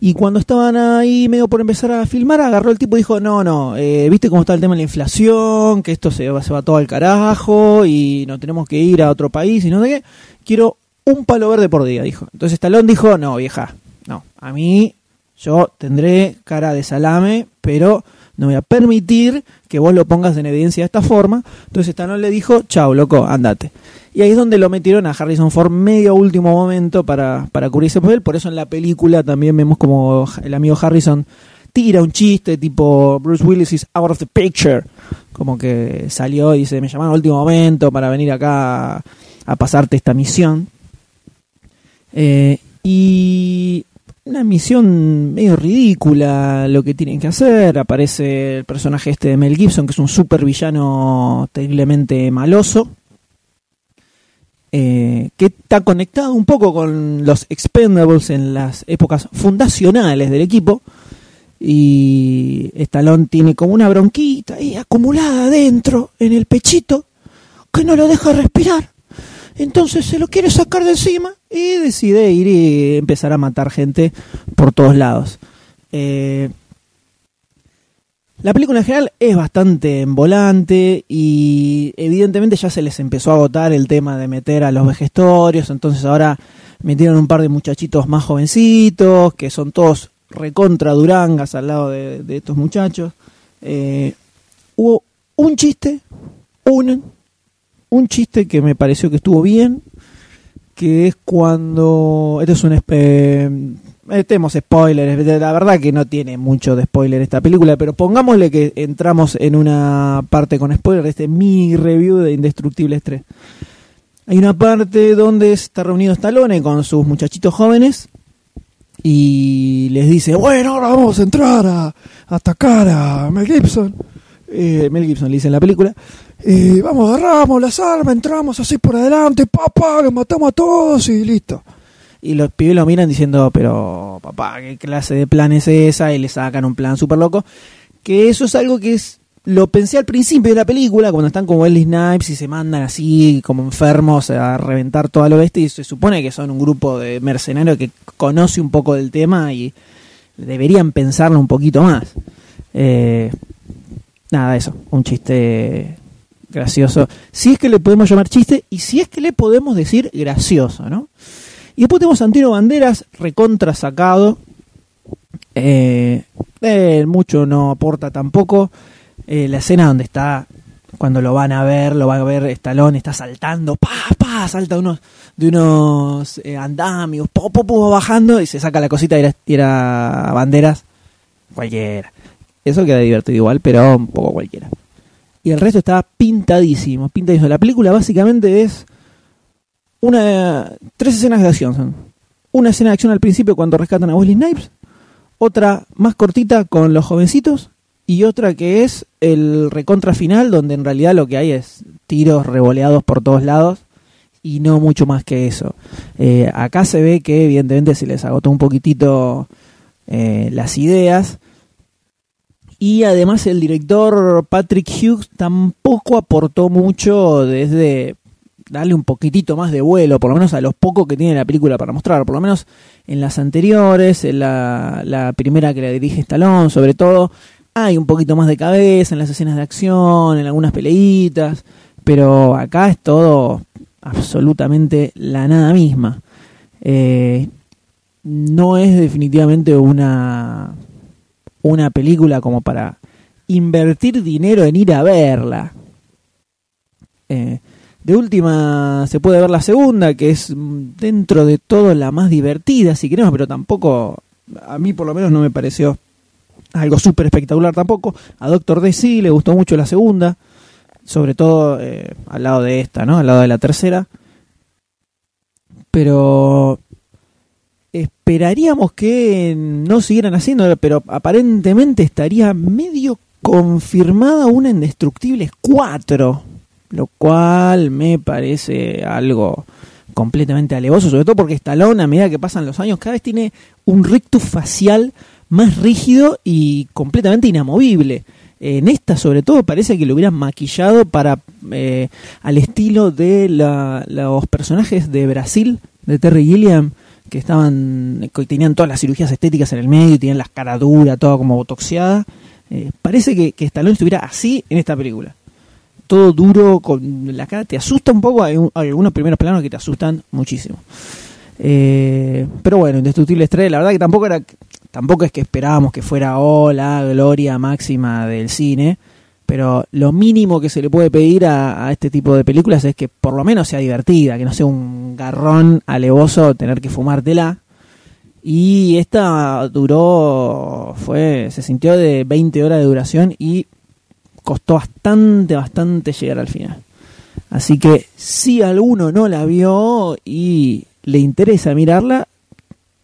S1: Y cuando estaban ahí medio por empezar a filmar, agarró el tipo y dijo, no, no, eh, viste cómo está el tema de la inflación, que esto se va, se va todo al carajo y no tenemos que ir a otro país y no sé qué. Quiero un palo verde por día, dijo. Entonces Talón dijo, no, vieja, no, a mí yo tendré cara de salame, pero no voy a permitir que vos lo pongas en evidencia de esta forma. Entonces Talón le dijo, chau, loco, andate. Y ahí es donde lo metieron a Harrison Ford medio último momento para, para cubrir ese papel. Por eso en la película también vemos como el amigo Harrison tira un chiste tipo Bruce Willis is out of the picture. Como que salió y dice, me llamaron al último momento para venir acá a pasarte esta misión. Eh, y una misión medio ridícula lo que tienen que hacer. Aparece el personaje este de Mel Gibson, que es un supervillano terriblemente maloso eh, que está conectado un poco con los Expendables en las épocas fundacionales del equipo. Y Stallone tiene como una bronquita ahí acumulada adentro en el pechito que no lo deja respirar. Entonces se lo quiere sacar de encima y decide ir y empezar a matar gente por todos lados. Eh, la película en general es bastante volante y evidentemente ya se les empezó a agotar el tema de meter a los vejestorios, entonces ahora metieron un par de muchachitos más jovencitos, que son todos recontra durangas al lado de, de estos muchachos. Eh, hubo un chiste, un, un chiste que me pareció que estuvo bien, que es cuando. Esto es un. sp- eh, metemos spoilers. de- La verdad que no tiene mucho de spoiler esta película, pero pongámosle que entramos en una parte con spoiler de este mini review de Indestructibles 3. Hay una parte donde está reunido Stallone con sus muchachitos jóvenes y les dice, bueno, ahora vamos a entrar a, a atacar a Mel Gibson. Eh, Mel Gibson le dice en la película, eh, vamos, agarramos las armas, entramos así por adelante, papá, los matamos a todos y listo. Y los pibes lo miran diciendo, pero papá, ¿qué clase de plan es esa? Y le sacan un plan súper loco. Que eso es algo que es lo pensé al principio de la película, cuando están como Wesley Snipes y se mandan así como enfermos a reventar toda lo bestia, y se supone que son un grupo de mercenarios que conoce un poco del tema y deberían pensarlo un poquito más. Eh, nada, eso, un chiste gracioso. Si es que le podemos llamar chiste y si es que le podemos decir gracioso, ¿no? Y después tenemos a Antino Banderas recontra sacado. Eh, eh, mucho no aporta tampoco. Eh, la escena donde está, cuando lo van a ver, lo va a ver Estalón, está saltando, pa, pa, salta unos, de unos eh, andamios, po, po, po, bajando y se saca la cosita y era, y era banderas, cualquiera. Eso queda divertido igual, pero un poco cualquiera. Y el resto está pintadísimo, pintadísimo. La película básicamente es una tres escenas de acción. Son. Una escena de acción al principio cuando rescatan a Wesley Snipes, otra más cortita con los jovencitos y otra que es el recontra final, donde en realidad lo que hay es tiros revoleados por todos lados y no mucho más que eso. Eh, acá se ve que evidentemente se les agotó un poquitito eh, las ideas. Y además el director Patrick Hughes tampoco aportó mucho desde darle un poquitito más de vuelo, por lo menos a los pocos que tiene la película para mostrar, por lo menos en las anteriores, en la, la primera que la dirige Stallone, sobre todo, hay un poquito más de cabeza en las escenas de acción, en algunas peleitas, pero acá es todo absolutamente la nada misma. Eh, no es definitivamente una, una película como para invertir dinero en ir a verla. Eh, de última se puede ver la segunda, que es mm, dentro de todo la más divertida, si queremos, pero tampoco, a mí por lo menos no me pareció algo súper espectacular tampoco. A Doctor D sí, le gustó mucho la segunda, sobre todo eh, al lado de esta, ¿no? Al lado de la tercera. Pero esperaríamos que no siguieran haciéndolo, pero aparentemente estaría medio confirmada una en Destructibles 4, lo cual me parece algo completamente alevoso, sobre todo porque Stallone a medida que pasan los años cada vez tiene un rictus facial más rígido y completamente inamovible. En esta, sobre todo, parece que lo hubieran maquillado para eh, al estilo de la, los personajes de Brasil, de Terry Gilliam, que estaban que tenían todas las cirugías estéticas en el medio y tenían las cara dura, toda como botoxiada. Eh, parece que, que Stallone estuviera así en esta película. Todo duro, con la cara te asusta un poco. Hay, un, hay algunos primeros planos que te asustan muchísimo. Eh, pero bueno, Indestructible Estrella, la verdad que tampoco era tampoco es que esperábamos que fuera oh, la gloria máxima del cine, pero lo mínimo que se le puede pedir a, a, este tipo de películas es que por lo menos sea divertida, que no sea un garrón alevoso tener que fumártela. Y esta duró, fue, se sintió de 20 horas de duración y costó bastante, bastante llegar al final. Así que si alguno no la vio y le interesa mirarla,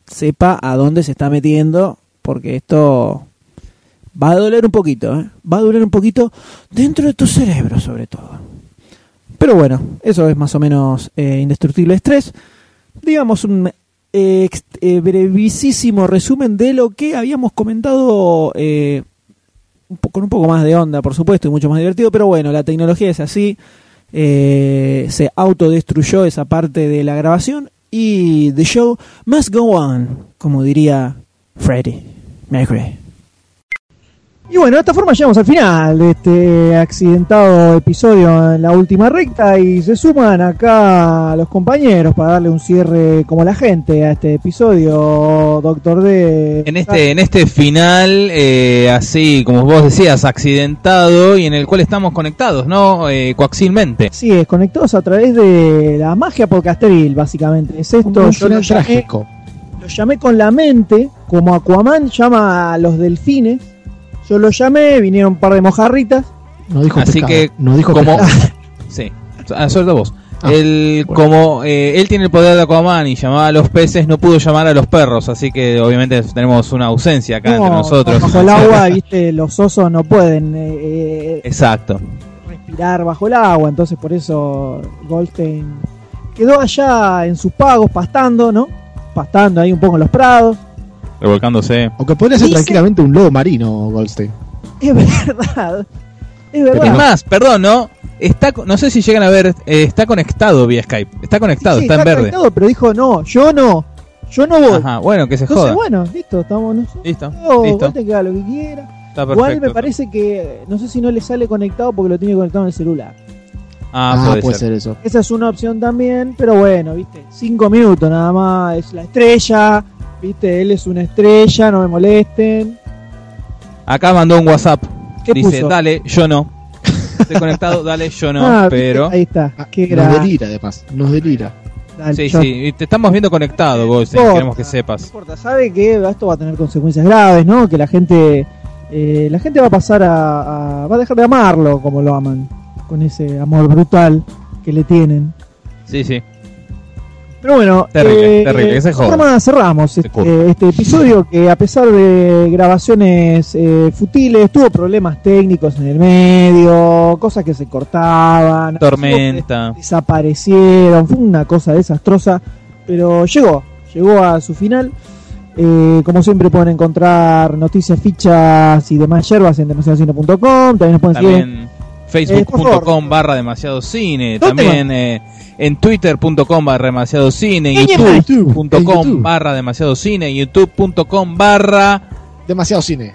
S1: sepa a dónde se está metiendo, porque esto va a doler un poquito, ¿eh? va a doler un poquito dentro de tu cerebro sobre todo. Pero bueno, eso es más o menos eh, Indestructible Estrés. Digamos un eh, brevísimo resumen de lo que habíamos comentado eh, un poco, con un poco más de onda, por supuesto, y mucho más divertido, pero bueno, la tecnología es así. eh, se autodestruyó esa parte de la grabación y The Show Must Go On, como diría Freddie Mercury.
S16: Y bueno, de esta forma llegamos al final de este accidentado episodio en la última recta y se suman acá los compañeros para darle un cierre como la gente a este episodio, Doctor D.
S23: En este, en este final, eh, así como vos decías, accidentado y en el cual estamos conectados, ¿no? Eh, coaxilmente.
S16: Sí, es conectados a través de la magia podcasteril, básicamente. Es esto, yo lo llamé, lo llamé con la mente, como Aquaman llama a los delfines. Yo lo llamé, vinieron un par de mojarritas.
S23: No dijo Así pescado, que,
S2: no dijo
S23: como. sí, suelta vos.
S1: Ah,
S4: él, como eh, él tiene el poder de Aquaman y llamaba a los peces, no pudo llamar a los perros, así que obviamente tenemos una ausencia acá entre
S1: No,
S4: nosotros.
S1: Bajo el agua, viste, los osos no pueden eh, eh,
S4: Exacto.
S1: respirar bajo el agua, entonces por eso Goldstein quedó allá en sus pagos pastando, ¿no? Pastando ahí un poco en los prados.
S4: Revolcándose.
S2: Aunque podría ser
S1: Dice-
S2: tranquilamente un lobo marino, Goldstein.
S1: Es verdad. Es verdad.
S4: Es más, perdón, ¿no? Está, co- no sé si llegan a ver, eh, está conectado vía Skype. Está conectado,
S1: Sí,
S4: está, en verde.
S1: conectado, pero dijo, no, yo no, yo no voy.
S4: Ajá, bueno, que se
S1: Entonces,
S4: joda.
S1: bueno, listo, estamos nosotros.
S4: Listo, listo.
S1: Goldstein que haga lo que quiera.
S4: Está
S1: Igual me
S4: perfecto.
S1: parece que, no sé si no le sale conectado porque lo tiene conectado en el celular.
S4: Ah,
S2: Ah,
S4: puede,
S2: puede
S4: ser.
S2: ser eso.
S1: Esa es una opción también, pero bueno, viste, cinco minutos nada más, es la estrella, viste, él es una estrella, no me molesten.
S4: Acá mandó un WhatsApp.
S1: ¿Qué
S4: Dice,
S1: puso?
S4: dale, yo no. Estoy conectado, dale, yo no,
S1: Ah, viste,
S4: pero...
S1: Ahí está, qué
S2: Nos
S1: grande.
S2: delira, además. Nos delira.
S1: dale,
S4: Sí,
S1: yo-
S4: sí, y te estamos viendo conectado, Goldstein,
S1: importa.
S4: queremos que sepas.
S1: No importa, sabe que esto va a tener consecuencias graves, ¿no? Que la gente, eh, la gente va a pasar a, a- va a dejar de amarlo como lo aman, con ese amor brutal que le tienen.
S4: Sí, sí.
S1: Pero bueno, eh,
S4: Terrible, terrible, que se
S1: de
S4: joda.
S1: forma cerramos
S4: curva.
S1: este, este episodio que a pesar de grabaciones eh, futiles, tuvo problemas técnicos en el medio, cosas que se cortaban,
S4: Tormenta.
S1: desaparecieron, fue una cosa desastrosa, pero llegó, llegó a su final. Eh, como siempre pueden encontrar noticias, fichas y demás yerbas en demasiadocine.com, también nos pueden seguir en
S4: También
S1: Eh, por favor.
S4: facebook.com barra demasiado cine.
S1: ¿Dónde
S4: También eh, en twitter.com barra demasiado cine.
S1: En YouTube.
S2: En YouTube.
S4: youtube.com barra demasiado cine. youtube.com barra
S2: Demasiado cine.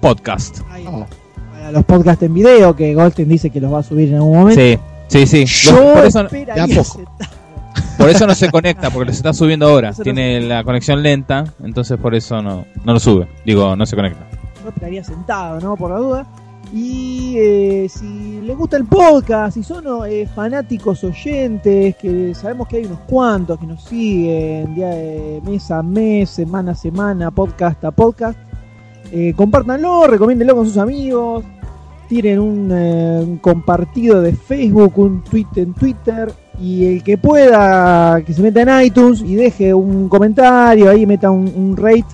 S4: podcast.
S2: Vamos.
S1: para los podcasts en video, que Goldstein dice que los va a subir en algún momento.
S4: Sí, sí, sí.
S1: Yo
S4: Los- por, eso,
S1: esperaría
S2: de a poco.
S1: ese-
S4: por eso no se conecta, porque los está subiendo ahora.
S1: Eso no
S4: Tiene la conexión lenta, entonces por eso no, no lo sube. Digo, no se conecta.
S1: yo esperaría sentado, ¿no? Por la duda. Y eh, si les gusta el podcast, si son oh, eh, fanáticos oyentes, que sabemos que hay unos cuantos que nos siguen día, eh, mes a mes, semana a semana, podcast a podcast, eh, compártanlo, recomiéndenlo con sus amigos, tiren un, eh, un compartido de Facebook, un tweet en Twitter, y el que pueda, que se meta en iTunes y deje un comentario, ahí meta un, un rate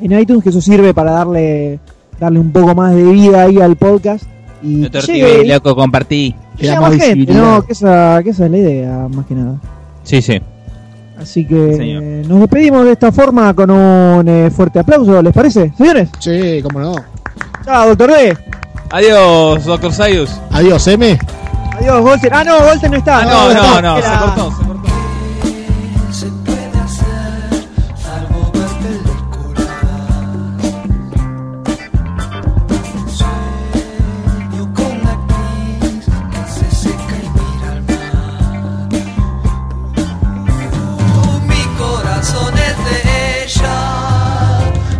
S1: en iTunes, que eso sirve para darle darle un poco más de vida ahí al podcast y que llegue, y
S4: loco, compartí.
S1: que llegue
S2: Le da más
S1: más gente,
S2: visibilidad.
S1: ¿no? Que esa, que esa es la idea, más que nada.
S4: Sí, sí.
S1: Así que
S4: Sí, señor.
S1: eh, nos despedimos de esta forma con un eh, fuerte aplauso, ¿les parece? Señores,
S2: Sí, cómo no.
S1: chao, doctor D.
S4: Adiós, doctor Sayus.
S2: Adiós, M.
S1: Adiós, Golten. Ah, no, Golten no está.
S4: Ah, no, no,
S1: está.
S4: no, se
S1: Era-
S4: cortó, se cortó.
S21: Se puede hacer algo más película. Sueño con la actriz que se seca y mira al mar. Oh, Mi corazón es de ella,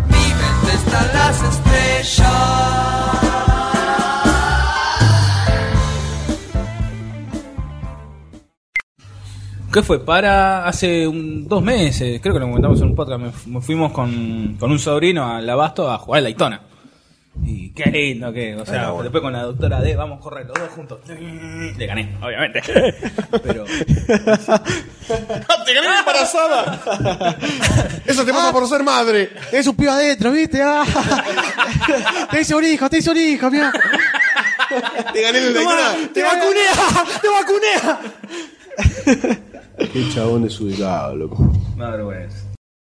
S21: mi mente está en las estrellas.
S19: ¿Qué fue? Para hace un- dos meses, creo que lo comentamos en un podcast, me, fu- me fuimos con, con un sobrino al abasto a jugar a la Itona. Y qué lindo que, o sea, después con la doctora D, vamos a correr los dos juntos. Le gané, obviamente. Pero
S3: ¡Te gané embarazada! Eso
S1: Ah.
S3: te pasa por ser madre.
S2: Es un pibe adentro, ¿viste? Ah. te hice un hijo, te hice un hijo, mira.
S3: Te gané el Daytona.
S2: ¡Te vacuné! ¡Te vacuné!
S3: Qué chabón desubicado, loco.
S19: me da vergüenza.